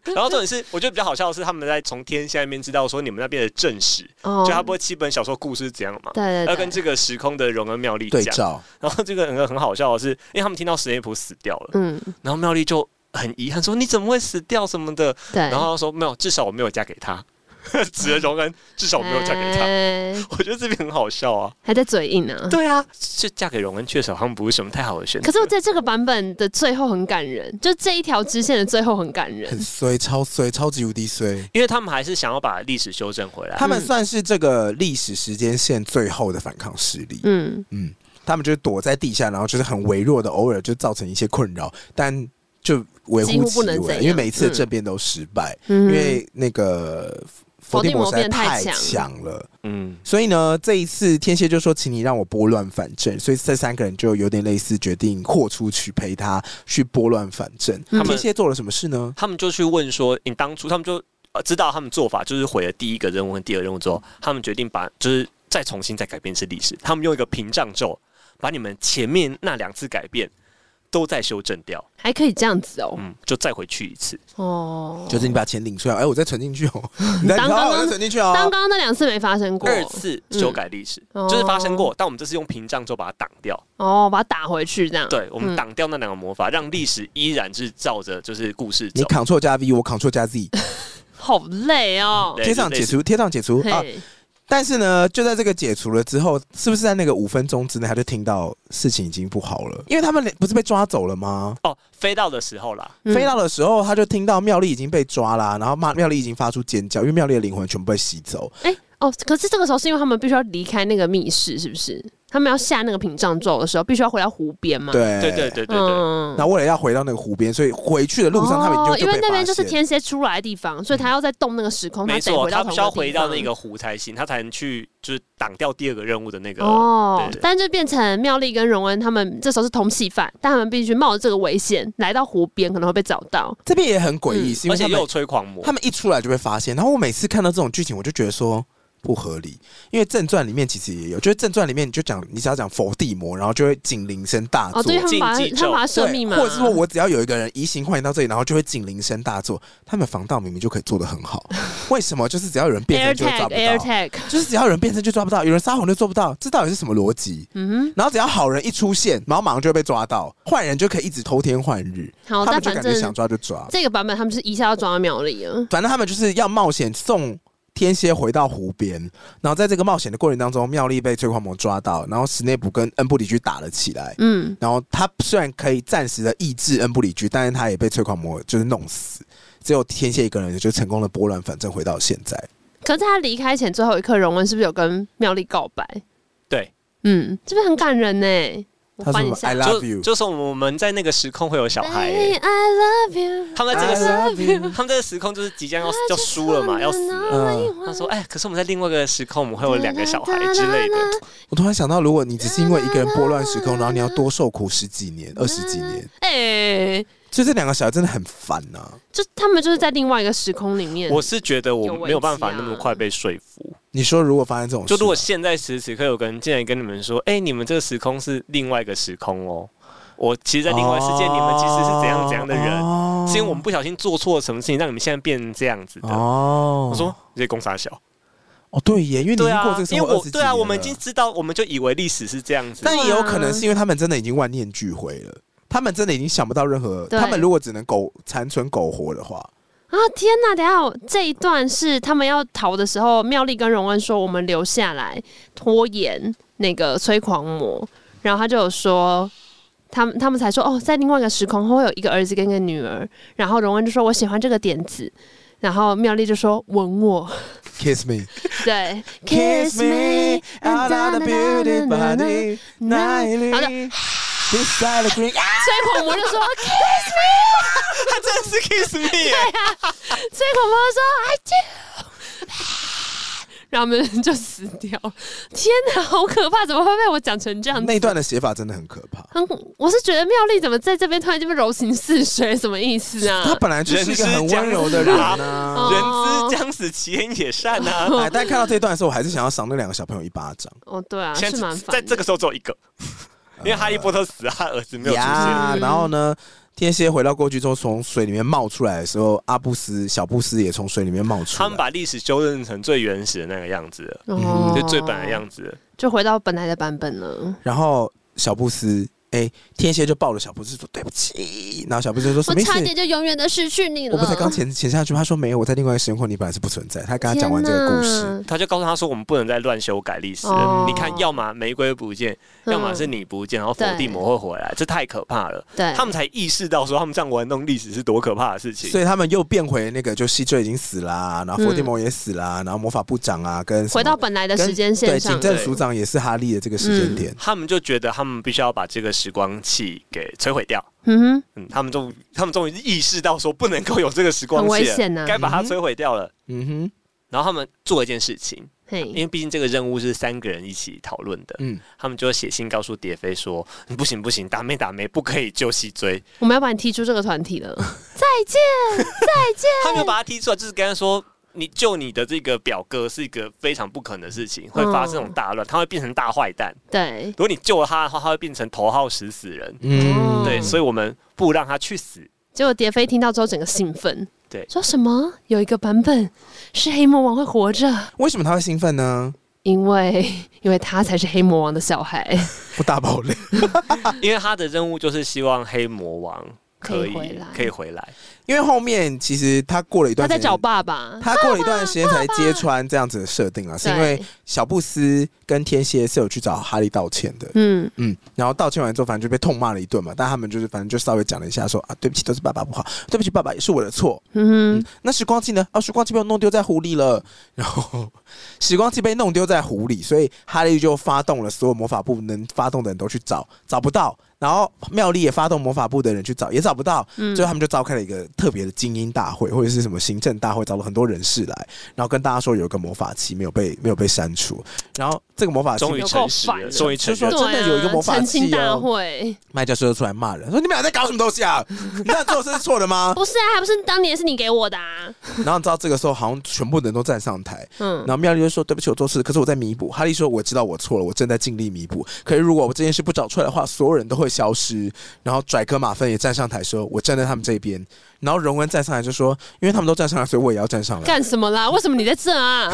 Speaker 3: 然后重点是，我觉得比较好笑的是，他们在从天下面知道说你们那边的正史，
Speaker 2: 哦
Speaker 3: 就他不会七本小说故事是怎样嘛，
Speaker 2: 对
Speaker 3: 要
Speaker 2: 对
Speaker 3: 跟
Speaker 2: 对，
Speaker 3: 这个时空的荣恩妙丽
Speaker 1: 对
Speaker 3: 讲。
Speaker 1: 照，
Speaker 3: 然后这个人很好笑的是，因为他们听到史内普死掉了，
Speaker 2: 嗯，
Speaker 3: 然后妙丽就很遗憾说你怎么会死掉什么的，
Speaker 2: 对。
Speaker 3: 然后他说没有，至少我没有嫁给他， [LAUGHS] 指着荣恩，至少我没有嫁给他。
Speaker 2: 哎
Speaker 3: 我觉得这边很好笑啊，
Speaker 2: 还在嘴硬呢。
Speaker 3: 对啊，就嫁给荣恩确实好像不是什么太好的选择。
Speaker 2: 可是我在这个版本的最后很感人，就这一条支线的最后很感人
Speaker 1: 很。衰，超衰，超级无敌衰。
Speaker 3: 因为他们还是想要把历史修正回来，
Speaker 1: 他们算是这个历史时间线最后的反抗势力。
Speaker 2: 嗯，
Speaker 1: 嗯，他们就是躲在地下，然后就是很微弱的，偶尔就造成一些困扰，但就微
Speaker 2: 几
Speaker 1: 乎
Speaker 2: 乎
Speaker 1: 其
Speaker 2: 不能
Speaker 1: 微，
Speaker 2: 怎
Speaker 1: 因为
Speaker 2: 样
Speaker 1: 每一次的
Speaker 2: 嗯
Speaker 1: 政变都失败，
Speaker 2: 因
Speaker 1: 因为那
Speaker 2: 嗯
Speaker 1: 个
Speaker 2: 伏
Speaker 1: 伏地
Speaker 2: 地
Speaker 1: 魔
Speaker 2: 魔
Speaker 1: 实在
Speaker 2: 变太
Speaker 1: 太
Speaker 2: 强
Speaker 1: 强了。
Speaker 3: 嗯，
Speaker 1: 所以呢，这一次天蝎就说：“请你让我拨乱反正。”所以这三个人就有点类似决定豁出去陪他去拨乱反正。
Speaker 2: 他哦
Speaker 3: 们
Speaker 1: 天蝎做了什么事呢？
Speaker 3: 他们就去问说，你当初他们就呃知道他们做法就是毁了第一个任务跟第二任务之后，他们决定把就是再重新再改变一次历史，他们用一个屏障咒把你们前面那两次改变都再修正掉，
Speaker 2: 还可以这样子哦，
Speaker 3: 嗯，就再回去一次。
Speaker 2: 哦，
Speaker 1: 就是你把钱领出来，哎、我再存进去哦，你再
Speaker 2: 当
Speaker 1: 好，我
Speaker 2: 刚
Speaker 1: 再
Speaker 2: 刚
Speaker 1: 存进去哦。
Speaker 2: 当刚刚那两次没发生过，
Speaker 3: 二次修改历史、
Speaker 2: 嗯
Speaker 3: 就是发生过，但我们这次用屏障咒把它挡掉。
Speaker 2: 哦，把它打回去这样，
Speaker 3: 对，我们
Speaker 2: 嗯
Speaker 3: 挡掉那两个魔法，让历史依然是照着就是故事
Speaker 1: 你
Speaker 3: 走。
Speaker 1: Ctrl 加 V，我 Ctrl 加 Z，
Speaker 2: 好累哦，
Speaker 3: 对
Speaker 1: 贴上解除，贴上解除啊！
Speaker 2: 嘿，
Speaker 1: 但是呢，就在这个解除了之后，是不是在那个五分钟之内，他就听到事情已经不好了？因为他们不是被抓走了吗？
Speaker 3: 哦，飞到的时候啦，
Speaker 2: 嗯
Speaker 1: 飞到的时候，他就听到妙丽已经被抓啦，然后妙妙丽已经发出尖叫，因为妙丽的灵魂全部被吸走。
Speaker 2: 哎哦，可是这个时候是因为他们必须要离开那个密室，是不是？他们要下那个屏障咒的时候，必须要回到湖边嘛？，
Speaker 1: 对
Speaker 3: 对对。对对对，
Speaker 2: 嗯
Speaker 1: 那为了要回到那个湖边，所以回去的路上他们
Speaker 2: 哦
Speaker 1: 就就
Speaker 2: 因为
Speaker 1: 被
Speaker 2: 那边
Speaker 1: 发
Speaker 2: 就是
Speaker 1: 现
Speaker 2: 天蝎出来的地方，所以他要在动哦那个时空，
Speaker 3: 没
Speaker 2: 他得
Speaker 3: 错，
Speaker 2: 回到
Speaker 3: 他
Speaker 2: 同
Speaker 3: 需
Speaker 2: 个
Speaker 3: 要
Speaker 2: 地
Speaker 3: 回到
Speaker 2: 方
Speaker 3: 那个湖才行，他才能去就是挡掉第二个任务的那个。
Speaker 2: 哦
Speaker 3: 对，
Speaker 2: 但就变成妙丽跟荣恩他们这时候是通缉犯，但他们必须冒着这个危险来到湖边，可能会被找到。
Speaker 1: 这边也很诡异，是因
Speaker 3: 嗯而
Speaker 1: 为
Speaker 3: 且
Speaker 1: 他
Speaker 3: 又
Speaker 1: 们
Speaker 3: 有吹狂魔
Speaker 1: 他，们一出来就被发现。然后我每次看到这种剧情，我就觉得说不合理，因为正传里面其实也有，就是正传里面你就讲，你只要讲伏地魔，然后就会警铃声大作。
Speaker 2: 哦，对他们把他
Speaker 3: 禁忌咒
Speaker 2: 他们把他设
Speaker 1: 对
Speaker 2: 密码，
Speaker 1: 或者是说我只要有一个人移形换影到这里，然后就会警铃声大作。他们防盗明明就可以做的很
Speaker 2: [LAUGHS]
Speaker 1: 好，为什么就是只要有人变
Speaker 2: air
Speaker 1: 身就抓
Speaker 2: tag
Speaker 1: 不
Speaker 2: air
Speaker 1: 到？
Speaker 2: tag，
Speaker 1: 就是只要有人变身就抓不到，有人撒谎就做不到，这到底是什么逻辑？
Speaker 2: 嗯
Speaker 1: 然后只要好人一出现，然后马上就会被抓到，坏人就可以一直偷天换日，
Speaker 2: 哼，好，
Speaker 1: 他
Speaker 2: 但
Speaker 1: 们就
Speaker 2: 反
Speaker 1: 感觉想
Speaker 2: 正
Speaker 1: 抓就抓，
Speaker 2: 这个版本他们是一下要抓妙丽啊，
Speaker 1: 反正他们就是要冒险送。天蝎回到湖边，然后在这个冒险的过程当中，妙丽被催狂魔抓到，然后史内普跟恩布里居打了起来。
Speaker 2: 嗯，
Speaker 1: 然后他虽然可以暂时的抑制恩布里居，但是他也被催狂魔就是弄死，只有天蝎一个人就成功的拨乱反正回到现在。
Speaker 2: 可是他离开前最后一刻，荣恩是不是有跟妙丽告白？
Speaker 3: 对，
Speaker 2: 嗯，这边很感人呢，我
Speaker 1: 他
Speaker 2: 翻
Speaker 1: 说什么
Speaker 2: 一下
Speaker 1: ？I
Speaker 3: 就
Speaker 1: love you，
Speaker 3: 就是我们在那个时空会有小孩、
Speaker 2: Baby,
Speaker 3: 欸，
Speaker 2: I love you，
Speaker 3: 他们在这
Speaker 1: I
Speaker 3: 个时，
Speaker 1: love you，
Speaker 3: 他们这个时空就是即
Speaker 2: 啊
Speaker 3: 将要要输了嘛，要死了。
Speaker 1: 嗯，
Speaker 3: 他说：“哎，可是我们在另外一个时空，我们会有两个小孩之类的。
Speaker 1: 我突然想到，如果你只是因为一个人拨乱时空，然后你要多受苦十几
Speaker 2: [LAUGHS]
Speaker 1: 年、二十几年，
Speaker 2: 哎、
Speaker 1: 就这两个小孩真的很烦呐、
Speaker 2: 就他们就是在另外一个时空里面，
Speaker 3: 我是觉得
Speaker 2: 有
Speaker 3: 我
Speaker 2: 危机啊
Speaker 3: 没有办法那么快被说服。
Speaker 1: 你说如果发生这种事，
Speaker 3: 就如果现在此时此刻有个人进来跟你们说：“哎，你们这个时空是另外一个时空哦，我其实，在另外世界，你们其实是怎样怎样的人，
Speaker 1: 哦
Speaker 3: 是因为我们不小心做错了什么事情，让你们现在变成这样子的。”
Speaker 1: 哦
Speaker 3: 我说：“你这公傻小。”
Speaker 1: 哦，对耶，因为你已
Speaker 3: 对
Speaker 1: 经过
Speaker 3: 啊
Speaker 1: 这个，生
Speaker 3: 因为
Speaker 1: 活二
Speaker 3: 我
Speaker 1: 十几
Speaker 3: 对啊，
Speaker 1: 年
Speaker 3: 我们已
Speaker 1: 了
Speaker 3: 经知道，我们就以为历史是这样子。
Speaker 1: 但也有
Speaker 2: 对啊
Speaker 1: 可能是因为他们真的已经万念俱灰了，他们真的已经想不到任何，
Speaker 2: 对
Speaker 1: 他们如果只能苟残存苟活的话，
Speaker 2: 啊！天哪，等一下我这一段是他们要逃的时候，妙丽跟荣恩说我们留下来拖延那个催狂魔，然后他就有说。他们他们才说哦，在另外一个时空会有一个儿子跟一个女儿，然后荣恩就说我喜欢这个点子，然后妙丽就说吻我，
Speaker 1: Kiss me,
Speaker 2: 对
Speaker 1: kiss me, out of the beauty body, nightly, beside the green。啊
Speaker 2: 催狂魔就说哦 kiss me，
Speaker 3: 他真的是 kiss
Speaker 1: [LAUGHS]
Speaker 3: me，耶
Speaker 1: 啊
Speaker 2: 所以婆婆说 I do，然 [LAUGHS] 后我们就死掉。天哪，好可怕！怎么会被我讲成这样子？
Speaker 1: 那一段的写法真的很可怕。
Speaker 2: 很，我是觉得妙丽怎么在这边突然间被柔情似水，什么意思
Speaker 1: 他
Speaker 2: 啊？
Speaker 1: 本来就是一个很温柔的人
Speaker 2: 哦
Speaker 1: 呐、
Speaker 3: 人之将死，其言也善
Speaker 1: [LAUGHS]
Speaker 3: 啊。
Speaker 1: 哎，但看到这一段的时候，我还是想要赏那两个小朋友一巴掌。
Speaker 2: 哦，对啊，
Speaker 3: 现
Speaker 2: 是
Speaker 3: 在
Speaker 2: 蛮
Speaker 3: 只
Speaker 2: 烦的。
Speaker 3: 在这个时候只有一
Speaker 1: [LAUGHS]
Speaker 3: 个，因为哈利波特死了，他儿子没有出现。
Speaker 1: 呀，啊然后呢，天蝎回到过去之后，从水里面冒出来的时候，阿布斯、小布斯也从水里面冒出
Speaker 3: 他
Speaker 1: 来
Speaker 3: 们。把历史修正成最原始的那个样子了，
Speaker 1: 嗯
Speaker 2: 哦
Speaker 3: 就最本来的样子了。
Speaker 2: 就回到本来的版本了。
Speaker 1: 然后小布斯，哎、天蝎就抱着小布斯说对不起，然后小布斯就说什
Speaker 2: 我
Speaker 1: 么意思
Speaker 2: 差？点就永远的失去你了。
Speaker 1: 我不才刚潜潜下去吗，他说没有，我在另外一个时间空你本来是不存在。他跟他讲完这个故事，
Speaker 3: 他就告诉他说：“我们不能再乱修改历史了。
Speaker 2: 哦
Speaker 3: 你看，要么玫瑰不见，
Speaker 2: 天哪，
Speaker 3: 要么是
Speaker 2: 嗯
Speaker 3: 你不见，然后伏地魔会回来，这太可怕了。
Speaker 2: 对
Speaker 3: 他们才意识到说，他们这样玩弄历史是多可怕的事情。
Speaker 1: 所以他们又变回那个，就西追已经死啦、然后伏地魔也死啦、然后魔法部长啊，跟什么
Speaker 2: 回到本来的时间线
Speaker 1: 对
Speaker 2: 上
Speaker 1: 警
Speaker 2: 了。
Speaker 1: 政署长也是哈利的这个时间点。
Speaker 3: 他们就觉得他们必须要把这个时光器给摧毁掉。
Speaker 2: 嗯
Speaker 3: 嗯，他们终他们终于意识到说，不能够有这个时光
Speaker 2: 很危
Speaker 3: 器了，
Speaker 2: 险呐啊
Speaker 3: 该把它摧毁掉了。
Speaker 1: 嗯
Speaker 3: 然后他们做一件事情，
Speaker 2: 哼，嘿
Speaker 3: 因，为毕竟这个任务是三个人一起讨论的
Speaker 1: 哼，，嗯，
Speaker 3: 他们就写信告诉蝶飞说：“嗯不行不行，打妹打妹，不可以救西追。
Speaker 2: 我们要把你踢出这个团体
Speaker 1: [LAUGHS]
Speaker 2: 了。再见。”
Speaker 3: 他没有把他踢出来，就是跟他说。你救你的这个表哥是一个非常不可能的事情，会发生
Speaker 2: 嗯
Speaker 3: 这种大乱，他会变成大坏蛋。
Speaker 2: 对
Speaker 3: 如，果你救了他的话，他会变成头号食死人。
Speaker 1: 嗯，
Speaker 3: 对，所以我们不让他去死。
Speaker 2: 结果蝶飞听到之后，整个兴奋，
Speaker 3: 对
Speaker 2: 说什么有一个版本是黑魔王会活着，
Speaker 1: 为什么他会兴奋呢？
Speaker 2: 因为因为他才是黑魔王的小孩，
Speaker 1: 不大爆雷，
Speaker 3: 因为他的任务就是希望黑魔王可以
Speaker 2: 可以回来
Speaker 3: 可以回来。
Speaker 1: 因为后面其实他过了一
Speaker 2: 他
Speaker 1: 段
Speaker 2: 在
Speaker 1: 时间
Speaker 2: 找爸爸。
Speaker 1: 他过了一段时间才揭穿这样子的设定啊，是因为
Speaker 2: 对
Speaker 1: 小布斯跟天蝎是有去找哈利道歉的，
Speaker 2: 嗯，
Speaker 1: 嗯，然后道歉完之后，反正就被痛骂了一顿嘛，但他们就是反正就稍微讲了一下说啊，对不起，都是爸爸不好，对不起，爸爸也是我的错。
Speaker 2: 嗯
Speaker 1: 嗯，那时光机呢？啊，时光机被我弄丢在湖里了，然后时光机被弄丢在湖里，所以哈利就发动了所有魔法部能发动的人都去找，找不到。然后妙丽也发动魔法部的人去找，也找不到。
Speaker 3: 嗯
Speaker 1: 最后他们就召开了一个特别的精英大会，或者是什么行政大会，找了很多人士来，然后跟大家说有一个魔法器没有被没有被删除，然后这个魔法器
Speaker 3: 终
Speaker 2: 啊
Speaker 3: 于
Speaker 2: 有够
Speaker 3: 诚实
Speaker 2: 烦
Speaker 3: 了，
Speaker 2: 的
Speaker 3: 终于
Speaker 1: 就说
Speaker 3: 承认
Speaker 2: 对
Speaker 3: 了。
Speaker 2: 啊，
Speaker 1: 真的有一个魔法器哦
Speaker 2: 澄清大会，
Speaker 1: 麦教授就出来骂人，说你们俩在搞什么东西
Speaker 2: [LAUGHS]
Speaker 1: 啊？你这样做是错的吗？
Speaker 2: 不是啊，还不是当年是你给我的啊。
Speaker 1: 然后你知道这个时候好像全部人都站上台，
Speaker 2: 嗯
Speaker 1: 然，后妙丽就说对不起，我做错事，可是我在弥补。哈利说我知道我错了，我正在尽力弥补。可是如果我这件事不找出来的话，所有人都会消失。然后拽哥马芬也站上台说，我站在他们这边。然后荣恩站上来就说，因为他们都站上来，所以我也要站上来。
Speaker 2: 干什么啦？为什么你在这啊？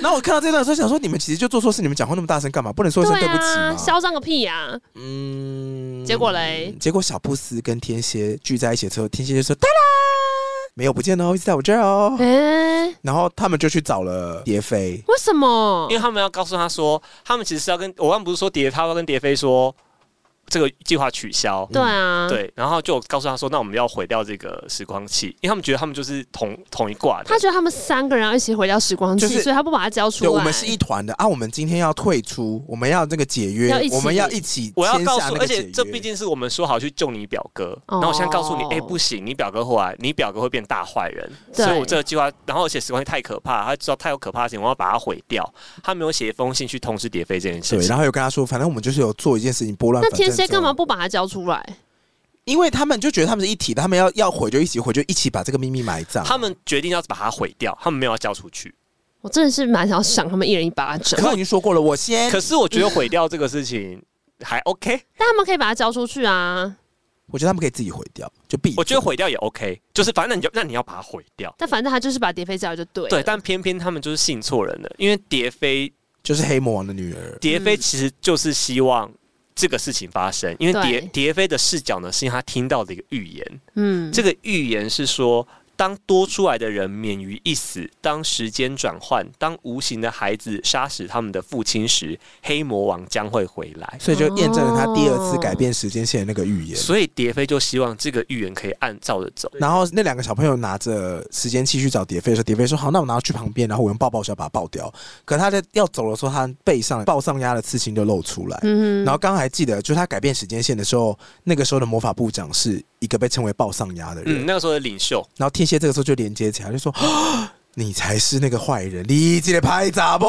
Speaker 1: 然后我看到这段的时候想说，你们其实就做错事，你们讲话那么大声干嘛？不能说一声对不起
Speaker 2: 啊，
Speaker 1: 吗？
Speaker 2: 嚣张个屁啊！
Speaker 1: 嗯，
Speaker 2: 结果嘞
Speaker 1: 结果小布斯跟天蝎聚在一起的时候，天蝎就说：“哒啦，没有不见哦，一直在我这儿哦。
Speaker 2: 哎，
Speaker 1: 然后他们就去找了蝶飞，
Speaker 2: 为什么
Speaker 3: 因？为他们要告诉他说，他们其实是要跟我刚不是说蝶，他要跟蝶飞说这个计划取
Speaker 1: 嗯
Speaker 3: 消。
Speaker 2: 对啊，，
Speaker 3: 对，然后就告诉他说，那我们要毁掉这个时光器，因为他们觉得他们就是同同一挂的
Speaker 2: 他。觉得他们三个人要一起回到时光机
Speaker 1: 就，是
Speaker 2: 所以他不把他交出
Speaker 1: 对，我
Speaker 2: 来。
Speaker 1: 们是一团的啊，我们今天要退出，我们要这个解约
Speaker 2: 要一，起
Speaker 1: 我们要一起
Speaker 3: 我要
Speaker 1: 签
Speaker 3: 告
Speaker 1: 下
Speaker 3: 诉，
Speaker 1: 那
Speaker 3: 而
Speaker 1: 个解约
Speaker 3: 且。这毕竟是我们说好去救你表哥，
Speaker 2: 哦
Speaker 3: 然后我现在告诉你，哎、不行，你表哥后来，你表哥会变大坏人，
Speaker 2: 对
Speaker 3: 所以我这个计划，然后而且时光机太可怕，他知道太有可怕的事情，我要把它毁掉。他没有写一封信去通知蝶飞这件事
Speaker 1: 对，
Speaker 3: 情，
Speaker 1: 然后有跟他说，反正我们就是有做一件事情拨乱
Speaker 2: 那
Speaker 1: 反正
Speaker 2: 天蝎
Speaker 1: 之后
Speaker 2: 干嘛？不把他交出来？
Speaker 1: 因为他们就觉得他们是一体的，他们要要毁就一起毁，就一起把这个秘密埋葬。
Speaker 3: 他们决定要把它毁掉，他们没有要交出去。
Speaker 2: 我真的是蛮想赏他们一人一巴掌
Speaker 1: 可是，我已经说过了，我先
Speaker 2: 嗯
Speaker 3: 可是我觉得毁掉这个事情还 OK，
Speaker 2: 但他们可以把它交出去啊。
Speaker 1: 我觉得他们可以自己毁掉，就必
Speaker 3: 我觉得毁掉也 OK，就是反正你就那你要把它毁掉。
Speaker 2: 但反正他就是把蝶飞叫来就对了。
Speaker 3: 对，但偏偏他们就是信错人了，因为蝶飞
Speaker 1: 就是黑魔王的女儿，
Speaker 3: 蝶
Speaker 2: 嗯
Speaker 3: 飞其实就是希望这个事情发生，因为蝶
Speaker 2: 对
Speaker 3: 蝶飞的视角呢是因为他听到的一个预言，
Speaker 2: 嗯，
Speaker 3: 这个预言是说，当多出来的人免于一死，当时间转换，当无形的孩子杀死他们的父亲时，黑魔王将会回来。
Speaker 1: 所以就验证了他第二
Speaker 2: 哦
Speaker 1: 次改变时间线的那个预言。
Speaker 3: 所以蝶飞就希望这个预言可以按照着走。
Speaker 1: 然后那两个小朋友拿着时间器去找蝶飞的时候，蝶飞说：“好，那我拿去旁边，然后我用抱抱小把它抱掉。”可他在要走的时候，他背上抱上压的刺青就露出来。
Speaker 2: 嗯
Speaker 1: 然后刚还记得，就是他改变时间线的时候，那个时候的魔法部长是一个被称为抱上压的人。
Speaker 3: 嗯，那个时候的领袖，
Speaker 1: 然后天蝎这个时候就连接起来，就说：“ [GASPS] 你才是那个坏人，你这个拍杂不？”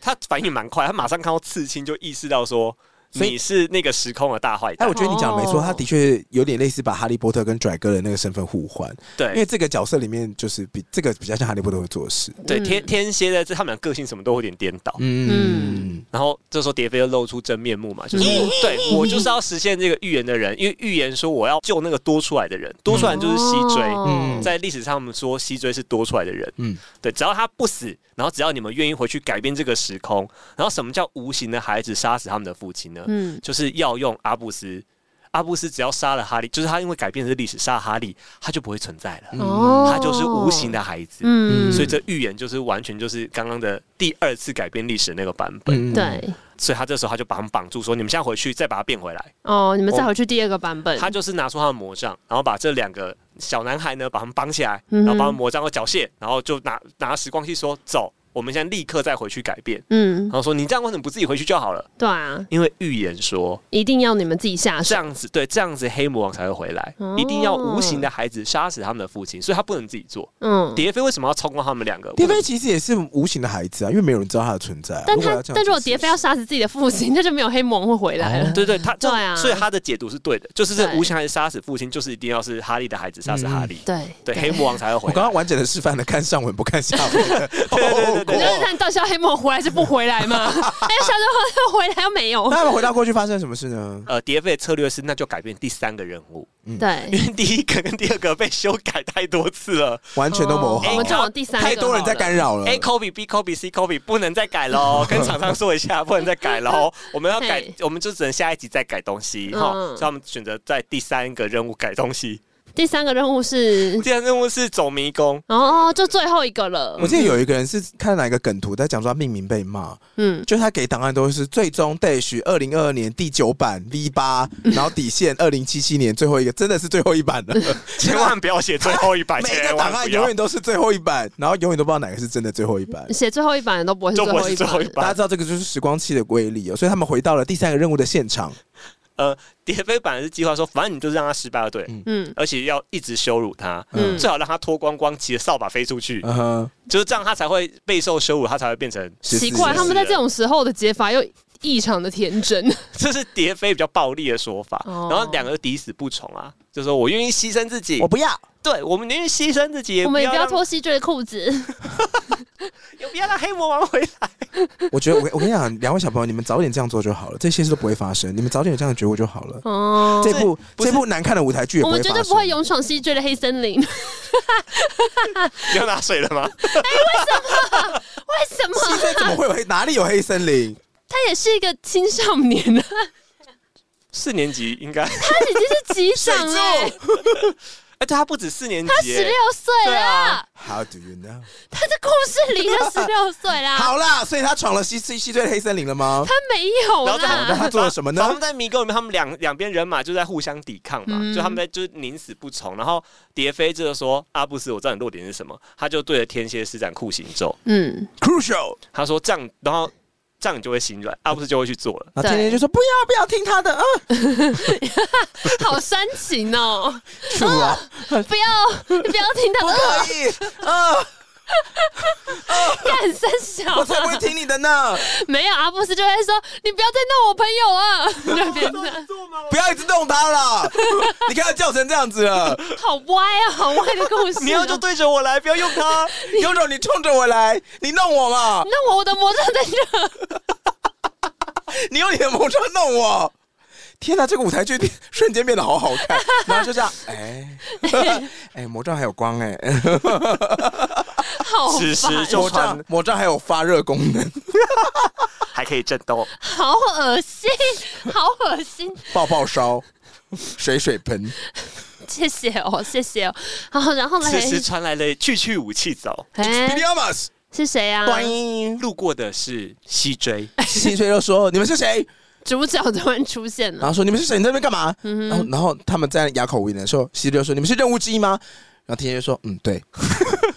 Speaker 3: 他反应蛮快，他马上看到刺青就意识到说
Speaker 1: 所以
Speaker 3: 你是那个时空的大坏
Speaker 1: 哎，
Speaker 3: 蛋
Speaker 1: 我。觉得你讲的没错，
Speaker 2: 哦
Speaker 1: 他的确有点类似把哈利波特跟拽哥的那个身份互换，因为
Speaker 3: 对
Speaker 1: 这个角色里面就是比这个比较像哈利波特会做的事。
Speaker 3: 对，
Speaker 2: 嗯
Speaker 3: 天天蝎的这他们俩个性什么都有点颠倒。
Speaker 1: 嗯，
Speaker 3: 然后这时候蝶飞就露出真面目嘛，
Speaker 2: 嗯
Speaker 3: 就是我对我就是要实现这个预言的人，因为预言说我要救那个多出来的人，多出来就是西追。
Speaker 2: 嗯哦
Speaker 1: 嗯
Speaker 3: 在历史上，我们说西追是多出来的人，
Speaker 1: 嗯
Speaker 3: 嗯，对，只要他不死，然后只要你们愿意回去改变这个时空，然后什么叫无形的孩子杀死他们的父亲呢？
Speaker 2: 嗯
Speaker 3: 就是要用阿布斯，阿布斯只要杀了哈利，就是他因为改变这历史杀了哈利，他就不会存在了，
Speaker 2: 哦
Speaker 3: 他就是无形的孩子，
Speaker 2: 嗯，
Speaker 3: 所以这预言就是完全就是刚刚的第二次改变历史的那个版本，
Speaker 1: 嗯，
Speaker 2: 对
Speaker 3: 所以他这时候他就把他们绑住，说你们现在回去再把他变回来。
Speaker 2: 哦，你们再回去第二个版本，
Speaker 1: 哦
Speaker 3: 他就是拿出他的魔杖，然后把这两个小男孩呢，把他们绑起来，
Speaker 2: 嗯哼
Speaker 3: 然后把他们魔杖和缴械，然后就拿拿时光机说走，我们现在立刻再回去改变。
Speaker 2: 嗯
Speaker 3: 然，后说你这样为什么不自己回去就好了？
Speaker 2: 对啊，
Speaker 3: 因为预言说
Speaker 2: 一定要你们自己下
Speaker 3: 这
Speaker 2: 手。
Speaker 3: 样子，对这样子黑魔王才会回来，
Speaker 2: 哦
Speaker 3: 一定要无形的孩子杀死他们的父亲，所以他不能自己做。
Speaker 2: 嗯，
Speaker 3: 蝶飞为什么要操控他们两个？
Speaker 2: [LAUGHS]
Speaker 1: 蝶飞其实也是无形的孩子啊，因为没有人知道他的存在啊。
Speaker 2: 但
Speaker 1: 如果
Speaker 2: 他
Speaker 1: 要这样
Speaker 2: 但如果
Speaker 1: 解释
Speaker 2: 蝶飞要杀死自己的父亲，那就没有黑魔王会回
Speaker 1: 哦
Speaker 2: 来了。
Speaker 3: 对对，他
Speaker 2: 对啊
Speaker 3: 所以他的解读是对的，就是这
Speaker 2: 对嗯
Speaker 3: 无形孩子杀死父亲，就是一定要是哈利的孩子杀死哈利，
Speaker 2: 对 [LAUGHS]
Speaker 3: 对黑魔王才会回
Speaker 1: 我
Speaker 3: 来。
Speaker 1: 刚刚完整的示范了，看上文不看下
Speaker 3: [LAUGHS]
Speaker 1: 文哦的
Speaker 3: 对
Speaker 1: 后
Speaker 3: 对对
Speaker 1: 果
Speaker 2: 你就是。看到底要黑魔王回来是不
Speaker 1: [LAUGHS]
Speaker 2: 回来吗？哎，下周后又回来又没有
Speaker 1: 那。他们回到过去发生什么事呢？
Speaker 3: 呃，蝶飞的策略是，那就改变第三个人物，因
Speaker 2: 对，
Speaker 3: 为 [LAUGHS] 第一个跟第二个被修改太多次了。
Speaker 1: 完全都谋
Speaker 2: 哦我
Speaker 1: 好
Speaker 2: 们，就往第三个
Speaker 1: 太多人在
Speaker 2: 好了。
Speaker 1: 干扰了。
Speaker 3: A copy B copy C copy 不能再改喽，跟厂商说一下，不能再改
Speaker 1: [LAUGHS]
Speaker 3: 喽。我们要改
Speaker 2: 嘿，
Speaker 3: 我们就只能下一集再改东西哈。
Speaker 2: 嗯
Speaker 3: 所以他们选择在第三个任务改东西。
Speaker 2: 第三个任务是
Speaker 3: 第三任务是走迷宫，
Speaker 2: 哦，就最后一个了
Speaker 1: 我。记得有一个人是看哪一个梗图在讲说他命名被骂，
Speaker 2: 嗯，
Speaker 1: 就他给档案都是最终 dash 二零二二年第九版 V
Speaker 3: [LAUGHS]
Speaker 1: 八，然后底线二零七七年最后一个，真的是最后一版了。
Speaker 3: [LAUGHS] 千万不要写最后一版，
Speaker 1: 每个
Speaker 3: 千
Speaker 1: 档
Speaker 3: 万不
Speaker 1: 案永
Speaker 3: 要
Speaker 1: 远。都是最后一版，然后永远都不知道哪个是真的最后一版。
Speaker 2: 写最后一版的都不会是
Speaker 3: 就
Speaker 2: 最
Speaker 3: 不
Speaker 2: 后
Speaker 3: 是
Speaker 2: 一
Speaker 3: 最后一
Speaker 2: 版。
Speaker 1: 大家
Speaker 3: 版。
Speaker 1: 知道这个就是时光器的威力哦，所以他们回到了第三个任务的现场。
Speaker 3: 呃，蝶飞版是计划说，反正你就是让他失败了，对，
Speaker 2: 嗯
Speaker 3: 而且要一直羞辱他，
Speaker 2: 嗯
Speaker 3: 最好让他脱光光，骑着扫把飞出去，
Speaker 1: 嗯哼，
Speaker 3: 就是这样，他才会备受羞辱，他才会变成
Speaker 1: 14
Speaker 2: 奇怪，
Speaker 1: 人
Speaker 2: 他们在这种时候的解法又异常的天真。
Speaker 3: [LAUGHS] 这是蝶飞比较暴力的说法，
Speaker 2: 哦
Speaker 3: 然后两个就抵死不从啊，就说我愿意牺牲自己
Speaker 1: 我，不要，
Speaker 3: 对我们宁愿牺牲自己，也
Speaker 2: 我
Speaker 3: 不
Speaker 2: 们也
Speaker 3: 要
Speaker 2: 不要
Speaker 3: 让，
Speaker 2: 脱西追的裤子。
Speaker 1: [LAUGHS]
Speaker 3: 也不要让黑魔王回来。 [LAUGHS]
Speaker 1: 我觉得我我跟你讲，两位小朋友，你们早点这样做就好了，这些事都不会发生。你们早点有这样的觉悟就好了。
Speaker 2: 哦，
Speaker 1: 这部
Speaker 3: 不是
Speaker 1: 这部难看的舞台剧也
Speaker 2: 我
Speaker 1: 不会发
Speaker 2: 们绝
Speaker 1: 生，
Speaker 2: 对不会勇闯西追的黑森林。为 [LAUGHS]
Speaker 3: 你要拿水了吗？
Speaker 2: 什
Speaker 1: 现
Speaker 2: 么？
Speaker 1: 在怎么会有黑？哪里有黑森林？
Speaker 2: 他也是一个青少年
Speaker 1: [LAUGHS]
Speaker 2: 啊，
Speaker 3: 四年级应该，
Speaker 2: 他已经是级长哎、
Speaker 3: 而且他不止四年级
Speaker 2: 他
Speaker 3: 耶，
Speaker 2: 十六岁
Speaker 3: 对
Speaker 2: 了
Speaker 3: 啊，
Speaker 1: How do you know？
Speaker 2: 他在故事里
Speaker 1: [LAUGHS]
Speaker 2: 他十六岁啦，
Speaker 1: 好啦，所以他闯了西西西最黑森林了吗
Speaker 2: 他？没有
Speaker 3: 然后在
Speaker 1: 那
Speaker 2: 啦，
Speaker 1: 他做了什么呢
Speaker 3: 他们在迷宫里面，他们两两边人马就在互相抵抗嘛，
Speaker 2: 嗯
Speaker 3: 就他们在就是宁死不从。然后蝶飞这就说：“阿布斯，我知道你弱点是什么。”他就对着天蝎施展酷刑咒，
Speaker 2: 嗯，
Speaker 1: Crucial。
Speaker 3: 他说：“这样，然后这样你就会心软。”阿布斯就会去做了。
Speaker 1: 然后天天就说不要不要听他的，啊，
Speaker 2: 好煽
Speaker 1: [LAUGHS]
Speaker 2: 情哦，
Speaker 1: 是啊，
Speaker 2: 不要不要听
Speaker 1: 不
Speaker 2: 他
Speaker 1: 可以，啊，
Speaker 2: 呃干三小
Speaker 1: 我才不会
Speaker 2: 啊，
Speaker 1: 听你的呢，
Speaker 2: 没有啊阿布斯就会说你不要再弄我朋友啊，就变成
Speaker 1: 不要一直动他了，你看他叫成这样子了，
Speaker 2: 好歪啊，好歪的故事、
Speaker 3: 你要就。对着我来，不要用它。
Speaker 1: [LAUGHS] 有种你冲着我来，你弄我 [LAUGHS] 嘛，
Speaker 2: 那我我的魔杖在这，
Speaker 1: 你用你的魔杖弄我。天哪，这个舞台剧瞬间变得好好 [LAUGHS] 看，然后就这样，哎、 [LAUGHS] 哎，魔杖还有光哎、 [LAUGHS]
Speaker 2: 好
Speaker 3: 此时
Speaker 2: 烦，
Speaker 3: 就
Speaker 1: 魔
Speaker 3: 穿
Speaker 1: 杖魔杖还有发热功 [LAUGHS] 能，
Speaker 3: 还可以震动。
Speaker 2: 好恶心，好恶心。
Speaker 1: 爆爆烧，水水盆，
Speaker 2: 谢谢哦，谢谢哦。好，然后
Speaker 3: 此
Speaker 2: 嘞，
Speaker 3: 时传来了去去武器走，
Speaker 2: 哎、
Speaker 1: 比利亚马斯，
Speaker 2: 是谁啊？
Speaker 1: 端。
Speaker 3: 路过的是西
Speaker 2: [LAUGHS]
Speaker 3: 追，
Speaker 1: 西吹就说你们是谁？
Speaker 2: 主角突然出
Speaker 1: [LAUGHS]
Speaker 2: 现
Speaker 1: 然
Speaker 2: 了，
Speaker 1: 后说你们是谁？你在那边干嘛？然后然后他们在哑口无言的时候，西吹就说你们是任务之一吗？然后天蝎就说嗯对，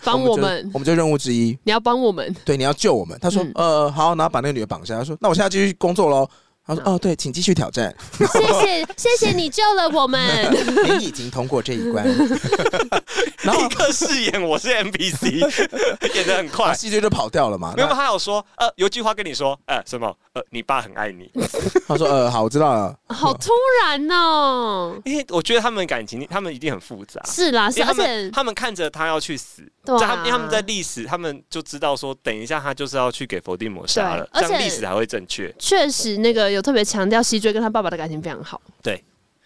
Speaker 2: 帮
Speaker 1: 我
Speaker 2: 我
Speaker 1: 就
Speaker 2: 们
Speaker 1: 我，们就任务之一。
Speaker 2: 你要帮我们，
Speaker 1: 对，你要救我们。他说，
Speaker 2: 嗯
Speaker 1: 呃，好，然后把那个女的绑下。他说，那我现在继续工作喽。他
Speaker 2: 嗯
Speaker 1: 说，哦，对，请继续挑
Speaker 2: [LAUGHS]
Speaker 1: 战，
Speaker 2: 谢谢，谢谢你救了我
Speaker 3: [LAUGHS]
Speaker 2: 们。
Speaker 1: 您已经通过这一关。
Speaker 2: [LAUGHS]
Speaker 1: 然后
Speaker 3: 立刻饰演我是
Speaker 2: [LAUGHS]
Speaker 3: NPC，演的很快。
Speaker 1: 细菌就跑掉了嘛。
Speaker 2: 啊
Speaker 3: 没有，
Speaker 1: 那
Speaker 3: 他有说，呃，有句话跟你说，呃，什么，呃，你爸很爱你，
Speaker 1: 他说，呃，好，我知道了。
Speaker 2: 好突然哦，
Speaker 3: 因为我觉得他们感情，他们一定很复杂，
Speaker 2: 是啦，
Speaker 3: 因
Speaker 2: 是，
Speaker 3: 为他
Speaker 2: 而
Speaker 3: 们
Speaker 2: 且
Speaker 3: 他们看着他要去死，
Speaker 2: 对啊
Speaker 3: 在他们因为他们在历史，他们就知道说，等一下他就是要去给伏地魔杀了，
Speaker 2: 对而
Speaker 3: 这
Speaker 2: 且
Speaker 3: 样历史才会正确。
Speaker 2: 确实那个有特别强调西追跟他爸爸的感情非常好，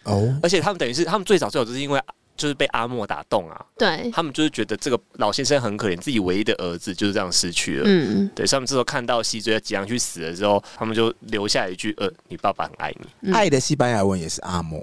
Speaker 1: 哦，
Speaker 3: 而且他们等于是他们最早最早就是因为就是被阿莫打动啊，
Speaker 2: 对，
Speaker 3: 他们就是觉得这个老先生很可怜，自己唯一的儿子就是这样失去了。
Speaker 2: 嗯
Speaker 3: 对，所以他们之后看到西追即将去死了之后，他们就留下一句：“呃，你爸爸很爱你。
Speaker 2: 嗯
Speaker 1: 爱的西班牙文也是阿莫。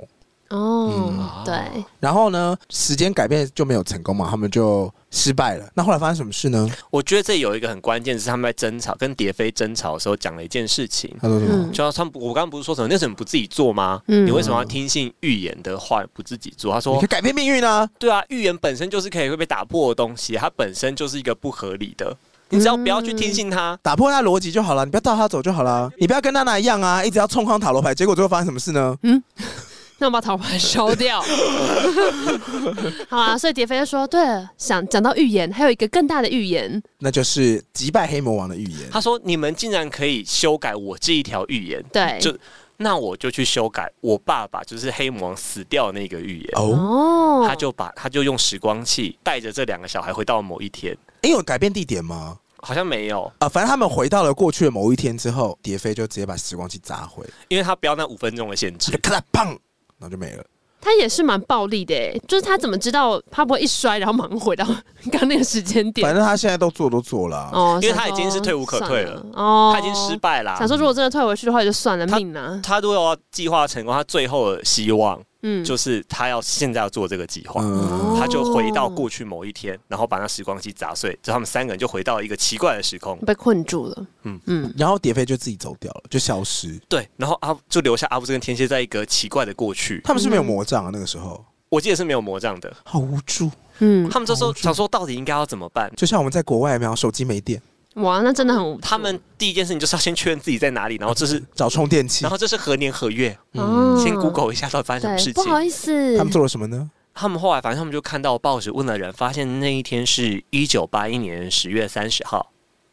Speaker 3: 嗯
Speaker 2: 哦，对，
Speaker 1: 然后呢，时间改变就没有成功嘛，他们就失败了。那后来发生什么事呢？”
Speaker 3: 我觉得这有一个很关键，是他们在争吵跟蝶飞争吵的时候讲了一件事情，
Speaker 1: 他说什么？
Speaker 2: 嗯
Speaker 3: 就像他们我刚刚不是说什么，那什么不自己做吗？
Speaker 2: 嗯
Speaker 3: 你为什么要听信预言的话不自己做？他
Speaker 1: 你
Speaker 3: 说
Speaker 1: 可以改变命运啊！：“
Speaker 3: 对啊，预言本身就是可以会被打破的东西，它本身就是一个不合理的，你只要不要去听信它。
Speaker 1: 打破他的逻辑就好了，你不要照他走就好了，你不要跟娜娜一样啊，一直要冲康塔罗牌，结果最后发生什么事呢？
Speaker 2: 嗯那我把
Speaker 3: [LAUGHS]
Speaker 2: 桃花烧掉。好啊，所以蝶飞就说，对了，想讲到预言，还有一个更大的预言，
Speaker 1: 那就是击败黑魔王的预言。
Speaker 3: 他说：“你们竟然可以修改我这一条预言，
Speaker 2: 对，
Speaker 3: 就那我就去修改我爸爸就是黑魔王死掉的那个预言。”
Speaker 1: 哦，
Speaker 2: 哦
Speaker 3: 他就把他就用时光器带着这两个小孩回到某一天，
Speaker 1: 因为有改变地点吗？
Speaker 3: 好像没有，
Speaker 1: 啊，反正他们回到了过去的某一天之后，蝶飞就直接把时光器砸毁，
Speaker 3: 因为他标那五分钟的限
Speaker 1: 就
Speaker 3: 制。
Speaker 1: 咔啦砰，然后就没了。
Speaker 2: 他也是蛮暴力的欸，就是他怎么知道他不会一摔，然后马上回到 [LAUGHS] 刚刚那个时间点
Speaker 1: 反？正他现在都做都做了啊、
Speaker 2: 哦
Speaker 3: 因为他
Speaker 2: 想
Speaker 3: 已经是
Speaker 2: 说
Speaker 3: 退无可
Speaker 2: 算
Speaker 3: 退
Speaker 2: 了
Speaker 3: 了，
Speaker 2: 哦，
Speaker 3: 他已经失败啦、
Speaker 2: 想说，如果真的退回去的话，也就算了，
Speaker 3: 他
Speaker 2: 命啊，
Speaker 3: 他如果要计划成功，他最后的希望
Speaker 2: 嗯，哦
Speaker 3: 就是他要现在要做这个计划。
Speaker 1: 嗯，
Speaker 3: 他就回到过去某一天，然后把那时光机砸碎，就他们三个人就回到一个奇怪的时空。
Speaker 2: 被困住了，嗯
Speaker 3: 嗯
Speaker 2: 嗯，
Speaker 1: 然后蝶飞就自己走掉了，就消失。
Speaker 3: 对，然后阿就留下阿布斯跟天蝎在一个奇怪的过去。
Speaker 1: 他们是没有魔杖啊，那个时候
Speaker 3: 我记得是没有魔杖的，
Speaker 1: 好无助，
Speaker 2: 嗯，
Speaker 3: 他们这时候想说到底应该要怎么办？
Speaker 1: 就像我们在国外有没有手机没电，
Speaker 2: 哇，那真的很无助
Speaker 3: 他们第一件事情就是要先确认自己在哪里，然后这是
Speaker 1: 找充电器
Speaker 3: 然。后这是何年何月，
Speaker 2: 哦
Speaker 1: 嗯
Speaker 3: 先 Google 一下到底发生什么
Speaker 2: 对，
Speaker 3: 事
Speaker 2: 不好
Speaker 3: 情。
Speaker 2: 意思，
Speaker 1: 他们做了什么呢？
Speaker 3: 他们后来反正他们就看到报纸问了人，发现那一天是一九八一年十月三十号，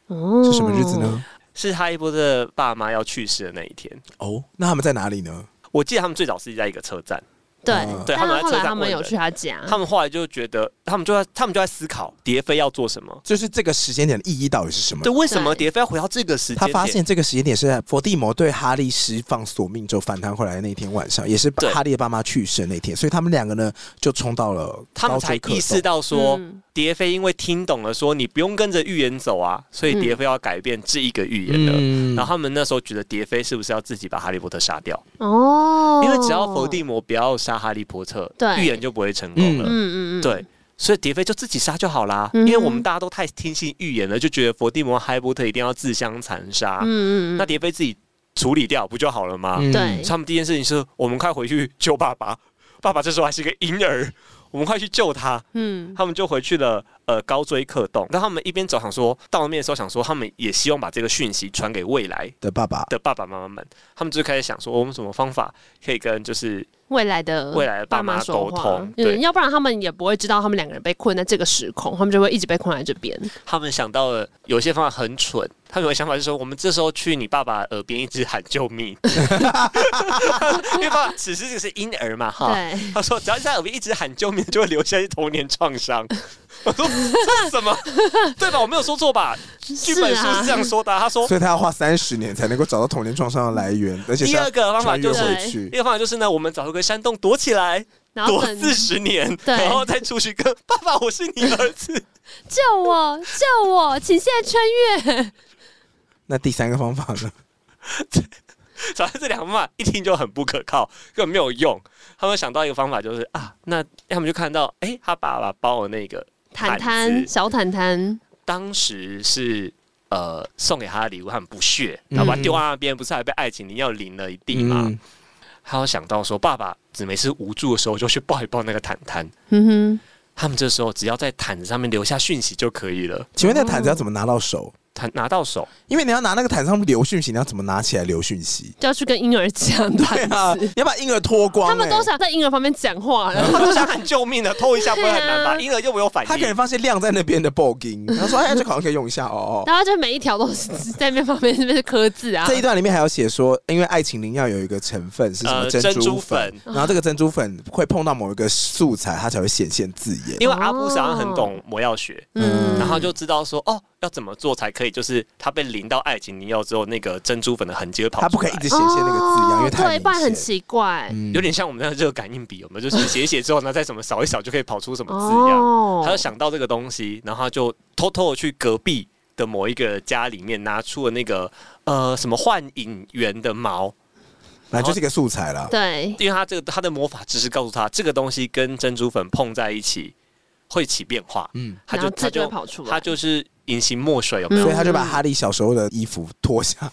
Speaker 2: 哦
Speaker 1: 是什么日子？呢？
Speaker 3: 是哈利波特的爸妈要去世的那一天。
Speaker 1: 哦，那他们在哪里呢？
Speaker 3: 我记得他们最早是在一个车站，
Speaker 2: 对
Speaker 1: 嗯，
Speaker 3: 对他
Speaker 2: 但
Speaker 3: 们
Speaker 2: 是后来
Speaker 3: 在车上
Speaker 2: 他们
Speaker 3: 问
Speaker 2: 有
Speaker 3: 人
Speaker 2: 去他家，
Speaker 3: 他们后来就觉得，他们就在他们就在思考蝶飞要做什么。
Speaker 1: 就是这个时间点的意义到底是什么
Speaker 3: 对，？为什么
Speaker 2: 对
Speaker 3: 蝶飞要回到这个时间
Speaker 1: 嗯他
Speaker 3: 点？
Speaker 1: 发现这个时间点是在伏地魔对哈利释放索命咒反弹回来的那天晚上，也是
Speaker 3: 对
Speaker 1: 哈利的爸妈去世的那天，所以他们两个呢就冲到了
Speaker 3: 他们
Speaker 1: 高
Speaker 3: 才
Speaker 1: 处可
Speaker 3: 意识
Speaker 1: 斗
Speaker 3: 到说，
Speaker 2: 嗯
Speaker 3: 蝶飞因为听懂了说你不用跟着预言走啊，所
Speaker 2: 嗯
Speaker 3: 以蝶飞要改变这一个预言了。
Speaker 1: 嗯
Speaker 3: 然后他们那时候觉得蝶飞是不是要自己把哈利波特杀掉？
Speaker 2: 哦，
Speaker 3: 因为只要伏地，魔不要杀哈利波特，
Speaker 2: 对
Speaker 3: 预言就不会成功了。
Speaker 2: 嗯嗯嗯，
Speaker 3: 对，所以蝶飞就自己杀就好啦。
Speaker 2: 嗯哼
Speaker 3: 因为我们大家都太听信预言了，就觉得伏地魔、哈利波特一定要自相残杀。
Speaker 2: 嗯嗯嗯，
Speaker 3: 啊那蝶飞自己处理掉不就好了吗？
Speaker 1: 嗯
Speaker 2: 对
Speaker 3: 所以他们第一件事情是我们快回去救爸爸，爸爸这时候还是一个婴儿，我们快去救他。
Speaker 2: 嗯
Speaker 3: 他们就回去了呃高追克洞，但他们一边走想说到那边的时候想说，他们也希望把这个讯息传给未来
Speaker 1: 的爸爸，
Speaker 3: 的爸爸妈妈们，他们就开始想说，我们什么方法可以跟就是
Speaker 2: 未来的
Speaker 3: 未来的爸
Speaker 2: 爸
Speaker 3: 妈
Speaker 2: 妈说
Speaker 3: 沟
Speaker 2: 话
Speaker 3: 通对
Speaker 2: 嗯，要不然他们也不会知道他们两个人被困在这个时空，他们就会一直被困在这边。
Speaker 3: 他们想到了有些方法很蠢，他们有个想法是说，我们这时候去你爸爸耳边一直喊救命， [LAUGHS] 因为爸爸此时这个是婴儿嘛哈。
Speaker 2: 对，
Speaker 3: 他说：“只要在耳边一直喊救命，就会留下一些童年创伤。” [LAUGHS] 我说这是什么？对吧？我没有说错吧？
Speaker 2: 啊
Speaker 3: 剧本书是这样说的啊、他说
Speaker 1: 所以他要花三十年才能够找到童年创伤的来源，而且是
Speaker 3: 第二
Speaker 1: 要
Speaker 3: 个方法
Speaker 1: 穿越
Speaker 3: 就是
Speaker 1: 回去
Speaker 3: 第。二个方法就是呢，我们找一个山洞躲起来，
Speaker 2: 然后
Speaker 3: 躲
Speaker 2: 等
Speaker 3: 四十年，
Speaker 2: 对
Speaker 3: 然后再出去跟爸爸，我是你儿子。
Speaker 2: 救我，救我，请现在穿越。
Speaker 1: 那第三个方法呢？
Speaker 3: 找到这两个方法一听就很不可靠，根本没有用。他们想到一个方法就是啊，那他们就看到，哎、他爸爸包的那个
Speaker 2: 坦
Speaker 3: 毯
Speaker 2: 坦，
Speaker 3: 子
Speaker 2: 小坦坦，
Speaker 3: 当时是呃送给他的礼物，他很不屑，然后把它丢在那边，不是还被爱情灵药淋了一地嘛？
Speaker 1: 嗯，
Speaker 3: 他有想到说，爸爸只每次无助的时候就去抱一抱那个毯毯，
Speaker 2: 嗯
Speaker 3: 他们这时候只要在毯子上面留下讯息就可以了，
Speaker 1: 请问那个毯子要怎么拿到手？
Speaker 3: 毯拿到手。 [LAUGHS]
Speaker 1: 因为你要拿那个毯子上面留讯息，你要怎么拿起来留讯息？
Speaker 2: 哼，就要去跟婴儿讲
Speaker 1: 对啊
Speaker 2: 毯子。，
Speaker 1: 你要把婴儿脱光、欸。
Speaker 2: 他们都想在婴儿旁边讲话了，
Speaker 3: 他都想喊救命的，偷一下不会很难
Speaker 2: 对
Speaker 3: 吧？
Speaker 2: 啊
Speaker 3: 婴儿又没有反应，
Speaker 1: 他可能发现晾在那边的爆金，他说：“哎，这个好像可以用一下哦。”
Speaker 2: 然后就每一条都是在那边旁边这边是刻字啊
Speaker 1: 这。一段里面还有写说，因为爱情灵药有一个成分是什么
Speaker 3: 呃
Speaker 1: 珍
Speaker 3: 珍珠
Speaker 1: 粉，
Speaker 3: 粉
Speaker 1: 然后这个珍珠粉会碰到某一个素材，它才会显现字眼。
Speaker 3: 因为阿
Speaker 2: 哦
Speaker 3: 布斯好像很懂魔药学，
Speaker 1: 嗯
Speaker 3: 然后就知道说哦，要怎么做才可以，就是他被淋到爱情灵药之后，那个珍珠粉的痕迹会跑出
Speaker 1: 它
Speaker 3: 来，
Speaker 1: 不可以一直显现那个字样，因为太
Speaker 2: 哦对，不然很
Speaker 1: 明显。
Speaker 2: 奇怪。
Speaker 1: 嗯
Speaker 3: 有点像我们那个热感应笔，有没有？就是写一写之后呢，再怎么扫一扫就可以跑出什么字样。
Speaker 2: 哦
Speaker 3: 他就想到这个东西，然后他就偷偷的去隔壁的某一个家里面拿出了那个呃什么幻影猿的毛，
Speaker 1: 反正就是一个素材啦。
Speaker 2: 对，
Speaker 3: 因为他这个他的魔法知识告诉他，这个东西跟珍珠粉碰在一起会起变化，
Speaker 1: 嗯，
Speaker 3: 他
Speaker 2: 然
Speaker 3: 就
Speaker 2: 后
Speaker 3: 他
Speaker 2: 字就会
Speaker 3: 就
Speaker 2: 跑出来，
Speaker 3: 他就是隐形墨水有没有？
Speaker 1: 所以他就把哈利小时候的衣服脱下来，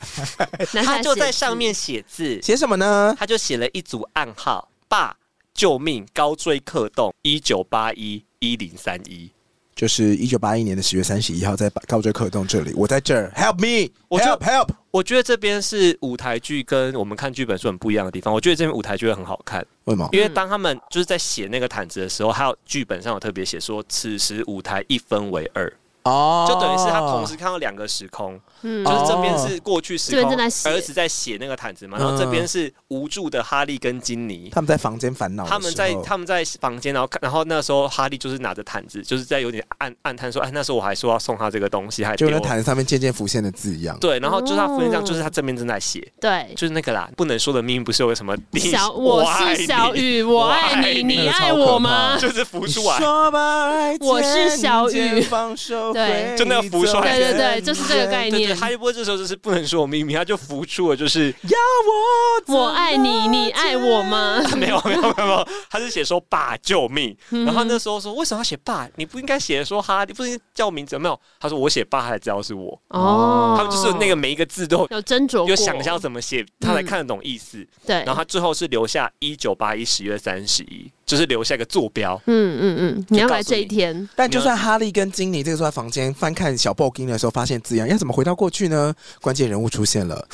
Speaker 2: 然后
Speaker 3: 他就
Speaker 2: 写
Speaker 3: 在
Speaker 2: 字
Speaker 3: 上面写字，
Speaker 1: 写什么呢？
Speaker 3: 他就写了一组暗号：爸，救命，高追克洞，一九八一一零三一。
Speaker 1: 就是一九八一年的十月三十一号，在高追克洞这里，我在这儿，Help me，
Speaker 3: 我就
Speaker 1: help help。
Speaker 3: 我觉得这边是舞台剧跟我们看剧本书很不一样的地方。我觉得这边舞台剧会很好看，
Speaker 1: 为什么？
Speaker 2: 嗯
Speaker 3: 因为当他们就是在写那个毯子的时候，还有剧本上有特别写说，此时舞台一分为二，
Speaker 1: 哦
Speaker 3: 就等于是他同时看到两个时空，
Speaker 2: 嗯
Speaker 3: 就是这
Speaker 1: 哦
Speaker 3: 边是过去时
Speaker 2: 这边
Speaker 3: 空，
Speaker 2: 正在写嗯
Speaker 3: 儿子在写那个毯子嘛，然后这边是无助的哈利跟金妮，
Speaker 1: 他们在房间烦恼的时
Speaker 3: 他
Speaker 1: 候，
Speaker 3: 们在他们在房间，然后看，然后那时候哈利就是拿着毯子，就是在有点暗暗叹说，哎，那时候我还说要送他这个东西，还
Speaker 1: 就
Speaker 3: 丢
Speaker 1: 那毯子上面渐渐浮现的字样。
Speaker 3: 对，然后就是他分享，
Speaker 2: 哦
Speaker 3: 就是他正面正在写，
Speaker 1: 哦
Speaker 2: 对。
Speaker 3: 就是那个啦，不能说的命运不是有个什么第一 [LAUGHS]
Speaker 2: 小，我
Speaker 3: 爱
Speaker 2: 是
Speaker 3: 你
Speaker 2: 小，雨，我爱你，
Speaker 3: 我爱你
Speaker 2: 你爱我吗？
Speaker 3: 就是浮出来，
Speaker 1: 说吧，爱
Speaker 2: 我是
Speaker 1: 渐
Speaker 2: 小
Speaker 1: 渐
Speaker 2: 雨
Speaker 1: 放手
Speaker 2: 对
Speaker 3: 就那个浮出来
Speaker 2: 对对对就是这个概
Speaker 3: 对
Speaker 2: 念
Speaker 3: 对，哈利波特这时候就是不能说我秘密，他就浮出
Speaker 2: [LAUGHS]
Speaker 3: 了，就是
Speaker 1: 要我怎么
Speaker 2: 我爱你，你爱我吗？
Speaker 3: 没有没有没有没有，他是写说爸救命，
Speaker 2: 嗯
Speaker 3: 然后那时候说为什么要写爸？你不应该写说哈利，不应该叫我名字，有没有？他说我写爸，他才知道是我，
Speaker 2: 哦，
Speaker 3: 他们就是那个每一个字都
Speaker 2: 有斟酌过，嗯
Speaker 3: 有想象怎么写，他才看得懂意思。
Speaker 2: 对，
Speaker 3: 然后他最后是留下一九八一十月三十一，就是留下一个坐标。
Speaker 2: 嗯嗯嗯，你要来这一天，
Speaker 1: 但就算哈利跟金妮这个时候在房间翻看小布丁的时候，发现字样要怎么回到过去呢？关键人物出现了，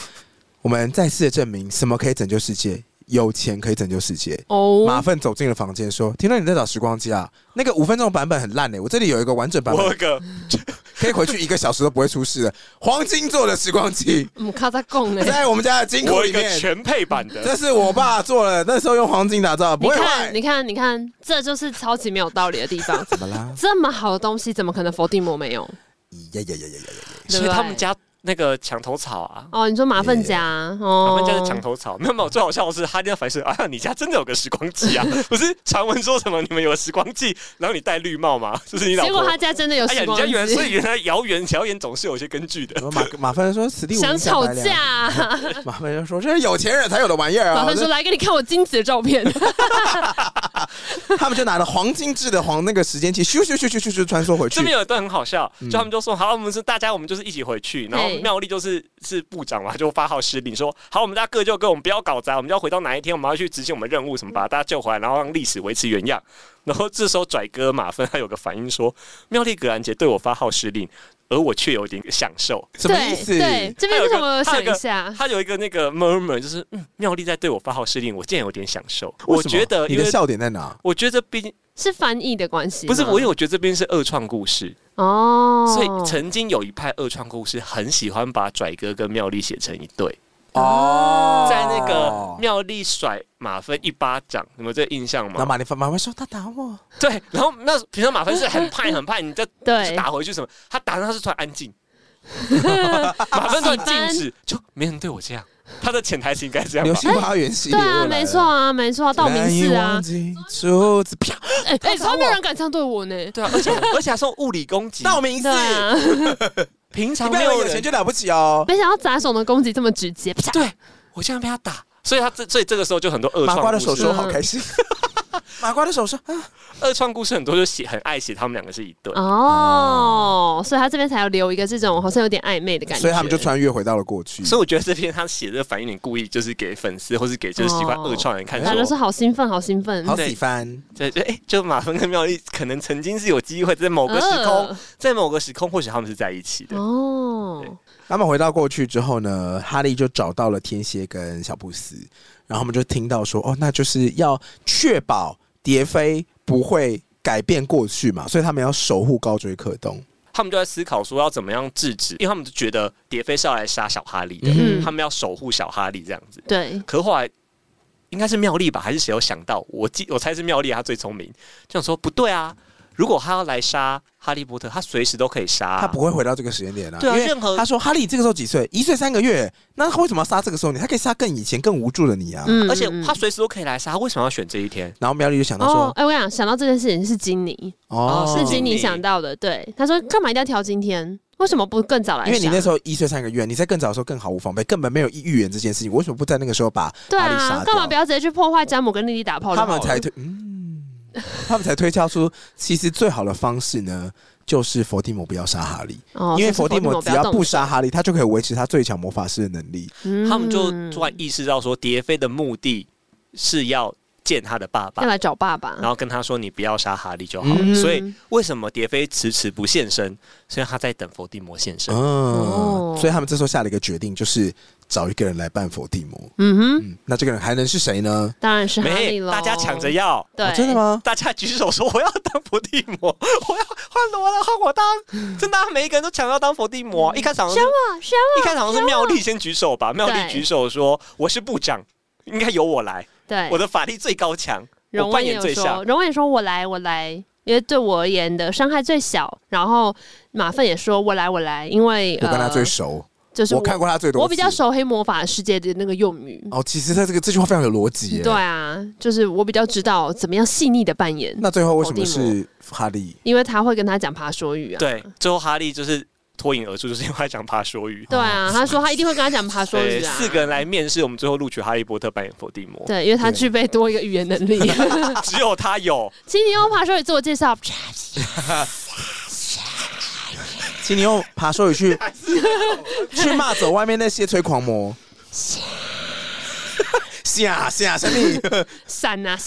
Speaker 1: 我们再次的证明什么可以拯救世界？有钱可以拯救世界。马
Speaker 2: 哦，
Speaker 1: 粪走进了房间，说：“听到你在找时光机啊？那个五分钟的版本很烂嘞、欸我这里有一个完整版
Speaker 3: 我有
Speaker 1: 本，
Speaker 3: 个
Speaker 1: 可以回去一个小时都不会出事的黄金做的时光
Speaker 3: [LAUGHS]
Speaker 1: 机，
Speaker 2: 嗯，靠他供哎，
Speaker 1: 在我们家的金库
Speaker 3: 我有
Speaker 1: 里
Speaker 3: 一个
Speaker 1: 面。
Speaker 3: 全配版
Speaker 1: 这
Speaker 3: 的，
Speaker 1: 是我爸做的，那时候用黄金打造，不
Speaker 2: 你
Speaker 1: 会坏。
Speaker 2: 看，。你看，你看，这就是超级没有道理的地方
Speaker 3: [LAUGHS]
Speaker 1: 怎么啦？
Speaker 2: 这么好的东西，怎么可能伏地魔没有？
Speaker 1: 呀呀呀呀呀呀！
Speaker 2: 对
Speaker 3: 所
Speaker 2: 不
Speaker 3: 以
Speaker 2: 对
Speaker 3: 他们家那个墙头草啊。
Speaker 2: 哦，你说马粪夹
Speaker 3: 他
Speaker 2: 哦，
Speaker 3: 们家的墙头草，没有没有，最好笑的是哈利的反应是， [LAUGHS] 啊，你家真的有个时光
Speaker 2: [LAUGHS]
Speaker 3: 机啊！不是传闻说什么你们有个时光机，然后你戴绿帽吗？就是你老
Speaker 2: 结果
Speaker 3: 婆
Speaker 2: 他。家真的有
Speaker 3: 哎
Speaker 2: 时
Speaker 3: 呀，你
Speaker 2: 光
Speaker 3: 家原所
Speaker 2: 机，
Speaker 3: 以原来谣言，谣言总是有一些根据的。
Speaker 1: 然后马马芬说：“此地无
Speaker 2: 想
Speaker 1: 银
Speaker 2: 吵
Speaker 1: 百两
Speaker 2: 架啊，
Speaker 1: 马芬就说：“这是有钱人才有的玩意儿
Speaker 2: 马
Speaker 1: 啊！”
Speaker 2: 粪说来给你看我精子的照片，
Speaker 1: 这他们就拿了黄金制的黄那个时间器，咻咻咻咻咻咻穿梭回去
Speaker 3: 这。边有一段很好笑，
Speaker 1: 嗯
Speaker 3: 就他们就说好，我们是大家，我们就是一起回去。然后
Speaker 2: 嘿
Speaker 3: 妙丽就是是部长嘛，就发号施令说好，我们大家各就各，我们不要搞砸，我们要回到哪一天，我们要去执行我们的任务，什么把大家救
Speaker 1: 嗯
Speaker 3: 回来，然后让历史维持原样。然后这时候拽哥马芬他有个反应说，妙丽格兰杰对我发号施令，而我却有点享受。
Speaker 1: 什么意
Speaker 2: 对
Speaker 1: 思？
Speaker 2: 对，这边为什么想一
Speaker 1: 嗯
Speaker 2: 下？
Speaker 3: 他有一个那个 murmur，就是嗯，妙丽在对我发号施令，我竟然有点享受。
Speaker 1: 为
Speaker 3: 我
Speaker 1: 什么
Speaker 3: 觉得，
Speaker 1: 你
Speaker 3: 因
Speaker 1: 的
Speaker 3: 为
Speaker 1: 笑点在哪？
Speaker 3: 我觉得这毕竟
Speaker 2: 是翻译的关系吗，
Speaker 3: 不是我，因为我觉得这边是二创故事。
Speaker 2: 哦，
Speaker 3: 所以曾经有一派二创故事很喜欢把拽哥跟妙丽写成一对，
Speaker 1: 哦，
Speaker 3: 在那个妙丽甩马芬一巴掌，你们有这个印象
Speaker 1: 然后
Speaker 3: 吗？
Speaker 1: 马丽马芬说他打我，
Speaker 3: 对，然后那平常马芬是很派很派，你再
Speaker 2: 对
Speaker 3: 打回去什么，他打他是突然安静，马芬突然静止，就没人对我这样。他的潜台词应该是这样
Speaker 1: 流
Speaker 3: 吧？
Speaker 1: 星花园系列
Speaker 2: 对
Speaker 1: 又来
Speaker 2: 啊，
Speaker 1: 了
Speaker 2: 没错。啊，没错啊，道明寺
Speaker 1: 难以
Speaker 2: 啊
Speaker 1: 忘，记竹子啪，
Speaker 2: 哎哎，
Speaker 3: 他打我
Speaker 2: 从来没有人敢这样对我呢。
Speaker 3: 对啊，而且而且还送物理攻击，
Speaker 1: 道明寺
Speaker 2: 对，啊， [LAUGHS]
Speaker 3: 平
Speaker 1: 你
Speaker 3: 常
Speaker 1: 不
Speaker 3: 没
Speaker 1: 要以为
Speaker 3: 有
Speaker 1: 有钱
Speaker 3: 人
Speaker 1: 就了不起哦。
Speaker 2: 没想到杂种的攻击这么直接，啪
Speaker 3: 对我竟然被他打，所以他这所以这个时候就很多恶
Speaker 1: 麻瓜
Speaker 3: 创
Speaker 1: 的
Speaker 3: 故
Speaker 1: 手
Speaker 3: 事
Speaker 1: 手好开心，麻瓜的手手啊，
Speaker 3: 二创故事很多就写很爱写他们两个是一对，
Speaker 2: 哦，所以他这边才有留一个这种好像有点暧昧的感觉，
Speaker 1: 所以他们就穿越回到了过去。
Speaker 3: 所以我觉得这篇他写的反应有点故意，就是给粉丝或是给就是喜欢
Speaker 2: 哦
Speaker 3: 二创的人看
Speaker 2: 大家都是
Speaker 3: 说，
Speaker 2: 好兴奋，好兴奋，
Speaker 1: 好
Speaker 3: 对
Speaker 1: 喜欢，
Speaker 3: 对对，哎、就马芬跟妙丽可能曾经是有机会在某个
Speaker 2: 嗯
Speaker 3: 时空，在某个时空或许他们是在一起的
Speaker 2: 呃。哦，
Speaker 1: 他们回到过去之后呢，哈利就找到了天蝎跟小布斯，然后他们就听到说，哦，那就是要确保蝶飞不会改变过去嘛，所以他们要守护高追克东。
Speaker 3: 他们就在思考说要怎么样制止，因为他们就觉得蝶飞是要来杀小哈利的，
Speaker 2: 嗯
Speaker 3: 他们要守护小哈利这样子。
Speaker 2: 对，
Speaker 3: 可后来应该是妙丽吧，还是谁有想到？我记我猜是妙丽，她最聪明，就想说不对啊，如果他要来杀哈利波特，他随时都可以杀啊、
Speaker 1: 他不会回到这个时间点啊，
Speaker 3: 对啊
Speaker 1: 因为
Speaker 3: 任何
Speaker 1: 他说哈利这个时候几岁？一岁三个月，那他为什么要杀这个时候你？他可以杀更以前更无助的你啊。
Speaker 2: 嗯
Speaker 3: 而且
Speaker 2: 嗯
Speaker 3: 他随时都可以来杀，他为什么要选这一天？
Speaker 1: 然后苗栗就想到
Speaker 2: 哦
Speaker 1: 说，，
Speaker 2: 哎，我想想到这件事情是金妮，
Speaker 1: 哦，
Speaker 3: 哦
Speaker 2: 是
Speaker 3: 金
Speaker 2: 金妮
Speaker 3: 妮
Speaker 2: 想到的，对，他说干嘛一定要挑今天？为什么不更早来杀？
Speaker 1: 因为你那时
Speaker 2: 候
Speaker 1: 候一岁三个月，你在更早的时候更毫无防备，根本没有预言这件事情。为什么不在那个时候把
Speaker 2: 对
Speaker 1: 哈利杀
Speaker 2: 啊，
Speaker 1: 掉
Speaker 2: 干嘛不要直接去破坏詹姆跟莉莉打炮就
Speaker 1: 他
Speaker 2: 好了？
Speaker 1: 们才推，嗯，他们才推敲出，其实最好的方式呢，就是伏地魔不要杀哈利，
Speaker 2: 哦，
Speaker 1: 因为
Speaker 2: 所
Speaker 1: 伏地
Speaker 2: 以
Speaker 1: 魔只要
Speaker 2: 动
Speaker 1: 不杀哈利，他就可以维持他最强魔法师的能力。
Speaker 2: 嗯
Speaker 3: 他们就突然意识到说，蝶飞的目的是要见他的爸
Speaker 2: 要
Speaker 3: 爸，
Speaker 2: 来找爸爸，
Speaker 3: 然后跟他说你不要杀哈利就好了。
Speaker 1: 嗯
Speaker 3: 所以为什么蝶飞迟迟不现身？所以他在等伏地魔现身。
Speaker 1: 嗯
Speaker 2: 哦，
Speaker 1: 所以他们这时候下了一个决定，就是找一个人来扮伏地魔。
Speaker 2: 嗯哼，
Speaker 1: 嗯，那这个人还能是谁呢？
Speaker 2: 当然是哈
Speaker 3: 没
Speaker 2: 嗯利，喽，
Speaker 3: 大家抢着要，
Speaker 2: 对
Speaker 1: 哦，真的？吗？
Speaker 3: 大家举手说我要当伏地魔，我要换罗了，换我当。真的啊、每一个人都抢着要当伏地魔。啊
Speaker 2: 嗯
Speaker 3: 一开始好像是
Speaker 2: 选我，选我，
Speaker 3: 一开始好像是妙丽先举手吧，妙丽
Speaker 2: 啊对
Speaker 3: 举手说我是部长，应该由我来，
Speaker 2: 对，
Speaker 3: 我的法力最高强，
Speaker 2: 荣
Speaker 3: 我扮
Speaker 2: 文也
Speaker 3: 演
Speaker 2: 有
Speaker 3: 最
Speaker 2: 说，
Speaker 3: 像。
Speaker 2: 荣文也说我来，我来，因为对我而言的伤害最小。然后马粪也说我来，我来，因为
Speaker 1: 我跟他最
Speaker 2: 呃、
Speaker 1: 熟，
Speaker 2: 就是
Speaker 1: 我看过他最多。
Speaker 2: 我比较。熟黑魔法世界的那个用语。
Speaker 1: 哦，其实他这个这句话非常有逻辑耶。
Speaker 2: 对。啊，就是我比较知道怎么样细腻的扮演，
Speaker 1: 那最后为什么
Speaker 2: 伏地魔
Speaker 1: 是哈利？
Speaker 2: 因为他会跟他讲爬说语啊。
Speaker 3: 对，最后哈利就是脱颖而出，就是因为他讲爬说语。
Speaker 2: 对啊，他说他一定会跟他讲爬说
Speaker 3: 对，
Speaker 2: 语啊。
Speaker 3: 四个人来面试，我们最后录取哈利波特扮演伏地魔，
Speaker 2: 对，因为他具备多一个语言能力。 [LAUGHS]
Speaker 3: 只有他有。
Speaker 2: 请你用爬说语自我介绍。
Speaker 1: 请你用爬兽语去去骂走外面那些催狂魔。下下下面
Speaker 2: 闪啊！ [LAUGHS]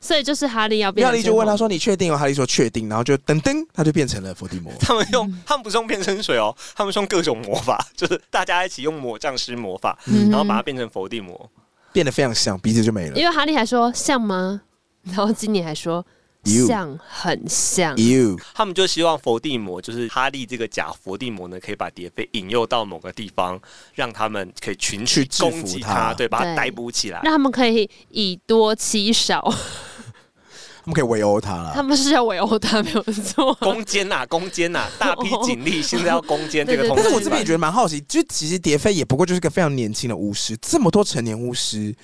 Speaker 2: 所以就是哈利要变
Speaker 1: 妙
Speaker 2: 成
Speaker 1: 丽
Speaker 2: 这
Speaker 1: 就
Speaker 2: 种，
Speaker 1: 问他说：“你确定吗？”哈利说：“确定。”然后就噔噔，他就变成了伏地魔。
Speaker 3: 他们用，他们不是用变身水哦，他们是用各种魔法，就是大家一起用魔杖师魔法，
Speaker 2: 嗯
Speaker 3: 然后把它变成伏地魔。
Speaker 1: 变得非常像，鼻子就没了。
Speaker 2: 因为哈利还说像吗？然后金妮还说
Speaker 1: You
Speaker 2: 像，很像。
Speaker 1: You，
Speaker 3: 他们就希望伏地魔，就是哈利这个假伏地魔呢，可以把蝶飞引诱到某个地方，让他们可以群
Speaker 1: 去
Speaker 3: 起
Speaker 1: 制服
Speaker 3: 攻击
Speaker 1: 他
Speaker 3: 对，把
Speaker 2: 对
Speaker 3: 他逮捕起来。
Speaker 2: 那他们可以以多欺少， [LAUGHS]
Speaker 1: 他们可以围殴他
Speaker 2: 他
Speaker 1: 了。
Speaker 2: 们是要围殴他，没有错。
Speaker 3: 攻坚呐、攻坚呐、大
Speaker 2: [LAUGHS]
Speaker 3: 批警力现在要攻坚这个
Speaker 2: 哦对
Speaker 3: 通
Speaker 1: 但
Speaker 3: 缉
Speaker 1: 是
Speaker 3: 犯。
Speaker 1: 我这边也觉得蛮好奇，就其实蝶飞也不过就是个非常年轻的巫师，这么多成年巫师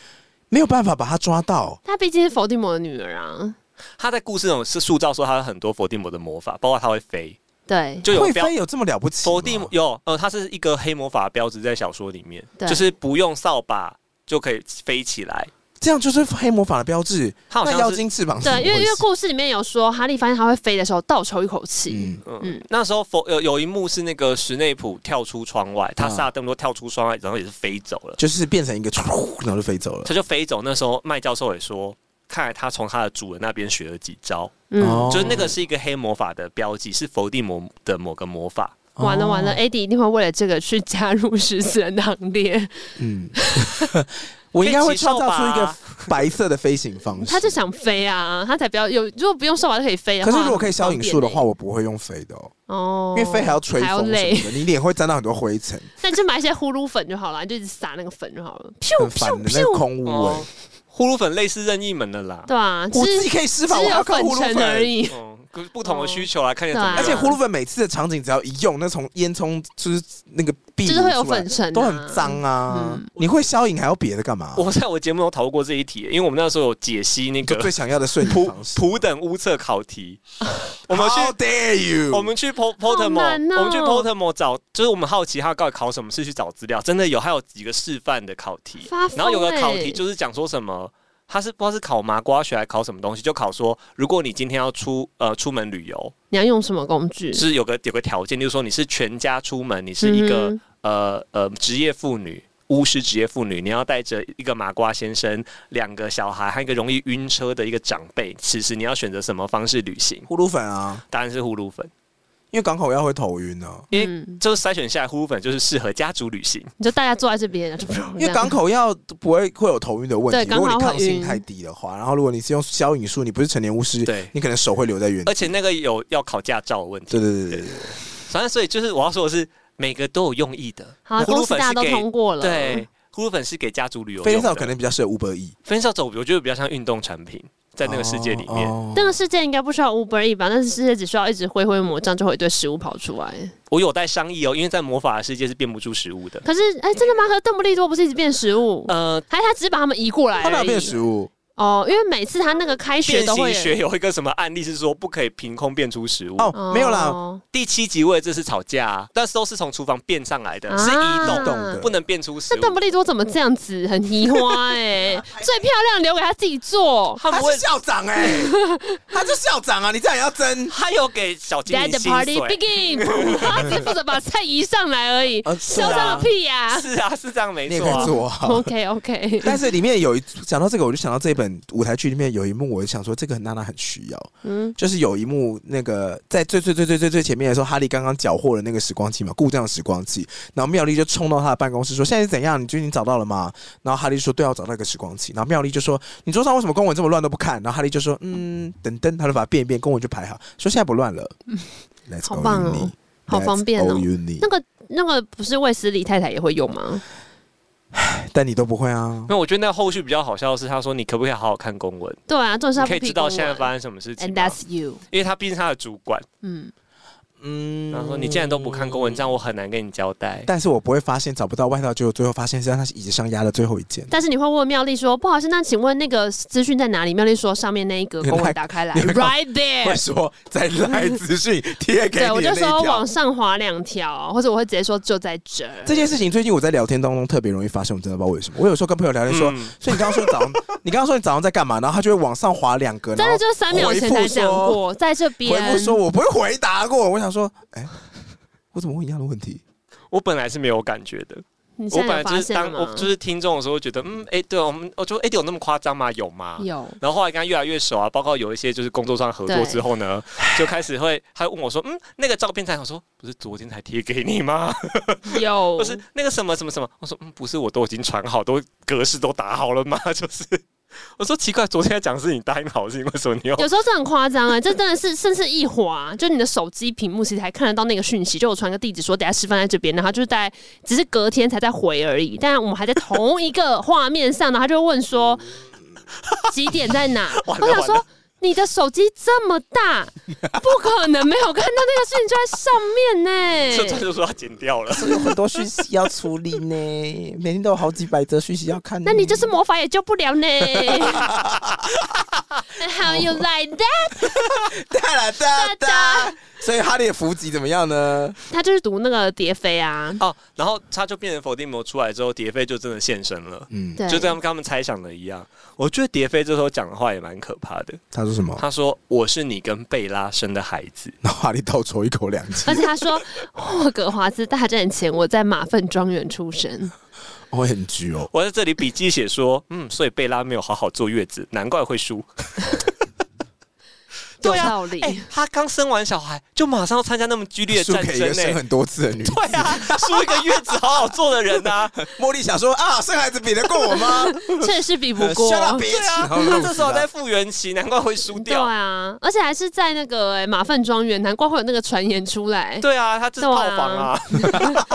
Speaker 1: 没有办法把他抓到。
Speaker 2: 她毕竟是伏地魔的女儿啊，
Speaker 3: 他在故事中是塑造说他有很多伏地魔的魔法，包括他会飞，
Speaker 2: 对
Speaker 3: 就有
Speaker 1: 会
Speaker 3: 标
Speaker 1: 飞有这么了不起吗？
Speaker 3: 伏地魔有呃，它是一个黑魔法标志在小说里面，
Speaker 2: 对
Speaker 3: 就是不用扫把就可以飞起来。
Speaker 1: 这样就是黑魔法的标志。
Speaker 3: 他好
Speaker 1: 那妖
Speaker 3: 像是
Speaker 1: 精翅膀是怎
Speaker 2: 对，
Speaker 1: 么
Speaker 2: 因为因为
Speaker 1: 回事
Speaker 2: 故事里面有说，哈利发现他会飞的时候倒抽一口气，
Speaker 1: 嗯，
Speaker 3: 嗯，
Speaker 2: 嗯
Speaker 3: 那时候佛有有一幕是那个史内普跳出窗外，他
Speaker 1: 啊
Speaker 3: 萨登多跳出窗外，然后也是飞走了，
Speaker 1: 就是变成一个，然后就飞走了。
Speaker 3: 他就飞走。那时候麦教授也说，看来他从他的主人那边学了几招，
Speaker 2: 嗯，
Speaker 1: 哦
Speaker 3: 就是那个是一个黑魔法的标记，是伏地魔的某个魔法。
Speaker 2: 完了完了
Speaker 1: 哦
Speaker 2: ，AD 一定会为了这个去加入食死人的行列。
Speaker 1: 嗯，我应该会创造出一
Speaker 3: 可以骑
Speaker 1: 个
Speaker 3: 扫
Speaker 1: 白色的飞行方式。
Speaker 2: 他就想飞啊，他才不要有，如果不用瘦吧就可以飞的话。
Speaker 1: 可是如果可以消
Speaker 2: 很
Speaker 1: 影
Speaker 2: 方
Speaker 1: 术的
Speaker 2: 便欸
Speaker 1: 话，，我不会用飞的哦，
Speaker 2: 哦
Speaker 1: 因，为飞还要吹
Speaker 2: 还要
Speaker 1: 风什
Speaker 2: 累
Speaker 1: 么，的，你脸会沾到很多灰尘，
Speaker 2: 那你就买一些呼噜粉就好了，你就一直撒那个粉
Speaker 1: [LAUGHS]
Speaker 2: 就好了。咻
Speaker 1: 很
Speaker 2: 咻
Speaker 1: 烦的那
Speaker 2: 咻，
Speaker 1: 个空污味
Speaker 3: 哦。，呼噜粉类似任意门的啦。
Speaker 2: 对啊，
Speaker 1: 我自
Speaker 2: 只
Speaker 1: 己
Speaker 2: 是
Speaker 1: 可以施法，
Speaker 2: 只
Speaker 1: 我
Speaker 2: 是
Speaker 1: 要
Speaker 2: 有
Speaker 1: 看
Speaker 2: 粉
Speaker 1: 呼噜
Speaker 2: 尘而
Speaker 1: 粉。
Speaker 2: 已。啊
Speaker 3: 嗯，不不同的需求啦，看你怎么样。
Speaker 2: 对啊
Speaker 1: 而且呼噜粉每次的场景只要一用，那从烟囱就是那个壁
Speaker 2: 就是会有
Speaker 1: 炉出来
Speaker 2: 粉尘啊
Speaker 1: 都很脏啊
Speaker 2: 嗯。
Speaker 1: 你会消影还要别的干嘛？
Speaker 3: 我在我节目有讨论过这一题，因为我们那时候有解析那
Speaker 1: 就
Speaker 3: 个
Speaker 1: 最想要的睡眠
Speaker 3: 普
Speaker 1: 方式。
Speaker 3: 普等乌测考 [LAUGHS] 题，
Speaker 1: 我
Speaker 3: 我们去
Speaker 1: dare you！
Speaker 3: 我们去 Po
Speaker 2: 好
Speaker 3: Potemo，、
Speaker 2: 难哦
Speaker 3: 我们去 Potemo 找，就是我们好奇他到底考什么，是去找资料，真的有，还有几个示范的考题，
Speaker 2: 发疯
Speaker 3: 然后有个考
Speaker 2: 欸
Speaker 3: 题就是讲说什么。他是不知道是考麻瓜学还是考什么东西，就考说，如果你今天要出呃出门旅游，
Speaker 2: 你要用什么工具？
Speaker 3: 是有个有个条件，就是说你是全家出门，你是一个、
Speaker 2: 嗯
Speaker 3: 呃呃职业妇女，巫师职业妇女，你要带着一个麻瓜先生、两个小孩和一个容易晕车的一个长辈，此时你要选择什么方式旅行？
Speaker 1: 呼噜粉啊，
Speaker 3: 当然是呼噜粉，
Speaker 1: 因为港口要会头晕啊呢。
Speaker 3: 因为
Speaker 2: 嗯，
Speaker 3: 就是筛选下来，呼噜粉就是适合家族旅行。
Speaker 2: 你就大家坐在这边，就这样
Speaker 1: 因为港口药不会会有头晕的问题，
Speaker 2: 对
Speaker 1: 如果
Speaker 2: 港
Speaker 1: 你
Speaker 2: 口会
Speaker 1: 抗性
Speaker 2: 晕
Speaker 1: 太低的话，然后如果你是用消影术，你不是成年巫师，
Speaker 3: 对
Speaker 1: 你可能手会留在原地。
Speaker 3: 而且那个有要考驾照的问题。
Speaker 1: 对对对对对，
Speaker 3: 反正所以就是我要说的是，每个都有用意的。
Speaker 2: 好，啊
Speaker 3: 呼
Speaker 2: 公
Speaker 3: 噜
Speaker 2: 司
Speaker 3: 粉
Speaker 2: 大家
Speaker 3: 是
Speaker 2: 都
Speaker 3: 给
Speaker 2: 通过了。
Speaker 3: 对，呼噜粉是给家族旅游
Speaker 1: 飞
Speaker 3: 用
Speaker 1: 少
Speaker 3: 的。
Speaker 1: 可能比较适合 Uber E，
Speaker 3: 飞少走，我觉得比较像运动产品，在那个世界里面，
Speaker 1: 哦
Speaker 2: 那个世界应该不需要 Uber E 吧？但是世界只需要一直挥挥魔杖，就会有一堆食物跑出来。
Speaker 3: 我有带商议哦，因为在魔法的世界是变不出食物的。
Speaker 2: 可是，哎、真的吗？可是邓布利多不是一直变食物？
Speaker 3: 呃，
Speaker 2: 还是他只是把他们移过来而已？
Speaker 1: 他哪有变食物？
Speaker 2: 哦，因为每次他那个开学
Speaker 3: 变
Speaker 2: 都会
Speaker 3: 形学有一个什么案例是说不可以凭空变出食物。
Speaker 1: 哦，没有啦，
Speaker 2: 哦
Speaker 3: 第七集为了这次吵架、啊，但是都是从厨房变上来的，
Speaker 2: 啊
Speaker 3: 是移
Speaker 1: 移
Speaker 3: 动
Speaker 1: 动的
Speaker 3: 不能变出食
Speaker 2: 那邓
Speaker 3: 物。
Speaker 2: 布利多怎么这样子？很移花哎、最漂亮留给他自己做。
Speaker 3: 他不会
Speaker 1: 是，校长哎、
Speaker 2: [LAUGHS]
Speaker 1: 他是校长啊，你这样也要争？
Speaker 3: 他有给小精
Speaker 2: Let
Speaker 3: 灵
Speaker 2: the
Speaker 3: 薪
Speaker 2: party
Speaker 3: 水。
Speaker 2: begin，他 [LAUGHS] 只负责把菜移上来而已，
Speaker 1: 呃， [LAUGHS] 是
Speaker 2: 嚣张
Speaker 1: 啊
Speaker 2: 个，屁呀、
Speaker 3: [LAUGHS] 是啊，是这样没
Speaker 1: 你也
Speaker 3: 错、
Speaker 1: 可
Speaker 3: 啊
Speaker 1: 以。做
Speaker 2: [LAUGHS]
Speaker 1: 啊。[LAUGHS]
Speaker 2: OK OK，
Speaker 1: 但是里面有一讲到这个，我就想到这一本舞台剧里面有一幕，我就想说这个娜娜很需要，
Speaker 2: 嗯，
Speaker 1: 就是有一幕那个在最最最最最最前面的时候，哈利刚刚缴获了那个时光机嘛，故障时光机，然后妙丽就冲到他的办公室说：“现在是怎样？你最近找到了吗？”然后哈利就说：“对啊，我找到一个时光机。”然后妙丽就说：“嗯你桌上为什么公文这么乱都不看？”然后哈利就说：“嗯，等等，他就把它变一变，公文就排好，说现在不乱了。Let's [LAUGHS] go,
Speaker 2: 好棒哦
Speaker 1: you need.
Speaker 2: 好方便哦
Speaker 1: That's all you need
Speaker 2: 那个那个不是卫斯理太太也会用吗？
Speaker 1: 但你都不会啊。
Speaker 3: 那我觉得那后续比较好笑的是，他说你可不可以好好看公文，
Speaker 2: 对啊，重点是
Speaker 3: 你
Speaker 2: 他
Speaker 3: 可以
Speaker 2: 不
Speaker 3: 知
Speaker 2: 批
Speaker 3: 道
Speaker 2: 公
Speaker 3: 现在
Speaker 2: 文
Speaker 3: 发生什么事情
Speaker 2: ，And
Speaker 3: 吗。
Speaker 2: that's you，
Speaker 3: 因为他毕竟是他的主管，
Speaker 2: 嗯，
Speaker 1: 嗯
Speaker 3: 然后说你既然都不看公文，这样我很难跟你交代。
Speaker 1: 但是我不会发现找不到外套，结果最后发现是在他椅子上压的最后一件。
Speaker 2: 但是你会问妙丽说，不好意思，那请问那个资讯在哪里？妙丽说上面那一格公文打开来
Speaker 1: 你会
Speaker 2: ，right
Speaker 1: 会
Speaker 2: there。
Speaker 1: 说再来资讯贴给
Speaker 2: 对，
Speaker 1: 你
Speaker 2: 我
Speaker 1: 的
Speaker 2: 就
Speaker 1: 那
Speaker 2: 说
Speaker 1: 一条
Speaker 2: 往。上滑两条，或者我会直接说就在这儿。
Speaker 1: 这件事情最近我在聊天当中特别容易发生，我真的不知道为什么。我有时候跟朋友聊天说，
Speaker 3: 嗯
Speaker 1: [LAUGHS] 所以你刚刚说你早上，你刚刚说你早上在干嘛？然后他就会往上滑两格，
Speaker 2: 真
Speaker 1: 然后
Speaker 2: 的就是三秒前才讲过，在这边。
Speaker 1: 回复说我不会回答过。我想说，哎、我怎么问一样的问题？
Speaker 3: 我本来是没有感觉的，
Speaker 2: 你
Speaker 3: 我
Speaker 2: 现
Speaker 3: 本
Speaker 2: 在
Speaker 3: 来
Speaker 2: 有
Speaker 3: 就
Speaker 2: 发
Speaker 3: 是
Speaker 2: 现
Speaker 3: 当
Speaker 2: 吗
Speaker 3: 我？就是听众的时候，觉得嗯，哎、对我们，我就哎、有那么夸张吗？有吗？
Speaker 2: 有，
Speaker 3: 然后后来跟他越来越熟啊，包括有一些就是工作上合作
Speaker 2: 对
Speaker 3: 之后呢，就开始会他问我说，嗯，那个照片才我说不是昨天才贴给你吗？
Speaker 2: 有
Speaker 3: [LAUGHS] 不，是那个什么什么什么，我说嗯，不是我都已经传好，都格式都打好了吗？ [LAUGHS] 就是我说奇怪，昨天讲的是你答应好的事情，为什么你要？
Speaker 2: [LAUGHS] 有时候这很夸张哎，这真的是甚至一滑，就你的手机屏幕其实还看得到那个讯息，就我传个地址说等下吃饭在这边，然后就是大概只是隔天才在回而已，但我们还在同一个画面上，然后他就会问
Speaker 3: [LAUGHS]
Speaker 2: 说几点在哪？我
Speaker 3: 完了
Speaker 2: 想
Speaker 3: 完了
Speaker 2: 说。你的手机这么大，不可能没有看到那个事情就在上面呢、
Speaker 3: 这这就说他剪掉了，
Speaker 1: 有很多讯息要处理呢， [LAUGHS] 每天都有好几百则讯息要看。
Speaker 2: 那你就是魔法也救不了
Speaker 3: [LAUGHS]
Speaker 2: 呢。How you like that？
Speaker 1: [LAUGHS] 哒啦哒哒。所以哈利的伏击怎么样呢？
Speaker 2: 他就是读那个蝶飞啊，
Speaker 3: 哦，然后他就变成伏地魔出来之后，蝶飞就真的现身了，
Speaker 1: 嗯，
Speaker 2: 对，
Speaker 3: 就这样跟他们猜想的一样。我觉得蝶飞这时候讲的话也蛮可怕的。
Speaker 1: 他说什么？
Speaker 3: 他说：“我是你跟贝拉生的孩子。
Speaker 1: 然后哈利倒抽一口凉气
Speaker 2: 而。且他说， [LAUGHS] 霍格华兹大战前我在马粪庄园出生，
Speaker 1: O N G 哦，
Speaker 3: 我在这里笔
Speaker 1: [LAUGHS]
Speaker 3: 记写说，嗯，所以贝拉没有好好坐月子，难怪会输。
Speaker 2: 有
Speaker 3: 对啊
Speaker 2: 道理。
Speaker 3: 哎、他刚生完小孩就马上要参加那么激烈的
Speaker 1: 输
Speaker 3: 战
Speaker 1: 给一个
Speaker 3: 争呢、
Speaker 1: 生很多次的女人。
Speaker 3: 对啊，输一个月子好好做的人
Speaker 1: [LAUGHS]
Speaker 3: 啊，
Speaker 1: 茉莉想说啊，生孩子比得过我
Speaker 3: [LAUGHS]
Speaker 1: 吗？
Speaker 2: 确实比不过。
Speaker 1: 吓到别
Speaker 3: 对啊，他这时候在复原期，难怪会输
Speaker 2: 对
Speaker 3: 掉。
Speaker 2: 啊，而且还是在那个、哎马粪庄园，难怪会有那个传言出来。
Speaker 3: 对啊，他这是
Speaker 2: 对
Speaker 3: 套
Speaker 2: 啊
Speaker 3: 房啊，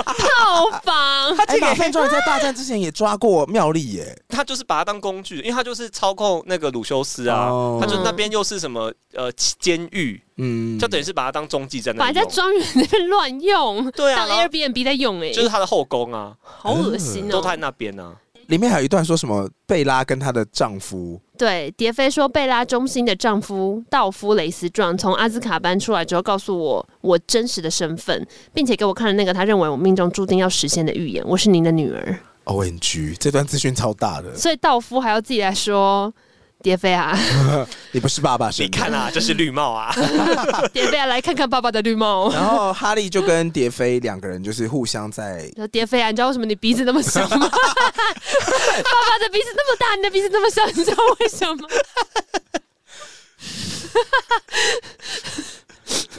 Speaker 2: 套
Speaker 3: [LAUGHS]
Speaker 2: 房，
Speaker 1: 哎，马粪庄园在大战之前也抓过妙丽耶，
Speaker 3: 他就是把他当工具，因为他就是操控那个鲁修斯啊，
Speaker 1: 哦
Speaker 3: 他就那边又是什么呃监狱，
Speaker 1: 嗯，
Speaker 3: 就等于是把他当中继在那
Speaker 2: 摆
Speaker 3: 里
Speaker 2: 在
Speaker 3: 用
Speaker 2: 庄园那边乱用，
Speaker 3: 对啊，
Speaker 2: 当
Speaker 3: 然后
Speaker 2: Airbnb 在用、哎，
Speaker 3: 就是他的后宫啊，
Speaker 2: 好恶心哦、
Speaker 3: 都在那边啊。
Speaker 1: 里面还有一段说什么贝拉跟她的丈夫，
Speaker 2: 对，蝶飞说，贝拉中心的丈夫道夫雷斯壮从阿兹卡班出来之后，告诉我我真实的身份，并且给我看了那个他认为我命中注定要实现的预言：我是您的女儿。
Speaker 1: O N G，这段资讯超大的，
Speaker 2: 所以道夫还要自己来说。蝶飞
Speaker 3: [LAUGHS]
Speaker 2: 啊，
Speaker 1: 你不是爸爸生
Speaker 3: 你
Speaker 1: 的。
Speaker 3: 看啊，这是绿帽啊，
Speaker 2: 蝶飞啊，来看看爸爸的绿帽。
Speaker 1: 然后哈利就跟蝶飞两个人就是互相在，
Speaker 2: 说蝶飞啊，你知道为什么你鼻子那么
Speaker 3: [LAUGHS]
Speaker 2: 小吗？爸爸的鼻子那么大，你的鼻子那么小，你知道为什么？ [LAUGHS]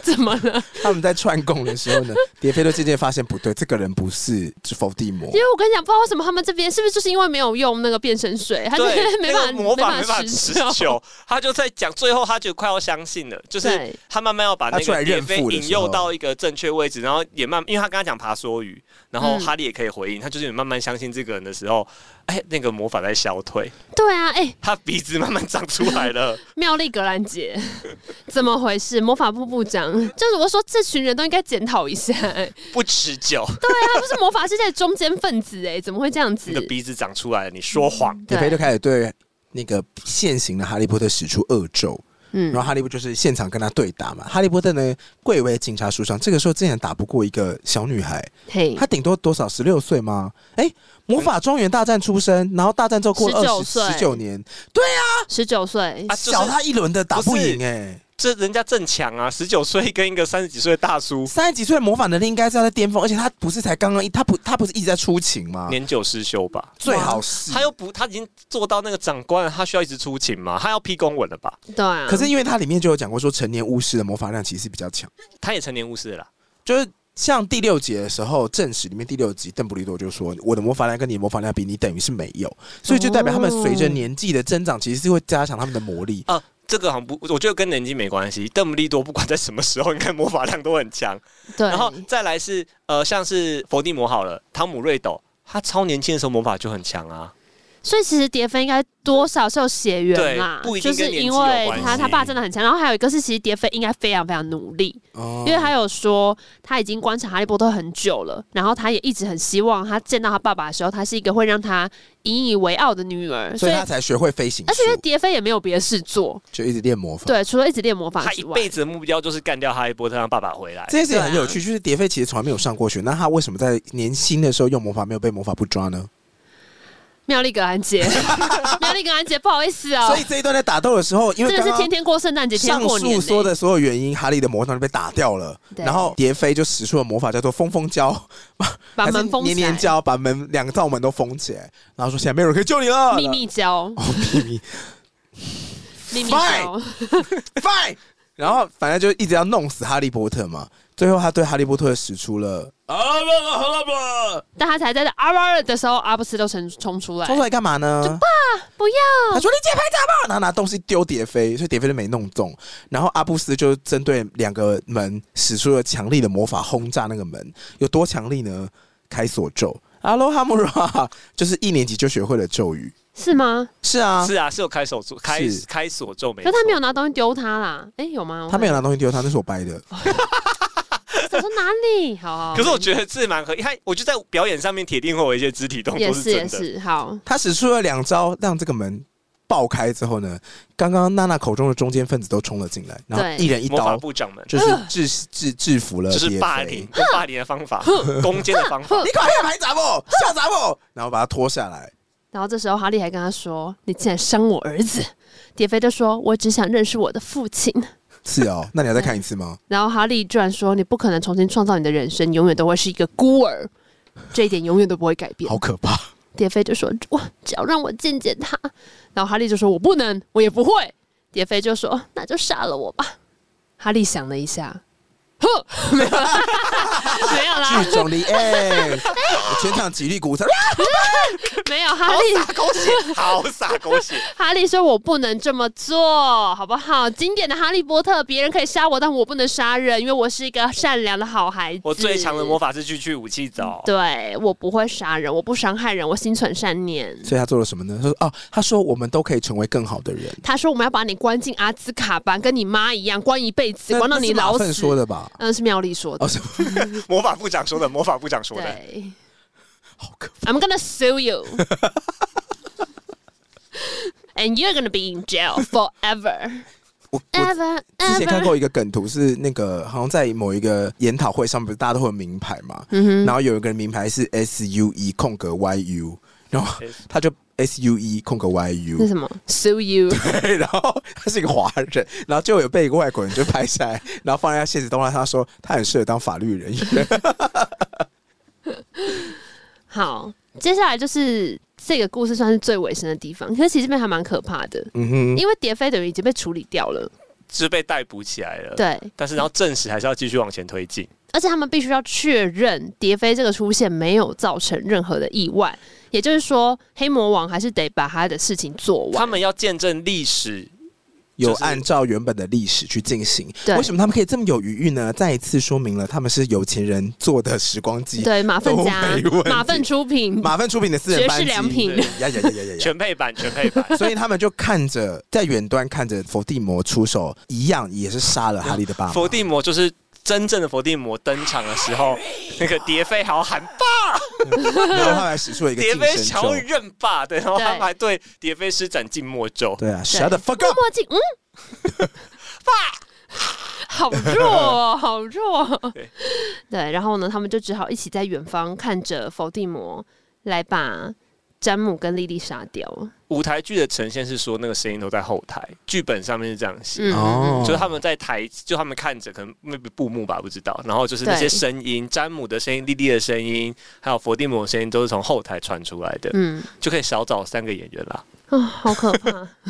Speaker 2: 怎么了？
Speaker 1: 他们在串供的时候呢，蝶飞就渐渐发现不对，这个人不是伏地魔
Speaker 2: 因，为我跟你讲，不知道为什么他们这边是不是就是因为没有用那个变身水，他就
Speaker 3: 对，
Speaker 2: [LAUGHS] 没
Speaker 3: 那
Speaker 2: 办
Speaker 3: 个
Speaker 2: 法
Speaker 3: 魔法
Speaker 2: 没
Speaker 3: 没法
Speaker 2: 办
Speaker 3: 持
Speaker 2: 持久。
Speaker 3: 久，他就在讲，最后他就快要相信了，就是
Speaker 2: 对
Speaker 3: 他慢慢要把
Speaker 1: 他
Speaker 3: 那
Speaker 1: 出来
Speaker 3: 个蝶
Speaker 1: 认
Speaker 3: 飞
Speaker 1: 父的
Speaker 3: 引
Speaker 1: 时
Speaker 3: 诱
Speaker 1: 候
Speaker 3: 到一个正确位置，然后也慢，因为他刚刚讲爬梭鱼，然后
Speaker 2: 嗯
Speaker 3: 哈利也可以回应，他就是慢慢相信这个人的时候，哎，那个魔法在消退，
Speaker 2: 对啊，哎、
Speaker 3: 他鼻子慢慢长出来了，
Speaker 2: 妙丽格兰杰，怎么回事？魔法部部长，就是我说这群人都应该检讨一下、哎
Speaker 3: 不持久，
Speaker 2: 对啊，他不是魔法世界的中间分子哎、怎么会这样子
Speaker 3: 你？的鼻子长出来了，你说谎，
Speaker 1: 蝶飞就
Speaker 2: 对，
Speaker 1: 开始对那个现行的哈利波特使出恶咒，然
Speaker 2: 嗯
Speaker 1: 后，哈利波特就是现场跟他对打嘛。哈利波特呢贵为警察书上，这个时候竟然打不过一个小女孩，
Speaker 2: 嘿，
Speaker 1: 她顶多多少十六岁吗？哎，魔法庄园大战出生，然后大战之后过了二
Speaker 2: 19
Speaker 1: 十
Speaker 2: 岁
Speaker 1: 十九年，
Speaker 2: 十九岁
Speaker 3: 啊，就是
Speaker 1: 小她一轮的打不
Speaker 3: 不是
Speaker 1: 赢哎。
Speaker 3: 这人家正强啊，十九岁跟一个三十几岁的大叔，
Speaker 1: 三十几岁的魔法能力应该是要在巅峰，而且她不是才刚刚一，她不她不是一直在出勤吗？
Speaker 3: 年久失修吧。
Speaker 1: 最好啊是
Speaker 3: 他又不，他已经做到那个长官了，他需要一直出勤嘛？他要批公文了吧？
Speaker 2: 对啊，
Speaker 1: 可是因为它里面就有讲过说，成年巫师的魔法量其实比较强，
Speaker 3: 他也成年巫师了啦，
Speaker 1: 就是像第六集的时候，正史里面第六集，邓布利多就说，我的魔法量跟你的魔法量比，你等于是没有，所以就代表他们随着年纪的增长，其实是会加强他们的魔力。
Speaker 3: 啊，这个好像不，我觉得跟年纪没关系。邓布利多不管在什么时候，应该魔法量都很强。
Speaker 2: 对，
Speaker 3: 然后再来是呃，像是伏地魔好了，汤姆瑞斗，他超年轻的时候魔法就很强啊。
Speaker 2: 所以其实蝶飞应该多少是有血缘啦，
Speaker 3: 对不一定
Speaker 2: 就
Speaker 3: 跟
Speaker 2: 是
Speaker 3: 年
Speaker 2: 因
Speaker 3: 纪有
Speaker 2: 为
Speaker 3: 关
Speaker 2: 他
Speaker 3: 系
Speaker 2: 他爸真的很强，然后还有一个是其实蝶飞应该非常非常努力，
Speaker 1: 哦
Speaker 3: 嗯
Speaker 2: 因为他有说他已经观察哈利波特很久了，然后他也一直很希望他见到他爸爸的时候，他是一个会让他引以为傲的女儿，
Speaker 1: 所
Speaker 2: 所
Speaker 1: 以
Speaker 2: 以
Speaker 1: 他才学会飞行
Speaker 2: 而
Speaker 1: 术
Speaker 2: 且因，为蝶飞也没有别的事做，
Speaker 1: 就一直练魔法。
Speaker 2: 对，除了一直练魔法
Speaker 3: 他一
Speaker 2: 之外，
Speaker 3: 辈子的目标就是干掉哈利波特，让爸爸回来。
Speaker 1: 这件事情很有趣，就是蝶飞其实从来没有上过学，那他为什么在年轻的时候用魔法没有被魔法部抓呢？
Speaker 2: 妙丽格兰杰，妙丽格兰杰，不好意思
Speaker 3: [LAUGHS]
Speaker 2: 哦
Speaker 1: 所以，这一段在打斗的时候，因为
Speaker 2: 真
Speaker 1: 刚
Speaker 2: 的是
Speaker 1: 刚
Speaker 2: 天天过圣诞节，天
Speaker 1: 上
Speaker 2: 天过年、
Speaker 1: 述
Speaker 2: 欸。
Speaker 1: 说的所有原因，哈利的魔杖就被打掉了，
Speaker 2: 对
Speaker 1: 然后蝶飞就使出了魔法，叫做封封胶，
Speaker 2: 把
Speaker 1: 还
Speaker 2: 门
Speaker 1: 是
Speaker 2: 封起
Speaker 1: 黏黏
Speaker 2: 来，
Speaker 1: 胶，把门两个道门都封起来，然后说现在没有人可以救你了，
Speaker 2: 秘密交，
Speaker 1: 哦秘
Speaker 2: [LAUGHS]
Speaker 1: 密
Speaker 2: 秘密
Speaker 1: Fine
Speaker 2: 交。
Speaker 1: fine，然后反正就一直要弄死哈利波特嘛，最后他对哈利波特使出了啊
Speaker 2: 但他才在啊哇的时候，阿布斯都冲冲出来，
Speaker 1: 冲出来干嘛呢？
Speaker 2: 不要
Speaker 1: 他说：“你姐拍砸吧！”然后拿东西丢蝶飞，所以蝶飞就没弄中。然后阿布斯就针对两个门使出了强力的魔法轰炸那个门，有多强力呢？开锁咒，阿罗哈姆拉，就是一年级就学会了咒语。
Speaker 2: 是吗？
Speaker 1: 是啊，
Speaker 3: 是啊，是有开手咒，开
Speaker 1: 是
Speaker 3: 开锁咒没？
Speaker 2: 可他没有，拿东西丢他啦，哎，有吗？
Speaker 1: 他没有拿东西丢他，那是我掰的。
Speaker 2: 哦我说哪里？好好，好
Speaker 3: 可是我觉得这蛮合，他我就在表演上面铁定会有一些肢体动
Speaker 2: 也
Speaker 3: 作
Speaker 2: 是
Speaker 3: 真
Speaker 2: 也
Speaker 3: 的。
Speaker 2: 是好，
Speaker 1: 他使出了两招，让这个门爆开之后呢，刚刚娜娜口中的中间分子都冲了进来，然后
Speaker 2: 对呃
Speaker 1: 一人一
Speaker 3: 魔法
Speaker 1: 刀，
Speaker 3: 部掌门
Speaker 1: 就是制制制服了
Speaker 3: 就
Speaker 1: 蝶
Speaker 3: 是
Speaker 1: 飞。
Speaker 3: 霸凌，用霸凌的
Speaker 2: [LAUGHS]
Speaker 3: 方法，攻坚的方法。
Speaker 1: 你快点拍砸我，吓砸我，然后把他拖下来。
Speaker 2: 然后这时候哈利还跟他说：“你竟然伤我儿子！”蝶飞就说：“我只想认识我的父亲。
Speaker 1: 是哦，那你要再看一次吗？”
Speaker 2: 然后哈利居然说：“你不可能重新创造你的人生，你永远都会是一个孤儿，这一点永远都不会改变。
Speaker 1: 好可怕！”
Speaker 2: 蝶飞就说：“我只要让我见见他。”然后哈利就说：“我不能，我也不会。”蝶飞就说：“那就杀了我吧。”哈利想了一下，哼，没有啦，没有
Speaker 1: [LAUGHS]
Speaker 2: 啦
Speaker 1: 剧，中的哎，我全场极力鼓掌。
Speaker 2: 没有。哈利
Speaker 3: 狗血，好傻狗血。
Speaker 2: 哈利说：“我不能这么做，好不好？”经典的《哈利波特》，别人可以杀我，但我不能杀人，因为我是一个善良的好孩子。
Speaker 3: 我最强的魔法是去去武器澡。
Speaker 2: 对我不会杀人，我不伤害人，我心存善念。
Speaker 1: [LAUGHS] 所以他做了什么呢？他说：“哦，他说我们都可以成为更好的人。
Speaker 2: 他说：“我们要把你关进阿兹卡班，跟你妈一样关一辈子，
Speaker 1: 那”
Speaker 2: 关到你老
Speaker 1: 那是马
Speaker 2: 死。
Speaker 1: 粪说的吧？
Speaker 2: 嗯，是妙丽说的。
Speaker 1: 哦，是吗
Speaker 3: 魔法部长说的，魔法部长说的。
Speaker 2: 对
Speaker 1: [LAUGHS] 好可怕。
Speaker 2: ，I'm gonna
Speaker 1: [LAUGHS]
Speaker 2: sue you。And you're gonna be in jail forever,
Speaker 1: 我我
Speaker 2: ever,
Speaker 1: 之前看
Speaker 2: ever。
Speaker 1: 过一个梗图，是那个好像在某一个研讨会上，不是大家都会有名牌嘛？
Speaker 2: [LAUGHS] 嗯哼，
Speaker 1: 然后有一个人名牌是 S U E 空格 Y U，然后他就 S U E 空格 Y
Speaker 2: 那
Speaker 1: U，
Speaker 2: 什么，sue you。
Speaker 1: 对， [LAUGHS] 然后他是一个华人，然后就有被一个外国人就拍下来， [LAUGHS] 然后放在他现实动画，他说他很适合当法律人
Speaker 2: [LAUGHS]
Speaker 1: 员。
Speaker 2: 好，接下来就是这个故事算是最尾声的地方，可是其实这边还蛮可怕的，
Speaker 1: 嗯哼，
Speaker 2: 因为蝶飞等于已经被处理掉了，
Speaker 3: 是被逮捕起来了。，
Speaker 2: 对，
Speaker 3: 但是然后证实还是要继续往前推进。
Speaker 2: 而且他们必须要确认蝶飞这个出现没有造成任何的意外，也就是说，黑魔王还是得把他的事情做
Speaker 3: 他
Speaker 2: 完。
Speaker 3: 们要见证历史，
Speaker 1: 有按照原本的历史去进行，
Speaker 2: 对
Speaker 1: 为什么他们可以这么有余裕呢？再一次说明了他们是有钱人做的时光机，
Speaker 2: 对，马粪家
Speaker 1: 都没问，题
Speaker 2: 马粪出品，
Speaker 1: 马粪出品的私人
Speaker 2: 绝世
Speaker 1: 班机，
Speaker 2: 良
Speaker 1: 对
Speaker 2: 品
Speaker 1: 呀呀呀呀呀
Speaker 3: [LAUGHS]
Speaker 1: 呀！
Speaker 3: 全配版，全配
Speaker 1: [LAUGHS]
Speaker 3: 版。
Speaker 1: 所以他们就看着在远端看着伏地魔出手，一样也是杀了哈利的爸爸。
Speaker 3: 伏地魔就是真正的伏地魔登场的时候，那个蝶飞还要 [LAUGHS] 喊爸，
Speaker 1: 然后他还使出了一个
Speaker 3: 蝶
Speaker 1: 近
Speaker 3: 飞
Speaker 1: 身
Speaker 3: 想要
Speaker 1: 咒，
Speaker 3: 认爸，对，然后
Speaker 2: 对
Speaker 3: 他们还对蝶飞施展静默咒。
Speaker 1: 对啊，shut the fuck
Speaker 2: 墨
Speaker 1: up！
Speaker 2: 墨镜，嗯，
Speaker 1: [LAUGHS]
Speaker 2: [LAUGHS] 好弱、哦，好弱、
Speaker 1: [LAUGHS]
Speaker 2: 哦。
Speaker 3: 对
Speaker 2: 对，然后呢，他们就只好一起在远方看着伏地魔来把詹姆跟莉莉杀掉。
Speaker 3: 舞台剧的呈现是说那个声音都在后台，剧本上面是这样写。
Speaker 2: 嗯，
Speaker 1: 哦
Speaker 3: 就是他们在台，就他们看着，可能 maybe 布幕吧，不知道。然后就是那
Speaker 2: 对
Speaker 3: 些声音，詹姆的声音、莉莉的声音，还有伏地魔的声音，都是从后台传出来的，
Speaker 2: 嗯，
Speaker 3: 就可以少找三个演员啦。
Speaker 2: 啊、好可怕！ [LAUGHS]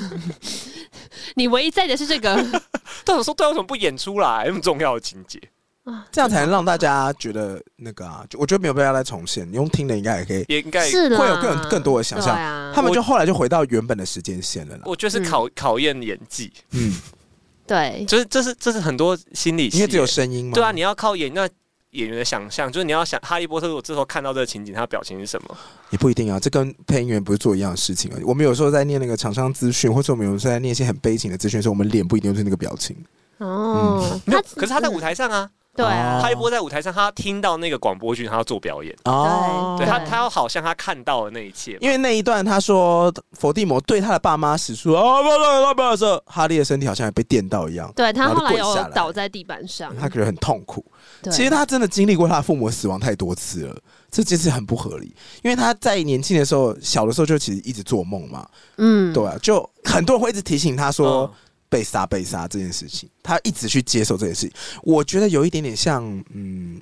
Speaker 2: 你唯一在意的是这
Speaker 1: [LAUGHS]
Speaker 2: 个
Speaker 3: 但我说，对啊，为什么不演出来？那么重要的情节，
Speaker 2: 啊，
Speaker 1: 这样才能让大家觉得那个啊，就我觉得没有必要再重现，用听的应该也可以。
Speaker 3: 也应该
Speaker 2: 是啦，
Speaker 1: 哎会有更更多的想象
Speaker 2: 对啊，
Speaker 1: 他们就后来就回到原本的时间线了啦。
Speaker 3: 我觉得
Speaker 2: 嗯
Speaker 3: 是考、考验演技，
Speaker 1: 嗯，
Speaker 2: 对
Speaker 3: 就是这是这是很多心理戏，
Speaker 1: 因为只有声音嘛。
Speaker 3: 对啊，你要靠演那演员的想象，就是你要想哈利波特，我这时候看到这个情景，他的表情是什么？
Speaker 1: 也不一定啊，这跟配音员不是做一样的事情啊。我们有时候在念那个厂商资讯，或者我们有时候在念一些很悲情的资讯的时候，我们脸不一定就是那个表情。嗯
Speaker 2: 哦，
Speaker 3: 没有，可是他在舞台上啊，
Speaker 2: 对啊，
Speaker 3: 哈利波特在舞台上，他听到那个广播剧，他要做表演，
Speaker 1: 哦
Speaker 3: 对他
Speaker 2: 对
Speaker 3: 他要好像他看到的那一切。
Speaker 1: 因为那一段他说伏地魔对他的爸妈使出啊不不不不的时候，哈利的身体好像也被电到一样，
Speaker 2: 对他后
Speaker 1: 然后
Speaker 2: 来
Speaker 1: 就
Speaker 2: 有
Speaker 1: 跪下来
Speaker 2: 倒在地板上，
Speaker 1: 他可能很痛苦。
Speaker 2: 对
Speaker 1: 其实他真的经历过他的父母死亡太多次了，这件事很不合理。因为他在年轻的时候，小的时候就其实一直做梦嘛，
Speaker 2: 嗯，哦
Speaker 1: 对啊，就很多人会一直提醒他说
Speaker 3: 嗯
Speaker 1: 被杀被杀这件事情，他一直去接受这件事情。我觉得有一点点像，嗯，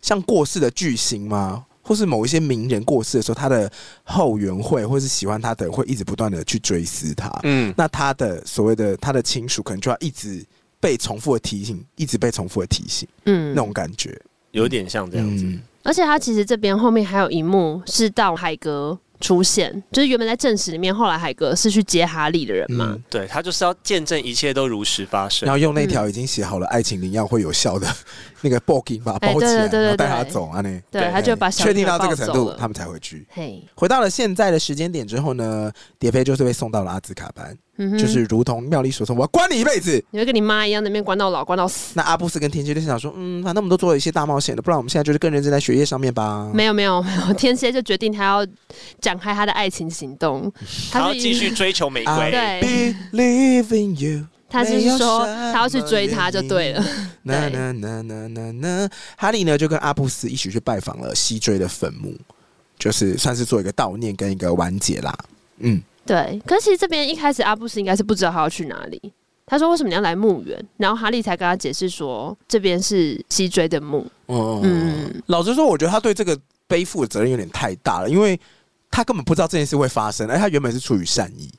Speaker 1: 像过世的巨星吗？或是某一些名人过世的时候，他的后援会或是喜欢他的人会一直不断的去追思他。
Speaker 3: 嗯，
Speaker 1: 那他的所谓的他的亲属可能就要一直被重复的提醒，一直被重复的提醒，
Speaker 2: 嗯
Speaker 1: 那种感觉。
Speaker 3: 有点像这样子。
Speaker 1: 嗯
Speaker 2: 而且他其实这边后面还有一幕是到海格出现，就是原本在正史里面，后来海格是去接哈利的人嘛。
Speaker 1: 嗯
Speaker 3: 对他就是要见证一切都如实发生
Speaker 1: 然。后用
Speaker 2: 嗯
Speaker 1: 那条已经写好了爱情灵药会有
Speaker 2: [LAUGHS]
Speaker 1: 效的那个 b o g i n g 把它
Speaker 2: 哎
Speaker 1: 包起来，
Speaker 2: 对对对
Speaker 1: 然后带
Speaker 2: 对
Speaker 1: 他
Speaker 2: 对
Speaker 1: 走啊，那
Speaker 2: 对，
Speaker 3: 对
Speaker 2: 他就把小
Speaker 1: 确
Speaker 2: 女
Speaker 1: 定
Speaker 2: 儿
Speaker 1: 到这
Speaker 2: 抱
Speaker 1: 个程
Speaker 2: 走
Speaker 1: 度，
Speaker 2: 了
Speaker 1: 他们才回去。
Speaker 2: 嘿，
Speaker 1: 回到了现在的时间点之后呢，蝶飞就是被送到了阿兹卡班，
Speaker 2: 嗯哼
Speaker 1: 就是如同妙丽所说，我要关你一辈子。
Speaker 2: 你会跟你妈一样，那边关到老，关到死。
Speaker 1: 那阿布斯跟天蝎就想说，嗯，反正我们都做了一些大冒险了，不然我们现在就是更认真在学业上面吧。
Speaker 2: 没有没有没有， [LAUGHS] 天蝎就决定他要展开他的爱情
Speaker 1: [LAUGHS]
Speaker 2: 行动，
Speaker 3: 他
Speaker 2: 他
Speaker 3: 要
Speaker 2: 就
Speaker 3: 继续追求玫瑰。
Speaker 1: 啊
Speaker 2: 对
Speaker 1: Believe in you，
Speaker 2: 他就是说他要去追他就对了。
Speaker 1: 那
Speaker 2: 对
Speaker 1: 那那那那那，哈利呢就跟阿布斯一起去拜访了西追的坟墓，就是算是做一个悼念跟一个完结啦。嗯，
Speaker 2: 对，可是其实这边一开始阿布斯应该是不知道他要去哪里。他说：“为什么你要来墓园？”然后哈利才跟他解释说：“这边是西追的墓。
Speaker 1: 哦，
Speaker 2: 嗯
Speaker 1: 老实说，我觉得他对这个背负的责任有点太大了，因为他根本不知道这件事会发生，而他原本是出于善意，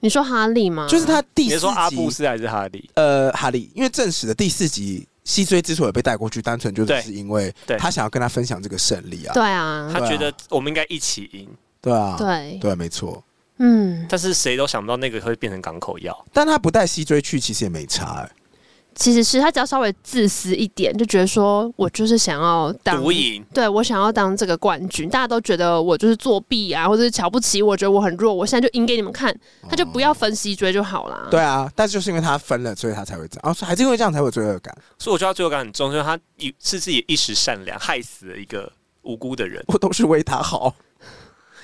Speaker 2: 你说哈利吗？
Speaker 1: 就是他第
Speaker 3: 你
Speaker 1: 四集
Speaker 3: 是说阿布斯还是哈利？
Speaker 1: 呃哈利，因为证实的第四集西追之所以被带过去，单纯就只
Speaker 3: 对
Speaker 1: 是因为
Speaker 3: 对
Speaker 1: 他想要跟他分享这个胜利啊，
Speaker 2: 对啊
Speaker 3: 他，觉得我们应该一起赢，
Speaker 1: 对啊，
Speaker 2: 对，
Speaker 1: 对，没错。
Speaker 2: 嗯，
Speaker 3: 但是谁都想不到那个会变成港口药。
Speaker 1: 但他不带西追去，其实也没差、欸。
Speaker 2: 其实是他只要稍微自私一点，就觉得说我就是想要当
Speaker 3: 独赢，
Speaker 2: 对我想要当这个冠军，大家都觉得我就是作弊啊，或者是瞧不起我，觉得我很弱，我现在就赢给你们看，他就不要分西追就好啦。
Speaker 1: 对啊，但是就是因为他分了，所以他才会这样。哦，还是因为这样才会有罪恶感。 [LAUGHS]
Speaker 3: 所以我觉得他罪恶感很重，就是他一是自己一时善良害死了一个无辜的人，
Speaker 1: 我都是为他好。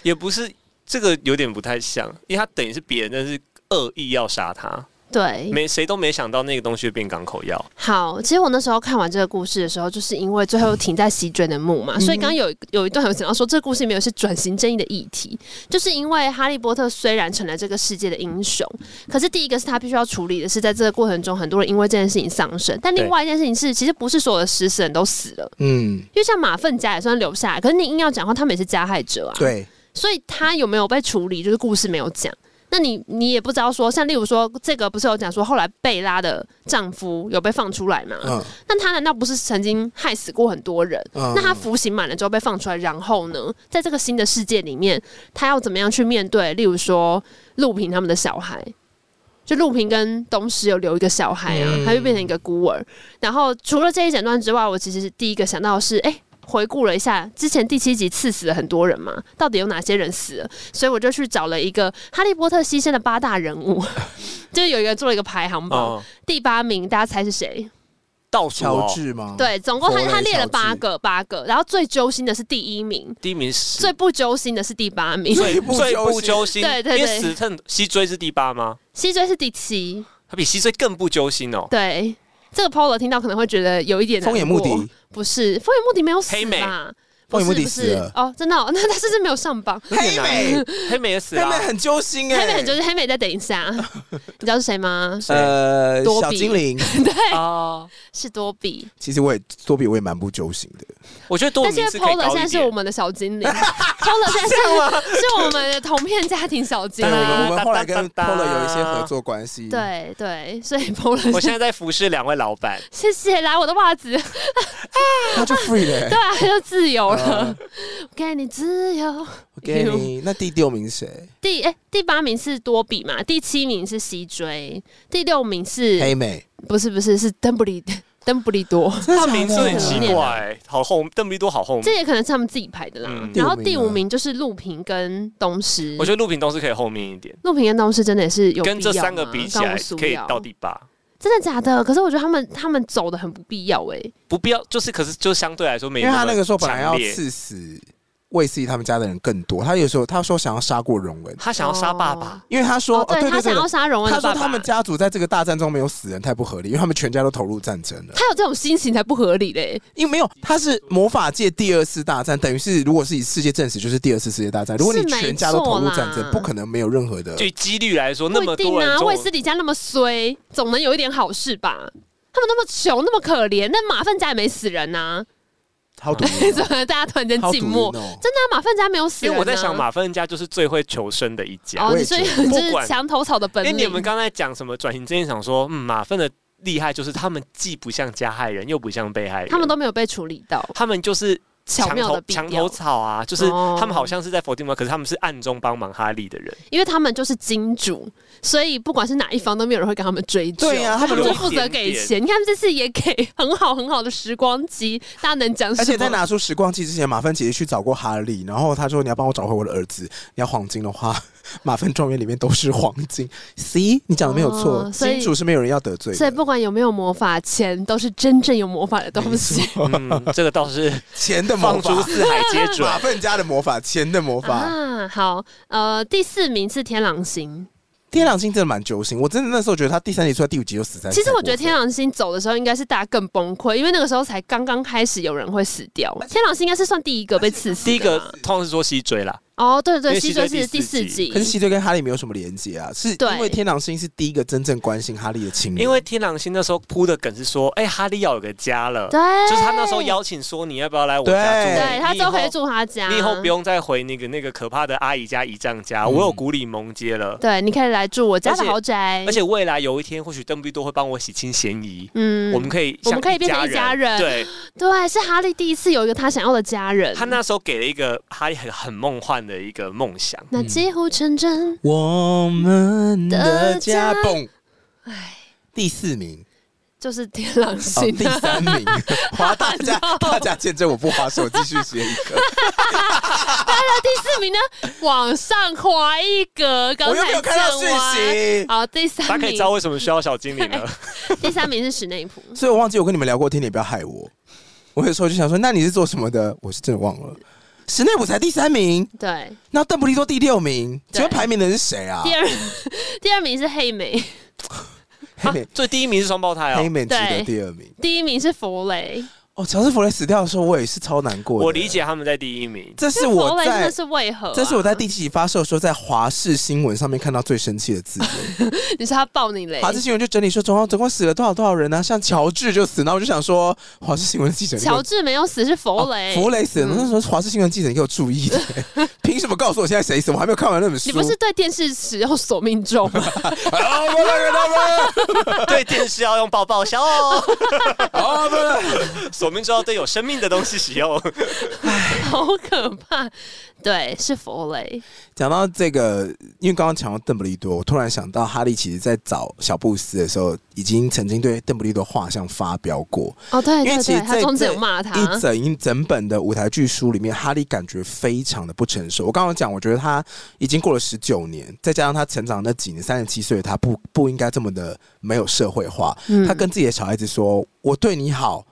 Speaker 3: 也不是这个有点不太像，因为他等于是别人，但是恶意要杀他，
Speaker 1: 嗯
Speaker 2: 对，
Speaker 3: 没谁都没想到那个东西会变港口药。
Speaker 2: 好，其实我那时候看完这个故事的时候，就是因为最后停在席卷的墓嘛，嗯所以刚刚有有一段有讲到说，这个故事里面有是转型正义的议题，就是因为哈利波特虽然成了这个世界的英雄，可是第一个是他必须要处理的是，在这个过程中很多人因为这件事情丧生，但另
Speaker 3: 对
Speaker 2: 外一件事情是，其实不是所有的食死人都死了，
Speaker 1: 嗯，
Speaker 2: 因为像马粪家也算留下来，可是你硬要讲的话，他们也是加害者啊，
Speaker 1: 对，
Speaker 2: 所以他有没有被处理，就是故事没有讲。那你你也不知道说，像例如说这个不是有讲说后来贝拉的丈夫有被放出来嘛？
Speaker 1: 嗯
Speaker 2: 那他难道不是曾经害死过很多人？
Speaker 1: 嗯。
Speaker 2: 那他哦服刑满了之后被放出来，然后呢，在这个新的世界里面，他要怎么样去面对？例如说陆平他们的小孩，就陆平跟东施有留一个小孩啊，
Speaker 1: 嗯
Speaker 2: 他就变成一个孤儿。然后除了这一整段之外，我其实第一个想到的是，哎、回顾了一下之前第七集刺死了很多人嘛，到底有哪些人死了？所以我就去找了一个《哈利波特》牺牲的八大人
Speaker 1: [LAUGHS]
Speaker 2: 物，就是有一个做了一个排行
Speaker 1: 嗯
Speaker 2: 榜，
Speaker 3: 哦，
Speaker 2: 第八名，大家猜是谁？
Speaker 3: 倒数
Speaker 1: 乔
Speaker 3: 哦，
Speaker 1: 治吗？，
Speaker 2: 对，总共他
Speaker 1: 佛雷
Speaker 2: 他列
Speaker 1: 乔
Speaker 2: 了
Speaker 1: 治
Speaker 2: 八个，八个，然后最揪心的是第一名，
Speaker 3: 第一名是
Speaker 2: 最不揪心的是第八名，
Speaker 3: 最
Speaker 1: 不
Speaker 3: 最
Speaker 1: 揪
Speaker 3: 不
Speaker 1: 心
Speaker 3: 揪心，
Speaker 2: 对对
Speaker 3: 因
Speaker 2: 对
Speaker 3: 为死趁西追是第八吗？
Speaker 2: 西追是第七，
Speaker 3: 他比西追更不揪心哦。
Speaker 2: 对。这个 Polo 听到可能会觉得有一点难
Speaker 1: 风眼目
Speaker 2: 过
Speaker 1: 的，
Speaker 2: 不是风眼目的没有死
Speaker 3: 黑美
Speaker 2: 吧？
Speaker 1: 风眼目
Speaker 2: 不是
Speaker 1: 的
Speaker 2: 不
Speaker 1: 死
Speaker 2: 是
Speaker 1: 了。
Speaker 2: 哦，真 [LAUGHS] 的哦，那他甚至没有上榜。
Speaker 1: 黑美，
Speaker 3: 黑美也死
Speaker 1: 黑
Speaker 3: 啊
Speaker 1: 美，很揪心哎、
Speaker 2: 黑美很就是黑美，再等一下，你知道是谁吗？
Speaker 3: 谁
Speaker 1: 呃，
Speaker 2: 多
Speaker 1: 小
Speaker 2: 比
Speaker 1: 精灵，
Speaker 3: 啊？
Speaker 2: 是多比，
Speaker 1: 其实我也多比我也蛮不揪心的。
Speaker 3: 我觉得多
Speaker 2: 但
Speaker 3: 米
Speaker 2: 是因为
Speaker 3: 是可以
Speaker 2: Polo
Speaker 3: 高
Speaker 2: 现在
Speaker 3: 一
Speaker 2: 是我
Speaker 3: 点。
Speaker 2: 们的小精灵，Polo 现在是 [LAUGHS] 是我们的同片家庭小精
Speaker 1: 但我们
Speaker 2: 灵，
Speaker 1: 我们后来跟
Speaker 3: 哒哒
Speaker 1: Polo
Speaker 3: 哒哒
Speaker 1: 有一些合作关系。，
Speaker 2: 对对，所以 Polo
Speaker 3: 我
Speaker 2: 现
Speaker 3: 现在在服侍两位老
Speaker 1: [LAUGHS]
Speaker 3: 板，
Speaker 2: 谢谢来我的袜子。
Speaker 1: 他就 free 了、
Speaker 2: [LAUGHS] 对啊，就自由了
Speaker 1: 呃，
Speaker 2: [LAUGHS] 给你自由。
Speaker 1: 我给你。那第六名
Speaker 3: [LAUGHS]
Speaker 1: 谁？
Speaker 2: 第哎、第八名是多比嘛，第七名是西追，第六名是、
Speaker 1: 黑美。
Speaker 2: 不是不是是邓布利邓布利多，
Speaker 3: 他名字很
Speaker 2: 的
Speaker 3: 奇
Speaker 2: 很
Speaker 3: 怪，好后邓布利多好后
Speaker 2: 这
Speaker 3: 面。
Speaker 2: 也可能是他们自己排的啦。
Speaker 3: 嗯
Speaker 2: 然后
Speaker 1: 第
Speaker 2: 第
Speaker 1: 五名呢啊
Speaker 2: 五名就是陆平跟东施，
Speaker 3: 我觉得陆平东是可以后面一点，
Speaker 2: 陆平跟东施真的也是有必要
Speaker 3: 跟
Speaker 2: 吗
Speaker 3: 这三个比起来
Speaker 2: 告诉，
Speaker 3: 可以
Speaker 2: 要
Speaker 3: 到第八。
Speaker 2: 真的假的？可是我觉得他们他们走的很不必要哎、
Speaker 3: 不必要，就是可是就相对来说没
Speaker 1: 因为他
Speaker 3: 那
Speaker 1: 那
Speaker 3: 么
Speaker 1: 个时候本来
Speaker 3: 强
Speaker 1: 要
Speaker 3: 烈。
Speaker 1: 刺死卫斯理他们家的人更多，他有时候他说想要杀过荣恩，
Speaker 3: 他想要杀爸爸，
Speaker 1: 因为他说、
Speaker 2: 哦
Speaker 1: 哦
Speaker 2: 对
Speaker 1: 对
Speaker 2: 他想要杀荣恩
Speaker 1: 他
Speaker 2: 的
Speaker 1: 说
Speaker 2: 爸爸，
Speaker 1: 他们家族在这个大战中没有死人太不合理，因为他们全家都投入战争了。
Speaker 2: 他有这种心情才不合理嘞、
Speaker 1: 因为没有，他是魔法界第二次大战，等于是如果是以世界证实，就是第二次世界大战。如果你
Speaker 2: 是没
Speaker 1: 全家都投入战
Speaker 2: 错啊
Speaker 1: 争
Speaker 2: 啦，
Speaker 1: 不可能没有任何的。
Speaker 3: 对几率来说，那
Speaker 2: 不
Speaker 3: 么
Speaker 2: 一定
Speaker 3: 多人
Speaker 2: 啊，
Speaker 3: 中
Speaker 2: 卫斯理家那么衰，总能有一点好事吧？他们那么穷，那么可怜，那马粪家也没死人 [LAUGHS] 呐、
Speaker 1: 好哦毒，
Speaker 2: [LAUGHS] 怎么大家突然间
Speaker 1: 好
Speaker 2: 静默
Speaker 1: 毒？哦！
Speaker 2: 真的、啊，马粪家没有死
Speaker 3: 因
Speaker 2: 人、啊。
Speaker 3: 为我在想，马芬家就是最会求生的一家。
Speaker 2: 哦，
Speaker 1: 我
Speaker 2: 你
Speaker 1: 也
Speaker 2: 说
Speaker 1: 觉得
Speaker 2: 就
Speaker 3: 不
Speaker 2: 是
Speaker 3: 管
Speaker 2: 墙头草的本
Speaker 3: 因为
Speaker 2: 领。
Speaker 3: 你们刚才讲什么转型正义，想说，嗯，马芬的厉害就是他们既不像加害人，又不像被害人，
Speaker 2: 他们都没有被处理到，
Speaker 3: 他们就是
Speaker 2: 巧
Speaker 3: 墙
Speaker 2: 妙
Speaker 3: 头
Speaker 2: 的避
Speaker 3: 墙
Speaker 2: 掉
Speaker 3: 头，草啊，就是
Speaker 2: 哦
Speaker 3: 他们好像是在否定嘛，可是他们是暗中帮忙哈利的
Speaker 2: [LAUGHS]
Speaker 3: 人，
Speaker 2: 因为他们就是金主，所以不管是哪一方都没有人会跟他们追究。
Speaker 1: 对啊他
Speaker 2: 他
Speaker 1: 们
Speaker 2: 们就
Speaker 3: 有
Speaker 2: 负责
Speaker 3: 一点
Speaker 2: 给
Speaker 3: 点
Speaker 2: 钱。你看这次也给很好很好的时光机，大家能讲什么？
Speaker 1: 而且在拿出时光机之前，马芬姐姐去找过哈利，然后她说：“你要帮我找回我的儿子，你要黄金的话，马芬庄园里面都是黄金。”C，你讲的没有错，
Speaker 2: 哦所以
Speaker 1: 金主是没有人要得
Speaker 3: 啊
Speaker 1: 罪的。
Speaker 2: 所以不管有没有魔法，钱都是真正有魔法的东西。
Speaker 3: 嗯，这个倒是
Speaker 1: [LAUGHS] 钱的魔
Speaker 3: 放
Speaker 1: 法
Speaker 3: 诸，四海
Speaker 2: [LAUGHS]
Speaker 3: 皆准。
Speaker 1: 马粪家的魔法，钱的魔法。
Speaker 2: 啊，好，呃，第四名是天狼星。
Speaker 1: 天狼星真的蛮揪心，我真的那时候觉得他第三集出来第五集就死在。
Speaker 2: 其实我觉得天狼星走的时候，应该是大家更崩溃，因为那个时候才刚刚开始有人会死掉。天狼星应该是算第一个被刺死的
Speaker 3: 哎第
Speaker 2: 嘛，
Speaker 3: 一个通常是说西追啦，
Speaker 2: 哦，对对对，
Speaker 3: 因为
Speaker 2: 西
Speaker 3: 西
Speaker 2: 追
Speaker 3: 追
Speaker 2: 是第
Speaker 3: 第四
Speaker 2: 四
Speaker 3: 季
Speaker 2: 季
Speaker 1: 可，是西追跟哈利没有什么连接啊，是
Speaker 2: 对
Speaker 1: 因为天狼星是第一个真正关心哈利的情人，
Speaker 3: 因为天狼星那时候铺的梗是说，哎、哈利要有个家了，
Speaker 2: 对，
Speaker 3: 就是他那时候邀请说你要不要来我家住，
Speaker 1: 对
Speaker 2: 对他
Speaker 3: 你
Speaker 2: 之后可以
Speaker 3: 以
Speaker 2: 住他家，
Speaker 3: 你以后不用再回那个那个可怕的阿姨家姨丈家，
Speaker 1: 嗯
Speaker 3: 我有古里蒙街了，
Speaker 2: 对，你可以来住我家
Speaker 3: 而
Speaker 2: 的
Speaker 3: 且
Speaker 2: 豪宅，
Speaker 3: 而且未来有一天或许邓布利多会帮我洗清嫌疑，
Speaker 2: 嗯
Speaker 3: 我们可以
Speaker 2: 我们
Speaker 3: 像
Speaker 2: 可以变成一家人
Speaker 3: 对
Speaker 2: 对，是哈利第一次有一个他想要的家人，
Speaker 3: 他那时候给了一个哈利很很梦幻的一个梦想，
Speaker 2: 那几乎成真，
Speaker 1: 我们的家
Speaker 2: 的家
Speaker 1: 蹦
Speaker 2: 唉，
Speaker 1: 第四名，
Speaker 2: 就是天狼
Speaker 1: 哦，
Speaker 2: 星
Speaker 1: 第三
Speaker 2: [LAUGHS]
Speaker 1: 名，划大家，大家见证我不划手，继续写一
Speaker 2: [LAUGHS]
Speaker 1: 个。
Speaker 2: 第四名呢，往上滑一格，刚
Speaker 1: 我又没
Speaker 2: 才
Speaker 1: 有看到
Speaker 2: 讲
Speaker 1: 讯
Speaker 2: 完。
Speaker 1: 息，
Speaker 2: 好，第
Speaker 3: 大家
Speaker 2: 三
Speaker 3: 可以
Speaker 2: 名
Speaker 3: 知，道为什么需要小精灵了。
Speaker 2: 第三名是史内普。
Speaker 1: 所以我忘记我跟你们聊过天，你不要害我。我有时候就想说，那你是做什么的？我是真的忘了。史内普才第三名，
Speaker 2: 对，
Speaker 1: 那邓布利多第六名，
Speaker 2: 对
Speaker 1: 请问排名的人是谁啊？
Speaker 2: 第二第二名是黑莓，
Speaker 1: 黑
Speaker 2: [LAUGHS]
Speaker 1: 美，
Speaker 3: 最第一名是双胞胎
Speaker 1: 黑
Speaker 3: 哦。
Speaker 1: 美值得
Speaker 2: 对
Speaker 1: 第二名。
Speaker 2: 第一名是弗雷。
Speaker 1: 哦，乔治弗雷死掉的时候，我也是超难过的。
Speaker 3: 我理，解他们在第一名，
Speaker 1: 这是
Speaker 2: 这弗
Speaker 1: 我
Speaker 2: 雷真
Speaker 1: 在
Speaker 2: 的是为何啊、
Speaker 1: 这是我在第七集发售的时候，在华视新闻上面看到最生气的字眼。
Speaker 2: 你说他爆你雷
Speaker 1: 华，视新闻就整理说，总共总共死了多少多少人呢、啊？像乔治就死，然后我就想说，华视新闻的记者，你给我
Speaker 2: 乔治没有死是弗
Speaker 1: 哦
Speaker 2: 雷。
Speaker 1: 弗雷死了，
Speaker 2: 嗯
Speaker 1: 那时候华视新闻记者，你给我注意一
Speaker 2: [LAUGHS]
Speaker 1: 点，凭什么告诉我现在谁死？我还没有看完那本书。
Speaker 2: 你不是对电视使用索命咒
Speaker 1: [LAUGHS]
Speaker 2: 吗？ [LAUGHS]
Speaker 1: 啊，不能他们，
Speaker 3: 对电视要用抱抱笑哦。
Speaker 1: 啊，不能。
Speaker 3: 索命之后对有生命的东西使用，
Speaker 2: 好可怕！对，是弗雷。
Speaker 1: 讲到这个，因为刚刚讲到邓布利多，我突然想到，哈利其实在找小布斯的时候，已经曾经对邓布利多画像发表过。
Speaker 2: 哦，对
Speaker 1: 因
Speaker 2: 对
Speaker 1: 为其
Speaker 2: 对，
Speaker 1: 实
Speaker 2: 他
Speaker 1: 这
Speaker 2: 中间
Speaker 1: 这
Speaker 2: 有骂他。
Speaker 1: 一整一整本的舞台剧书里面，哈利感觉非常的不成熟。我刚刚讲，我觉得他已经过了十九年，再加上他成长那几年，三十七岁的他不不应该这么的没有社会化。
Speaker 2: 嗯
Speaker 1: 他跟自己的小孩子说：“我对你好。”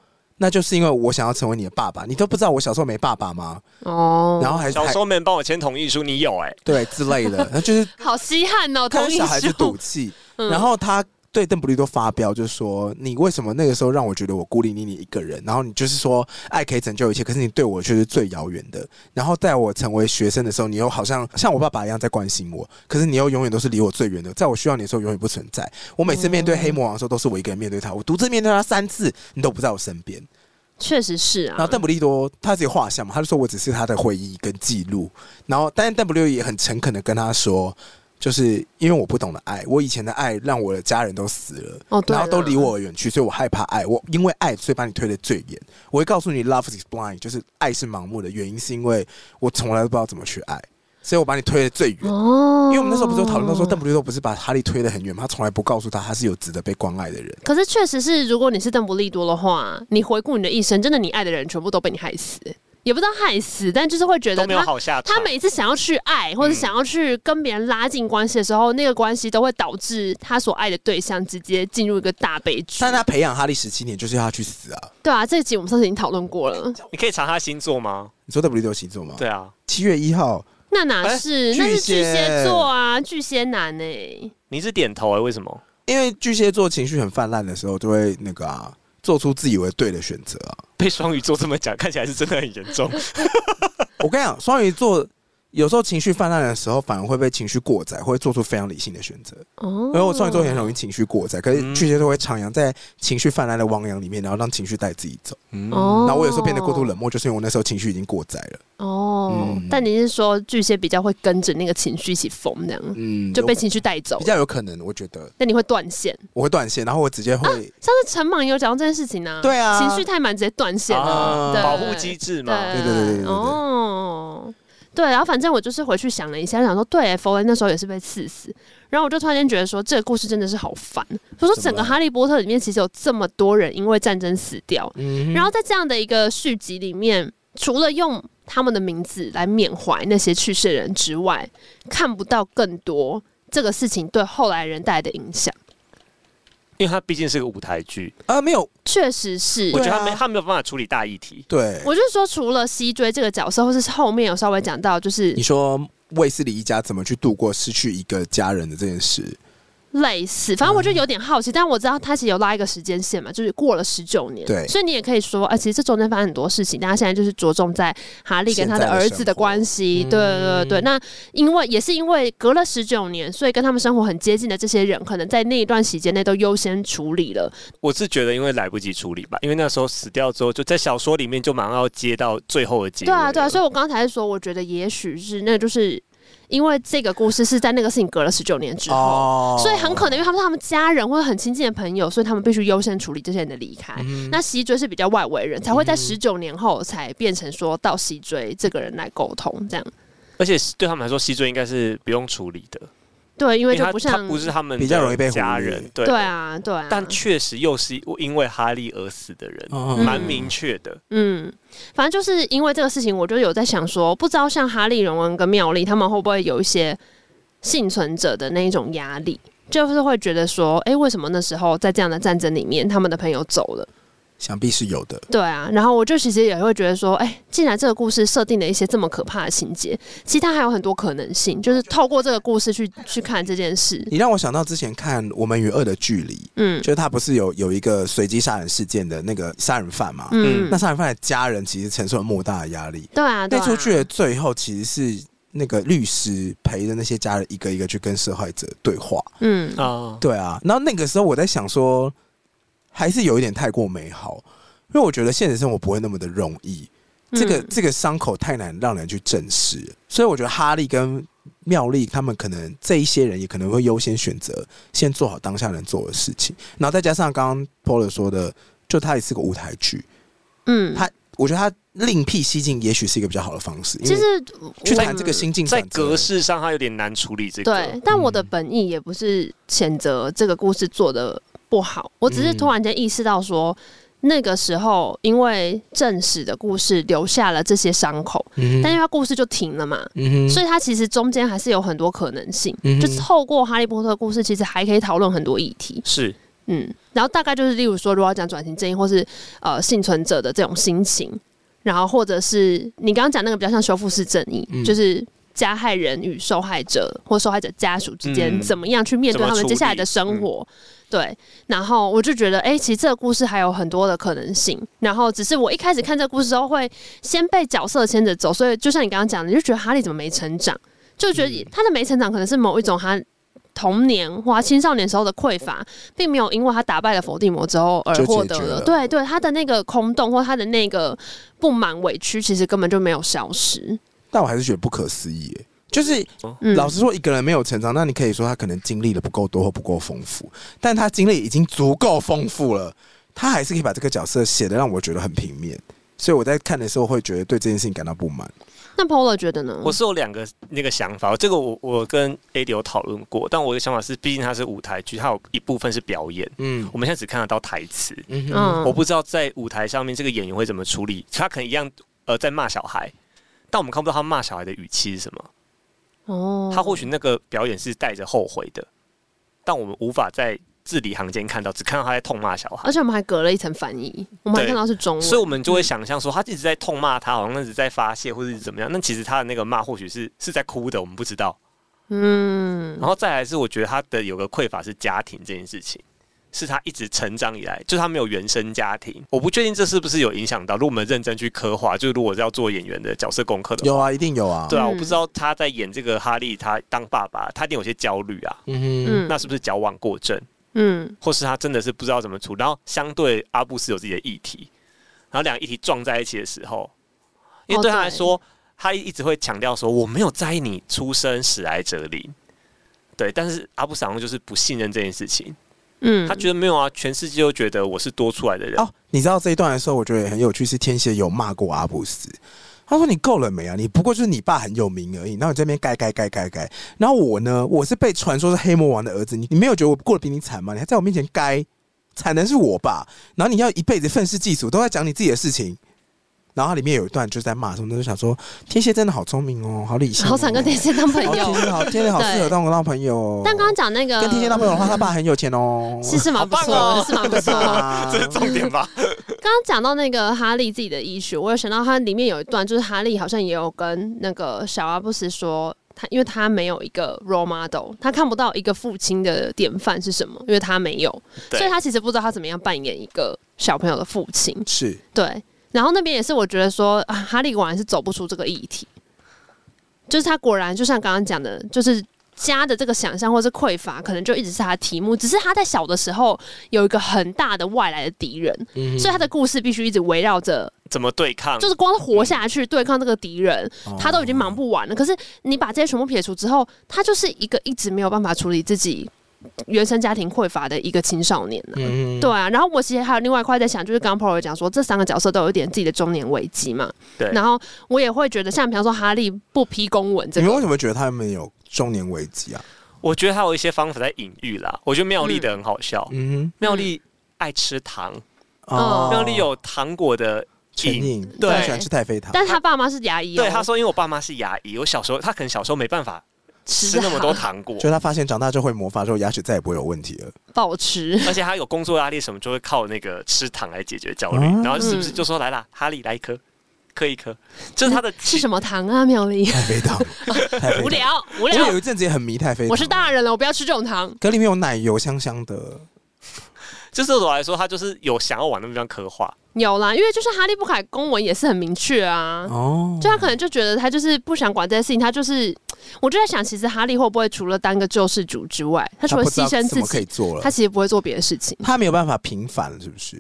Speaker 1: 那就是因为我想要成为你的爸爸，你都不知道我小时候没爸爸吗？
Speaker 2: 哦，
Speaker 1: 然后还
Speaker 3: 小
Speaker 1: 还
Speaker 3: 时候没人帮我签同意书，你有哎、
Speaker 1: 对之类的，那就是
Speaker 2: 好稀罕哦，同
Speaker 1: 跟
Speaker 2: 意
Speaker 1: 小孩子
Speaker 2: 书
Speaker 1: 赌气。
Speaker 2: 嗯
Speaker 1: 然后他对邓布利多发飙，就说：“你为什么那个时候让我觉得我孤零零一个人？然后你就是说爱可以拯救一切，可是你对我却是最遥远的。然后在我成为学生的时候，你又好像像我爸爸一样在关心我，可是你又永远都是离我最远的，在我需要你的时候永远不存在。我每次面对黑魔王的时候，都是我一个人面对他，我独自面对他三次，你都不在我身边。
Speaker 2: 确实是啊。
Speaker 1: 然后邓布利多他自己画像嘛，他就说我只是他的回忆跟记录。然后，但是邓布利多也很诚恳的跟他说，就是因为我不懂得爱，我以前的爱让我的家人都死了，
Speaker 2: 哦对
Speaker 1: 然后都
Speaker 2: 啦
Speaker 1: 离我而远去，所以我害怕爱。我因为爱，所以把你推得最远。我会告诉你，love is blind，就是爱是盲目的。原因是因为我从来都不知道怎么去爱，所以我把你推得最远。
Speaker 2: 哦，
Speaker 1: 因为我们那时候不是有讨论到说，邓布利多不是把哈利推得很远吗？他从来不告诉他他是有值得被关爱的人。
Speaker 2: 可是确实是，如果你是邓布利多的话，你回顾你的一生，真的你爱的人全部都被你害死，也不知道害死，但就是会觉
Speaker 3: 都
Speaker 2: 得
Speaker 3: 没有
Speaker 2: 他。
Speaker 3: 好下场。
Speaker 2: 他每一次想要去爱，或者想要去跟别人拉近关系的时候，那个关系都会导致他所爱的对象直接进入一个大悲剧
Speaker 1: 但。他培养哈利十七年，就是要他去死啊！
Speaker 2: 对啊，这一集我们上次已经讨论过了。
Speaker 3: 你可以查他星座吗？
Speaker 1: 你说邓布利多星座吗？
Speaker 3: 对，啊，
Speaker 1: 七月一号，
Speaker 2: 那哪是？
Speaker 1: 哎
Speaker 2: 那
Speaker 1: 巨
Speaker 2: 是巨
Speaker 1: 蟹
Speaker 2: 蟹座啊，巨蟹男哎、
Speaker 3: 你是点头哎、为什么？
Speaker 1: 因为巨蟹座情绪很泛滥的时候，就会那个啊，做出自以为对的选择啊。
Speaker 3: 被双鱼座这么讲，看起来是真的很严重。
Speaker 1: 我跟你讲，双鱼座有时候情绪泛滥的时候，反而会被情绪过载，会做出非常理性的选择。
Speaker 2: 哦
Speaker 1: 因为我双鱼座也很容易情绪过载，可是巨蟹座会徜徉在情绪泛滥的汪洋里面，然后让情绪带自己走。
Speaker 2: 哦，
Speaker 1: 哎然后我有时候变得过度冷漠，就是因为我那时候情绪已经过载了。
Speaker 2: 哦，
Speaker 1: 嗯
Speaker 2: 但你是说巨蟹比较会跟着那个情绪一起疯，这样
Speaker 1: 嗯，
Speaker 2: 就被
Speaker 1: 有
Speaker 2: 情绪带走
Speaker 1: 比？较有可能，我觉得
Speaker 2: 那你会断线？
Speaker 1: 我会断线，然后我直接会
Speaker 2: 上次陈莽有讲到这件事情呢、
Speaker 1: 对啊
Speaker 2: 情绪太满直接断线了，
Speaker 1: 啊
Speaker 2: 对
Speaker 3: 保护机制嘛。
Speaker 1: 对对对对对对
Speaker 2: 哦。对，然后反正我就是回去想了一下，想说对，弗雷那时候也是被刺死，然后我就突然间觉得说这个故事真的是好烦。就说整
Speaker 1: 怎么
Speaker 2: 个《
Speaker 1: 了
Speaker 2: 哈利波特》里面其实有这么多人因为战争死掉，
Speaker 1: 嗯，
Speaker 2: 然后在这样的一个续集里面，除了用他们的名字来缅怀那些去世的人之外，看不到更多这个事情对后来人带来的影响。
Speaker 3: 因为它毕竟是个舞台剧，
Speaker 1: 啊没有
Speaker 2: 确实是
Speaker 3: 我
Speaker 1: 对啊
Speaker 3: 觉得他没他没有办法处理大议
Speaker 2: 啊
Speaker 3: 题。
Speaker 1: 对，
Speaker 2: 我就说，除了西追这个角色，或是后面有稍微讲到，就是
Speaker 1: 你说卫斯理一家怎么去度过失去一个家人的这件事，
Speaker 2: 类似，反正我就有点好奇，但我知道他其实有拉一个时间线嘛，就是过了十九年，
Speaker 1: 对
Speaker 2: 所以你也可以说，啊，其实这中间发生很多事情，但他现在就是着重在哈利跟他的嗯儿子的关系，
Speaker 1: 现
Speaker 2: 对
Speaker 1: 在的生活
Speaker 2: 对对对。那因为也是因为隔了十九年，所以跟他们生活很接近的这些人，可能在那一段时间内都优先处理了，
Speaker 3: 我是觉得因为来不及处理吧，因为那时候死掉之后，就在小说里面就马上要接到最后的结
Speaker 2: 对啊对啊。所以
Speaker 3: 以
Speaker 2: 我刚才说，我觉得也许是那就是因为这个故事是在那个事情隔了十九年之后。
Speaker 1: 哦
Speaker 2: 所以很可能，因为他们是他们家人或者很亲近的朋友，所以他们必须优先处理这些人的离开。
Speaker 1: 嗯
Speaker 2: 那西追是比较外围人，才会在
Speaker 1: 嗯
Speaker 2: 十九年后才变成说到西追这个人来沟通这样。
Speaker 3: 而且对他们来说，西追应该是不用处理的，
Speaker 2: 对，因为就
Speaker 3: 他
Speaker 2: 不
Speaker 3: 他
Speaker 2: 像
Speaker 3: 不是他们
Speaker 1: 比较容易被
Speaker 3: 的家
Speaker 1: 忽略
Speaker 3: 人，对
Speaker 2: 对啊对啊，
Speaker 3: 但确实又是因为哈利而死的人，
Speaker 1: 嗯
Speaker 3: 蛮明确的。
Speaker 2: 嗯，反正就是因为这个事情，我就有在想说，不知道像哈利、荣恩跟妙丽他们会不会有一些幸存者的那一种压力。就是会觉得说，哎、为什么那时候在这样的战争里面，他们的朋友走了？
Speaker 1: 想必是有的。
Speaker 2: 对啊，然后我就其实也会觉得说，哎、既然这个故事设定了一些这么可怕的情节，其实它还有很多可能性，就是透过这个故事去去看这件事。
Speaker 1: 你让我想到之前看《我们与恶的距离》，
Speaker 2: 嗯
Speaker 1: 就是他不是有有一个随机杀人事件的那个杀人犯嘛？
Speaker 2: 嗯，
Speaker 1: 那杀人犯的家人其实承受了莫大的压力。
Speaker 2: 对啊，对
Speaker 1: 那
Speaker 2: 啊
Speaker 1: 出去的最后其实是那个律师陪着那些家人一个一个去跟受害者对话。
Speaker 2: 嗯
Speaker 3: 啊，
Speaker 1: 对啊，然后那个时候我在想说，还是有一点太过美好，因为我觉得现实生活不会那么的容易。这个、
Speaker 2: 嗯
Speaker 1: 这个伤口太难让人去正视，所以我觉得哈利跟妙丽他们可能这一些人也可能会优先选择先做好当下能做的事情，然后再加上刚刚 Paul 说的，就它也是个舞台剧，
Speaker 2: 嗯，
Speaker 1: 他我觉得他另辟蹊径也许是一个比较好的方式，因
Speaker 2: 其
Speaker 1: 为
Speaker 2: 实
Speaker 1: 去
Speaker 2: 我
Speaker 1: 谈这个心境
Speaker 3: 在
Speaker 1: 转折
Speaker 3: 格式上他有点难处理这个。
Speaker 2: 对，但我的本意也不是谴责这个故事做的不好，我只是突然间意识到说。那个时候，因为正史的故事留下了这些伤口，
Speaker 1: 嗯哼
Speaker 2: 但因为它故事就停了嘛，
Speaker 1: 嗯哼
Speaker 2: 所以它其实中间还是有很多可能性。
Speaker 1: 嗯哼
Speaker 2: 就透过哈利波特的故事，其实还可以讨论很多议题。
Speaker 3: 是
Speaker 2: 嗯，然后大概就是，例如说，如果要讲转型正义，或是呃幸存者的这种心情，然后或者是你刚刚讲那个比较像修复式正义，
Speaker 1: 嗯
Speaker 2: 就是加害人与受害者或受害者家属之间
Speaker 3: 嗯
Speaker 2: 怎么样去面对他
Speaker 3: 怎
Speaker 2: 们
Speaker 3: 么
Speaker 2: 接下来
Speaker 3: 处理嗯
Speaker 2: 的生活。对，然后我就觉得，哎、其实这个故事还有很多的可能性。然后只是我一开始看这个故事的时候，会先被角色牵着走，所以就像你刚刚讲的，你就觉得哈利怎么没成长，就觉
Speaker 1: 嗯
Speaker 2: 得他的没成长可能是某一种他童年或他青少年时候的匮乏，并没有因为他打败了伏地魔之后而
Speaker 1: 就解
Speaker 2: 获得
Speaker 1: 决
Speaker 2: 了。
Speaker 1: 了
Speaker 2: 对对，他的那个空洞或他的那个不满委屈，其实根本就没有消失。
Speaker 1: 但我还是觉得不可思议耶。就是
Speaker 2: 嗯，
Speaker 1: 老实说，一个人没有成长，那你可以说他可能经历的不够多或不够丰富，但他经历已经足够丰富了，他还是可以把这个角色写的让我觉得很平面，所以我在看的时候会觉得对这件事情感到不满。
Speaker 2: 那 Polo 觉得呢？
Speaker 3: 我是有两个那个想法，这个我我跟 A 有讨论过，但我的想法是，毕竟它是舞台剧，它有一部分是表演，
Speaker 1: 嗯
Speaker 3: 我们现在只看得到台词，
Speaker 1: 嗯
Speaker 2: 嗯，
Speaker 3: 我不知道在舞台上面这个演员会怎么处理，他可能一样呃在骂小孩，但我们看不到他骂小孩的语气是什么，
Speaker 2: 哦，
Speaker 3: 他或许那个表演是带着后悔的，但我们无法在字里行间看到，只看到他在痛骂小孩
Speaker 2: 而。且我们还隔了一层翻译，我们还
Speaker 3: 对
Speaker 2: 看到是中文，
Speaker 3: 所以我们就会想象说，他一直在痛骂他，好像一直在发泄或者是怎么样。那其实他的那个骂，或许是是在哭的，我们不知道。
Speaker 2: 嗯
Speaker 3: 然后再来是，我觉得他的有个匮乏是家庭这件事情，是他一直成长以来，就是他没有原生家庭。我不确定这是不是有影响到。如果我们认真去刻画，就是如果要做演员的角色功课的
Speaker 1: 有
Speaker 3: 话，
Speaker 1: 啊，一定有啊。
Speaker 3: 对啊，
Speaker 2: 嗯
Speaker 3: 我不知道他在演这个哈利，他当爸爸，他一定有些焦虑啊。
Speaker 1: 嗯
Speaker 2: 嗯
Speaker 3: 那是不是矫枉过正，
Speaker 2: 嗯
Speaker 3: 或是他真的是不知道怎么处理？然后相对阿布是有自己的议题，然后两个议题撞在一起的时候，因
Speaker 2: 哦
Speaker 3: 为对他来说，他一直会强调说我没有在意你出生史来哲理。对，但是阿布斯好像就是不信任这件事情，
Speaker 2: 嗯，
Speaker 3: 他觉得没有啊，全世界都觉得我是多出来的人。
Speaker 1: 哼，哦，你知道这一段的时候，我觉得也很有趣，是天蝎有骂过阿布斯。他说：“你够了没啊？你不过就是你爸很有名而已，然后你这边盖盖盖盖盖。然后我呢，我是被传说是黑魔王的儿子，你你没有觉得我过得比你惨吗？你还在我面前盖，惨的是我吧？然后你要一辈子愤世嫉俗，都在讲你自己的事情。然后它里面有一段就是在骂什么，就想说天蝎真的好聪明哦，好理性、哦，
Speaker 2: 好想跟天蝎当朋
Speaker 1: 哦
Speaker 2: 友
Speaker 1: 天。蝎好，天蝎好适合当我当朋友哦。
Speaker 2: 但刚刚讲那个
Speaker 1: 跟天蝎当朋友的话，他爸很有钱哦。
Speaker 2: 是是蛮不错的，是蛮不错的。
Speaker 1: 啊
Speaker 3: [LAUGHS] 这是重
Speaker 2: [LAUGHS]
Speaker 3: 点吧？
Speaker 2: 刚刚讲到那个哈利自己的医学，我有想到他里面有一段，就是哈利好像也有跟那个小阿布斯说，他因为他没有一个 role model，他看不到一个父亲的典范是什么，因为他没有，
Speaker 3: 对
Speaker 2: 所以他其实不知道他怎么样扮演一个小朋友的父亲。
Speaker 1: [LAUGHS] 是
Speaker 2: 对，然后那边也是我觉得说，啊、哈利果然是走不出这个议题，就是他果然就像刚刚讲的，就是。家的这个想象或是匮乏，可能就一直是他的题目。只是他在小的时候有一个很大的外来的敌人，
Speaker 3: 嗯
Speaker 2: 所以他的故事必须一直围绕着
Speaker 3: 怎么对抗？
Speaker 2: 就是光活下去对抗这个敌人，
Speaker 3: 嗯
Speaker 2: 他都已经忙不完了。可是你把这些全部撇除之后，他就是一个一直没有办法处理自己原生家庭匮乏的一个青少年呢、
Speaker 1: 嗯
Speaker 2: 对啊，然后我其实还有另外一块在想，就是刚刚 Pro 讲说，这三个角色都有一点自己的中年危机嘛。
Speaker 3: 对
Speaker 2: 然后我也会觉得，像比方说哈利不批公文这
Speaker 1: 你们
Speaker 3: 啊
Speaker 1: 为
Speaker 2: 个，
Speaker 1: 什么觉得他们有中年危机啊？
Speaker 3: 我觉得他有一些方法在隐喻啦。我觉得妙丽的很好笑，
Speaker 1: 嗯
Speaker 3: 妙丽爱吃糖，
Speaker 1: 哼，
Speaker 2: 哦
Speaker 3: 妙丽有糖果的
Speaker 1: 成瘾，
Speaker 3: 对
Speaker 1: 他喜欢吃太妃糖，
Speaker 2: 但是他爸妈是牙医、哦，
Speaker 3: 对，他说，因为我爸妈是牙医，我小时候他可能小时候没办法吃
Speaker 2: 吃
Speaker 3: 那么多
Speaker 2: 好
Speaker 3: 糖
Speaker 1: [LAUGHS]
Speaker 3: 果，
Speaker 1: 就他发现长大就会魔法之后，牙齿再也不会有问题 [LAUGHS] 了。
Speaker 2: 暴吃，
Speaker 3: 而且他有工作压力什么，就会靠那个吃糖来解决焦虑。
Speaker 1: 嗯
Speaker 3: 然后是不是就说来啦，哈利来一颗，嗑一颗，就是他的
Speaker 2: 是什么糖啊？妙
Speaker 3: [LAUGHS]
Speaker 2: 丽，
Speaker 1: 太妃糖，太妃糖
Speaker 2: 无。聊无
Speaker 1: 我
Speaker 2: 聊
Speaker 1: 有，一阵子也很迷太妃糖，
Speaker 2: 我是大人了，我不要吃这种糖。
Speaker 1: 可里面有奶油香香的，
Speaker 3: 就是对我来说，他就是有想要往那个地方刻画。
Speaker 2: 有啦，因为就是哈利不凯公文也是很明确啊。
Speaker 1: 哦，
Speaker 2: 就他可能就觉得他就是不想管这些事情，他就是，我就在想，其实哈利会不会除了当个救世主之外，他除了
Speaker 1: 不知
Speaker 2: 牺
Speaker 1: 道
Speaker 2: 牲
Speaker 1: 怎
Speaker 2: 自
Speaker 1: 么可以
Speaker 2: 己，
Speaker 1: 做了
Speaker 2: 他，其实不会做别的事情。
Speaker 1: 他没有办法平反了，是不是？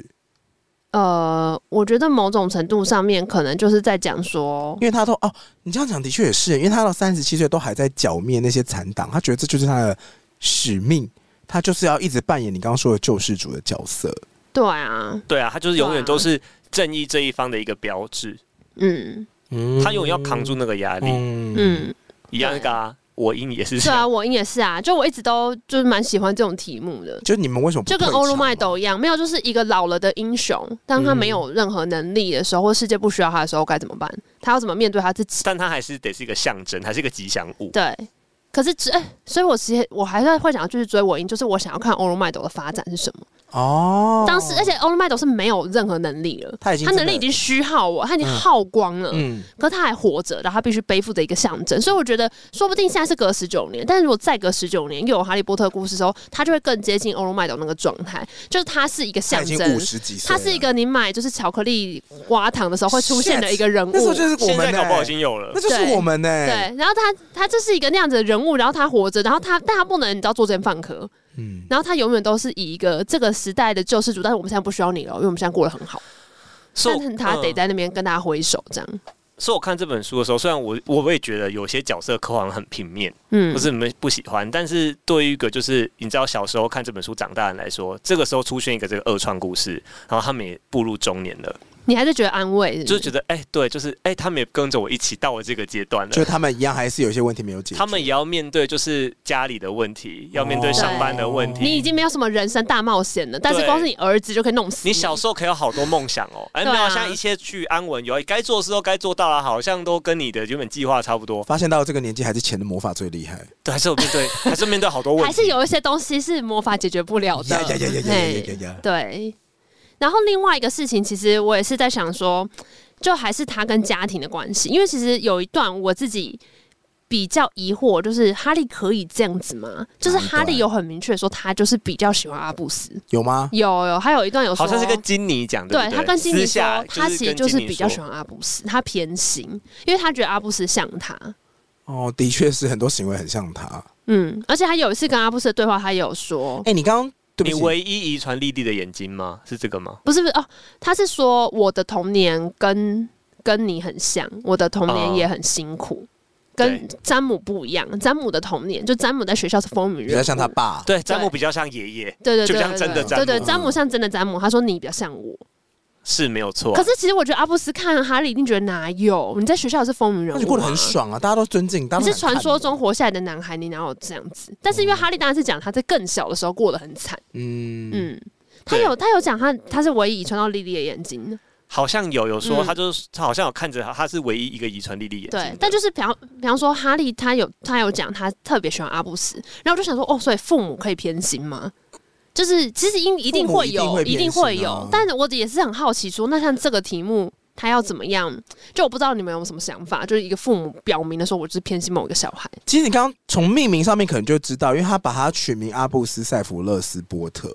Speaker 2: 呃，我觉得某种程度上面，可能就是在讲说
Speaker 1: 因，为他都哦，你这样讲的确也是，因为他到三十七岁都还在剿灭那些残党，他觉得这就是他的使命，他就是要一直扮演你刚刚说的救世主的角色。
Speaker 2: 对啊，
Speaker 3: 对啊，他就是永
Speaker 2: 对
Speaker 3: 远
Speaker 2: 啊
Speaker 3: 都是正义这一方的一个标志，
Speaker 2: 嗯
Speaker 1: 嗯
Speaker 3: 他永远要扛住那个压力。
Speaker 1: 嗯
Speaker 2: 嗯，
Speaker 3: 一样的啊，我赢也是这
Speaker 2: 是啊，
Speaker 3: 样。
Speaker 2: 我也是啊，就我一直都就是蛮喜欢这种题目的。
Speaker 1: 就你们为什么不哦
Speaker 2: 就跟
Speaker 1: 退场
Speaker 2: 欧陆麦斗一样，没有就是一个老了的英雄，当他没有任何能力的时候，或世界不需要他的时候，该怎么办？他要怎么面对他自己？
Speaker 3: 但他还是得是一个象征，还是一个吉祥物。
Speaker 2: 对，可是只哎、所以我其实我还是会想要继续追我赢，就是我想要看欧罗麦斗的发展是什么。
Speaker 1: 哦，
Speaker 2: 当时，而且欧罗麦斗是没有任何能力了，
Speaker 1: 他已经
Speaker 2: 他
Speaker 1: 真的
Speaker 2: 能力已经虚耗我，他已经耗光了。
Speaker 1: 嗯，
Speaker 2: 可是他还活着，然后他必须背负着一个象征，所以我觉得，说不定现在是隔十九年，但如果再隔十九年又有哈利波特故事的时候，他就会更接近欧罗麦斗那个状态，就是他是一个
Speaker 1: 他
Speaker 2: 象
Speaker 1: 已经
Speaker 2: 征
Speaker 1: 五，十几岁
Speaker 2: 他
Speaker 1: 了，
Speaker 2: 是一个你买就是巧克力挖糖的时候会出现的一个人物。
Speaker 1: 那时候就是我
Speaker 3: 现
Speaker 1: 们
Speaker 3: 在
Speaker 1: 呢、
Speaker 3: 搞不好已经有了
Speaker 1: 那，就是我们欸呢、
Speaker 2: 对，然后他他就是一个那样子的人物，然后他活着，然后他但他不能你知道作奸犯科，
Speaker 1: 嗯，
Speaker 2: 然后他永远都是以一个这个时代的救世主，但是我们现在不需要你了，因为我们现在过得很好，
Speaker 3: 所以嗯
Speaker 2: 但
Speaker 3: 我
Speaker 2: 是他得在那边跟大家挥手这样，
Speaker 3: 所以我看这本书的时候，虽然我我也觉得有些角色刻画得很平面，
Speaker 2: 嗯
Speaker 3: 不，是你们不喜欢，但是对于一个就是你知道小时候看这本书长大的人来说，这个时候出现一个这个二创故事，然后他们也步入中年了，
Speaker 2: 你还是觉得安慰
Speaker 3: 就是
Speaker 2: 不
Speaker 3: 觉得哎、对，就是哎、他们也跟着我一起到了这个阶段
Speaker 1: 就
Speaker 3: 了。
Speaker 1: 他们一样还是有一些问题没有解决，
Speaker 3: 他们也要面对，就是家里的问题，要面对上班的问
Speaker 1: 哦
Speaker 3: 题。
Speaker 2: 你已经没有什么人生大冒险了，但是
Speaker 3: 对
Speaker 2: 光是你儿子就可以弄死
Speaker 3: 你小时候可以有好多梦想哦，哎，没
Speaker 2: 对啊
Speaker 3: 有，现在一切去安稳，有哎该做的事都该做到了，好像都跟你的原本计划差不多，
Speaker 1: 发现到这个年纪还是钱的魔法最厉害，
Speaker 3: 对，还是有面对，还是面对好多问题，
Speaker 2: 还是有一些东西是魔法解决不了的，
Speaker 1: 呀呀呀呀呀呀呀
Speaker 2: 哦啊嘿
Speaker 1: 呀！
Speaker 2: 对。然后另外一个事情，其实我也是在想说，就还是他跟家庭的关系，因为其实有一段我自己比较疑惑，就是哈利可以这样子吗？就是哈利有很明确说他就是比较喜欢阿布斯，
Speaker 1: 有吗？
Speaker 2: 有有，还有一段哦有说
Speaker 3: 好像是跟金妮讲的，
Speaker 2: 对
Speaker 3: 不
Speaker 2: 他跟金妮说
Speaker 3: 私下，
Speaker 2: 他其实就是
Speaker 3: 跟金妮
Speaker 2: 比较
Speaker 3: 说
Speaker 2: 喜欢阿布斯，他偏心，因为他觉得阿布斯像他。
Speaker 1: 哦，的确是很多行为很像他。
Speaker 2: 嗯，而且他有一次跟阿布斯的对话，他也有说
Speaker 1: 哎、，你刚刚对不
Speaker 3: 你
Speaker 1: 起，
Speaker 3: 唯一遗传丽丽的眼睛吗？是这个吗？
Speaker 2: 不是不是哦，他是说我的童年跟跟你很像，我的童
Speaker 3: 哦
Speaker 2: 年也很辛苦，跟詹姆不一样。詹姆的童年就詹姆在学校是风云人物，
Speaker 1: 比较像他爸，
Speaker 3: 对，詹姆比较像爷爷，
Speaker 2: 对。对
Speaker 3: 就
Speaker 2: 对
Speaker 3: 像
Speaker 2: 对
Speaker 3: 真的
Speaker 2: 对
Speaker 3: 詹姆
Speaker 2: 对对，詹姆像真的詹姆。他说你比较像我，
Speaker 3: 是没有错
Speaker 2: 可。是其实我觉得阿布斯看哈利一定觉得哪有？你在学校也是风云人
Speaker 1: 那
Speaker 2: 物、
Speaker 1: 你
Speaker 2: 啊，
Speaker 1: 过得很。爽啊，大家都尊敬，大
Speaker 2: 你
Speaker 1: 家都
Speaker 2: 是
Speaker 1: 很看
Speaker 2: 传说中活下来的男孩，你哪有这样子？但是因为哈利当然是讲他在更小的时候过得很惨，
Speaker 1: 嗯嗯，
Speaker 2: 嗯，他
Speaker 3: 对
Speaker 2: 有他有讲他他是唯一遗传到莉莉的眼睛，
Speaker 3: 好像有有
Speaker 2: 嗯
Speaker 3: 说，他就是他好像有看着他，他是唯一一个遗传丽丽眼睛的
Speaker 2: 对，但就是比方比方说，哈利他有他有讲他特别喜欢阿布斯，然后我就想说，哦，所以父母可以偏心吗？就是其实应一定会有，
Speaker 1: 父母一定会偏心啊
Speaker 2: 一定会有，但是我也是很好奇说，那像这个题目他要怎么样？就我不知道你们有什么想法，就是一个父母表明的说，我就是偏心某一个小孩。
Speaker 1: 其实你刚刚从命名上面可能就知道，因为他把他取名阿布斯塞弗勒斯波特。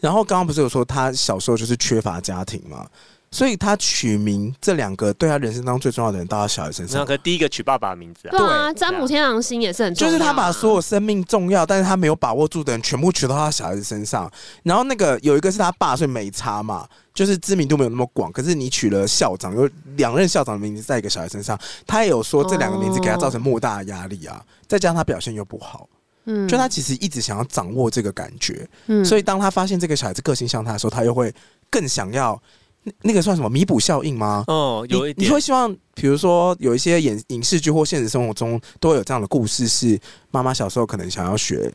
Speaker 1: 然后刚刚不是有说他小时候就是缺乏家庭嘛，所以他取名这两个对他人生当中最重要的人到他小孩身
Speaker 3: 那
Speaker 1: 上，
Speaker 3: 可第一个取爸爸的名字啊
Speaker 2: 对，啊，詹姆天狼星也是很重
Speaker 1: 就
Speaker 2: 要、啊
Speaker 1: 是他把所有生命重要但是他没有把握住的人全部取到他小孩子身上。然后那个有一个是他爸，所以没差嘛，就是知名度没有那么广。可是你取了校长，有两任校长的名字在一个小孩身上，他也有说这两个名字给他造成莫大的压力啊，再加上他表现又不好。
Speaker 2: 嗯
Speaker 1: 就他其实一直想要掌握这个感觉，
Speaker 2: 嗯
Speaker 1: 所
Speaker 2: 以
Speaker 1: 以当他发现这个小孩子个性像他的时候，他又会更想要那那个算什么弥补效应吗？
Speaker 3: 哦，有一
Speaker 1: 你
Speaker 3: 点
Speaker 1: 你会希望，比如说有一些演影视剧或现实生活中都会有这样的故事，是妈妈小时候可能想要学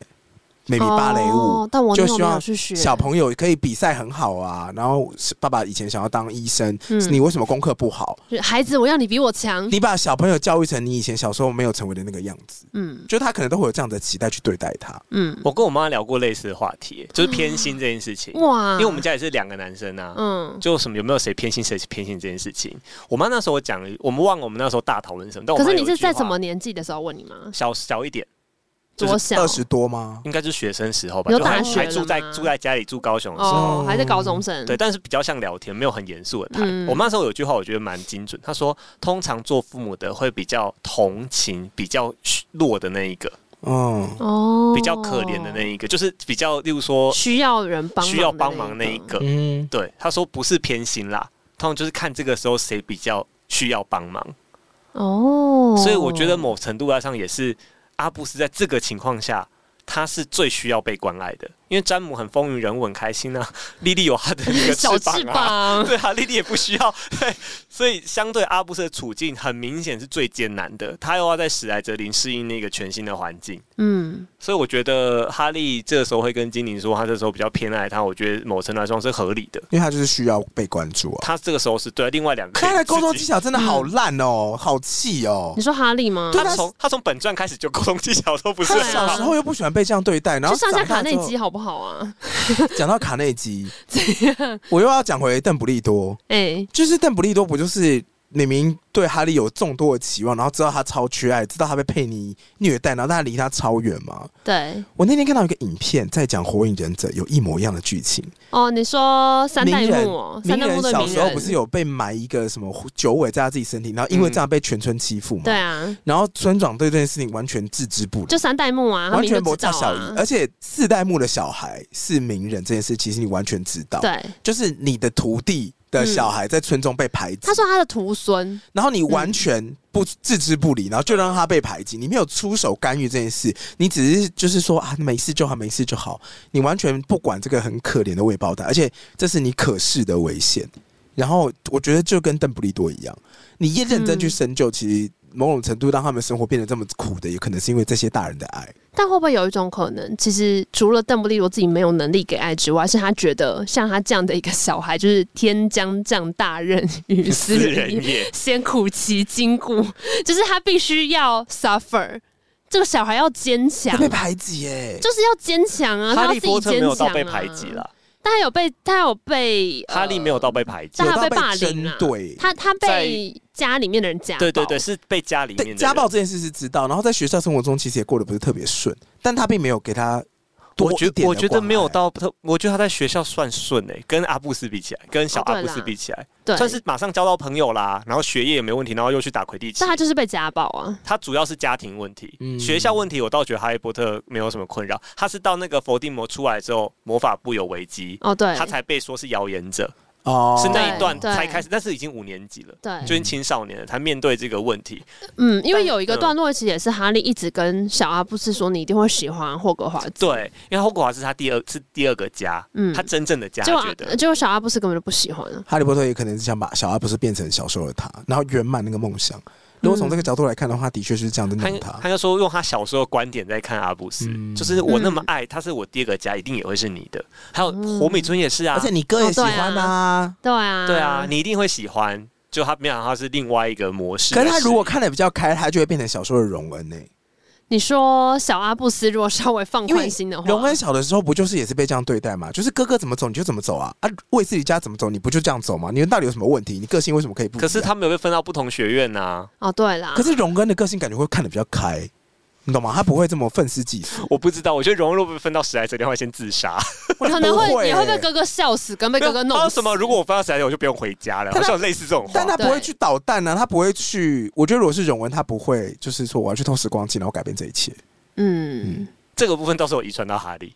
Speaker 1: 美米芭蕾舞，
Speaker 2: 哦、但我
Speaker 1: 就
Speaker 2: 那时候
Speaker 1: 希望
Speaker 2: 没有去学
Speaker 1: 小朋友可以比赛很好啊，然后是爸爸以前想要当医生，
Speaker 2: 嗯
Speaker 1: 你为什么功课不好？
Speaker 2: 就是孩子，我要你比我强。
Speaker 1: 你把小朋友教育成你以前小时候没有成为的那个样子，
Speaker 2: 嗯
Speaker 1: 就他可能都会有这样的期待去对待他。
Speaker 2: 嗯，
Speaker 3: 我跟我妈聊过类似的话题，就是偏心这件事情。
Speaker 2: 哇，
Speaker 3: 因为我们家也是两个男生啊，
Speaker 2: 嗯，
Speaker 3: 就什么有没有谁偏心谁偏心这件事情。我妈那时候讲了，我们忘了我们那时候大讨论什么，但我
Speaker 2: 可
Speaker 3: 妈
Speaker 2: 是
Speaker 3: 哦有
Speaker 2: 你
Speaker 3: 一
Speaker 2: 是
Speaker 3: 句
Speaker 2: 在
Speaker 3: 话
Speaker 2: 什么年纪的时候问你吗？
Speaker 3: 小小一点，就是
Speaker 2: 多小
Speaker 1: 二？十多吗？
Speaker 3: 应该就是学生时候吧，
Speaker 2: 有
Speaker 3: 就还
Speaker 2: 大学
Speaker 3: 还
Speaker 2: 了
Speaker 3: 住在
Speaker 2: 吗
Speaker 3: 住在家里住高雄的时候，
Speaker 2: 哦，还在高中生。
Speaker 3: 对，，但是比较像聊天，没有很严肃的谈。
Speaker 2: 嗯
Speaker 3: 我妈那时候有句话，我觉得蛮精准，她说通常做父母的会比较同情比较弱的那一个，
Speaker 1: 嗯，
Speaker 2: 哦，
Speaker 3: 比较可怜的那一个，就是比较例如说
Speaker 2: 需要人帮忙
Speaker 3: 需要帮忙那一个。
Speaker 1: 嗯，
Speaker 3: 对，她说不是偏心啦，通常就是看这个时候谁比较需要帮忙。
Speaker 2: 哦，
Speaker 3: 所以我觉得某程度上也是阿布斯在这个情况下，他是最需要被关爱的，因为詹姆很风云人物，很开心啊，莉莉有她的那个
Speaker 2: 小
Speaker 3: 翅
Speaker 2: 翅
Speaker 3: 膀啊。 [LAUGHS]
Speaker 2: 膀，
Speaker 3: 对啊，莉莉也不需要 [LAUGHS] 对，所以相对阿布斯的处境很明显是最艰难的，他又要在史莱哲林适应那个全新的环境，
Speaker 2: 嗯，
Speaker 3: 所以我觉得哈利这时候会跟精灵说，他这时候比较偏爱他，我觉得某程度来说是合理的，
Speaker 1: 因为他就是需要被关注啊。
Speaker 3: 他这个时候是对另外两个
Speaker 1: 他的沟通技
Speaker 3: 自己
Speaker 1: 巧真的好烂哦，好气哦
Speaker 2: 你。说哈利吗？
Speaker 1: 对
Speaker 3: 他从他从本传开始就沟通技巧都不是
Speaker 1: 他
Speaker 3: 很
Speaker 2: 对啊
Speaker 3: 好
Speaker 1: 小时候又不喜欢被这样对待，然后
Speaker 2: 去上一下
Speaker 1: 长
Speaker 2: 卡
Speaker 1: 大之
Speaker 2: 内
Speaker 1: 后
Speaker 2: 基好不好
Speaker 3: [LAUGHS]
Speaker 2: 啊？ [LAUGHS]
Speaker 1: 讲到卡内基，我又要讲回邓布利多，
Speaker 2: 哎，
Speaker 1: 就是邓布利多不就是明明对哈利有众多的期望，然后知道他超缺爱，知道他被佩妮虐待，然后但他离他超远嘛。
Speaker 2: 对，
Speaker 1: 我那天看到一个影片，在讲《火影忍者》，有一模一样的剧情。
Speaker 2: 哦，你说三代
Speaker 1: 鸣人
Speaker 2: 目哦，
Speaker 1: 鸣
Speaker 2: 三代目
Speaker 1: 人
Speaker 2: 对
Speaker 1: 小
Speaker 2: 鸣
Speaker 1: 时候
Speaker 2: 人，
Speaker 1: 不是有被埋一个什么九尾在他自己身体，然后因为这样被全村欺负嘛。
Speaker 2: 对啊，
Speaker 1: 然后村长对这件事情完全置之不理，
Speaker 2: 就三代目啊，他
Speaker 1: 完
Speaker 2: 们就
Speaker 1: 全不
Speaker 2: 知道
Speaker 1: 大小
Speaker 2: 啊
Speaker 1: 姨，，而且四代目的小孩是名人这件事，其实你完全知道，
Speaker 2: 对，嗯
Speaker 1: 就是你的徒弟的小孩在村中被排挤，
Speaker 2: 他说他的徒孙，
Speaker 1: 然后你完全不置之不理，然后就让他被排挤，你没有出手干预这件事，你只是就是说啊，没事就好，没事就好，你完全不管这个很可怜的未爆弹，而且这是你可视的危险。然后我觉得就跟邓布利多一样，你一认真去
Speaker 2: 嗯
Speaker 1: 深究，其实某种程度让他们生活变得这么苦的，也可能是因为这些大人的
Speaker 3: [LAUGHS]
Speaker 1: 爱。
Speaker 2: 但会不会有一种可能，其实除了邓布利多自己没有能力给爱之外，是他觉得像他这样的一个小孩，就是天将降大任于斯
Speaker 3: 私
Speaker 2: 人
Speaker 3: 人
Speaker 2: 也，
Speaker 3: 也。
Speaker 2: 先苦其筋骨， [LAUGHS] 就是他必须要 suffer，这个小孩要坚强
Speaker 1: 他。被排挤耶、
Speaker 2: 就是要坚强啊，
Speaker 3: 哈
Speaker 2: 他
Speaker 3: 利
Speaker 2: 要自
Speaker 3: 波
Speaker 2: 己
Speaker 3: 特没
Speaker 2: 坚
Speaker 3: 有
Speaker 2: 强、
Speaker 3: 到
Speaker 2: 啊。
Speaker 3: 被排挤，了，
Speaker 2: 但他有被他有被、呃
Speaker 3: 哈利没有到被排挤
Speaker 2: 但。他
Speaker 1: 有到
Speaker 2: 被霸凌
Speaker 1: 针
Speaker 2: 啊
Speaker 1: 对，
Speaker 2: 他他被家里面的人家暴
Speaker 3: 对对对，，是被家里面的
Speaker 1: 对
Speaker 3: 人啊
Speaker 1: 家暴。这件事是知道，然后在学校生活中其实也过得不是特别顺，但他并没有给他多
Speaker 3: 我
Speaker 1: 一
Speaker 3: 觉
Speaker 1: 点的啊
Speaker 3: 我觉得
Speaker 1: 关
Speaker 3: 没有
Speaker 1: 爱
Speaker 3: 到特，我觉得他在学校算顺诶、跟阿布斯比起来，跟小
Speaker 2: 哦对
Speaker 3: 阿布斯
Speaker 2: 啦
Speaker 3: 比起来，
Speaker 2: 对，
Speaker 3: 算是马上交到朋友啦，然后学业也没问题，然后又去打魁地奇
Speaker 2: 但。他就是被家暴啊。
Speaker 3: 他主要是家庭问题，
Speaker 1: 嗯
Speaker 3: 学校问题我倒觉得哈利波特没有什么困扰。他是到那个伏地魔出来之后，魔法部有危机，
Speaker 2: 哦，对，
Speaker 3: 他才被说是谣言者，
Speaker 1: 哦，
Speaker 3: 是那一段
Speaker 2: 对
Speaker 3: 才开始，但是已经五年级了，
Speaker 2: 对
Speaker 3: 就，是青少年了，他面对这个问题，
Speaker 2: 嗯，因为有一个
Speaker 3: 嗯
Speaker 2: 段落其实也是哈利一直跟小阿布斯说，你一定会喜欢霍格华兹。
Speaker 3: 对，因为霍格华兹他第二是第二个家，
Speaker 2: 嗯
Speaker 3: 他真正的家，
Speaker 2: 结果
Speaker 3: 啊他觉得
Speaker 2: 结果小阿布斯根本就不喜欢啊。
Speaker 1: 哈利波特也可能是想把小阿不是变成小时候的他，然后圆满那个梦想。如果从这个角度来看的话，的确是这样的
Speaker 2: 嗯
Speaker 3: 他
Speaker 1: 弄
Speaker 3: 他
Speaker 1: 他。
Speaker 3: 就说用他小时候的观点在看阿布斯，
Speaker 1: 嗯
Speaker 3: 就是我那么爱他，是我第二个家，一定也会是你的。还有
Speaker 2: 嗯
Speaker 3: 火美尊也是啊
Speaker 1: 而，且你哥也喜
Speaker 2: 哦
Speaker 1: 欢
Speaker 2: 对
Speaker 1: 啊。
Speaker 2: 对啊，
Speaker 3: 对啊，你一定会喜欢。就他没想到他是另外一个模式，
Speaker 2: 啊
Speaker 1: 可是他如果看的比较开，他就会变成小时候的荣恩呢、
Speaker 2: 你说小阿布斯如果稍微放
Speaker 1: 因为
Speaker 2: 宽心的话，
Speaker 1: 荣恩小的时候不就是也是被这样对待嘛？就是哥哥怎么走你就怎么走啊，啊，卫斯理家怎么走你不就这样走吗？你们到底有什么问题？你个性为什么可以不一样？
Speaker 3: 可是他们有被分到不同学院呐、啊
Speaker 2: 哦，对啦，
Speaker 1: 可是荣恩的个性感觉会看得比较开，你懂吗？他不会这么愤世嫉俗，
Speaker 3: 我不知道，我觉得荣若被分到史莱哲林会先自杀。
Speaker 1: 我觉得
Speaker 2: 可能
Speaker 1: 不
Speaker 2: 会
Speaker 1: 会
Speaker 2: 也会被
Speaker 1: 欸
Speaker 2: 哥哥笑死，跟被哥哥
Speaker 3: 没有
Speaker 2: 弄
Speaker 3: 他说
Speaker 2: 死
Speaker 3: 什么？如果我分到史莱哲林，我就不用回家了，
Speaker 1: 但
Speaker 3: 好
Speaker 1: 他
Speaker 3: 像有类似这种话。
Speaker 1: 但他不会
Speaker 2: 对
Speaker 1: 去捣蛋啊，他不会去。我觉得如果是荣恩，他不会就是说我要去偷时光机，然后改变这一切。
Speaker 2: 嗯，
Speaker 3: 这个部分倒是我遗传到哈利，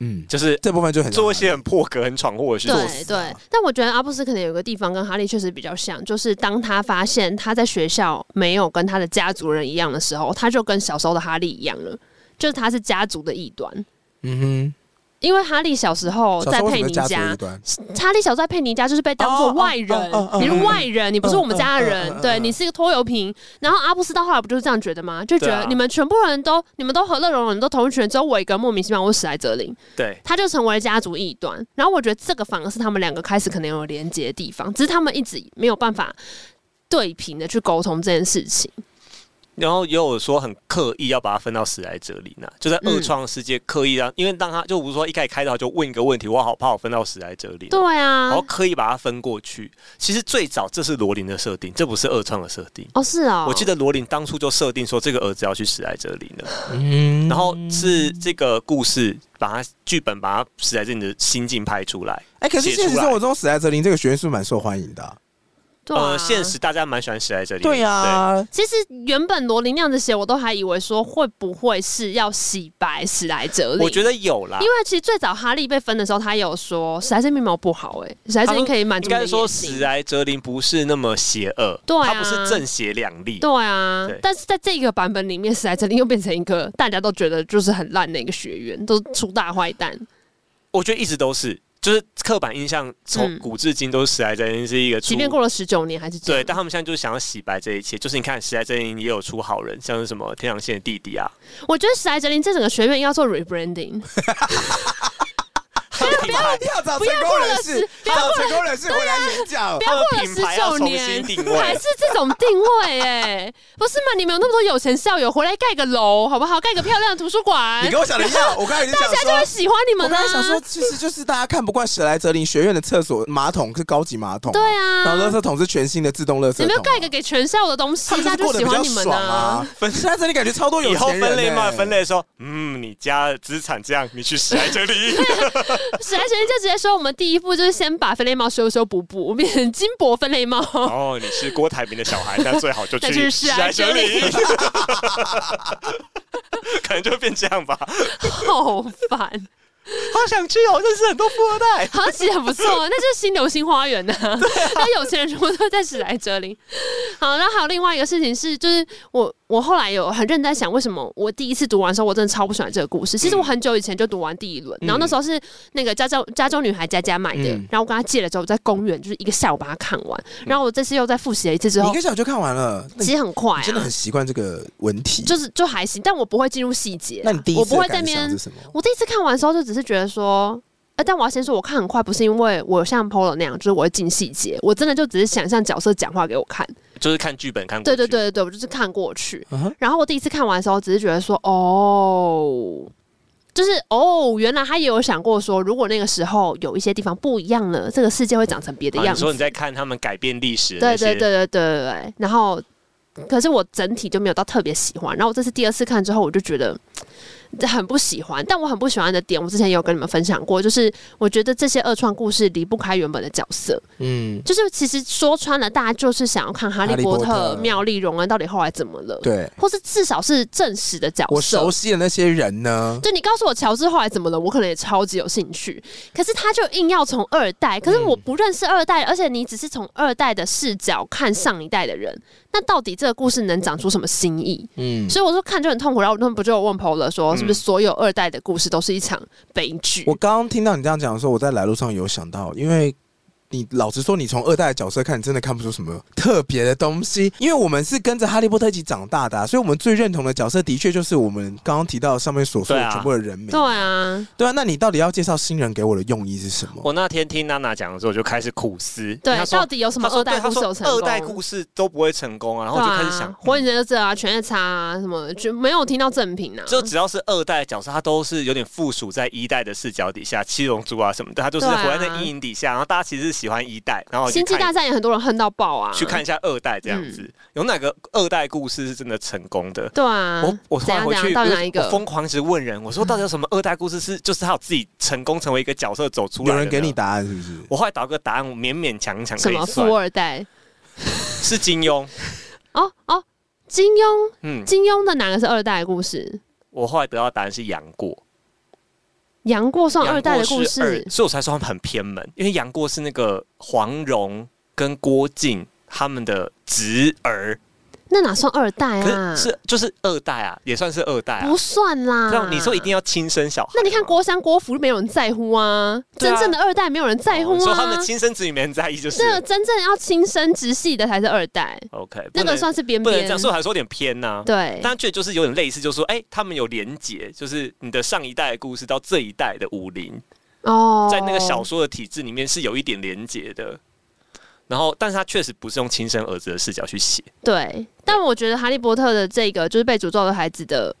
Speaker 1: 嗯，
Speaker 3: 就是
Speaker 1: 这部分就很
Speaker 3: 做一些很破格、很闯祸的事情。
Speaker 2: 对
Speaker 1: 死啊
Speaker 2: 对。但我觉得阿布斯可能有个地方跟哈利确实比较像，就是当他发现他在学校没有跟他的家族人一样的时候，他就跟小时候的哈利一样了，就是他是家族的异端。
Speaker 1: 嗯
Speaker 2: 因为哈利小时候
Speaker 1: 哼，小
Speaker 2: 哦在
Speaker 1: 时候为
Speaker 2: 佩
Speaker 1: 什么
Speaker 2: 妮
Speaker 1: 家族
Speaker 2: 家
Speaker 1: 一，端？
Speaker 2: 哈利小时候在佩妮家就是被当做外人
Speaker 1: 哦哦哦哦哦，
Speaker 2: 你是外人，你不是我们家
Speaker 1: 嗯嗯嗯嗯
Speaker 2: 人
Speaker 1: 嗯，
Speaker 2: 对你是一个拖油瓶。然后阿布斯到后来不就是这样觉得吗？就觉
Speaker 3: 对
Speaker 2: 得
Speaker 3: 啊
Speaker 2: 你们全部人都，你们都和乐融融，你都同一群人，只有我一个人莫名其妙，我是史莱哲林。
Speaker 3: 对
Speaker 2: 他就成为了家族异端。然后我觉得这个反而是他们两个开始可能有连接的地方，只是他们一直没有办法对平的去沟通这件事情。
Speaker 3: 然后也有说很刻意要把它分到史莱哲林呐、就
Speaker 2: 嗯
Speaker 3: 在二创世界刻意让，因为当他就不是说一开始开导就问一个问题，我好怕我分到史莱哲林、
Speaker 2: 对
Speaker 3: 然
Speaker 2: 啊
Speaker 3: 后，刻意把它分过去。其实最早这是罗琳的设定，这不是二创的设定。
Speaker 2: 哦是哦，
Speaker 3: 我记得罗琳当初就设定说这个儿子要去史莱哲林了，
Speaker 1: 嗯
Speaker 3: 然后是这个故事把它剧本把它史莱哲林的心境拍出来。
Speaker 1: 哎、可是
Speaker 3: 写出
Speaker 1: 现
Speaker 3: 来
Speaker 1: 实生活中，史莱哲林这个学院是不是蛮受欢迎的啊、
Speaker 2: 对啊
Speaker 3: 呃，现实。大家蛮喜欢史莱哲林的。
Speaker 1: 对呀、
Speaker 2: 其实原本罗琳那样子写，我都还以为说会不会是要洗白史莱哲林？
Speaker 3: 我觉得有
Speaker 1: 啊
Speaker 3: 啦，
Speaker 2: 因为其实最早哈利被分的时候，他有说史莱哲林没有不好、欸，史莱哲林可以满足
Speaker 3: 应
Speaker 2: 你的
Speaker 3: 该
Speaker 2: 野
Speaker 3: 说
Speaker 2: 心
Speaker 3: 史莱哲林不是那么邪恶，
Speaker 2: 对啊
Speaker 3: 他不是正邪两立。
Speaker 2: 对啊
Speaker 3: 对，
Speaker 2: 但是在这个版本里面，史莱哲林又变成一个大家都觉得就是很烂的一个学员，都出大坏蛋。
Speaker 3: 我觉得一直都是，就是刻板印象从
Speaker 2: 嗯
Speaker 3: 古至今都是史莱哲林是一个出
Speaker 2: 即便过了十九年还是这
Speaker 3: 对，
Speaker 2: 样。
Speaker 3: 但他们现在就是想要洗白这一切，就是你看史莱哲林也有出好人，像是什么天狼星的弟
Speaker 2: [LAUGHS]
Speaker 3: 弟啊，
Speaker 2: 我觉得史莱哲林这整个学院要做 rebranding，
Speaker 3: 他们品牌
Speaker 1: 要找成功人士，
Speaker 2: 不要
Speaker 1: 找成功人士回来演讲。
Speaker 2: 不要过了
Speaker 3: 品牌要
Speaker 2: 十
Speaker 3: 重
Speaker 2: 九
Speaker 3: 新
Speaker 2: 年
Speaker 3: 定
Speaker 2: [LAUGHS] 还
Speaker 3: 位
Speaker 2: 是。这种定位哎、不是嘛？你们有那么多有钱校友，回来盖个楼好不好？盖个漂亮的图书馆
Speaker 1: 你，跟我想的一
Speaker 2: [LAUGHS]
Speaker 1: 样，我刚才已经想
Speaker 2: 大家就
Speaker 1: 说
Speaker 2: 会。喜欢你
Speaker 1: 我
Speaker 2: 们啊啦、
Speaker 1: 刚才想说，其实就是大家看不惯史莱哲林学院的厕所马桶是高级马桶、
Speaker 2: 对
Speaker 1: 然后垃
Speaker 2: 啊，
Speaker 1: 圾桶是全新的自动垃圾桶、
Speaker 2: 你们
Speaker 1: 啊。
Speaker 2: 要盖一个给全校的东西
Speaker 1: 他，们就
Speaker 2: 大
Speaker 1: 是
Speaker 2: 家
Speaker 1: 过
Speaker 2: 就
Speaker 1: 得
Speaker 2: 喜
Speaker 1: 比较
Speaker 2: 欢你们
Speaker 1: 爽啊。分史莱哲林感觉超多有
Speaker 3: 以
Speaker 1: 钱
Speaker 3: 后
Speaker 1: 人、欸。
Speaker 3: 分类嘛，分类的时候，嗯，你家的资产这样，你去史莱哲林。
Speaker 2: [LAUGHS] 史莱哲林就直接说，我们第一步就是先把分类帽修修补补，变成金箔分类帽。
Speaker 3: 哦，你是郭台铭的小孩，那最好就
Speaker 2: 那去
Speaker 3: 去
Speaker 2: 史
Speaker 3: 史
Speaker 2: 莱
Speaker 3: 莱
Speaker 2: 哲
Speaker 3: 哲
Speaker 2: 林
Speaker 3: 林，
Speaker 2: [LAUGHS]
Speaker 3: 可能就会变这样吧。
Speaker 2: 好烦，
Speaker 3: 好想去哦，认识很多富二代。
Speaker 2: 好像其实很不错，啊那就是新流星花园呐、啊
Speaker 1: 啊
Speaker 2: 那有钱人全部都在史莱哲林。好，然后还有另外一个事情是，就是我我后来有很认真在想，为什么我第一次读完的时候，我真的超不喜欢这个故事。其实我
Speaker 1: 嗯
Speaker 2: 很久以前就读完第一轮，然后那时候是那个加州加州女孩佳佳买的，
Speaker 1: 嗯
Speaker 2: 然后我跟她借了之后，我在公园就是一个下午把它看完，然后我这次又再复习了一次之
Speaker 1: 你一
Speaker 2: 后
Speaker 1: 个，小时就看完了，那
Speaker 2: 其实很快
Speaker 1: 你真的
Speaker 2: 啊
Speaker 1: 很，习惯这个文体。
Speaker 2: 就是就还行，但我不会进入细节啊、
Speaker 1: 那你第一
Speaker 2: 我
Speaker 1: 次
Speaker 2: 不
Speaker 1: 的
Speaker 2: 会在
Speaker 1: 感
Speaker 2: 那边
Speaker 1: 想是什么？
Speaker 2: 我第一次看完的时候，就只是觉得说，呃，但我要先说，我看很快，不是因为我像 Polo 那样，就是我会进细节，我真的就只是想象角色讲话给我看。
Speaker 3: 就是看剧本，看
Speaker 2: 对对，对对对，我就是看过去。
Speaker 1: 嗯哼
Speaker 2: 然后我第一次看完的时候，只是觉得说，哦。就是哦，原来他也有想过说，如果那个时候有一些地方不一样了，这个世界会长成别的
Speaker 3: 啊、
Speaker 2: 样
Speaker 3: 你
Speaker 2: 子。
Speaker 3: 说你在看他们改变历史的那
Speaker 2: 对
Speaker 3: 些，
Speaker 2: 对对对对对对。然后，可是我整体就没有到特别喜欢。然后我这次第二次看之后，我就觉得嘖很不喜欢。但我很不喜欢的点，我之前也有跟你们分享过，就是我觉得这些二创故事离不开原本的角色。
Speaker 1: 嗯，
Speaker 2: 就是其实说穿了，大家就是想要看哈
Speaker 1: 哈利
Speaker 2: 利波
Speaker 1: 波特
Speaker 2: 特、妙丽、荣恩到底后来怎么了，
Speaker 1: 对
Speaker 2: 或是至少是正史的角色。
Speaker 1: 我熟悉的那些人呢？
Speaker 2: 就你告诉我乔治后来怎么了，我可能也超级有兴趣。可是他就硬要从二代，可是
Speaker 3: 嗯
Speaker 2: 我不认识二代，而且你只是从二代的视角看上一代的人，那到底这个故事能长出什么新意？
Speaker 1: 嗯，
Speaker 2: 所以我说看就很痛苦，然后我那不就有问 Paul 说，是
Speaker 3: 嗯
Speaker 2: 不是所有二代的故事都是一场悲剧
Speaker 1: 我？刚刚听到你这样讲的时候，我在来路上有想到，因为你老实说，你从二代的角色看，你真的看不出什么特别的东西，因为我们是跟着哈利波特一起长大的啊、所以我们最认同的角色的确就是我们刚刚提到上面所说
Speaker 3: 对
Speaker 1: 的
Speaker 3: 啊
Speaker 1: 全部的人名。
Speaker 2: 对啊，
Speaker 1: 对啊，那你到底要介绍新人给我的用意是什么？
Speaker 3: 我那天听娜娜讲的时候，我就开始苦思，
Speaker 2: 对
Speaker 3: 她，
Speaker 2: 到
Speaker 3: 说
Speaker 2: 底有什么
Speaker 3: 她
Speaker 2: 二
Speaker 3: 说
Speaker 2: 代
Speaker 3: 对，她
Speaker 2: 故事
Speaker 3: 说
Speaker 2: 有成功？
Speaker 3: 二代故事都不会成功啊，然后我就开始想
Speaker 2: 对啊，，火影忍者啊，犬夜叉啊，什么就没有听到正品啊。
Speaker 3: 嗯就只要是二代的角色，他都是有点附属在一代的视角底下，七龙珠啊什么的，他就是
Speaker 2: 对啊
Speaker 3: 活在那阴影底下。然后大家其实是喜欢一代，然后我去
Speaker 2: 星际大
Speaker 3: 看
Speaker 2: 战也很多人恨到爆啊。
Speaker 3: 去看一下二代这样子，
Speaker 2: 嗯
Speaker 3: 有哪个二代故事是真的成功的？
Speaker 2: 对啊，
Speaker 3: 我我突
Speaker 2: 怎
Speaker 3: 然
Speaker 2: 样
Speaker 3: 回
Speaker 2: 怎样
Speaker 3: 去，
Speaker 2: 到底
Speaker 3: 我
Speaker 2: 哪一
Speaker 3: 我
Speaker 2: 个？
Speaker 3: 疯狂一直问人，我说到底有什么二代故事是就是他有自己成功成为一个角色走出来？
Speaker 1: 有人给你，答案是不是？
Speaker 3: 我后来找个答案，我勉勉强强
Speaker 2: 什
Speaker 3: 可
Speaker 2: 么
Speaker 3: 以
Speaker 2: 富
Speaker 3: 算
Speaker 2: 二代？
Speaker 3: 是金庸。
Speaker 2: 哦哦，金庸，
Speaker 3: 嗯，
Speaker 2: 金庸的哪个是二代的故事？
Speaker 3: 我后来得到答案是杨过，
Speaker 2: 杨过算哦二
Speaker 3: 杨
Speaker 2: 代
Speaker 3: 过
Speaker 2: 的故
Speaker 3: 是二
Speaker 2: 事，
Speaker 3: 所以我才说他们很偏门，因为杨过是那个黄蓉跟郭靖他们的侄儿，
Speaker 2: 那哪算二代
Speaker 3: 可
Speaker 2: 啊？
Speaker 3: 是是就是二代啊，也算是二代啊
Speaker 2: 不。算啦。
Speaker 3: 这样你说一定要亲生小孩吗？
Speaker 2: 那你看郭三郭福没有人在乎啊，
Speaker 3: 对啊
Speaker 2: 真正的二代没有人在乎
Speaker 3: 哦你说他们
Speaker 2: 啊
Speaker 3: 的。亲生子女没人在意，就是
Speaker 2: 这个真正要亲生直系的才是二代，
Speaker 3: OK，不
Speaker 2: 那个
Speaker 3: 能
Speaker 2: 算是边
Speaker 3: 不能
Speaker 2: 边
Speaker 3: 这。样，所以我还说有点偏呐、
Speaker 2: 对，
Speaker 3: 但确实就是有点类似，就是说，哎、他们有连结，就是你的上一代的故事到这一代的武林，
Speaker 2: 哦，
Speaker 3: 在那个小说的体制里面是有一点连结的。然后，但是他确实不是用亲生儿子的视角去写，
Speaker 2: 对，但我觉得《哈利波特》的这个就是被诅咒的孩子的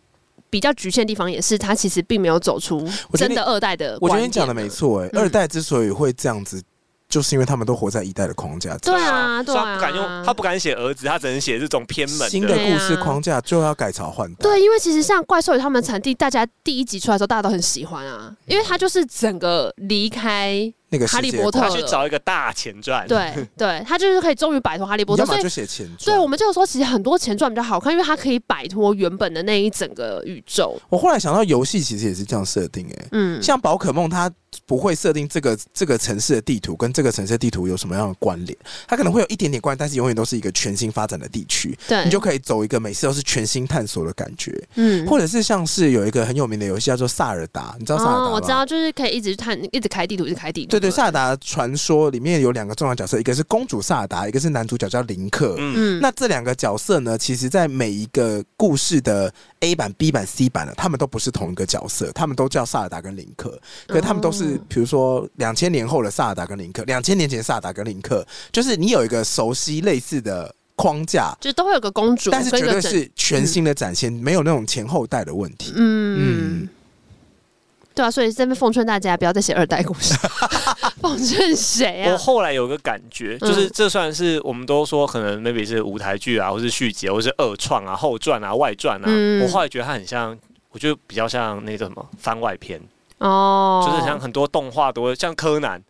Speaker 2: 比较局限的地方，也是他其实并没有走出
Speaker 1: 我觉得
Speaker 2: 真
Speaker 1: 你
Speaker 2: 的二代的
Speaker 1: 我
Speaker 2: 观
Speaker 1: 觉
Speaker 2: 点
Speaker 1: 得你讲的没。错、哎、
Speaker 2: 嗯
Speaker 1: 二代之所以会这样子，就是因为他们都活在一代的框架之下
Speaker 2: 对啊，对
Speaker 3: 所以他
Speaker 2: 啊，
Speaker 3: 不敢用，他不敢写儿子，他只能写这种偏门
Speaker 1: 新的
Speaker 3: 的。
Speaker 1: 故事框架就要改朝换代。
Speaker 2: 对，因为其实像怪兽与他们的产地，大家第一集出来的时候，大家都很喜欢啊，因为
Speaker 1: 嗯
Speaker 2: 他就是整个离开，
Speaker 1: 那个
Speaker 2: 哈利
Speaker 1: 世界
Speaker 2: 波特
Speaker 3: 他
Speaker 1: 观
Speaker 3: 去找一个大前
Speaker 1: [LAUGHS]
Speaker 3: 传，，
Speaker 2: 对对，他就是可以终于摆脱哈利波
Speaker 1: 你
Speaker 2: 特，
Speaker 1: 要
Speaker 2: 所
Speaker 1: 么
Speaker 2: 以
Speaker 1: 就写前
Speaker 2: 对
Speaker 1: 传。
Speaker 2: 我们就说，其实很多前传比较好看，因为它可以摆脱原本的那一整个宇宙。
Speaker 1: 我后来想到游戏其实也是这样设定、哎、
Speaker 2: 嗯，
Speaker 1: 像宝可梦它不会设定这个这个城市的地图跟这个城市的地图有什么样的关联，它可能会有一点点关联，但是永远都是一个全新发展的地区，
Speaker 2: 对，
Speaker 1: 你就可以走一个每次都是全新探索的感觉，
Speaker 2: 嗯
Speaker 1: 或者是像是有一个很有名的游戏叫做萨尔达，你知道萨尔达吗？
Speaker 2: 哦，我知道，就是可以一直探，一直开地图，一直开地图。
Speaker 1: 对对，，萨尔达传说里面有两个重要角色，一个是公主萨尔达，一个是男主角叫林克。
Speaker 3: 嗯，
Speaker 2: 嗯，
Speaker 1: 那这两个角色呢，其实，在每一个故事的 A 版、B 版、C 版呢，他们都不是同一个角色，他们都叫萨尔达跟林克，可他们都是
Speaker 2: 哦，
Speaker 1: 比如说两千年后的萨尔达跟林克，两千年前的萨尔达跟林克，就是你有一个熟悉类似的框架，
Speaker 2: 就都会有个公主，
Speaker 1: 但是绝对
Speaker 2: 跟一个嗯整
Speaker 1: 是全新的展现，没有那种前后代的问题。
Speaker 2: 嗯。
Speaker 1: 嗯
Speaker 2: 对啊，所以这边奉劝大家不要再写二代故事， [LAUGHS] 奉劝谁
Speaker 3: 我
Speaker 2: 啊？
Speaker 3: 后来有个感觉，就是
Speaker 2: 嗯
Speaker 3: 这算是我们都说可能 maybe 是舞台剧啊，或是续集，或是二创啊、后传啊、外传啊。
Speaker 2: 嗯
Speaker 3: 我后来觉得它很像，我觉得比较像那个什么番外篇，
Speaker 2: 哦，
Speaker 3: 就是像很多动画都会像柯南，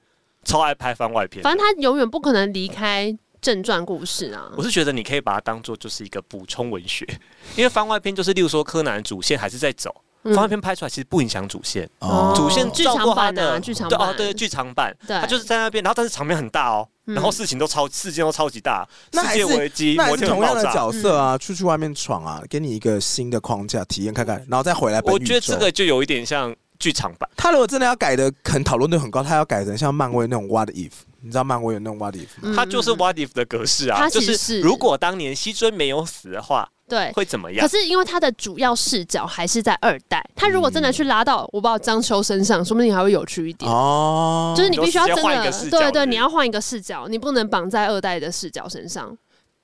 Speaker 3: 超爱拍番外篇的。
Speaker 2: 反正他永远不可能离开正传故事啊。
Speaker 3: 我是觉得你可以把它当做就是一个补充文学， [LAUGHS] 因为番外篇就是例如说柯南的主线还是在走，
Speaker 2: 嗯
Speaker 3: 番外篇拍出来其实不影响主线，
Speaker 2: 哦
Speaker 3: 主线
Speaker 2: 剧
Speaker 3: 照
Speaker 2: 场
Speaker 3: 过它
Speaker 2: 版啊
Speaker 3: 的
Speaker 2: 剧场
Speaker 3: 对哦
Speaker 2: 版
Speaker 3: 对剧场版，
Speaker 2: 对，
Speaker 3: 他就是在那边，然后但是场面很大哦，
Speaker 2: 嗯
Speaker 3: 然后事情都超事件都超级大，
Speaker 1: 那
Speaker 3: 世
Speaker 1: 还是
Speaker 3: 界危机、
Speaker 1: 那还
Speaker 3: 摩
Speaker 1: 是
Speaker 3: 天轮
Speaker 1: 同样
Speaker 3: 爆
Speaker 1: 的
Speaker 3: 炸。
Speaker 1: 角色
Speaker 2: 嗯
Speaker 1: 啊，出去外面闯啊，给你一个新的框架体验看看，然后再回来本
Speaker 3: 我
Speaker 1: 宇宙
Speaker 3: 觉得这个就有一点像剧场版，
Speaker 1: 他如果真的要改的，很讨论度很高，他要改成像漫威那种 What If，你知道漫威有那种 What If 吗？
Speaker 2: 嗯
Speaker 3: 它就是 What If 的格式啊，
Speaker 2: 它
Speaker 3: 就
Speaker 2: 其实
Speaker 3: 是
Speaker 2: 是
Speaker 3: 如果当年西尊没有死的话，
Speaker 2: 对。
Speaker 3: 会怎么
Speaker 2: 可
Speaker 3: 样？
Speaker 2: 是因为他的主要视角还是在二代，他如果
Speaker 3: 嗯
Speaker 2: 真的去拉到我不知道张秋身上，说不定还会有趣一点。
Speaker 1: 哦，
Speaker 2: 嗯就是你必须要真
Speaker 3: 你就直接换一个视
Speaker 2: 的，
Speaker 3: 角
Speaker 2: 对对，
Speaker 3: 是
Speaker 2: 你要换一个视角，你不能绑在二代的视角身上。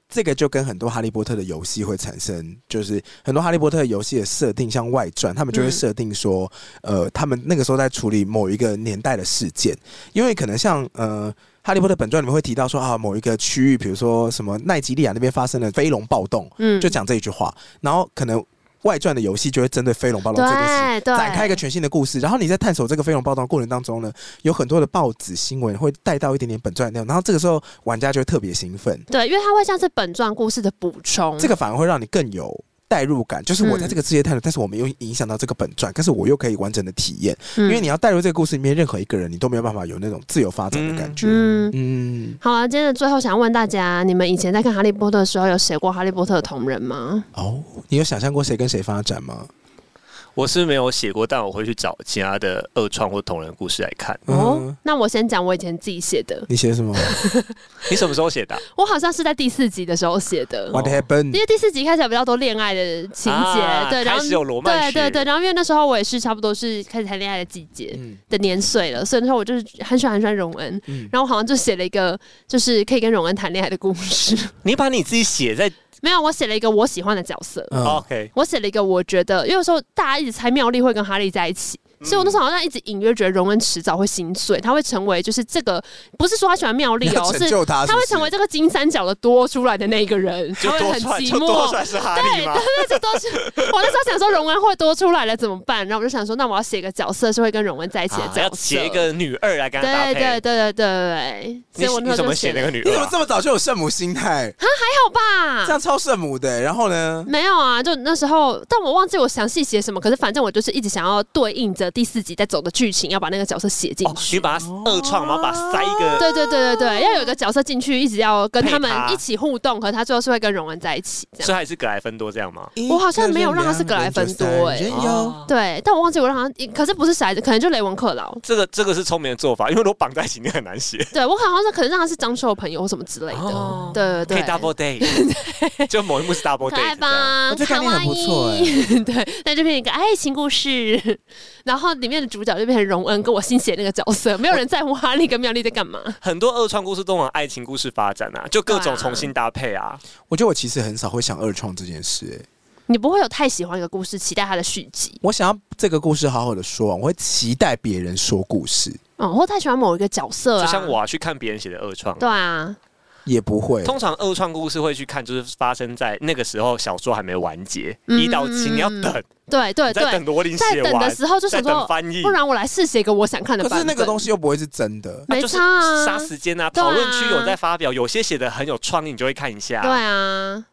Speaker 1: 这个就跟很多哈利波特的游戏会产生，就是很多哈利波特的游戏的设定，像外传，他们就会
Speaker 2: 嗯
Speaker 1: 设定说，呃，他们那个时候在处理某一个年代的事件，因为可能像呃。哈利波特本传里面会提到说啊，某一个区域，比如说什么奈及利亚那边发生了飞龙暴动，
Speaker 2: 嗯，
Speaker 1: 就讲这一句话，然后可能外传的游戏就会针对飞龙暴动这件事
Speaker 2: 对对，
Speaker 1: 展开一个全新的故事。然后你在探索这个飞龙暴动的过程当中呢，有很多的报纸新闻会带到一点点本传的内容，然后这个时候玩家就会特别兴奋，
Speaker 2: 对，因为它会像是本传故事的补充。
Speaker 1: 这个反而会让你更有。代入感就是我在
Speaker 2: 嗯
Speaker 1: 这个世界探索，但是我没有影响到这个本传，但是我又可以完整的体验，
Speaker 2: 嗯，
Speaker 1: 因为你要带入这个故事里面任何一个人，你都没有办法有那种自由发展的感觉。
Speaker 2: 嗯，
Speaker 1: 嗯，
Speaker 2: 好啊，今天的最后想问大家，你们以前在看《哈利波特》的时候，有写过《哈利波特》的同人吗？
Speaker 1: 哦，你有想象过谁跟谁发展吗？
Speaker 3: 我是没有写过，但我会去找其他的二创或同人故事来 [LAUGHS] 看。
Speaker 2: 哦
Speaker 1: 嗯，，
Speaker 2: 那我先讲我以前自己写的，
Speaker 1: 你写什
Speaker 2: [LAUGHS]
Speaker 1: 么
Speaker 3: 你什么时候写的啊、
Speaker 2: 我好像是在第四集的时候写的。
Speaker 1: ？What
Speaker 2: 因
Speaker 1: happened？
Speaker 2: 为第四集开始有比较多恋爱的情节，
Speaker 3: 啊
Speaker 2: 对，然后
Speaker 3: 开始有罗曼
Speaker 2: 对
Speaker 3: 史
Speaker 2: 对对，然后因为那时候我也是差不多是开始谈恋爱的季节
Speaker 1: 嗯
Speaker 2: 的年岁了，所以那时候我就是很喜欢很喜欢荣恩，
Speaker 1: 嗯，
Speaker 2: 然后我好像就写了一个就是可以跟荣恩谈恋爱的故事， [LAUGHS]
Speaker 3: 你把你自己写在、
Speaker 2: 没有，我写了一个我喜欢的角色，
Speaker 1: 嗯
Speaker 3: OK，
Speaker 2: 我写了一个我觉得，因为有时候大家一直猜妙丽会跟哈利在一起。所以我那时候好像一直隐约觉得荣恩迟早会心碎，他会成为就是这个不是说他喜欢妙丽
Speaker 1: 你
Speaker 2: 哦、
Speaker 1: 要
Speaker 2: 是
Speaker 1: 拯救
Speaker 3: 啊
Speaker 1: 他，
Speaker 2: 他
Speaker 1: 是不
Speaker 2: 会
Speaker 1: 是
Speaker 2: 成为这个金三角的多出来的那一个人，
Speaker 3: 就
Speaker 2: 他会
Speaker 3: 多
Speaker 2: 很
Speaker 3: 出来，
Speaker 2: 寂
Speaker 3: 就多出
Speaker 2: 寞。
Speaker 3: 来是哈
Speaker 2: 对，
Speaker 3: 利
Speaker 2: 但
Speaker 3: 吗？
Speaker 2: 是这都是我那时候想说荣恩会多出来了怎么办？然后我就想说，那我要写一个角色是会跟荣恩在一起的
Speaker 3: 啊
Speaker 2: 角色，
Speaker 3: 要写一个女二来跟他搭
Speaker 2: 对
Speaker 3: 配。
Speaker 2: 对对对对对，所以我
Speaker 3: 你
Speaker 2: 那时候
Speaker 3: 你怎
Speaker 2: 就
Speaker 3: 么写那
Speaker 2: 了
Speaker 3: 个女
Speaker 1: 你
Speaker 3: 二
Speaker 1: 怎么
Speaker 3: 啊、
Speaker 1: 这么早就有圣母心态？这
Speaker 2: 还好吧？
Speaker 1: 样超圣母的欸。然后呢？
Speaker 2: 没有啊，就那时候，但我忘记我详细写什么。可是反正我就是一直想要对应着第四集在走的剧情，要把那个角色写进
Speaker 3: 哦，
Speaker 2: 去。
Speaker 3: 你把它二创，然后把它塞一个。
Speaker 2: 对对对对对，要有一个角色进去，一直要跟他们
Speaker 3: 配他
Speaker 2: 一起互动，和他最后是会跟荣恩在一起。这样。
Speaker 3: 所以还是格莱芬多这样吗？
Speaker 2: 我好像没有让他是格莱芬多欸
Speaker 1: 一个人就三人有
Speaker 3: 哦
Speaker 2: 对，但我忘记我让他，可是不是骰子，可能就雷文克劳。
Speaker 3: 这个这个是聪明的做法，因为如果绑在一起，你很难写。
Speaker 2: 对我好像是可能让他是张秀的朋友或什么之类的。
Speaker 3: 哦
Speaker 2: 对
Speaker 3: 可
Speaker 2: 对
Speaker 3: 以
Speaker 2: 对。
Speaker 3: double date，
Speaker 2: [LAUGHS]
Speaker 3: 就某一幕是 double
Speaker 2: 可爱
Speaker 3: date 这样。
Speaker 2: 吧？
Speaker 1: 我觉得概念很不错
Speaker 2: 卡哇伊 [LAUGHS] 对，那就变成一个爱情故事，然后里面的主角就变成荣恩跟我新写那个角色，没有人在乎哈利跟妙丽在干嘛。
Speaker 3: 很多二创故事都往爱情故事发展啊，就各
Speaker 2: 对啊
Speaker 3: 种重新搭配啊。
Speaker 1: 我觉得我其实很少会想二创这件事、欸，
Speaker 2: [LAUGHS] 你不会有太喜欢一个故事，期待它的续集，
Speaker 1: 我想要这个故事好好的说完，我会期待别人说故事，
Speaker 2: 嗯，或太喜欢某一个角色、啊，
Speaker 3: 就像我、啊、去看别人写的二创，
Speaker 2: 对啊，
Speaker 1: 也不会。
Speaker 3: 通常二创故事会去看，就是发生在那个时候小说还没完结，
Speaker 2: 嗯
Speaker 3: 一到七
Speaker 2: 嗯
Speaker 3: 你要
Speaker 2: 嗯
Speaker 3: 等，
Speaker 2: 对对
Speaker 3: 你在
Speaker 2: 对
Speaker 3: 等，罗琳
Speaker 2: 在
Speaker 3: 写
Speaker 2: 等的
Speaker 3: 完，
Speaker 2: 时候就
Speaker 3: 在
Speaker 2: 想
Speaker 3: 等
Speaker 2: 说，
Speaker 3: 翻译
Speaker 2: 不。然我来试写一个我想看的版
Speaker 1: 可
Speaker 2: 本。
Speaker 1: 是那个东西又不会是真的，
Speaker 3: 那
Speaker 2: 没
Speaker 3: 就是
Speaker 2: 差、啊，
Speaker 3: 杀时间啊！
Speaker 2: 对啊
Speaker 3: 讨论区有在发表，有些写的很有创意，你就会看一下。
Speaker 2: 对啊，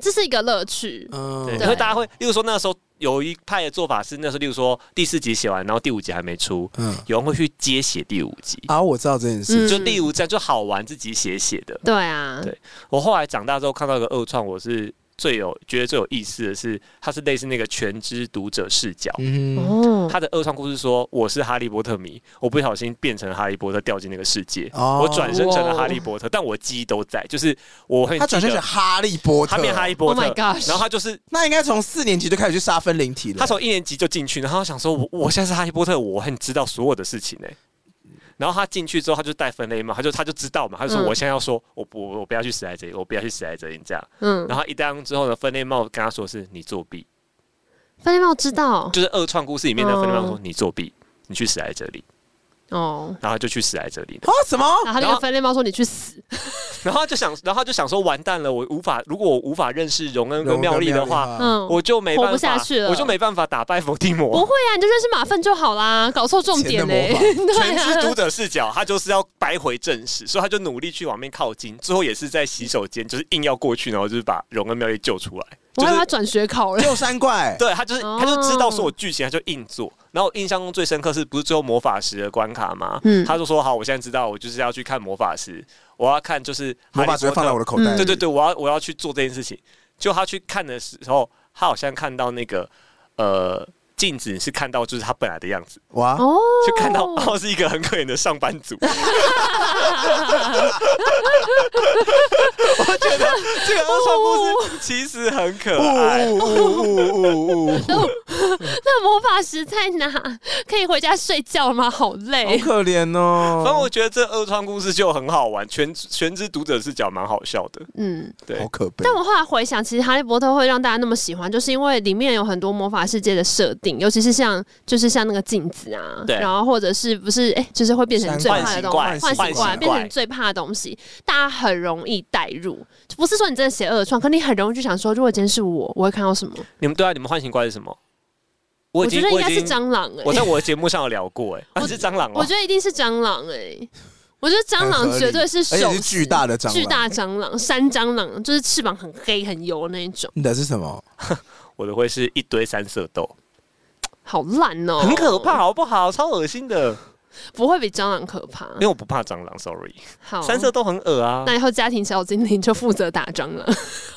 Speaker 2: 这是一个乐趣。
Speaker 1: 嗯，
Speaker 3: 对，
Speaker 2: 对
Speaker 3: 因为大家会，例如说那时候有一派的做法是，那时候例如说第四集写完，然后第五集还没出，
Speaker 1: 嗯，
Speaker 3: 有人会去接写第五集，
Speaker 1: 啊，我知道这件事，
Speaker 2: 嗯
Speaker 3: 就第五站就好玩自己写写的。
Speaker 2: 对啊，
Speaker 3: 对我后来长大之后看到一个二创，我是最有觉得最有意思的是，它是类似那个全知读者视角。
Speaker 1: 嗯哼，
Speaker 2: 哦，
Speaker 3: 他的二创故事说：“我是哈利波特迷，我不小心变成哈利波特，掉进那个世界。
Speaker 1: 哦
Speaker 3: 我转身成了哈利波特，但我记忆都在，就是我很
Speaker 1: 他转
Speaker 3: 记
Speaker 1: 身
Speaker 3: 得
Speaker 1: 是哈利波特，
Speaker 3: 他变哈利波
Speaker 2: Oh
Speaker 3: 特
Speaker 2: my gosh！
Speaker 3: 然后他就是
Speaker 1: 那应该从四年级就开始去杀分灵体了。
Speaker 3: 他从一年级就进去，然后他想说我我现在是哈利波特，我很知道所有的事情呢、然后他进去之后，他就戴分类帽，他就他就知道嘛，他就说
Speaker 2: 嗯
Speaker 3: 我现在要说，我不我我不要去死在这里，我不要去死在这里这样。
Speaker 2: 嗯，
Speaker 3: 然后他一戴上之后呢，分类帽跟他说是你作弊，
Speaker 2: 分类帽知道
Speaker 3: 就是二创故事里面的分类帽说
Speaker 2: 嗯
Speaker 3: 你作弊，你去死在这里，
Speaker 2: 哦。
Speaker 3: 然后他就去死在这里。
Speaker 1: 啊什么？
Speaker 2: 然后那
Speaker 3: 然
Speaker 2: 个
Speaker 3: 后
Speaker 2: 分类帽说：“你去死
Speaker 3: 然后他就想，然后他就想说完蛋了，我无法，如果我无法认识荣恩跟妙丽的话，！”
Speaker 2: 嗯，
Speaker 3: 啊我就没
Speaker 2: 活
Speaker 3: 办
Speaker 2: 不下
Speaker 3: 法，
Speaker 2: 去了
Speaker 3: 我就没办法打败伏地魔。
Speaker 2: 不会啊，你就认识马粪就好啦，搞错重点呢、 [LAUGHS]
Speaker 1: 钱的
Speaker 3: [LAUGHS]
Speaker 2: 对
Speaker 3: 全知读
Speaker 2: 啊，
Speaker 3: 者视角，他就是要掰回正史，所以他就努力去往面靠近，最后也是在洗手间，就是硬要过去，然后就是把荣恩妙丽救出来。
Speaker 2: 我
Speaker 3: 就
Speaker 2: 还以为他
Speaker 3: 是
Speaker 2: 转学考了。
Speaker 1: 六山怪，
Speaker 3: 对他就是
Speaker 2: 哦
Speaker 3: 他就知道所有剧情，他就硬做。然后我印象中最深刻是不是最后魔法石的关卡吗？
Speaker 2: 嗯
Speaker 3: 他就说好，我现在知道，我就是要去看魔法石，我要看就是
Speaker 1: 魔法
Speaker 3: 哈利
Speaker 1: 只会
Speaker 3: 波特
Speaker 1: 放在我的口袋。
Speaker 3: 对对，对，我要我要去做这件事情。就他去看的时候，他好像看到那个呃镜子是看到就是他本来的样子，
Speaker 1: 哇，
Speaker 2: 哦，
Speaker 3: [LAUGHS] 就看到哦是一个很可怜的上班族。我觉得这个二创故事其实很可爱。
Speaker 1: 呜呜呜呜呜，好
Speaker 2: [LAUGHS] 那魔法石在哪？ [LAUGHS] 可以回家睡觉了吗？好累。
Speaker 1: 可怜哦。
Speaker 3: 反正我觉得这二创故事就很好玩，全全知读者视角蛮好笑的。
Speaker 2: 嗯，
Speaker 3: 对
Speaker 1: 好，可悲
Speaker 2: 但。我后来回想，其实《哈利波特》会让大家那么喜欢，就是因为里面有很多魔法世界的设定，尤其是像就是像那个镜子啊，
Speaker 3: 对
Speaker 2: 然后或者是不是哎、就是会变成最怕的东西，
Speaker 3: 幻
Speaker 2: 幻
Speaker 1: 形怪幻
Speaker 2: 形怪
Speaker 1: 形
Speaker 2: 变
Speaker 3: 怪
Speaker 2: 成最怕的东西，大家很容易带入。就不是说你真的写恶创，可你很容易就想说，如果今天是我，我会看到什么？
Speaker 3: 你们对啊，你们唤醒怪是什么？我
Speaker 2: 我
Speaker 3: 已
Speaker 2: 觉
Speaker 3: 经
Speaker 2: 得应
Speaker 3: 我
Speaker 2: 该
Speaker 3: 已
Speaker 2: 是
Speaker 3: 经
Speaker 2: 蟑螂哎、
Speaker 3: 我在我的节目上有聊过哎，啊
Speaker 2: [LAUGHS] 我
Speaker 3: 是蟑螂
Speaker 2: 我
Speaker 3: 哦
Speaker 2: 觉。得一定是蟑螂哎、我觉得蟑
Speaker 1: 很合
Speaker 2: 螂
Speaker 1: 理
Speaker 2: 绝对是
Speaker 1: 而
Speaker 2: 首
Speaker 1: 且是
Speaker 2: 席
Speaker 1: 巨大的蟑螂，
Speaker 2: 巨大蟑螂，山蟑螂就是翅膀很黑很油那一种，
Speaker 1: 你的是什么？
Speaker 3: 我的会是一堆三色豆，
Speaker 2: 好烂哦、嗯
Speaker 3: 很可怕，好不好？超恶心的。
Speaker 2: 不会比蟑螂可怕。
Speaker 3: 因为我不怕蟑螂，sorry，
Speaker 2: 好，
Speaker 3: 三色都很恶啊
Speaker 2: 哦那。以后家庭小精灵就负责打蟑螂。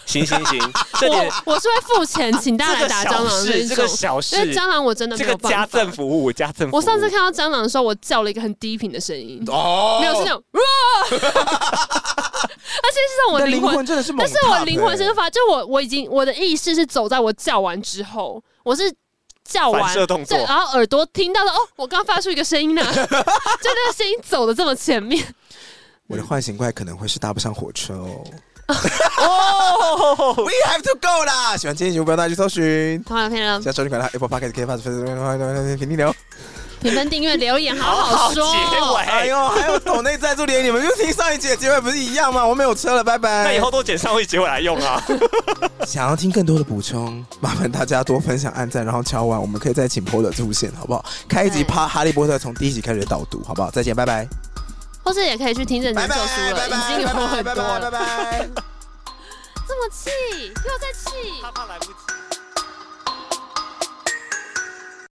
Speaker 3: 行行
Speaker 2: [LAUGHS]
Speaker 3: 行， [LAUGHS] 这点
Speaker 2: 我我是会付钱请大家来打蟑螂的
Speaker 3: 这
Speaker 2: 那种，
Speaker 3: 个小事，
Speaker 2: 因
Speaker 3: 这
Speaker 2: 为
Speaker 3: 个小事，
Speaker 2: 蟑螂我真的
Speaker 3: 这
Speaker 2: 没
Speaker 3: 个
Speaker 2: 有办
Speaker 3: 家
Speaker 2: 法。
Speaker 3: 政服务，家政服务。
Speaker 2: 我上次看到蟑螂的时候，我叫了一个很低频的声音，
Speaker 1: 哦
Speaker 2: 没有是那种 [LAUGHS] 哇，而且是让
Speaker 1: 你
Speaker 2: 我
Speaker 1: 的
Speaker 2: 灵
Speaker 1: 灵
Speaker 3: [LAUGHS]
Speaker 2: 魂
Speaker 1: 魂真的是猛
Speaker 2: 但
Speaker 1: tap 欸，
Speaker 2: 是我灵魂深处发，就我我已经我的意识是走在我叫完之后，我是叫
Speaker 3: 反
Speaker 2: 完
Speaker 3: 射动作
Speaker 2: 对，然后耳朵听到了哦，我刚发出一个声音呢、 [LAUGHS] 就那个声音走的这么前面，
Speaker 1: 我的唤醒怪可能会是搭不上火车哦。
Speaker 2: [LAUGHS]
Speaker 3: 哦，
Speaker 1: We have to go 啦！喜欢今天节目，不要大家去搜寻。
Speaker 2: 好了，看到
Speaker 1: 加收听管道 Apple Podcast、K Pass、Facebook 评流。
Speaker 2: 评分、订阅、留言，好
Speaker 3: 好
Speaker 2: 说。
Speaker 1: 哎
Speaker 3: 结尾。
Speaker 1: 呦，还有抖内赞助连，你们就听上一集的结尾不是一样吗？我没有车了，拜拜。
Speaker 3: 那以后都剪上会结尾来用
Speaker 1: [LAUGHS]
Speaker 3: 啊。
Speaker 1: 想要听更多的补充，麻烦大家多分享、按赞，然后敲完，我们可以再请 p o 出现，好不好？开一集
Speaker 2: 对
Speaker 1: 趴《哈利波特》，从第一集开始导读，好不好？再见，拜拜，
Speaker 2: 或是也可以去听《认
Speaker 1: 拜
Speaker 2: 真
Speaker 1: 拜
Speaker 2: 救书》，了，
Speaker 1: 拜
Speaker 2: 已经有
Speaker 1: 拜，拜
Speaker 2: 很多
Speaker 1: 拜，拜
Speaker 2: 了。
Speaker 1: 拜。
Speaker 2: 这么气，又在气。
Speaker 3: 怕怕来不及。